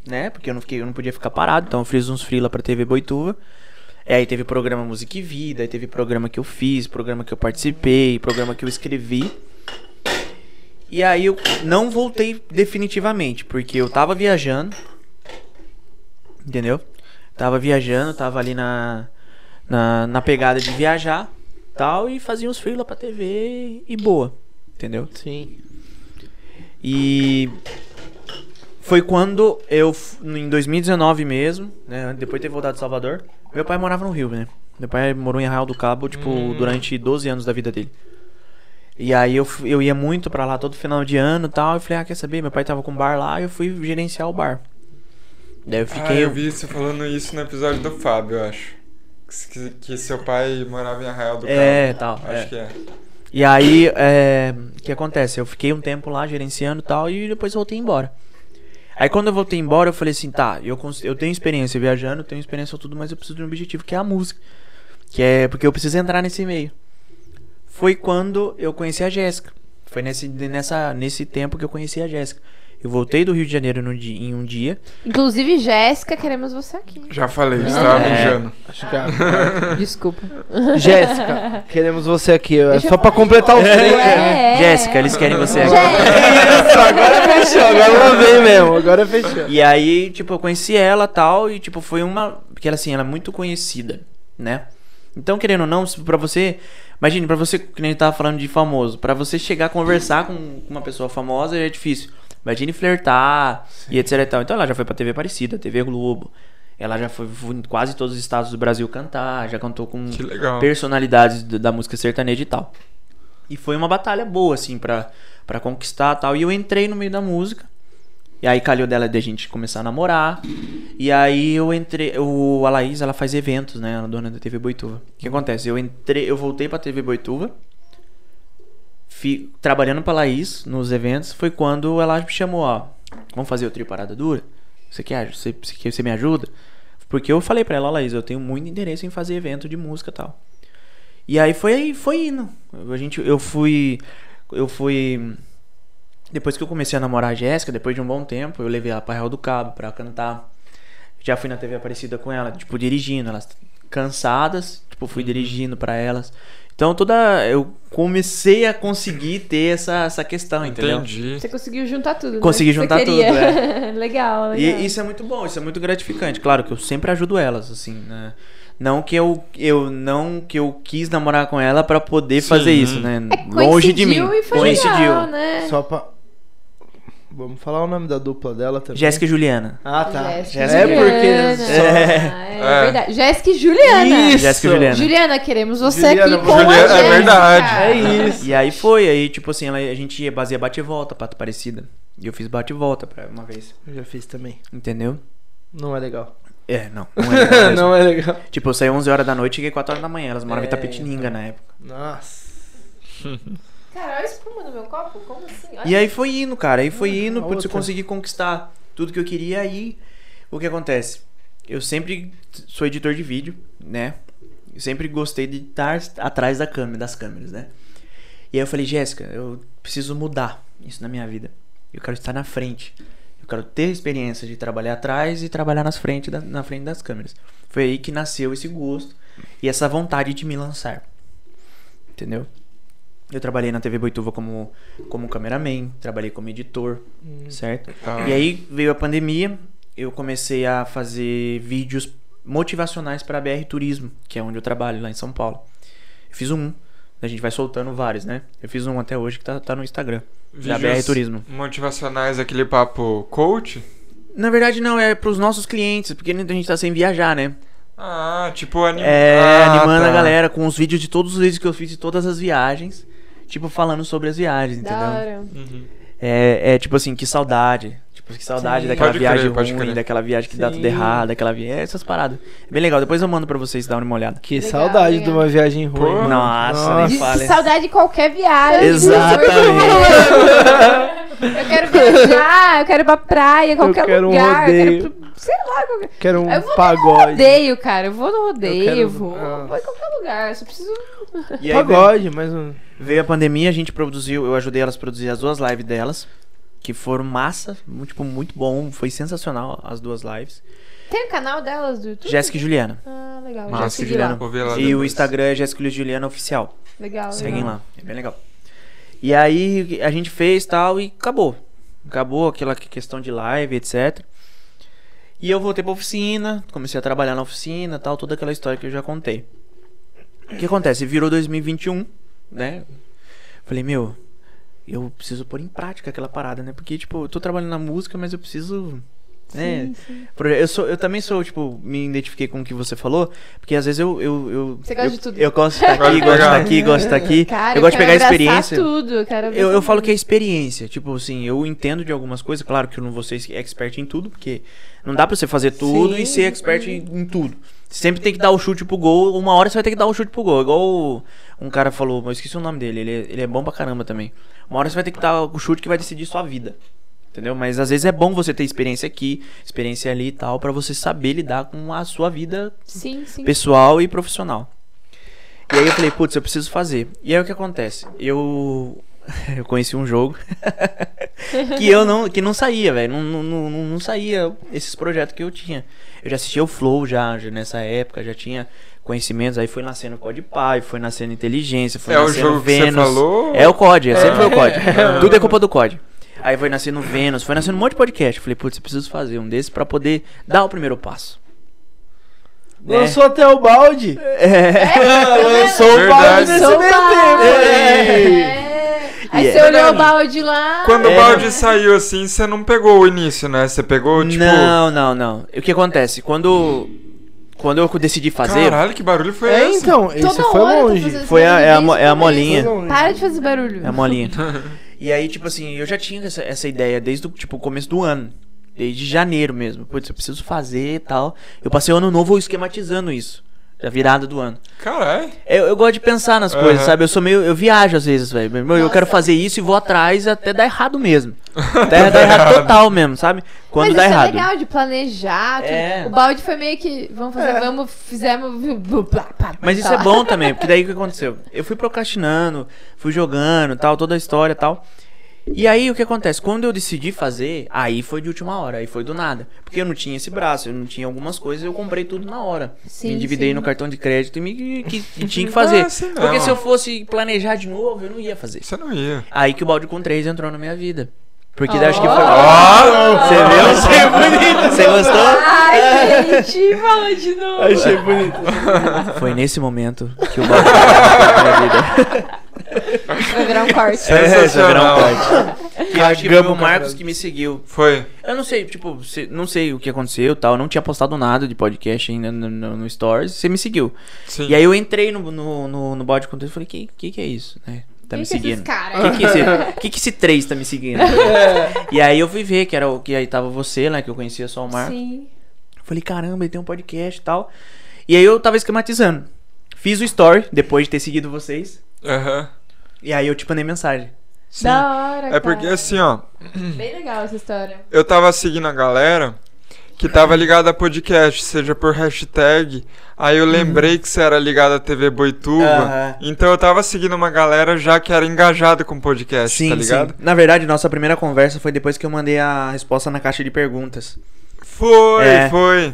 [SPEAKER 3] né? Porque eu não fiquei, eu não podia ficar parado, então eu fiz uns freela pra TV Boituva. É, aí teve programa Música e Vida, aí teve programa que eu fiz, programa que eu participei, programa que eu escrevi. E aí eu não voltei definitivamente, porque eu tava viajando. Entendeu? Tava viajando, tava ali na na, na pegada de viajar, tal e fazia uns freela pra TV e boa, entendeu?
[SPEAKER 5] Sim.
[SPEAKER 3] E Foi quando eu, f- em 2019 mesmo, né? Depois de ter voltado de Salvador, meu pai morava no Rio, né? Meu pai morou em Arraial do Cabo, tipo, durante 12 anos da vida dele. E aí eu, f- eu ia muito pra lá todo final de ano e tal. Eu falei, ah, quer saber? Meu pai tava com um bar lá e eu fui gerenciar o bar. Daí eu
[SPEAKER 4] Ah,
[SPEAKER 3] fiquei. um
[SPEAKER 4] eu vi você falando isso no episódio do Fábio, eu acho. Que, que seu pai morava em Arraial do
[SPEAKER 3] É,
[SPEAKER 4] Cabo.
[SPEAKER 3] tal,
[SPEAKER 4] Acho
[SPEAKER 3] é.
[SPEAKER 4] que é.
[SPEAKER 3] E aí, é, o que acontece? Eu fiquei um tempo lá gerenciando e tal, e depois voltei embora. Aí quando eu voltei embora, eu falei assim, tá, eu, cons- eu tenho experiência viajando, eu tenho experiência em tudo, mas eu preciso de um objetivo, que é a música. Que é porque eu preciso entrar nesse meio. Foi quando eu conheci a Jéssica. Foi nesse, nessa, nesse tempo que eu conheci a Jéssica. Eu voltei do Rio de Janeiro no di- em um dia.
[SPEAKER 2] Inclusive, Jéssica, queremos você aqui.
[SPEAKER 4] Já falei, você tava
[SPEAKER 3] É.
[SPEAKER 4] mijando.
[SPEAKER 5] Acho que é.
[SPEAKER 2] Desculpa.
[SPEAKER 5] Jéssica, queremos você aqui. É
[SPEAKER 2] Deixa
[SPEAKER 5] só
[SPEAKER 2] eu
[SPEAKER 5] pra
[SPEAKER 2] falar.
[SPEAKER 5] completar o
[SPEAKER 2] É.
[SPEAKER 5] trem.
[SPEAKER 2] É.
[SPEAKER 3] Jéssica, eles querem você aqui.
[SPEAKER 5] Isso, agora fechou, agora ela veio mesmo, agora fechou.
[SPEAKER 3] E aí, tipo, eu conheci ela tal, e tipo, foi uma. Porque ela assim, ela é muito conhecida, né? Então, querendo ou não, se- pra você. Imagine, pra você, que nem eu tava falando de famoso, pra você chegar a conversar com uma pessoa famosa é difícil. Imagine flertar e etc e tal. Então ela já foi pra TV Aparecida, TV Globo. Ela já foi, foi em quase todos os estados do Brasil cantar, já cantou com
[SPEAKER 4] Que legal.
[SPEAKER 3] personalidades d- da música sertaneja e tal. E foi uma batalha boa, assim, pra, pra conquistar e tal. E eu entrei no meio da música. E aí calhou dela de a gente começar a namorar. E aí eu entrei. O, a Laís, ela faz eventos, né? Ela é dona da TV Boituva. O que acontece? Eu entrei, eu voltei pra TV Boituva. Fi, trabalhando pra Laís nos eventos. Foi quando ela me chamou, ó. Vamos fazer o trio Parada Dura? Você quer? aj- Você, você, quer- você me ajuda? Porque eu falei pra ela, ó, Laís, eu tenho muito interesse em fazer evento de música e tal. E aí foi aí, foi indo. A gente, eu fui. Eu fui. Depois que eu comecei a namorar a Jéssica, depois de um bom tempo, eu levei ela pra Real do Cabo pra cantar. Já fui na TV Aparecida com ela, tipo, dirigindo, elas cansadas, tipo, fui dirigindo pra elas. Então toda. Eu comecei a conseguir ter essa, essa questão, entendeu?
[SPEAKER 4] Entendi.
[SPEAKER 2] Você conseguiu juntar tudo, né?
[SPEAKER 3] Consegui
[SPEAKER 2] Você
[SPEAKER 3] juntar
[SPEAKER 2] queria.
[SPEAKER 3] tudo, é.
[SPEAKER 2] legal, legal.
[SPEAKER 3] E isso é muito bom, isso é muito gratificante. Claro que eu sempre ajudo elas, assim, né? Não que eu, eu não que eu quis namorar com ela pra poder
[SPEAKER 4] Sim.
[SPEAKER 3] fazer isso, né?
[SPEAKER 2] É que
[SPEAKER 3] Longe de mim.
[SPEAKER 2] coincidiu E foi Legal, né?
[SPEAKER 5] Só pra. Vamos falar o nome da dupla dela também.
[SPEAKER 3] Jéssica e Juliana.
[SPEAKER 5] Ah, tá.
[SPEAKER 2] Jéssica
[SPEAKER 5] é
[SPEAKER 2] e
[SPEAKER 5] porque.
[SPEAKER 2] Juliana.
[SPEAKER 5] só-
[SPEAKER 2] Ah, é, verdade. Jéssica e Juliana.
[SPEAKER 5] Isso.
[SPEAKER 3] Jéssica e Juliana.
[SPEAKER 2] Juliana, queremos você
[SPEAKER 5] Juliana,
[SPEAKER 2] aqui com
[SPEAKER 5] Juliana,
[SPEAKER 2] a
[SPEAKER 5] é
[SPEAKER 2] Jéssica.
[SPEAKER 4] verdade.
[SPEAKER 5] É isso.
[SPEAKER 3] E aí foi, aí tipo assim, ela, a gente ia basear bate e volta, pato parecida. E eu fiz bate e volta pra uma vez,
[SPEAKER 5] Eu já fiz também.
[SPEAKER 3] entendeu?
[SPEAKER 5] Não é legal.
[SPEAKER 3] É, não. Não é legal mesmo.
[SPEAKER 5] Não é legal.
[SPEAKER 3] Tipo, eu saí 11 horas da noite e cheguei 4 horas da manhã. Elas moravam
[SPEAKER 5] É,
[SPEAKER 3] em Tapetininga na época.
[SPEAKER 5] Nossa.
[SPEAKER 2] Cara, olha a espuma no meu copo. Como assim? Olha.
[SPEAKER 3] E aí foi indo, cara. Aí foi indo,
[SPEAKER 5] a
[SPEAKER 3] putz, eu
[SPEAKER 5] outra.
[SPEAKER 3] consegui conquistar tudo que eu queria. Aí, o que acontece? Eu sempre sou editor de vídeo, né? Eu sempre gostei de estar atrás da câmera, das câmeras, né? E aí eu falei, Jéssica, eu preciso mudar isso na minha vida. Eu quero estar na frente. Eu quero ter a experiência de trabalhar atrás e trabalhar nas frente da- na frente das câmeras. Foi aí que nasceu esse gosto e essa vontade de me lançar. Entendeu? Eu trabalhei na TV Boituva como, como cameraman, trabalhei como editor, certo?
[SPEAKER 4] Tá.
[SPEAKER 3] E aí veio a pandemia, eu comecei a fazer vídeos motivacionais para BR Turismo, que é onde eu trabalho lá em São Paulo. Eu fiz um, a gente vai soltando vários, né? Eu fiz um até hoje que tá, tá no Instagram, da BR
[SPEAKER 4] Vídeos
[SPEAKER 3] Turismo.
[SPEAKER 4] Motivacionais, aquele papo coach?
[SPEAKER 3] Na verdade não, é pros nossos clientes, porque a gente tá sem viajar, né?
[SPEAKER 4] Ah, tipo anima...
[SPEAKER 3] É,
[SPEAKER 4] ah,
[SPEAKER 3] animando
[SPEAKER 4] tá.
[SPEAKER 3] a galera com os vídeos de todos os vídeos que eu fiz de todas as viagens, tipo falando sobre as viagens, entendeu?
[SPEAKER 2] Da hora.
[SPEAKER 4] Uhum.
[SPEAKER 3] É, é tipo assim, que saudade. Tipo, que saudade
[SPEAKER 5] Sim.
[SPEAKER 3] daquela
[SPEAKER 4] Pode crer,
[SPEAKER 3] viagem
[SPEAKER 4] pode
[SPEAKER 3] ruim,
[SPEAKER 4] crer.
[SPEAKER 3] daquela viagem que dá tudo
[SPEAKER 5] Sim.
[SPEAKER 3] errado, daquela viagem. Essas paradas. É bem legal, depois eu mando pra vocês darem uma olhada.
[SPEAKER 5] Que
[SPEAKER 2] Legal,
[SPEAKER 5] saudade
[SPEAKER 2] legal.
[SPEAKER 5] de uma viagem ruim.
[SPEAKER 4] Pô.
[SPEAKER 5] mano.
[SPEAKER 3] Nossa,
[SPEAKER 5] Nossa.
[SPEAKER 3] nem fale.
[SPEAKER 2] De saudade de qualquer viagem.
[SPEAKER 3] Exatamente.
[SPEAKER 2] Eu quero viajar, eu quero ir pra praia, qualquer
[SPEAKER 5] Eu quero um
[SPEAKER 2] lugar. Eu
[SPEAKER 5] rodeio.
[SPEAKER 2] quero pro, sei lá, qualquer...
[SPEAKER 5] Quero
[SPEAKER 2] Eu
[SPEAKER 5] um
[SPEAKER 2] vou
[SPEAKER 5] pagode.
[SPEAKER 2] rodeio, cara. Eu vou no rodeio,
[SPEAKER 5] Eu quero-
[SPEAKER 2] vou,
[SPEAKER 5] Ah.
[SPEAKER 2] vou em qualquer lugar. Eu só preciso...
[SPEAKER 3] E aí veio,
[SPEAKER 5] Pagode, mas um.
[SPEAKER 3] veio a pandemia, a gente produziu, eu ajudei elas a produzir as duas lives delas. Que foram massa, mu- tipo, muito bom. Foi sensacional as duas lives.
[SPEAKER 2] Tem o canal delas do YouTube?
[SPEAKER 3] Jéssica e Juliana.
[SPEAKER 2] Ah, legal.
[SPEAKER 3] Massa,
[SPEAKER 2] Já segui
[SPEAKER 3] Juliana.
[SPEAKER 2] lá.
[SPEAKER 4] Vou ver lá
[SPEAKER 3] E o
[SPEAKER 4] depois.
[SPEAKER 3] Instagram é Jéssica e Juliana Oficial.
[SPEAKER 2] Legal,
[SPEAKER 3] Seguem
[SPEAKER 2] legal.
[SPEAKER 3] lá, é bem legal. E aí a gente fez tal e acabou. Acabou aquela questão de live, etc. E eu voltei pra oficina, comecei a trabalhar na oficina, tal, toda aquela história que eu já contei. O que acontece? Virou 2021, né? um, Falei, meu, eu preciso pôr em prática aquela parada, né? Porque, tipo, eu tô trabalhando na música, mas eu preciso. Né? Pro- Eu, sou, eu também sou, tipo, me identifiquei com o que você falou, porque às vezes eu. eu, eu
[SPEAKER 2] Você gosta
[SPEAKER 3] eu-
[SPEAKER 2] de tudo.
[SPEAKER 3] Eu gosto de estar
[SPEAKER 4] Gosta
[SPEAKER 3] aqui,
[SPEAKER 4] de
[SPEAKER 3] gosto de estar
[SPEAKER 4] pegar.
[SPEAKER 3] aqui, gosto de estar Tá aqui.
[SPEAKER 2] Cara,
[SPEAKER 3] eu gosto de pegar a
[SPEAKER 2] quero abraçar
[SPEAKER 3] experiência.
[SPEAKER 2] Tudo, eu, quero
[SPEAKER 3] Eu, eu
[SPEAKER 2] abraçar
[SPEAKER 3] falo que é
[SPEAKER 2] tudo.
[SPEAKER 3] experiência. Tipo assim, eu entendo de algumas coisas. Claro que eu não vou ser expert em tudo, porque não dá pra você fazer tudo e
[SPEAKER 5] Sim.
[SPEAKER 3] ser expert em, em tudo. Sempre tem que dar o chute pro gol. Uma hora você vai ter que dar o chute pro gol. Igual o- um cara falou, eu esqueci o nome dele. Ele, é- ele é bom pra caramba também. Uma hora você vai ter que dar o chute que vai decidir sua vida. Entendeu? Mas às vezes é bom você ter experiência aqui, experiência ali e tal, pra você saber lidar com a sua vida
[SPEAKER 2] Sim, sim.
[SPEAKER 3] pessoal e profissional. E aí eu falei, putz, eu preciso fazer. E aí o que acontece? Eu eu conheci um jogo que eu não que não saía, velho, não, não, não, não- não saía esses projetos que eu tinha. Eu já assistia o Flow já, já nessa época, já tinha conhecimentos, aí foi nascendo o Code Pai, foi nascendo Inteligência, foi
[SPEAKER 4] É o
[SPEAKER 3] nascendo
[SPEAKER 4] jogo que você
[SPEAKER 3] Vênus.
[SPEAKER 4] falou?
[SPEAKER 3] É o COD, é sempre foi o COD. Tudo é culpa do COD. Aí foi nascendo Vênus, foi nascendo um monte de podcast. Eu falei, putz, eu preciso fazer um desses pra poder dar o primeiro passo. Né?
[SPEAKER 5] Lançou até o balde.
[SPEAKER 2] É.
[SPEAKER 5] Ah, lançou
[SPEAKER 2] um
[SPEAKER 5] o balde
[SPEAKER 4] Verdade.
[SPEAKER 5] nesse
[SPEAKER 2] São
[SPEAKER 5] meio
[SPEAKER 2] Paulo.
[SPEAKER 5] tempo. né? hein?
[SPEAKER 2] É. Aí
[SPEAKER 3] E é
[SPEAKER 2] você olhou o
[SPEAKER 4] verdade.
[SPEAKER 2] balde lá.
[SPEAKER 4] Quando
[SPEAKER 3] É.
[SPEAKER 4] o balde saiu assim, você não pegou o início, né? Você pegou, tipo.
[SPEAKER 3] Não, não, não. E O que acontece? Quando. Quando eu decidi fazer.
[SPEAKER 4] Caralho, que barulho foi
[SPEAKER 5] É,
[SPEAKER 4] esse?
[SPEAKER 5] então, esse
[SPEAKER 2] Toda
[SPEAKER 5] foi
[SPEAKER 2] hora eu tô
[SPEAKER 5] longe.
[SPEAKER 2] fazendo
[SPEAKER 3] Foi a- é a mo- é a
[SPEAKER 2] também.
[SPEAKER 3] molinha.
[SPEAKER 2] Para de fazer barulho.
[SPEAKER 3] É a molinha. e aí, tipo assim, eu já tinha essa, essa ideia desde o tipo, o começo do ano. Desde janeiro mesmo. Putz, eu preciso fazer e tal. Eu passei o ano novo esquematizando isso. Da virada do ano.
[SPEAKER 4] Caralho.
[SPEAKER 3] Eu, eu gosto de pensar nas
[SPEAKER 4] Aham.
[SPEAKER 3] coisas, sabe? Eu sou meio. Eu viajo às vezes, velho. Meu, Eu
[SPEAKER 2] Nossa.
[SPEAKER 3] quero fazer isso e vou atrás até dar errado mesmo. Até dar errado total mesmo, sabe? Quando
[SPEAKER 2] Mas
[SPEAKER 3] dá
[SPEAKER 2] isso
[SPEAKER 3] errado.
[SPEAKER 2] é legal de planejar. tudo.
[SPEAKER 3] É.
[SPEAKER 2] O balde foi meio que. Vamos fazer, vamos, fizemos. blá, blá, blá,
[SPEAKER 3] Mas isso
[SPEAKER 2] blá.
[SPEAKER 3] é bom também, porque daí o que aconteceu? Eu fui procrastinando, fui jogando, tal, toda a história, tal. E aí o que acontece? Quando eu decidi fazer, aí foi de última hora, aí foi do nada. Porque eu não tinha esse braço, eu não tinha algumas coisas, eu comprei tudo na hora.
[SPEAKER 2] Sim,
[SPEAKER 3] me endividei
[SPEAKER 2] sim.
[SPEAKER 3] no cartão de crédito e, me, e que- e tinha que fazer.
[SPEAKER 4] Ah, assim não.
[SPEAKER 3] porque se eu fosse planejar de novo, eu não ia fazer.
[SPEAKER 4] Você não ia.
[SPEAKER 3] Aí que o balde com 3 entrou na minha vida. Porque
[SPEAKER 2] Oh.
[SPEAKER 3] acho que foi.
[SPEAKER 4] Ó!
[SPEAKER 3] Ah, Você viu?
[SPEAKER 4] ah,
[SPEAKER 3] Achei bonito. Você gostou?
[SPEAKER 2] Ai,
[SPEAKER 5] É.
[SPEAKER 2] gente, fala de novo.
[SPEAKER 5] Achei bonito.
[SPEAKER 3] Foi nesse momento que o balde entrou na minha vida.
[SPEAKER 2] Vai virar um corte.
[SPEAKER 3] É,
[SPEAKER 4] Sensacional.
[SPEAKER 3] Que eu acho que foi o
[SPEAKER 5] Cagamos,
[SPEAKER 3] Marcos
[SPEAKER 5] cara.
[SPEAKER 3] que me seguiu.
[SPEAKER 4] Foi.
[SPEAKER 3] Eu não sei, tipo, se- não sei o que aconteceu tal. Eu não tinha postado nada de podcast ainda no, no- no Stories. Você me seguiu.
[SPEAKER 4] Sim.
[SPEAKER 3] E aí eu entrei no, no, no, no bode de conteúdo e falei, que, que que é isso? né? Tá me
[SPEAKER 2] Quem que é esses
[SPEAKER 3] seguindo.
[SPEAKER 2] caras?
[SPEAKER 5] Ah,
[SPEAKER 3] Que que, esse, que que esse 3 tá me seguindo? E aí eu fui ver que era o que aí tava você, né? Que eu conhecia só o Marcos.
[SPEAKER 2] Sim.
[SPEAKER 3] Eu Falei, caramba, ele tem um podcast e tal. E aí eu tava esquematizando. Fiz o story, depois de ter seguido vocês.
[SPEAKER 4] Aham.
[SPEAKER 3] E aí eu te mandei mensagem.
[SPEAKER 4] Sim.
[SPEAKER 2] Da hora.
[SPEAKER 4] É porque
[SPEAKER 2] cara.
[SPEAKER 4] assim, ó.
[SPEAKER 2] Bem legal essa história.
[SPEAKER 4] eu tava seguindo a galera que tava ligada a podcast, seja por hashtag. Aí
[SPEAKER 2] Uhum.
[SPEAKER 4] eu lembrei que você era ligado à TV Boituva.
[SPEAKER 3] Aham.
[SPEAKER 4] Então eu tava seguindo uma galera já que era engajada com podcast, tá ligado?
[SPEAKER 3] Na verdade, nossa primeira conversa foi depois que eu mandei a resposta na caixa de perguntas.
[SPEAKER 4] Foi,
[SPEAKER 3] É.
[SPEAKER 4] foi.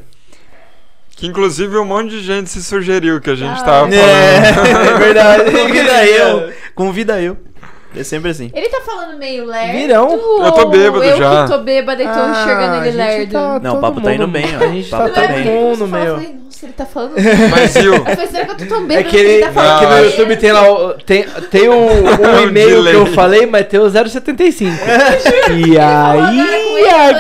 [SPEAKER 4] Que inclusive um monte de gente se sugeriu que a gente
[SPEAKER 2] Ah.
[SPEAKER 4] tava falando.
[SPEAKER 3] É, verdade. Convida eu. Convida eu. É sempre assim.
[SPEAKER 2] Ele tá falando meio lerdo.
[SPEAKER 5] Virão.
[SPEAKER 4] Eu tô bêbado
[SPEAKER 2] eu
[SPEAKER 4] já.
[SPEAKER 2] que tô bêbada e tô
[SPEAKER 5] Ah,
[SPEAKER 2] enxergando
[SPEAKER 5] a
[SPEAKER 2] ele
[SPEAKER 5] gente
[SPEAKER 2] lerdo.
[SPEAKER 5] tá
[SPEAKER 3] Não, o
[SPEAKER 5] todo
[SPEAKER 3] papo tá indo
[SPEAKER 5] mundo-
[SPEAKER 3] bem, ó.
[SPEAKER 5] A gente
[SPEAKER 3] Papo
[SPEAKER 5] tá
[SPEAKER 3] tá
[SPEAKER 5] todo
[SPEAKER 3] bem.
[SPEAKER 5] mundo,
[SPEAKER 2] Quando ele começou a falar, eu
[SPEAKER 5] meu.
[SPEAKER 2] falei, Nossa, ele tá falando.
[SPEAKER 3] É.
[SPEAKER 4] Mas e o-
[SPEAKER 2] Eu falei, será que eu tô tão
[SPEAKER 5] É
[SPEAKER 2] bêbado
[SPEAKER 5] que, ele,
[SPEAKER 2] ele
[SPEAKER 5] é
[SPEAKER 2] tá
[SPEAKER 4] Não,
[SPEAKER 5] que
[SPEAKER 2] falando?
[SPEAKER 5] no
[SPEAKER 4] é-
[SPEAKER 5] YouTube tem lá, o- tem, tem o, o
[SPEAKER 4] É um
[SPEAKER 5] e-mail que eu
[SPEAKER 4] delay.
[SPEAKER 5] falei, mas tem o 075. e aí a
[SPEAKER 2] falou agora com ele, eu falei-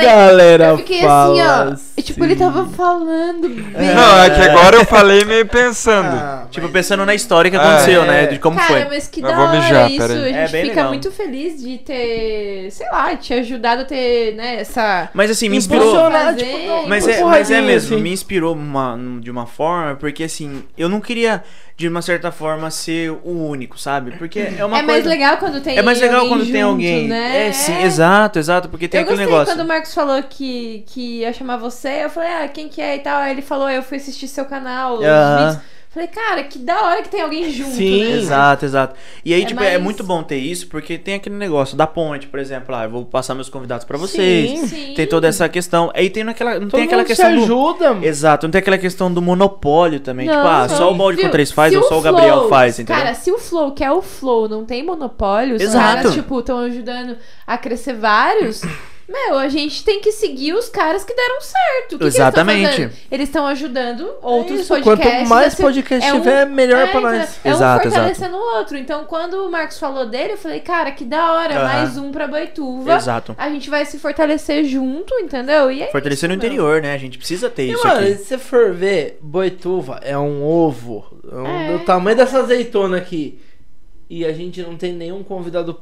[SPEAKER 5] galera
[SPEAKER 2] Eu fiquei assim,
[SPEAKER 5] fala
[SPEAKER 2] ó. E tipo, ele tava falando bem.
[SPEAKER 4] Não, é que agora eu falei meio pensando.
[SPEAKER 5] Ah.
[SPEAKER 3] Tipo, pensando na história que
[SPEAKER 4] É.
[SPEAKER 3] aconteceu, né? De como
[SPEAKER 2] Cara,
[SPEAKER 3] foi.
[SPEAKER 2] mas que
[SPEAKER 4] Eu
[SPEAKER 2] da
[SPEAKER 4] vou
[SPEAKER 2] hora
[SPEAKER 4] mijar,
[SPEAKER 2] isso.
[SPEAKER 4] pera aí.
[SPEAKER 2] A gente
[SPEAKER 3] É bem
[SPEAKER 2] fica
[SPEAKER 3] legal.
[SPEAKER 2] muito feliz de ter, sei lá, te ajudado a ter, né, essa.
[SPEAKER 3] Mas assim, me inspirou.
[SPEAKER 2] Impulsionou.
[SPEAKER 5] Impulsionar,
[SPEAKER 2] Fazer.
[SPEAKER 5] tipo, não,
[SPEAKER 3] Mas
[SPEAKER 5] não
[SPEAKER 3] é,
[SPEAKER 5] porra
[SPEAKER 3] mas é
[SPEAKER 5] nenhuma,
[SPEAKER 3] mesmo,
[SPEAKER 5] assim.
[SPEAKER 3] me inspirou uma- de uma forma, porque assim, eu não queria, de uma certa forma, ser o único, sabe? Porque é uma
[SPEAKER 2] é mais
[SPEAKER 3] coisa.
[SPEAKER 2] legal quando tem
[SPEAKER 3] é mais legal quando tem
[SPEAKER 2] junto,
[SPEAKER 3] alguém.
[SPEAKER 2] Né?
[SPEAKER 3] É, sim, exato, exato, porque tem
[SPEAKER 2] eu
[SPEAKER 3] aquele
[SPEAKER 2] gostei
[SPEAKER 3] negócio.
[SPEAKER 2] quando o Marcos falou que, que ia chamar você. Eu falei, ah, quem que é e tal. Aí ele falou, eu fui assistir seu canal. os
[SPEAKER 3] Aham.
[SPEAKER 2] vídeos. Falei, cara, que da hora que tem alguém junto.
[SPEAKER 5] Sim.
[SPEAKER 2] né?
[SPEAKER 3] Exato, exato. E aí,
[SPEAKER 2] É
[SPEAKER 3] tipo, é
[SPEAKER 2] mais-
[SPEAKER 3] muito bom ter isso, porque tem aquele negócio da ponte, por exemplo, ah, eu vou passar meus convidados pra vocês.
[SPEAKER 5] Sim.
[SPEAKER 2] Sim.
[SPEAKER 3] Tem toda essa questão. Aí tem naquela, não
[SPEAKER 5] Todo
[SPEAKER 3] tem aquela
[SPEAKER 5] mundo
[SPEAKER 3] questão
[SPEAKER 5] se
[SPEAKER 3] do
[SPEAKER 5] ajuda, mano.
[SPEAKER 3] Exato, não tem aquela questão do monopólio também, tipo,
[SPEAKER 2] Não,
[SPEAKER 3] ah, só o balde com
[SPEAKER 2] Viu?
[SPEAKER 3] três faz
[SPEAKER 2] Se
[SPEAKER 3] ou só o
[SPEAKER 2] Flow-
[SPEAKER 3] Gabriel faz, entendeu?
[SPEAKER 2] Cara, se o Flow, que é o Flow, não tem monopólio, os
[SPEAKER 3] Exato.
[SPEAKER 2] caras, tipo, estão ajudando a crescer vários, Meu, a gente tem que seguir os caras que deram certo. O que que
[SPEAKER 3] Exatamente. É
[SPEAKER 2] eles tão fazendo? eles estão ajudando outros
[SPEAKER 5] Isso,
[SPEAKER 2] podcasts.
[SPEAKER 5] Quanto mais
[SPEAKER 2] assim,
[SPEAKER 5] podcast
[SPEAKER 2] é um-
[SPEAKER 5] tiver, melhor pra
[SPEAKER 2] então,
[SPEAKER 5] nós.
[SPEAKER 2] É um
[SPEAKER 3] Exato, exato.
[SPEAKER 2] fortalecendo o outro. Então, quando o Marcos falou dele, eu falei, cara, que da hora,
[SPEAKER 3] Aham.
[SPEAKER 2] mais um pra Boituva.
[SPEAKER 3] Exato.
[SPEAKER 2] A gente vai se fortalecer junto, entendeu? E é
[SPEAKER 3] Fortalecer no
[SPEAKER 2] isso, meu.
[SPEAKER 3] interior, né? A gente precisa ter
[SPEAKER 5] E,
[SPEAKER 3] isso
[SPEAKER 5] mano,
[SPEAKER 3] aqui.
[SPEAKER 5] se você for ver, boituva é um ovo. É um-
[SPEAKER 2] É.
[SPEAKER 5] Do tamanho dessa azeitona aqui. E a gente não tem nenhum convidado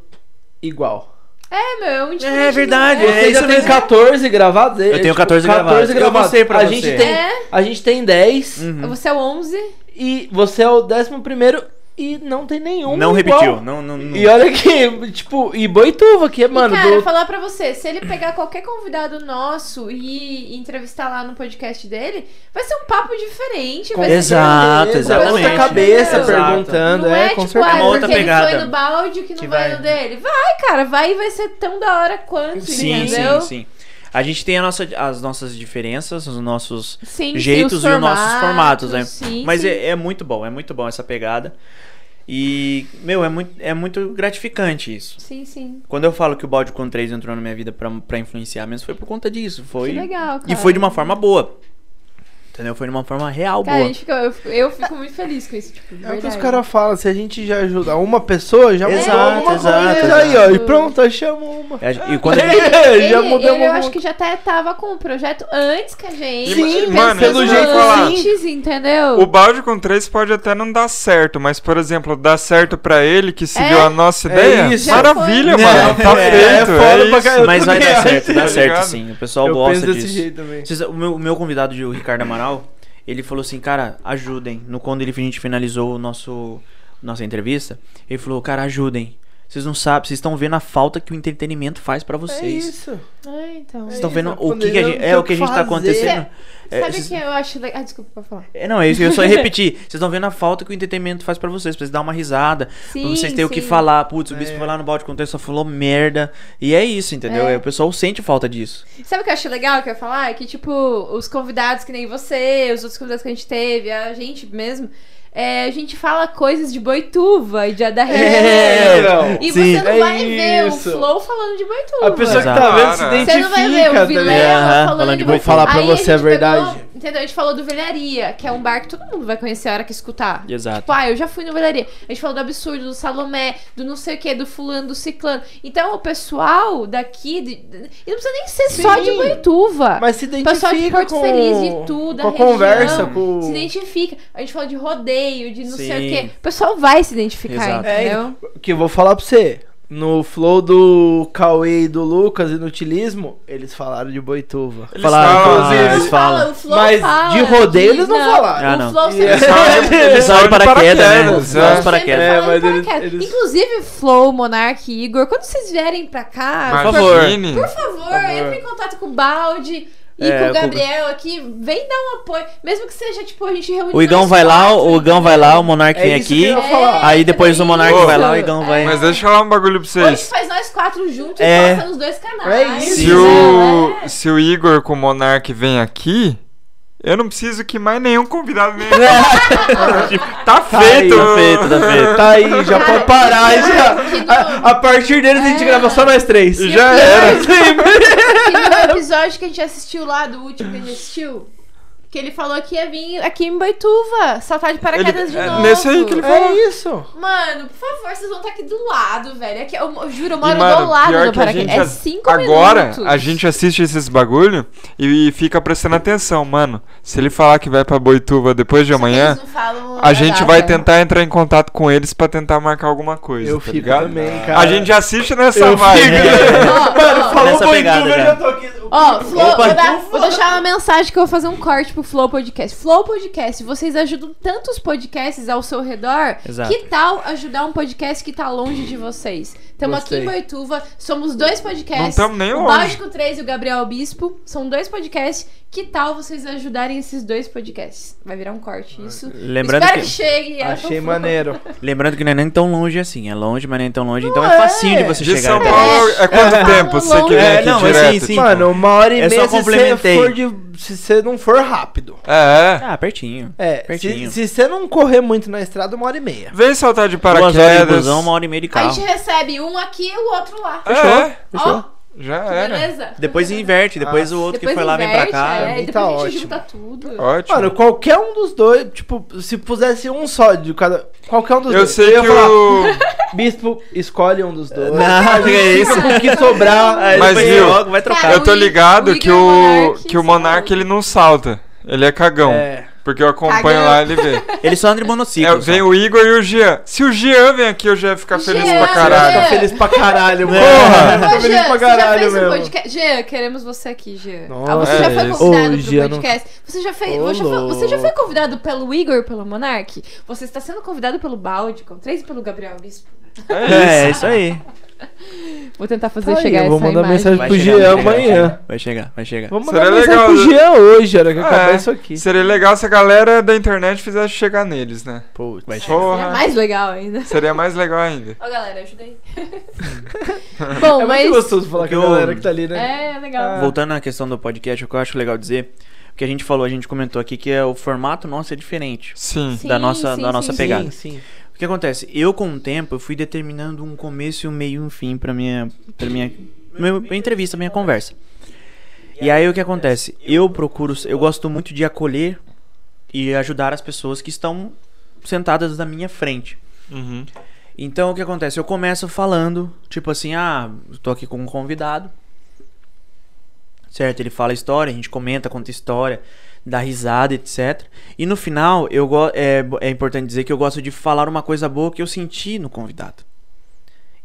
[SPEAKER 5] igual.
[SPEAKER 2] É, meu, é um tipo
[SPEAKER 3] É
[SPEAKER 2] de-
[SPEAKER 3] verdade,
[SPEAKER 2] É,
[SPEAKER 5] Você
[SPEAKER 3] é
[SPEAKER 5] já
[SPEAKER 3] isso
[SPEAKER 5] tem
[SPEAKER 3] mesmo.
[SPEAKER 5] 14 gravados? É, tipo,
[SPEAKER 3] Eu tenho 14 gravados. Eu mostrei pra
[SPEAKER 5] a
[SPEAKER 3] você.
[SPEAKER 5] Gente tem,
[SPEAKER 2] É.
[SPEAKER 5] A gente tem 10
[SPEAKER 3] Uhum.
[SPEAKER 2] Você é o 11.
[SPEAKER 5] e você é o 11 e não tem nenhum
[SPEAKER 3] Não
[SPEAKER 5] um é igual.
[SPEAKER 3] repetiu. Não, não, não.
[SPEAKER 5] E olha que, tipo, e boituva que é, mano,
[SPEAKER 2] e, cara,
[SPEAKER 5] do-
[SPEAKER 2] falar pra você, se ele pegar qualquer convidado nosso e entrevistar lá no podcast dele, vai ser um papo diferente.
[SPEAKER 5] com
[SPEAKER 2] vai ser
[SPEAKER 3] Exato,
[SPEAKER 5] certeza,
[SPEAKER 3] exatamente.
[SPEAKER 5] outra cabeça
[SPEAKER 2] Exato.
[SPEAKER 5] perguntando,
[SPEAKER 2] Não é,
[SPEAKER 5] é, com
[SPEAKER 2] tipo, ah,
[SPEAKER 5] certeza.
[SPEAKER 3] Uma outra
[SPEAKER 2] porque ele
[SPEAKER 3] pegada.
[SPEAKER 2] foi no balde que não
[SPEAKER 3] Que
[SPEAKER 2] vai
[SPEAKER 3] vai-
[SPEAKER 2] no dele. Vai, cara, vai e vai ser tão da hora quanto,
[SPEAKER 3] Sim,
[SPEAKER 2] entendeu?
[SPEAKER 3] sim, sim. A gente tem a nossa, as nossas diferenças, os nossos
[SPEAKER 2] Sim, sim,
[SPEAKER 3] jeitos
[SPEAKER 2] os
[SPEAKER 3] e os nossos formatos, né?
[SPEAKER 2] Sim,
[SPEAKER 3] Mas
[SPEAKER 2] sim.
[SPEAKER 3] é, é muito bom, é muito bom essa pegada. E, meu, é muito, é muito gratificante isso.
[SPEAKER 2] Sim, sim.
[SPEAKER 3] Quando eu falo que o Balde com 3 entrou na minha vida pra, pra influenciar mesmo, foi por conta disso. Foi,
[SPEAKER 2] Que legal, cara.
[SPEAKER 3] E foi de uma forma boa. Entendeu? Foi de uma forma real
[SPEAKER 2] Cara, a
[SPEAKER 3] boa.
[SPEAKER 2] gente fica- eu, fico- eu fico muito feliz com isso. Tipo, de
[SPEAKER 5] É o que os
[SPEAKER 2] verdade.
[SPEAKER 5] caras falam, se a gente já ajudar uma pessoa, já mudou
[SPEAKER 3] Exato,
[SPEAKER 5] alguma
[SPEAKER 3] exato,
[SPEAKER 5] coisa aí, ó.
[SPEAKER 2] exato.
[SPEAKER 5] E pronto, aí chama uma.
[SPEAKER 3] É, E quando a gente-
[SPEAKER 2] Ele,
[SPEAKER 5] já
[SPEAKER 2] ele,
[SPEAKER 5] mudamos muito.
[SPEAKER 2] eu acho que já até tava com o projeto antes que a gente.
[SPEAKER 4] Sim,
[SPEAKER 2] pensando
[SPEAKER 4] mano,
[SPEAKER 5] pelo jeito
[SPEAKER 2] antes, entendeu?
[SPEAKER 4] O balde com três pode até não dar certo, mas, por exemplo, dar certo pra ele que seguiu
[SPEAKER 2] É.
[SPEAKER 4] a nossa
[SPEAKER 5] É
[SPEAKER 4] ideia.
[SPEAKER 5] isso.
[SPEAKER 4] Maravilha,
[SPEAKER 3] Já
[SPEAKER 4] mano.
[SPEAKER 3] foi.
[SPEAKER 4] Tá
[SPEAKER 3] É,
[SPEAKER 4] feito.
[SPEAKER 5] é foda
[SPEAKER 4] é
[SPEAKER 5] pra
[SPEAKER 4] isso.
[SPEAKER 5] caralho.
[SPEAKER 3] Mas vai dar
[SPEAKER 5] ligado?
[SPEAKER 3] certo, dá
[SPEAKER 4] Tá
[SPEAKER 3] certo
[SPEAKER 4] ligado?
[SPEAKER 3] sim. O pessoal
[SPEAKER 5] eu
[SPEAKER 3] gosta
[SPEAKER 5] penso desse
[SPEAKER 3] disso.
[SPEAKER 5] jeito também.
[SPEAKER 3] Vocês- o, meu, o meu convidado, de- o Ricardo Amaral, ele falou assim, cara, ajudem. No quando ele, a gente finalizou o nosso nossa entrevista, ele falou, cara, ajudem. Vocês não sabem, vocês estão vendo a falta que o entretenimento faz pra
[SPEAKER 5] É
[SPEAKER 3] vocês.
[SPEAKER 5] isso.
[SPEAKER 2] Ah, então.
[SPEAKER 5] É
[SPEAKER 3] Vocês
[SPEAKER 5] isso,
[SPEAKER 3] estão vendo
[SPEAKER 5] quando
[SPEAKER 3] o que,
[SPEAKER 5] ele
[SPEAKER 3] que a
[SPEAKER 5] não
[SPEAKER 3] gente,
[SPEAKER 5] tem
[SPEAKER 3] é
[SPEAKER 5] o
[SPEAKER 3] o que
[SPEAKER 5] que
[SPEAKER 3] a gente tá
[SPEAKER 5] fazer.
[SPEAKER 3] acontecendo. É,
[SPEAKER 2] Sabe
[SPEAKER 3] vocês-
[SPEAKER 2] o que eu acho legal? Ah, desculpa, pode falar.
[SPEAKER 3] é, não, é isso, eu só ia repetir. Vocês estão vendo a falta que o entretenimento faz pra vocês, pra vocês dar uma risada, pra
[SPEAKER 2] Sim,
[SPEAKER 3] vocês terem o que
[SPEAKER 2] sim.
[SPEAKER 3] falar. Putz, o bispo foi lá no balde contexto só falou merda. E é isso, entendeu?
[SPEAKER 2] É.
[SPEAKER 3] É, O pessoal sente falta disso.
[SPEAKER 2] Sabe o que eu acho legal que eu ia falar? É que, tipo, os convidados que nem você, os outros convidados que a gente teve, a gente mesmo, é, a gente fala coisas de boituva e de da
[SPEAKER 5] É, não.
[SPEAKER 3] sim,
[SPEAKER 2] E você não
[SPEAKER 5] é
[SPEAKER 2] vai ver o
[SPEAKER 5] isso.
[SPEAKER 2] Flow falando de boituva.
[SPEAKER 5] A pessoa que tá
[SPEAKER 3] Exato.
[SPEAKER 5] vendo se
[SPEAKER 4] Você
[SPEAKER 5] identifica.
[SPEAKER 2] Você não vai ver o
[SPEAKER 5] tá
[SPEAKER 2] Vilela
[SPEAKER 5] ligado?
[SPEAKER 3] Aham,
[SPEAKER 2] falando,
[SPEAKER 3] falando de
[SPEAKER 2] de
[SPEAKER 3] Vou
[SPEAKER 2] boituva.
[SPEAKER 5] falar pra
[SPEAKER 2] Aí
[SPEAKER 5] você a
[SPEAKER 2] gente pegou-
[SPEAKER 5] verdade.
[SPEAKER 2] entendeu? A gente falou do Velharia, que é um bar que todo mundo vai conhecer a hora que escutar.
[SPEAKER 3] Exato.
[SPEAKER 2] Tipo, ah, eu já fui no Velharia. A gente falou do absurdo, do Salomé, do não sei o que, do fulano, do ciclano. Então, o pessoal daqui... de- de- E não precisa nem ser
[SPEAKER 5] Sim.
[SPEAKER 2] só de Boituva.
[SPEAKER 5] Mas se
[SPEAKER 2] Pessoal de
[SPEAKER 5] identifica
[SPEAKER 2] Porto
[SPEAKER 5] com,
[SPEAKER 2] Feliz e tudo,
[SPEAKER 5] com
[SPEAKER 2] a
[SPEAKER 5] a conversa,
[SPEAKER 2] região,
[SPEAKER 5] com...
[SPEAKER 2] Se identifica. A gente falou de rodeio, de não sei
[SPEAKER 3] Sim.
[SPEAKER 2] o quê. O pessoal vai se identificar,
[SPEAKER 5] É,
[SPEAKER 3] Exato.
[SPEAKER 2] entendeu?
[SPEAKER 5] Que eu vou falar pra você. No flow do Cauê e do Lucas e no Utilismo, eles falaram de Boituva.
[SPEAKER 4] Eles
[SPEAKER 3] Falaram,
[SPEAKER 4] falam,
[SPEAKER 3] inclusive,
[SPEAKER 4] eles
[SPEAKER 3] eles falam.
[SPEAKER 2] o Flow
[SPEAKER 5] Mas
[SPEAKER 2] fala
[SPEAKER 5] de rodeio
[SPEAKER 2] de-
[SPEAKER 5] eles não falaram. É.
[SPEAKER 3] Ah,
[SPEAKER 2] o
[SPEAKER 3] não.
[SPEAKER 2] Flow sempre
[SPEAKER 5] Yeah.
[SPEAKER 3] Eles falam de paraquedas, né? Eles falam de
[SPEAKER 4] é.
[SPEAKER 3] paraquedas.
[SPEAKER 5] É,
[SPEAKER 2] falando
[SPEAKER 5] mas
[SPEAKER 2] de
[SPEAKER 5] eles-
[SPEAKER 2] paraquedas.
[SPEAKER 5] eles-
[SPEAKER 2] Inclusive, Flow, Monark e Igor, quando vocês vierem pra cá,
[SPEAKER 3] Mas-
[SPEAKER 2] por,
[SPEAKER 4] Imagine.
[SPEAKER 2] favor, entrem em contato com o Balde e
[SPEAKER 3] É,
[SPEAKER 2] com o
[SPEAKER 3] com-
[SPEAKER 2] Gabriel aqui. Vem dar um apoio. Mesmo que seja, tipo, a gente reúne.
[SPEAKER 3] O Igão
[SPEAKER 2] dois,
[SPEAKER 3] vai lá,
[SPEAKER 2] quatro,
[SPEAKER 3] o Igão vai lá, o Monark
[SPEAKER 5] É
[SPEAKER 3] vem
[SPEAKER 5] isso que
[SPEAKER 3] aqui.
[SPEAKER 5] eu ia falar.
[SPEAKER 3] Aí depois o Monark
[SPEAKER 4] Ô.
[SPEAKER 3] vai lá, o Igão vai.
[SPEAKER 4] Mas deixa eu falar um bagulho pra
[SPEAKER 2] Ou a gente
[SPEAKER 4] vocês.
[SPEAKER 2] faz nós quatro juntos
[SPEAKER 3] É.
[SPEAKER 2] e posta nos dois canais. né?
[SPEAKER 5] É isso.
[SPEAKER 4] Se
[SPEAKER 3] Sim.
[SPEAKER 4] o, se o Igor com o Monark vem aqui, eu não preciso que mais nenhum convidado venha aqui. tá feito.
[SPEAKER 3] Tá feito, tá feito.
[SPEAKER 5] Tá aí, já pode parar. Já. A, a partir deles a gente grava só nós
[SPEAKER 3] É
[SPEAKER 5] três.
[SPEAKER 4] E Já era.
[SPEAKER 2] Que no episódio que a gente assistiu lá, do último que a gente assistiu, que ele falou que ia vir aqui em Boituva, saltar de paraquedas
[SPEAKER 4] Ele-
[SPEAKER 2] de
[SPEAKER 4] é
[SPEAKER 2] novo.
[SPEAKER 4] nesse aí que ele
[SPEAKER 5] É isso.
[SPEAKER 2] Mano, por favor, vocês vão estar aqui do lado, velho. Aqui, eu, eu juro, eu moro
[SPEAKER 4] E, mano,
[SPEAKER 2] do lado
[SPEAKER 4] pior
[SPEAKER 2] do
[SPEAKER 4] que a
[SPEAKER 2] paraquedas.
[SPEAKER 4] gente
[SPEAKER 2] É
[SPEAKER 4] as-
[SPEAKER 2] cinco
[SPEAKER 4] Agora,
[SPEAKER 2] minutos.
[SPEAKER 4] a gente assiste esses bagulho e fica prestando atenção, mano. Se ele falar que vai pra Boituva depois de
[SPEAKER 2] Só que
[SPEAKER 4] amanhã,
[SPEAKER 2] eles não falam
[SPEAKER 4] a gente
[SPEAKER 2] data.
[SPEAKER 4] vai tá- tentar entrar em contato com eles pra tentar marcar alguma coisa.
[SPEAKER 5] Eu
[SPEAKER 4] tá
[SPEAKER 5] fico
[SPEAKER 4] ligado?
[SPEAKER 5] também, cara.
[SPEAKER 4] A gente assiste nessa
[SPEAKER 5] Eu
[SPEAKER 4] vibe. né?
[SPEAKER 5] fico. Mano,
[SPEAKER 2] Ó, ó,
[SPEAKER 5] falou
[SPEAKER 3] Nessa
[SPEAKER 5] Boituva,
[SPEAKER 3] pegada
[SPEAKER 5] eu
[SPEAKER 3] já.
[SPEAKER 5] já tô aqui.
[SPEAKER 2] Ó, Flow,
[SPEAKER 3] Opa.
[SPEAKER 2] vou, dar- vou deixar uma mensagem que eu vou fazer um corte pro Flow Podcast. Flow Podcast, vocês ajudam tantos podcasts ao seu redor.
[SPEAKER 3] Exato.
[SPEAKER 2] Que tal ajudar um podcast que tá longe de vocês? Estamos
[SPEAKER 5] Gostei.
[SPEAKER 2] aqui em Boituva, somos dois podcasts.
[SPEAKER 4] Não tamo nem
[SPEAKER 2] o
[SPEAKER 4] longe.
[SPEAKER 2] Mágico 3 e o Gabriel Bispo. São dois podcasts. Que tal vocês ajudarem esses dois podcasts? Vai virar um corte, isso.
[SPEAKER 3] Lembrando
[SPEAKER 2] Espero que,
[SPEAKER 3] que,
[SPEAKER 2] chegue. é,
[SPEAKER 5] Achei
[SPEAKER 2] pro Flow.
[SPEAKER 5] maneiro.
[SPEAKER 3] lembrando que não é nem tão longe assim. É longe, mas nem tão longe. Então é
[SPEAKER 5] é.
[SPEAKER 3] facinho de você
[SPEAKER 4] De
[SPEAKER 3] chegar.
[SPEAKER 4] São
[SPEAKER 3] até.
[SPEAKER 4] Paulo é quanto
[SPEAKER 2] É.
[SPEAKER 4] tempo você que vem
[SPEAKER 3] É,
[SPEAKER 4] aqui
[SPEAKER 3] não, mas
[SPEAKER 4] direto? tipo,
[SPEAKER 3] sim, sim.
[SPEAKER 5] Mano, uma hora e
[SPEAKER 3] É só
[SPEAKER 5] meia se você
[SPEAKER 3] complementei.
[SPEAKER 5] for de. Se você não for rápido.
[SPEAKER 4] É, é.
[SPEAKER 3] Ah, pertinho.
[SPEAKER 5] É, se,
[SPEAKER 3] Pertinho.
[SPEAKER 5] se você não correr muito na estrada, uma hora e meia.
[SPEAKER 4] Vem saltar de
[SPEAKER 3] Duas horas de
[SPEAKER 4] paraquedas.
[SPEAKER 3] busão, uma hora e meia de
[SPEAKER 2] A
[SPEAKER 3] carro.
[SPEAKER 2] gente recebe um aqui e o outro lá.
[SPEAKER 4] É,
[SPEAKER 2] Ó,
[SPEAKER 4] Já era.
[SPEAKER 2] Beleza?
[SPEAKER 3] Depois inverte, depois o outro
[SPEAKER 2] Depois
[SPEAKER 3] que foi lá vem pra
[SPEAKER 2] inverte,
[SPEAKER 3] cá.
[SPEAKER 2] É,
[SPEAKER 5] Pra mim
[SPEAKER 2] e depois
[SPEAKER 5] tá
[SPEAKER 2] a gente
[SPEAKER 5] ótimo.
[SPEAKER 2] junta tudo.
[SPEAKER 4] Ótimo.
[SPEAKER 5] Mano, qualquer um dos dois, tipo, se pusesse um só de cada. Qualquer um dos
[SPEAKER 4] eu
[SPEAKER 5] dois.
[SPEAKER 4] sei
[SPEAKER 5] ia
[SPEAKER 4] que
[SPEAKER 5] falar,
[SPEAKER 4] o.
[SPEAKER 5] Bispo, escolhe um dos dois.
[SPEAKER 3] Não, que é isso.
[SPEAKER 5] O que sobrar.
[SPEAKER 3] Aí
[SPEAKER 4] Mas,
[SPEAKER 3] depois
[SPEAKER 4] viu,
[SPEAKER 3] joga, vai trocar.
[SPEAKER 2] Cara,
[SPEAKER 4] Eu tô
[SPEAKER 2] o I- o
[SPEAKER 4] ligado
[SPEAKER 2] Igor
[SPEAKER 4] que
[SPEAKER 2] é o
[SPEAKER 4] o.
[SPEAKER 2] Monark,
[SPEAKER 4] Que o
[SPEAKER 2] sim.
[SPEAKER 4] Monark ele não salta. Ele é cagão.
[SPEAKER 5] É.
[SPEAKER 4] Porque eu acompanho
[SPEAKER 2] Cagão.
[SPEAKER 4] lá ele vê.
[SPEAKER 3] Ele só anda de
[SPEAKER 4] É,
[SPEAKER 3] monociclo.
[SPEAKER 4] vem
[SPEAKER 3] só.
[SPEAKER 4] o Igor e o Jean. Se o Jean vem aqui, eu já ia ficar feliz
[SPEAKER 2] Jean!
[SPEAKER 4] pra caralho.
[SPEAKER 5] Fica Tá feliz pra caralho, mano.
[SPEAKER 3] É,
[SPEAKER 4] Porra!
[SPEAKER 5] Fica
[SPEAKER 2] Ô,
[SPEAKER 5] feliz
[SPEAKER 2] Jean,
[SPEAKER 5] pra
[SPEAKER 2] você já
[SPEAKER 5] caralho
[SPEAKER 2] fez um
[SPEAKER 5] mesmo.
[SPEAKER 2] podcast? Jean, queremos você aqui, Jean.
[SPEAKER 5] Nossa,
[SPEAKER 2] ah, você
[SPEAKER 4] é
[SPEAKER 2] já foi
[SPEAKER 4] isso.
[SPEAKER 5] Ô,
[SPEAKER 2] convidado pro
[SPEAKER 5] Jean, não-
[SPEAKER 2] podcast? Você, já fez,
[SPEAKER 5] Ô,
[SPEAKER 2] você, já foi, você já foi
[SPEAKER 5] louco.
[SPEAKER 2] convidado pelo Igor, pelo Monark? Você está sendo convidado pelo Balde, com três e pelo Gabriel Bispo.
[SPEAKER 3] É, é isso aí.
[SPEAKER 2] Vou tentar fazer
[SPEAKER 5] Tá aí,
[SPEAKER 2] chegar
[SPEAKER 5] eu vou
[SPEAKER 2] essa
[SPEAKER 5] mandar
[SPEAKER 2] imagem.
[SPEAKER 5] mensagem
[SPEAKER 3] Vai
[SPEAKER 5] pro
[SPEAKER 3] chegar,
[SPEAKER 5] Jean é
[SPEAKER 3] vai chegar,
[SPEAKER 5] amanhã.
[SPEAKER 3] Vai chegar, vai chegar.
[SPEAKER 5] Vamos
[SPEAKER 4] Seria
[SPEAKER 5] mandar mensagem
[SPEAKER 4] legal,
[SPEAKER 5] pro
[SPEAKER 4] né?
[SPEAKER 5] Jean hoje, era que acabar
[SPEAKER 4] É.
[SPEAKER 5] isso aqui.
[SPEAKER 4] Seria legal se a galera da internet fizesse chegar neles, né?
[SPEAKER 5] Putz.
[SPEAKER 3] Vai chegar.
[SPEAKER 2] Seria
[SPEAKER 4] Porra.
[SPEAKER 2] é mais legal ainda.
[SPEAKER 4] Seria mais legal ainda.
[SPEAKER 2] Ó, galera, ajuda aí. Bom,
[SPEAKER 5] É muito
[SPEAKER 2] mas...
[SPEAKER 5] gostoso falar com a
[SPEAKER 3] Porque eu-
[SPEAKER 5] galera que tá ali, né?
[SPEAKER 2] É, legal.
[SPEAKER 3] Voltando à questão do podcast, o que eu acho legal dizer, o que a gente falou, a gente comentou aqui que é, o formato nosso é diferente.
[SPEAKER 4] Sim.
[SPEAKER 2] Sim,
[SPEAKER 3] da nossa-
[SPEAKER 2] sim,
[SPEAKER 3] da nossa
[SPEAKER 2] sim,
[SPEAKER 3] pegada.
[SPEAKER 5] Sim, sim.
[SPEAKER 3] O que acontece? Eu, com o tempo, eu fui determinando um começo, um meio e um fim pra minha, pra minha, meu- minha entrevista, minha conversa. E aí o que acontece? Eu procuro, eu gosto muito de acolher e ajudar as pessoas que estão sentadas na minha frente.
[SPEAKER 4] Uhum.
[SPEAKER 3] Então o que acontece? Eu começo falando, tipo assim, ah, eu tô aqui com um convidado. Certo? Ele fala a história, a gente comenta, conta história, dá risada, etc. E no final, eu go- é, bo- é importante dizer que eu gosto de falar uma coisa boa que eu senti no convidado.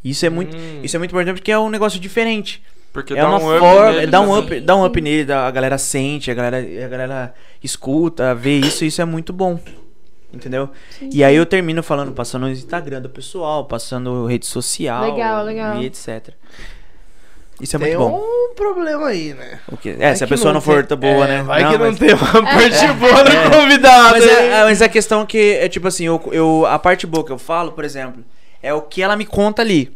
[SPEAKER 3] Isso é muito,
[SPEAKER 5] Hum.
[SPEAKER 3] isso é muito importante porque é um negócio diferente
[SPEAKER 4] Porque
[SPEAKER 3] é
[SPEAKER 4] dá
[SPEAKER 3] uma
[SPEAKER 4] um up.
[SPEAKER 3] forma,
[SPEAKER 4] neles,
[SPEAKER 3] dá um
[SPEAKER 4] assim.
[SPEAKER 3] up, dá um up nele, dá- a galera sente, a galera, a galera escuta, vê isso, isso é muito bom. Entendeu? E aí eu termino falando, passando o Instagram do pessoal, passando rede social
[SPEAKER 2] Legal, legal.
[SPEAKER 3] e etc. Isso é
[SPEAKER 5] Tem
[SPEAKER 3] muito bom.
[SPEAKER 5] um problema aí, né?
[SPEAKER 3] O quê? É,
[SPEAKER 5] Vai
[SPEAKER 3] se a
[SPEAKER 5] que
[SPEAKER 3] pessoa não, for
[SPEAKER 5] tem-
[SPEAKER 3] tão boa,
[SPEAKER 5] é,
[SPEAKER 3] né?
[SPEAKER 5] Vai que
[SPEAKER 3] mas- É.
[SPEAKER 5] não tem uma
[SPEAKER 2] É.
[SPEAKER 5] parte boa no convidado.
[SPEAKER 3] mas,
[SPEAKER 5] hein?
[SPEAKER 3] é, é, mas a questão é que é tipo assim, eu, eu- a parte boa que eu falo, por exemplo, é o que ela me conta ali.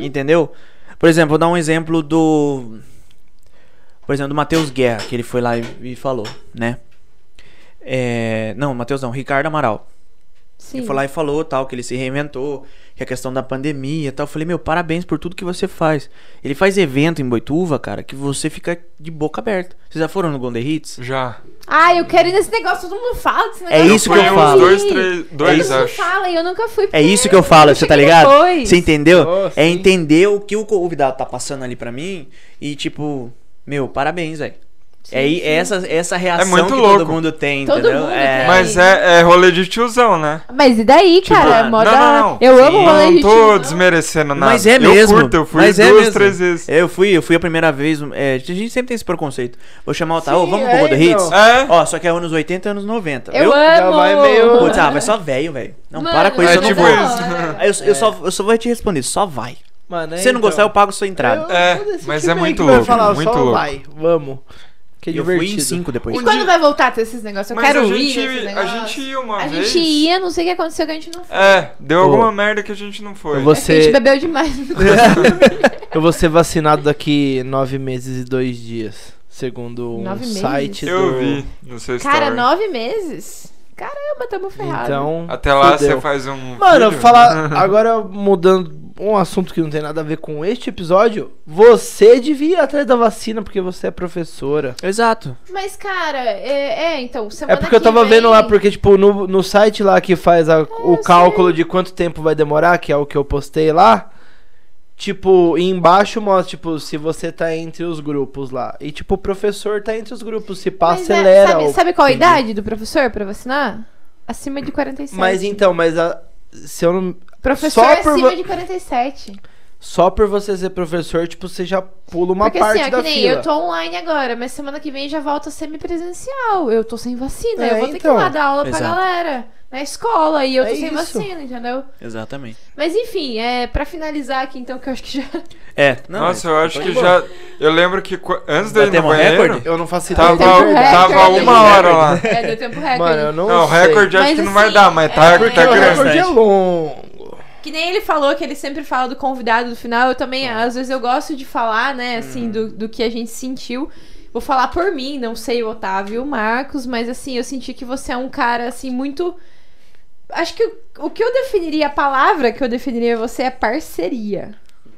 [SPEAKER 3] Entendeu? Por exemplo, vou dar um exemplo do. Por exemplo, do Matheus Guerra, que ele foi lá e, e falou, né? É, não, Matheus não, Ricardo Amaral.
[SPEAKER 2] Sim.
[SPEAKER 3] Ele foi lá e falou tal, que ele se reinventou, que a questão da pandemia e tal. Eu falei, meu, parabéns por tudo que você faz. Ele faz evento em Boituva, cara, que você fica de boca aberta. Vocês já foram no Golden Hits?
[SPEAKER 4] Já.
[SPEAKER 2] Ah, eu quero ir nesse negócio, todo mundo fala desse negócio.
[SPEAKER 3] É isso que eu
[SPEAKER 4] fui uns
[SPEAKER 3] falo. É
[SPEAKER 4] Dois, três, dois,
[SPEAKER 3] isso.
[SPEAKER 2] Todo mundo
[SPEAKER 4] acho.
[SPEAKER 2] fala e eu nunca fui.
[SPEAKER 3] É isso que eu falo, você tá ligado?
[SPEAKER 2] Depois.
[SPEAKER 3] Você entendeu?
[SPEAKER 5] Oh,
[SPEAKER 3] é
[SPEAKER 5] sim.
[SPEAKER 3] entender o que o convidado tá passando ali pra mim e tipo, meu, parabéns, velho. É, aí- é essa, essa reação
[SPEAKER 4] muito
[SPEAKER 3] que
[SPEAKER 4] louco.
[SPEAKER 3] todo mundo tem,
[SPEAKER 2] Todo
[SPEAKER 3] entendeu?
[SPEAKER 2] mundo
[SPEAKER 3] é.
[SPEAKER 2] tem.
[SPEAKER 4] Mas é, é rolê de tiozão, né?
[SPEAKER 2] Mas e daí, cara?
[SPEAKER 3] ah,
[SPEAKER 2] É mó
[SPEAKER 4] não,
[SPEAKER 2] da-
[SPEAKER 4] não, não.
[SPEAKER 2] Eu amo
[SPEAKER 3] Sim.
[SPEAKER 2] rolê
[SPEAKER 4] Não
[SPEAKER 2] de
[SPEAKER 4] tô
[SPEAKER 2] tiozão.
[SPEAKER 4] desmerecendo nada.
[SPEAKER 3] Mas é
[SPEAKER 4] eu
[SPEAKER 3] mesmo.
[SPEAKER 4] Curto, eu fui
[SPEAKER 3] mas
[SPEAKER 4] duas,
[SPEAKER 3] é mesmo.
[SPEAKER 4] três vezes.
[SPEAKER 3] Eu fui, eu fui a primeira vez. é, a gente sempre tem esse preconceito. Vou chamar o tal, ô,
[SPEAKER 5] Sim,
[SPEAKER 3] vamos
[SPEAKER 5] é,
[SPEAKER 3] pro Golden
[SPEAKER 5] então.
[SPEAKER 3] Hits?
[SPEAKER 4] É.
[SPEAKER 3] Ó, só que é anos 80 e anos 90.
[SPEAKER 2] Eu,
[SPEAKER 3] eu
[SPEAKER 2] amo.
[SPEAKER 5] vai meio-
[SPEAKER 3] Putz, ah, vai só velho, velho. Não
[SPEAKER 2] Mano, É.
[SPEAKER 3] para com isso,
[SPEAKER 4] é
[SPEAKER 3] eu não
[SPEAKER 4] tipo
[SPEAKER 3] vou.
[SPEAKER 4] isso.
[SPEAKER 2] Não,
[SPEAKER 3] Eu, eu só, eu só vou te responder, só vai.
[SPEAKER 5] Mano, é,
[SPEAKER 3] Se você não
[SPEAKER 5] então.
[SPEAKER 3] gostar, eu pago sua entrada.
[SPEAKER 5] Eu-
[SPEAKER 4] É,
[SPEAKER 5] eu decidi
[SPEAKER 4] mas é
[SPEAKER 5] meio que
[SPEAKER 4] muito
[SPEAKER 5] vai
[SPEAKER 4] louco,
[SPEAKER 5] falar,
[SPEAKER 4] muito
[SPEAKER 5] só
[SPEAKER 4] louco.
[SPEAKER 5] vai, vamos. Que
[SPEAKER 3] eu fui em
[SPEAKER 5] divertido.
[SPEAKER 3] 5 depois.
[SPEAKER 2] E quando vai voltar a ter esses negócios? Eu
[SPEAKER 4] Mas
[SPEAKER 2] quero
[SPEAKER 4] a
[SPEAKER 2] ir
[SPEAKER 4] gente,
[SPEAKER 2] nesses
[SPEAKER 4] a
[SPEAKER 2] negócios.
[SPEAKER 4] gente ia uma
[SPEAKER 2] A
[SPEAKER 4] vez.
[SPEAKER 2] gente ia, não sei o que aconteceu que a gente não foi.
[SPEAKER 4] É, deu
[SPEAKER 5] Ô.
[SPEAKER 4] alguma merda que a gente não foi.
[SPEAKER 5] Eu
[SPEAKER 2] É
[SPEAKER 5] vou,
[SPEAKER 2] que A gente
[SPEAKER 5] ser,
[SPEAKER 2] bebeu demais.
[SPEAKER 5] eu vou ser vacinado daqui nove meses e dois dias. Segundo um
[SPEAKER 2] Nove meses?
[SPEAKER 5] site
[SPEAKER 4] Eu
[SPEAKER 5] do...
[SPEAKER 4] vi no seu
[SPEAKER 2] Cara,
[SPEAKER 4] story.
[SPEAKER 2] nove meses? Caramba, tamo ferrado.
[SPEAKER 5] Então...
[SPEAKER 4] Até
[SPEAKER 5] fudeu.
[SPEAKER 4] lá você faz um.
[SPEAKER 5] Mano, eu
[SPEAKER 4] vídeo?
[SPEAKER 5] vou falar agora mudando um assunto que não tem nada a ver com este episódio. Você devia ir atrás da vacina porque você é professora.
[SPEAKER 3] Exato.
[SPEAKER 2] Mas, cara, é, é, então, semana
[SPEAKER 5] É porque eu
[SPEAKER 2] que
[SPEAKER 5] tava
[SPEAKER 2] vem-
[SPEAKER 5] vendo lá, porque, tipo, no, no site lá que faz a- o
[SPEAKER 2] eu
[SPEAKER 5] cálculo de quanto tempo vai demorar, que é o que eu postei lá. Tipo, e embaixo mostra, tipo, se você tá entre os grupos lá. E, tipo, o professor tá entre os grupos, se pá,
[SPEAKER 2] Mas é,
[SPEAKER 5] acelera.
[SPEAKER 2] sabe,
[SPEAKER 5] o-
[SPEAKER 2] sabe qual a
[SPEAKER 5] entendeu?
[SPEAKER 2] idade do professor pra vacinar? Acima de 47.
[SPEAKER 5] Mas então, mas a- se eu não.
[SPEAKER 2] Professor é
[SPEAKER 5] só por
[SPEAKER 2] acima
[SPEAKER 5] vo-
[SPEAKER 2] de 47.
[SPEAKER 5] Só por você ser professor, tipo, você já pula uma
[SPEAKER 2] Porque
[SPEAKER 5] parte
[SPEAKER 2] assim, ó,
[SPEAKER 5] da
[SPEAKER 2] que nem
[SPEAKER 5] fila.
[SPEAKER 2] eu tô online agora, mas semana que vem já volta semipresencial. Eu tô sem vacina.
[SPEAKER 5] É,
[SPEAKER 2] eu vou ter
[SPEAKER 5] então.
[SPEAKER 2] que ir lá dar aula
[SPEAKER 3] Exato.
[SPEAKER 2] pra galera. Na escola, e eu tô
[SPEAKER 5] É
[SPEAKER 2] sem
[SPEAKER 5] isso.
[SPEAKER 2] vacina, entendeu?
[SPEAKER 3] Exatamente.
[SPEAKER 2] Mas enfim, é pra finalizar aqui então, que eu acho que já.
[SPEAKER 3] É. Não,
[SPEAKER 4] Nossa,
[SPEAKER 3] mas-
[SPEAKER 4] eu acho que
[SPEAKER 5] bom.
[SPEAKER 4] já. Eu lembro que qu- antes de eu ir no
[SPEAKER 3] Batemos
[SPEAKER 4] banheiro.
[SPEAKER 3] um recorde?
[SPEAKER 5] Eu não faço
[SPEAKER 4] Tava,
[SPEAKER 5] de verdade.
[SPEAKER 4] tava
[SPEAKER 2] um recorde.
[SPEAKER 4] uma hora lá.
[SPEAKER 2] É, deu tempo recorde.
[SPEAKER 5] Mano, eu não,
[SPEAKER 4] Não, o
[SPEAKER 5] sei.
[SPEAKER 4] recorde acho
[SPEAKER 2] Mas
[SPEAKER 4] que não vai
[SPEAKER 2] assim,
[SPEAKER 4] dar, mas tá,
[SPEAKER 2] é-
[SPEAKER 4] tá
[SPEAKER 5] Porque o
[SPEAKER 3] grande.
[SPEAKER 5] recorde
[SPEAKER 4] grande.
[SPEAKER 5] é longo.
[SPEAKER 2] Que nem ele falou que ele sempre fala do convidado do final. Eu
[SPEAKER 3] É.
[SPEAKER 2] também, às vezes, eu gosto de falar, né, assim,
[SPEAKER 3] Uhum.
[SPEAKER 2] do, do que a gente sentiu. Vou falar por mim, não sei o Otávio e o Marcos, mas assim, eu senti que você é um cara, assim, muito. Acho que o, o que eu definiria, a palavra que eu definiria você é parceria.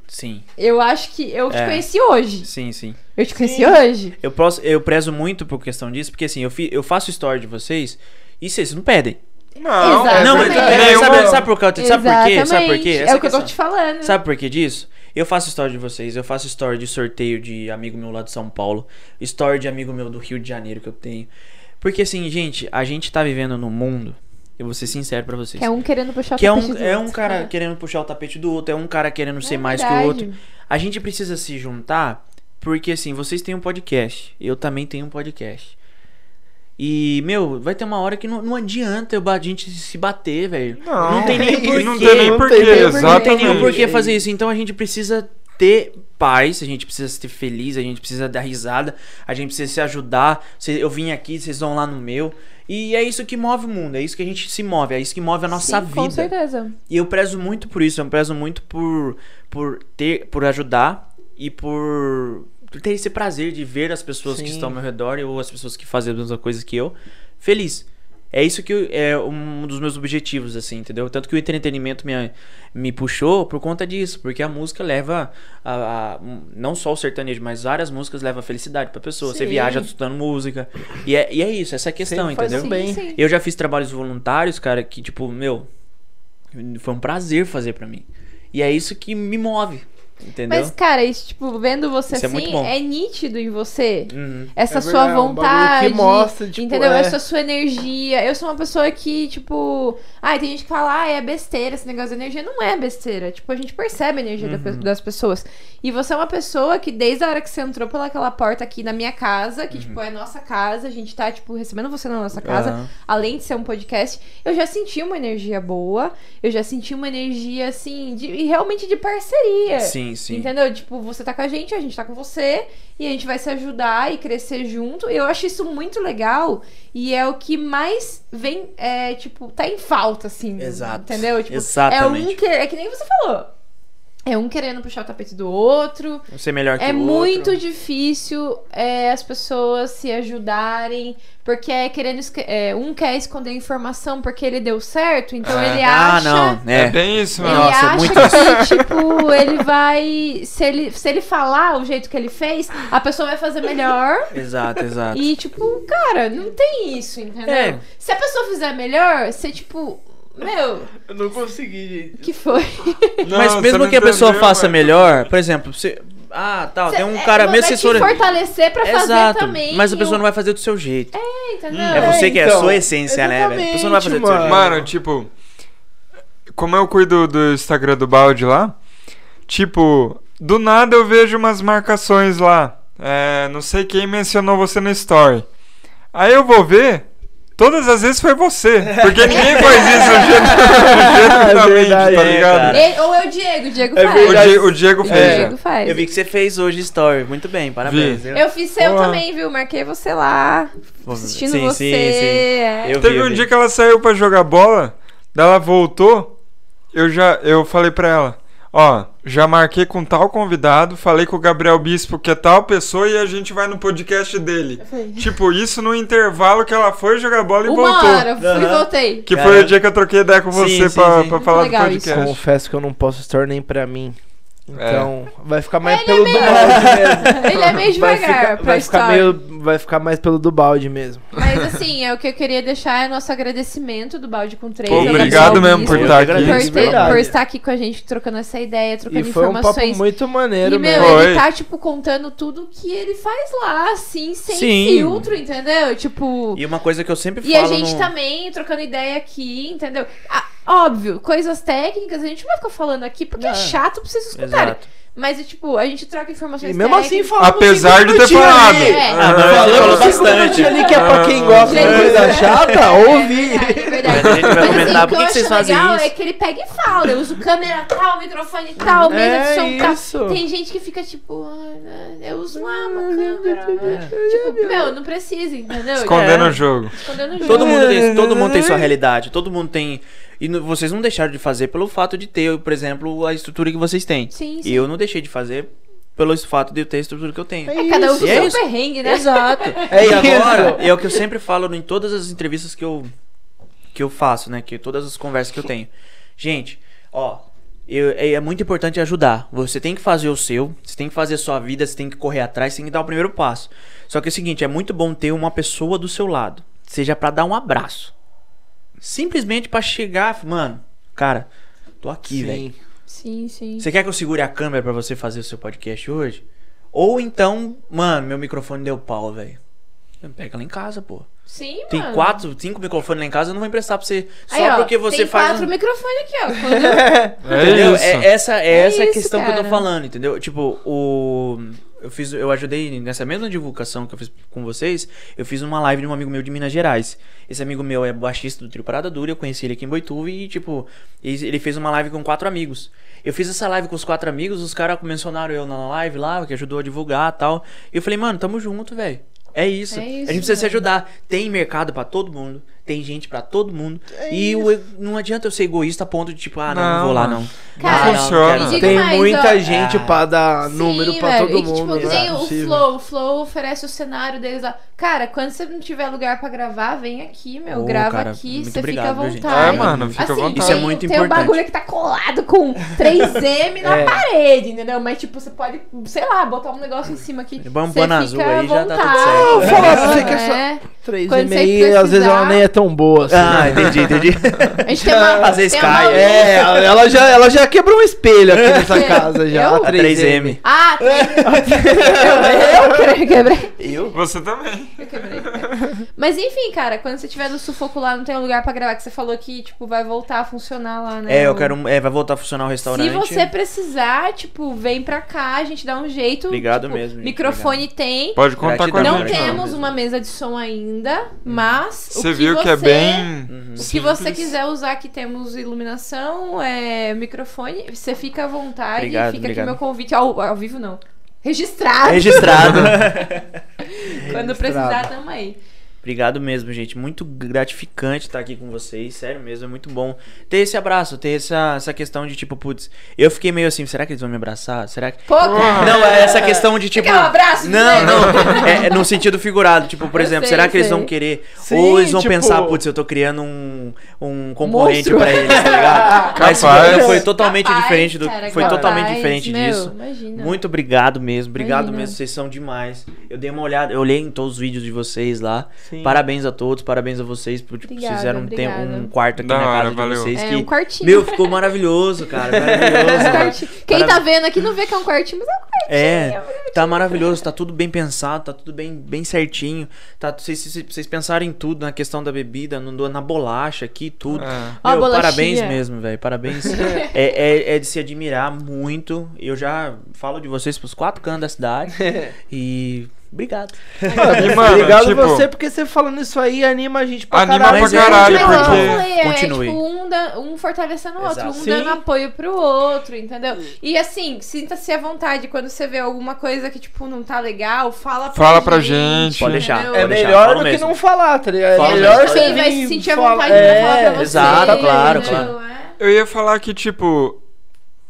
[SPEAKER 3] Sim,
[SPEAKER 2] Eu acho que eu te
[SPEAKER 3] É.
[SPEAKER 2] conheci hoje.
[SPEAKER 3] sim, sim.
[SPEAKER 2] Eu te conheci hoje.
[SPEAKER 3] Eu, posso, eu prezo muito por questão disso, porque assim, eu, fi- eu faço story de vocês e vocês não pedem.
[SPEAKER 4] Não,
[SPEAKER 2] Exato.
[SPEAKER 4] é
[SPEAKER 3] não, mas-
[SPEAKER 4] verdade.
[SPEAKER 3] mas
[SPEAKER 4] Nenhuma-
[SPEAKER 3] sabe, sabe por causa- sabe por quê? Sabe por quê?
[SPEAKER 2] Exatamente.
[SPEAKER 3] Essa
[SPEAKER 2] É o que eu tô
[SPEAKER 3] questão.
[SPEAKER 2] te falando.
[SPEAKER 3] Sabe por que disso? Eu faço story de vocês, eu faço story de sorteio de amigo meu lá de São Paulo, story de amigo meu do Rio de Janeiro que eu tenho. Porque assim, gente, a gente tá vivendo num mundo, eu vou ser sincero pra vocês.
[SPEAKER 2] Que é um querendo puxar
[SPEAKER 3] que
[SPEAKER 2] o
[SPEAKER 3] é
[SPEAKER 2] tapete
[SPEAKER 3] um,
[SPEAKER 2] do
[SPEAKER 3] é
[SPEAKER 2] outro. né?
[SPEAKER 3] um cara querendo puxar o tapete do outro, é um cara querendo ser mais que o
[SPEAKER 2] verdade.
[SPEAKER 3] outro. A gente precisa se juntar, porque assim, vocês têm um podcast, eu também tenho um podcast. E, meu, vai ter uma hora que não, não adianta eu, ba- a gente se bater, velho.
[SPEAKER 4] Não,
[SPEAKER 3] não tem nem porquê.
[SPEAKER 4] Não tem nem
[SPEAKER 5] Não
[SPEAKER 4] porquê,
[SPEAKER 5] tem nem porquê.
[SPEAKER 3] Não tem nenhum
[SPEAKER 4] exatamente.
[SPEAKER 3] porquê fazer isso. Então a gente precisa ter paz, a gente precisa ser feliz, a gente precisa dar risada, a gente precisa se ajudar. Cê- Eu vim aqui, vocês vão lá no meu. E é isso que move o mundo, é isso que a gente se move, é isso que move a nossa
[SPEAKER 2] Sim, Com
[SPEAKER 3] vida.
[SPEAKER 2] certeza.
[SPEAKER 3] E eu prezo muito por isso, eu prezo muito por por ter, por ajudar e por por ter esse prazer de ver as pessoas que
[SPEAKER 5] Sim.
[SPEAKER 3] estão ao meu redor ou as pessoas que fazem a mesma coisa que eu feliz. É isso que eu- é um dos meus objetivos, assim, entendeu? Tanto que o entretenimento me, me puxou por conta disso, porque a música leva a, a- não só o sertanejo, mas várias músicas levam a felicidade pra pessoa. Você
[SPEAKER 2] Sim.
[SPEAKER 3] viaja estudando música. E é, e é isso, essa é a questão,
[SPEAKER 5] Sempre faz
[SPEAKER 3] entendeu?
[SPEAKER 5] Deu bem.
[SPEAKER 2] Sim, sim.
[SPEAKER 3] Eu já fiz trabalhos voluntários, cara, que tipo, meu, foi um prazer fazer pra mim. E é isso que me move, entendeu?
[SPEAKER 2] Mas, cara, isso, tipo, vendo você
[SPEAKER 3] Isso é muito
[SPEAKER 2] assim,
[SPEAKER 3] bom.
[SPEAKER 2] é, nítido em você.
[SPEAKER 3] Uhum.
[SPEAKER 2] Essa
[SPEAKER 5] É
[SPEAKER 2] sua
[SPEAKER 5] verdade, é um bagulho
[SPEAKER 2] vontade.
[SPEAKER 5] que mostra, tipo,
[SPEAKER 2] entendeu?
[SPEAKER 5] é.
[SPEAKER 2] Essa sua energia. Eu sou uma pessoa que, tipo. Ai, tem gente que fala, ah, é besteira esse negócio de energia. Não é besteira. Tipo, a gente percebe a energia da
[SPEAKER 5] Uhum.
[SPEAKER 2] pe- das pessoas. E você é uma pessoa que, desde a hora que você entrou pelaquela porta aqui na minha casa, que,
[SPEAKER 5] Uhum.
[SPEAKER 2] tipo, é nossa casa, a gente tá, tipo, recebendo você na nossa
[SPEAKER 5] É.
[SPEAKER 2] casa,
[SPEAKER 3] Aham.
[SPEAKER 2] além de ser um podcast, eu já senti uma energia boa. Eu já senti uma energia, assim, de, e realmente de parceria.
[SPEAKER 3] Sim, sim.
[SPEAKER 2] é, Entendeu? Tipo, você tá com a gente, a gente tá com você, e a gente vai se ajudar e crescer junto. Eu acho isso muito legal e é o que mais vem, é, tipo, tá em falta, assim.
[SPEAKER 3] Exato.
[SPEAKER 2] Entendeu? Tipo, é um
[SPEAKER 3] Exatamente.
[SPEAKER 2] que, é que nem você falou. É um querendo puxar o tapete do outro.
[SPEAKER 3] Ser melhor que
[SPEAKER 2] É
[SPEAKER 3] o outro.
[SPEAKER 2] muito difícil é, as pessoas se ajudarem, porque é querendo esque- é, um quer esconder informação porque ele deu certo, então
[SPEAKER 4] É.
[SPEAKER 2] ele
[SPEAKER 3] Ah,
[SPEAKER 2] acha
[SPEAKER 3] não,
[SPEAKER 4] É
[SPEAKER 3] é.
[SPEAKER 4] bem isso,
[SPEAKER 2] ele
[SPEAKER 4] mano.
[SPEAKER 3] Nossa, é
[SPEAKER 2] acha
[SPEAKER 3] muito
[SPEAKER 2] que, tipo, ele vai. Se ele, se ele falar o jeito que ele fez, a pessoa vai fazer melhor.
[SPEAKER 3] Exato, exato.
[SPEAKER 2] E, tipo, cara, não tem isso, entendeu?
[SPEAKER 3] É.
[SPEAKER 2] Se a pessoa fizer melhor, você, tipo. Meu,
[SPEAKER 5] Eu não consegui, gente.
[SPEAKER 2] que foi?
[SPEAKER 4] Não,
[SPEAKER 3] Mas
[SPEAKER 4] você
[SPEAKER 3] mesmo
[SPEAKER 4] não
[SPEAKER 3] que a pessoa
[SPEAKER 4] entendeu,
[SPEAKER 3] faça
[SPEAKER 4] mano.
[SPEAKER 3] melhor, por exemplo, você. Ah, tal, tem um
[SPEAKER 2] É,
[SPEAKER 3] cara,
[SPEAKER 2] vai
[SPEAKER 3] mesmo se
[SPEAKER 2] te
[SPEAKER 3] for-
[SPEAKER 2] fortalecer pra fazer
[SPEAKER 3] Exato,
[SPEAKER 2] também.
[SPEAKER 3] mas a pessoa não vai fazer do seu jeito.
[SPEAKER 2] vai. Entendeu?
[SPEAKER 3] É,
[SPEAKER 5] É,
[SPEAKER 3] você que é a
[SPEAKER 5] então,
[SPEAKER 3] sua essência, né, velho? A pessoa não vai fazer do seu
[SPEAKER 5] exatamente,
[SPEAKER 3] jeito.
[SPEAKER 4] Mano, tipo, como eu cuido do Instagram do balde lá, tipo, do nada eu vejo umas marcações lá. É, não sei quem mencionou você no story. Aí eu vou ver, todas as vezes foi você. Porque ninguém faz isso
[SPEAKER 5] É
[SPEAKER 4] gen-
[SPEAKER 5] verdade,
[SPEAKER 4] genuinamente, tá
[SPEAKER 3] é,
[SPEAKER 4] ligado?
[SPEAKER 3] cara.
[SPEAKER 2] Ele- ou é o Diego, o Diego
[SPEAKER 5] É
[SPEAKER 2] faz. É,
[SPEAKER 4] O,
[SPEAKER 5] verdade.
[SPEAKER 4] Di- o Diego
[SPEAKER 2] O
[SPEAKER 4] fez. né?
[SPEAKER 2] Diego faz.
[SPEAKER 3] é. Eu vi que você fez hoje story. Muito bem, parabéns.
[SPEAKER 4] Vi.
[SPEAKER 3] viu?
[SPEAKER 2] Eu fiz seu
[SPEAKER 4] Porra.
[SPEAKER 2] também, viu? Marquei você lá,
[SPEAKER 3] Pô,
[SPEAKER 2] assistindo
[SPEAKER 3] sim,
[SPEAKER 2] você.
[SPEAKER 3] Sim, sim.
[SPEAKER 2] é.
[SPEAKER 3] Eu vi,
[SPEAKER 4] Teve
[SPEAKER 3] eu
[SPEAKER 4] um
[SPEAKER 3] vi.
[SPEAKER 4] dia que ela saiu pra jogar bola, daí ela voltou, eu já eu falei pra ela, ó, já marquei com tal convidado, falei com o Gabriel Bispo que é tal pessoa e a gente vai no podcast dele.
[SPEAKER 2] Foi.
[SPEAKER 4] tipo, isso no intervalo que ela foi jogar bola e
[SPEAKER 2] Uma
[SPEAKER 4] voltou.
[SPEAKER 2] hora, eu fui e
[SPEAKER 3] Aham.
[SPEAKER 2] voltei.
[SPEAKER 4] Que foi
[SPEAKER 3] Cara.
[SPEAKER 4] o dia que eu troquei ideia com
[SPEAKER 3] Sim,
[SPEAKER 4] você
[SPEAKER 3] sim,
[SPEAKER 4] pra,
[SPEAKER 3] sim.
[SPEAKER 4] pra
[SPEAKER 2] Muito
[SPEAKER 4] falar do
[SPEAKER 2] legal
[SPEAKER 4] podcast.
[SPEAKER 5] Confesso que eu não posso store nem pra mim. Então, vai ficar mais
[SPEAKER 2] Ele
[SPEAKER 5] pelo
[SPEAKER 2] é
[SPEAKER 5] do
[SPEAKER 2] meio-
[SPEAKER 5] balde mesmo.
[SPEAKER 2] Ele é meio
[SPEAKER 5] Vai
[SPEAKER 2] devagar
[SPEAKER 5] ficar,
[SPEAKER 2] pra
[SPEAKER 5] vai
[SPEAKER 2] história.
[SPEAKER 5] ficar meio, vai ficar mais pelo do balde mesmo.
[SPEAKER 2] Mas assim, é o que eu queria deixar é nosso agradecimento do Balde com três.
[SPEAKER 4] Pô,
[SPEAKER 2] ao
[SPEAKER 4] obrigado
[SPEAKER 2] Gabriel
[SPEAKER 4] mesmo por
[SPEAKER 2] Bispo,
[SPEAKER 4] estar
[SPEAKER 3] Eu
[SPEAKER 4] aqui.
[SPEAKER 2] por,
[SPEAKER 5] agradeço.
[SPEAKER 2] ter-
[SPEAKER 5] de verdade.
[SPEAKER 2] por estar aqui com a gente, trocando essa ideia,
[SPEAKER 5] E
[SPEAKER 2] trocando
[SPEAKER 5] foi um papo
[SPEAKER 2] informações.
[SPEAKER 5] muito maneiro
[SPEAKER 2] e, meu,
[SPEAKER 5] mesmo.
[SPEAKER 4] Foi.
[SPEAKER 2] ele tá, tipo, contando tudo que ele faz lá, assim, sem
[SPEAKER 3] Sim.
[SPEAKER 2] filtro, entendeu? Tipo.
[SPEAKER 3] E uma coisa que eu sempre
[SPEAKER 2] E
[SPEAKER 3] falo.
[SPEAKER 2] a gente
[SPEAKER 3] no-
[SPEAKER 2] tá também trocando ideia aqui, entendeu? Ah, óbvio, coisas técnicas a gente não vai ficar falando aqui porque é chato pra vocês escutarem.
[SPEAKER 3] Exato.
[SPEAKER 2] Mas, tipo, a gente troca informações
[SPEAKER 5] E mesmo assim
[SPEAKER 2] técnicas.
[SPEAKER 5] falamos
[SPEAKER 4] Apesar
[SPEAKER 5] cinco
[SPEAKER 4] de ter
[SPEAKER 5] minutinhos
[SPEAKER 4] falado.
[SPEAKER 5] ali.
[SPEAKER 2] É.
[SPEAKER 3] Ah, mas a gente falou
[SPEAKER 5] Falamos cinco
[SPEAKER 3] bastante.
[SPEAKER 5] minutinhos ali que é pra quem gosta de
[SPEAKER 2] Gente,
[SPEAKER 5] coisa chata,
[SPEAKER 2] É
[SPEAKER 5] Tá, ouvi.
[SPEAKER 2] verdade, é verdade.
[SPEAKER 3] Mas a gente vai
[SPEAKER 2] Mas,
[SPEAKER 3] comentar,
[SPEAKER 2] assim, o
[SPEAKER 3] por que
[SPEAKER 2] que eu
[SPEAKER 3] que vocês
[SPEAKER 2] acho
[SPEAKER 3] fazem
[SPEAKER 2] legal
[SPEAKER 3] isso?
[SPEAKER 2] é que ele pega e fala. Eu uso câmera tal, microfone tal, mesa de
[SPEAKER 5] É
[SPEAKER 2] som tal.
[SPEAKER 5] isso.
[SPEAKER 2] Tem gente que fica tipo, "Ah, né, eu uso lá uma câmera. né?" Tipo, meu, não precisa, entendeu?
[SPEAKER 4] Escondendo
[SPEAKER 3] É.
[SPEAKER 4] o jogo.
[SPEAKER 2] Escondendo o jogo.
[SPEAKER 3] Todo mundo, tem, todo mundo tem sua realidade, todo mundo tem. E no- vocês não deixaram de fazer pelo fato de ter, por exemplo, a estrutura que vocês têm.
[SPEAKER 2] Sim,
[SPEAKER 3] E
[SPEAKER 2] sim.
[SPEAKER 3] eu não deixei de fazer pelo fato de eu ter a estrutura que eu tenho.
[SPEAKER 2] É, cada um com
[SPEAKER 3] E é
[SPEAKER 2] seu
[SPEAKER 3] isso.
[SPEAKER 2] perrengue, né?
[SPEAKER 3] Exato.
[SPEAKER 5] É
[SPEAKER 3] e
[SPEAKER 5] isso.
[SPEAKER 3] agora, é o que eu sempre falo em todas as entrevistas que eu que eu faço, né, que todas as conversas que eu tenho. Gente, ó, eu- é, é muito importante ajudar. Você tem que fazer o seu, você tem que fazer a sua vida, você tem que correr atrás, você tem que dar o primeiro passo. Só que é o seguinte, é muito bom ter uma pessoa do seu lado, seja pra dar um abraço. Simplesmente pra chegar, mano, cara, tô aqui, velho.
[SPEAKER 5] Sim.
[SPEAKER 2] Sim, sim.
[SPEAKER 3] Você quer que eu segure a câmera pra você fazer o seu podcast hoje? Ou então, mano, meu microfone deu pau, velho. Pega lá em casa, pô.
[SPEAKER 2] Sim,
[SPEAKER 3] Tem
[SPEAKER 2] mano.
[SPEAKER 3] quatro, cinco microfones lá em casa, eu não vou emprestar pra você. Só
[SPEAKER 2] Aí, ó,
[SPEAKER 3] porque você
[SPEAKER 2] tem
[SPEAKER 3] faz.
[SPEAKER 2] quatro
[SPEAKER 3] um-
[SPEAKER 2] microfones aqui, ó. Quando...
[SPEAKER 4] É
[SPEAKER 3] Entendeu?
[SPEAKER 4] isso.
[SPEAKER 3] É- essa é,
[SPEAKER 2] É
[SPEAKER 3] essa a
[SPEAKER 2] isso,
[SPEAKER 3] questão que eu tô
[SPEAKER 2] cara.
[SPEAKER 3] falando, entendeu? Tipo, o. Eu fiz. Eu ajudei nessa mesma divulgação que eu fiz com vocês. Eu fiz uma live de um amigo meu de Minas Gerais. Esse amigo meu é baixista do Trio Parada Dura, eu conheci ele aqui em Boituva e, tipo, ele ele fez uma live com quatro amigos. Eu fiz essa live com os quatro amigos, os caras mencionaram eu na live lá, que ajudou a divulgar e tal. E eu falei, mano, tamo junto, velho. É isso. a
[SPEAKER 2] É
[SPEAKER 3] gente
[SPEAKER 2] isso,
[SPEAKER 3] precisa se
[SPEAKER 2] velho.
[SPEAKER 3] ajudar. Tem mercado pra todo mundo, tem gente pra todo mundo.
[SPEAKER 2] É
[SPEAKER 3] e o e- não adianta eu ser egoísta a ponto de tipo, ah, não, não,
[SPEAKER 4] Não,
[SPEAKER 3] vou lá
[SPEAKER 4] mano.
[SPEAKER 3] não.
[SPEAKER 2] Cara,
[SPEAKER 3] Ah,
[SPEAKER 4] funciona.
[SPEAKER 3] quero-
[SPEAKER 2] E digo
[SPEAKER 5] Tem
[SPEAKER 2] mais,
[SPEAKER 5] muita
[SPEAKER 2] ó.
[SPEAKER 5] gente
[SPEAKER 3] Ah.
[SPEAKER 5] pra dar
[SPEAKER 2] Sim,
[SPEAKER 5] número pra
[SPEAKER 2] velho.
[SPEAKER 5] todo
[SPEAKER 2] e que,
[SPEAKER 5] mundo.
[SPEAKER 2] Tipo, que nem
[SPEAKER 5] é
[SPEAKER 2] o
[SPEAKER 5] possível.
[SPEAKER 2] Flow. O Flow oferece o cenário deles lá. Cara, quando você não tiver lugar pra gravar, vem aqui, meu.
[SPEAKER 3] Ô,
[SPEAKER 2] grava
[SPEAKER 3] cara,
[SPEAKER 2] aqui,
[SPEAKER 3] muito
[SPEAKER 2] você
[SPEAKER 3] obrigado,
[SPEAKER 2] fica à
[SPEAKER 3] viu, gente?
[SPEAKER 2] vontade.
[SPEAKER 4] É, mano, fica à
[SPEAKER 2] assim,
[SPEAKER 4] vontade.
[SPEAKER 2] Tem,
[SPEAKER 3] Isso é muito
[SPEAKER 2] tem um
[SPEAKER 3] importante.
[SPEAKER 2] bagulho que tá colado com 3M
[SPEAKER 5] É.
[SPEAKER 2] na parede, entendeu? Mas, tipo, você pode, sei lá, botar um negócio em cima aqui.
[SPEAKER 3] Põe um
[SPEAKER 2] Você
[SPEAKER 3] pano
[SPEAKER 2] fica
[SPEAKER 3] azul
[SPEAKER 2] à
[SPEAKER 3] aí, já tá tudo
[SPEAKER 2] vontade,
[SPEAKER 3] certo.
[SPEAKER 5] Eu vou falar pra você que
[SPEAKER 2] né?
[SPEAKER 5] Três
[SPEAKER 2] Quando
[SPEAKER 5] e
[SPEAKER 2] você
[SPEAKER 5] meia, às vezes ela
[SPEAKER 2] precisar-
[SPEAKER 5] nem é tão boa assim.
[SPEAKER 3] Ah, entendi, entendi.
[SPEAKER 2] A gente tem uma,
[SPEAKER 3] Às vezes
[SPEAKER 2] tem uma
[SPEAKER 3] cai,
[SPEAKER 2] luz.
[SPEAKER 5] É, ela já, ela já quebrou um espelho aqui nessa casa já.
[SPEAKER 2] Eu?
[SPEAKER 5] a
[SPEAKER 3] 3M.
[SPEAKER 2] Ah, tem... eu que- quebrei.
[SPEAKER 3] é
[SPEAKER 5] Eu?
[SPEAKER 4] Você também.
[SPEAKER 2] Eu quebrei. Mas enfim, cara, quando você tiver no sufoco lá, não tem um lugar pra gravar, que você falou que, tipo, vai voltar a funcionar lá, né?
[SPEAKER 3] É, eu quero. um- É, vai voltar a funcionar o restaurante.
[SPEAKER 2] Se você precisar, tipo, vem pra cá, a gente dá um jeito.
[SPEAKER 3] Obrigado
[SPEAKER 2] tipo,
[SPEAKER 3] mesmo, gente,
[SPEAKER 2] Microfone tem.
[SPEAKER 4] Pode contar com a
[SPEAKER 3] Gratidão,
[SPEAKER 2] Não
[SPEAKER 4] gente.
[SPEAKER 3] obrigado
[SPEAKER 2] temos
[SPEAKER 3] então, mesmo.
[SPEAKER 2] uma mesa de som ainda, mas. o
[SPEAKER 4] Você viu que é
[SPEAKER 2] você-
[SPEAKER 4] bem.
[SPEAKER 3] Uhum.
[SPEAKER 2] O que
[SPEAKER 4] simples.
[SPEAKER 2] você quiser usar, que temos iluminação, é, microfone, você fica à vontade.
[SPEAKER 3] Obrigado,
[SPEAKER 2] fica
[SPEAKER 3] obrigado.
[SPEAKER 2] aqui meu convite. Ao, ao vivo, não. Registrado.
[SPEAKER 3] Registrado.
[SPEAKER 2] Quando precisar, tamo aí.
[SPEAKER 3] Obrigado mesmo, gente. Muito gratificante estar aqui com vocês. Sério mesmo, é muito bom ter esse abraço, ter essa, essa questão de tipo, putz, eu fiquei meio assim, será que eles vão me abraçar? Será que.
[SPEAKER 2] Pô,
[SPEAKER 4] Ah.
[SPEAKER 2] cara.
[SPEAKER 3] Não, é essa questão de tipo.
[SPEAKER 2] Quer um abraço?
[SPEAKER 3] Não,
[SPEAKER 2] Zé?
[SPEAKER 3] não. É, é no sentido figurado. Tipo, por
[SPEAKER 2] Eu
[SPEAKER 3] exemplo,
[SPEAKER 2] sei,
[SPEAKER 3] será
[SPEAKER 2] eu
[SPEAKER 3] que eles
[SPEAKER 2] sei.
[SPEAKER 3] vão querer.
[SPEAKER 5] Sim,
[SPEAKER 3] ou eles vão
[SPEAKER 5] tipo-
[SPEAKER 3] pensar, putz, eu tô criando um, um concorrente
[SPEAKER 2] Monstro.
[SPEAKER 3] pra eles, tá ligado? Mas
[SPEAKER 4] Capaz.
[SPEAKER 3] foi, foi totalmente
[SPEAKER 2] Capaz,
[SPEAKER 3] diferente do.
[SPEAKER 2] cara,
[SPEAKER 3] foi
[SPEAKER 2] capaz.
[SPEAKER 3] totalmente diferente
[SPEAKER 2] Meu,
[SPEAKER 3] disso.
[SPEAKER 2] Imagina.
[SPEAKER 3] Muito obrigado mesmo, obrigado
[SPEAKER 2] Imagina.
[SPEAKER 3] mesmo, vocês são demais. Eu dei uma olhada, eu olhei em todos os vídeos de vocês lá.
[SPEAKER 5] Sim.
[SPEAKER 3] Parabéns a todos, parabéns a vocês por tipo,
[SPEAKER 2] Obrigada,
[SPEAKER 3] vocês fizeram um, tem-
[SPEAKER 2] obrigada.
[SPEAKER 3] um quarto aqui
[SPEAKER 4] Da
[SPEAKER 3] na
[SPEAKER 4] hora,
[SPEAKER 3] casa de
[SPEAKER 4] valeu.
[SPEAKER 3] vocês que
[SPEAKER 2] É um quartinho.
[SPEAKER 3] meu ficou maravilhoso, cara, maravilhoso.
[SPEAKER 2] Um
[SPEAKER 3] cara.
[SPEAKER 2] quartinho. Quem tá vendo aqui não vê que é um quartinho, mas é um quartinho.
[SPEAKER 3] É, tá maravilhoso, tá tudo bem pensado, tá tudo bem, bem certinho. Tá, vocês, vocês- vocês pensaram em tudo, na questão da bebida, no- na bolacha aqui, tudo.
[SPEAKER 4] É.
[SPEAKER 2] Ó, a
[SPEAKER 3] Meu,
[SPEAKER 2] bolachinha.
[SPEAKER 3] parabéns mesmo, velho. Parabéns. é, é, é de se admirar muito. Eu já falo de vocês pros quatro cantos da cidade. e obrigado.
[SPEAKER 4] E, mano,
[SPEAKER 5] Obrigado
[SPEAKER 4] tipo,
[SPEAKER 5] você, porque você falando isso aí anima a gente pra
[SPEAKER 4] Anima
[SPEAKER 5] caralho.
[SPEAKER 4] pra
[SPEAKER 5] Mas é
[SPEAKER 4] caralho,
[SPEAKER 5] muito legal.
[SPEAKER 2] Mas é o que
[SPEAKER 4] porque-
[SPEAKER 2] eu falei, é,
[SPEAKER 3] Continue.
[SPEAKER 2] tipo, um, da- um fortalecendo o outro,
[SPEAKER 3] Exato.
[SPEAKER 2] um
[SPEAKER 5] Sim.
[SPEAKER 2] dando apoio pro outro, entendeu? E assim, sinta-se à vontade quando você vê alguma coisa que, tipo, não tá legal, fala pra
[SPEAKER 4] Fala pra gente.
[SPEAKER 3] Pode deixar.
[SPEAKER 2] entendeu?
[SPEAKER 5] É
[SPEAKER 3] Pode deixar,
[SPEAKER 5] melhor
[SPEAKER 3] falo
[SPEAKER 5] do que
[SPEAKER 3] mesmo.
[SPEAKER 5] não falar, tá ligado?
[SPEAKER 3] Falo
[SPEAKER 5] É melhor
[SPEAKER 3] mesmo.
[SPEAKER 5] você
[SPEAKER 2] Quem vai
[SPEAKER 5] vir
[SPEAKER 2] se sentir à
[SPEAKER 5] falar-
[SPEAKER 2] vontade de falar pra
[SPEAKER 5] É,
[SPEAKER 2] você.
[SPEAKER 3] exato, claro,
[SPEAKER 2] entendeu? É.
[SPEAKER 4] Eu ia falar que, tipo,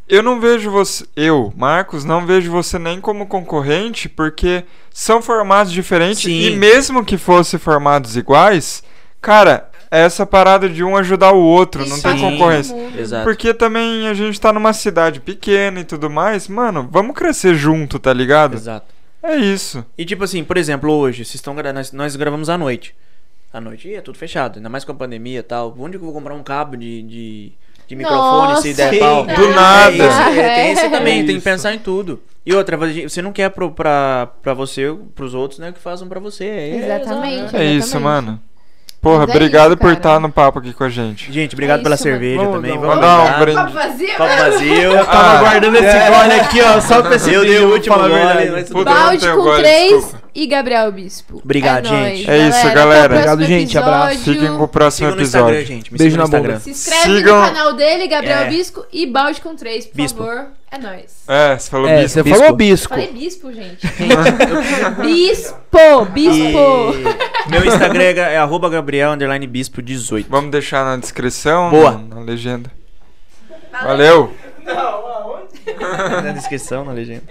[SPEAKER 4] eu não vejo você. Eu, Marcos, não vejo você nem como concorrente, porque são formatos diferentes
[SPEAKER 3] Sim.
[SPEAKER 4] e mesmo que fossem formatos iguais, cara, é essa parada de um ajudar o outro, não
[SPEAKER 2] Isso
[SPEAKER 4] tem
[SPEAKER 2] ajuda
[SPEAKER 4] concorrência.
[SPEAKER 2] muito.
[SPEAKER 3] Exato.
[SPEAKER 4] Porque também a gente tá numa cidade pequena e tudo mais, mano, vamos crescer junto, tá ligado?
[SPEAKER 3] Exato.
[SPEAKER 4] É isso.
[SPEAKER 3] E tipo assim, por exemplo, hoje, vocês estão gra- nós, nós gravamos à noite. À noite é tudo fechado, ainda mais com a pandemia e tal. Onde que eu vou comprar um cabo de, de, de microfone se
[SPEAKER 2] Nossa,
[SPEAKER 3] der pau?
[SPEAKER 5] sim.
[SPEAKER 4] Do
[SPEAKER 3] É
[SPEAKER 4] nada.
[SPEAKER 3] isso, é, tem isso
[SPEAKER 2] É.
[SPEAKER 3] também, tem que
[SPEAKER 4] Isso.
[SPEAKER 3] pensar em tudo. E outra, você não quer pro, pra, pra você, pros outros, né, que façam pra você. É,
[SPEAKER 2] Exatamente.
[SPEAKER 4] É isso,
[SPEAKER 2] exatamente.
[SPEAKER 4] mano. Porra,
[SPEAKER 2] Mas é
[SPEAKER 4] obrigado
[SPEAKER 2] isso,
[SPEAKER 4] por
[SPEAKER 2] cara.
[SPEAKER 4] estar no papo aqui com a gente.
[SPEAKER 3] Gente, obrigado
[SPEAKER 2] É
[SPEAKER 3] pela
[SPEAKER 2] isso,
[SPEAKER 3] cerveja
[SPEAKER 5] mano.
[SPEAKER 3] também.
[SPEAKER 5] Vamos
[SPEAKER 3] Vamos
[SPEAKER 4] dar um
[SPEAKER 3] lá.
[SPEAKER 4] brinde.
[SPEAKER 2] Copo vazio,
[SPEAKER 3] Copo vazio. Eu
[SPEAKER 4] tava
[SPEAKER 5] aguardando esse gole aqui, ó, só pra esse
[SPEAKER 3] Eu dei
[SPEAKER 5] dia,
[SPEAKER 3] o
[SPEAKER 5] vou
[SPEAKER 3] último
[SPEAKER 5] falar a
[SPEAKER 3] gole,
[SPEAKER 5] verdade.
[SPEAKER 3] mas tudo
[SPEAKER 4] Puta,
[SPEAKER 3] bem.
[SPEAKER 2] Balde
[SPEAKER 4] eu
[SPEAKER 2] com
[SPEAKER 4] tenho agora,
[SPEAKER 2] 3
[SPEAKER 4] desculpa.
[SPEAKER 2] e Gabriel Bispo.
[SPEAKER 3] Obrigado,
[SPEAKER 2] nóis,
[SPEAKER 3] gente.
[SPEAKER 4] É isso, galera.
[SPEAKER 2] Até o próximo
[SPEAKER 5] Obrigado, gente, abraço.
[SPEAKER 2] episódio.
[SPEAKER 4] Fiquem com o próximo
[SPEAKER 3] Sigam no
[SPEAKER 4] episódio.
[SPEAKER 3] Instagram, gente. Me
[SPEAKER 5] Beijo
[SPEAKER 3] sigam
[SPEAKER 5] na
[SPEAKER 3] no
[SPEAKER 5] bunda.
[SPEAKER 3] Instagram.
[SPEAKER 2] Se inscreve
[SPEAKER 4] Sigam-
[SPEAKER 2] no canal dele, Gabriel
[SPEAKER 3] É.
[SPEAKER 2] Bispo e Balde com 3, por
[SPEAKER 3] Bispo.
[SPEAKER 2] favor. É nóis.
[SPEAKER 4] É, você falou
[SPEAKER 5] É,
[SPEAKER 4] bispo.
[SPEAKER 5] você falou bisco.
[SPEAKER 2] Falei bispo, gente. bispo, bispo.
[SPEAKER 3] E meu Instagram é, ga- é arroba Gabriel underline Bispo 18.
[SPEAKER 4] Vamos deixar na descrição.
[SPEAKER 3] Boa.
[SPEAKER 4] Na, na legenda. Valeu.
[SPEAKER 3] na Tá descrição, na legenda.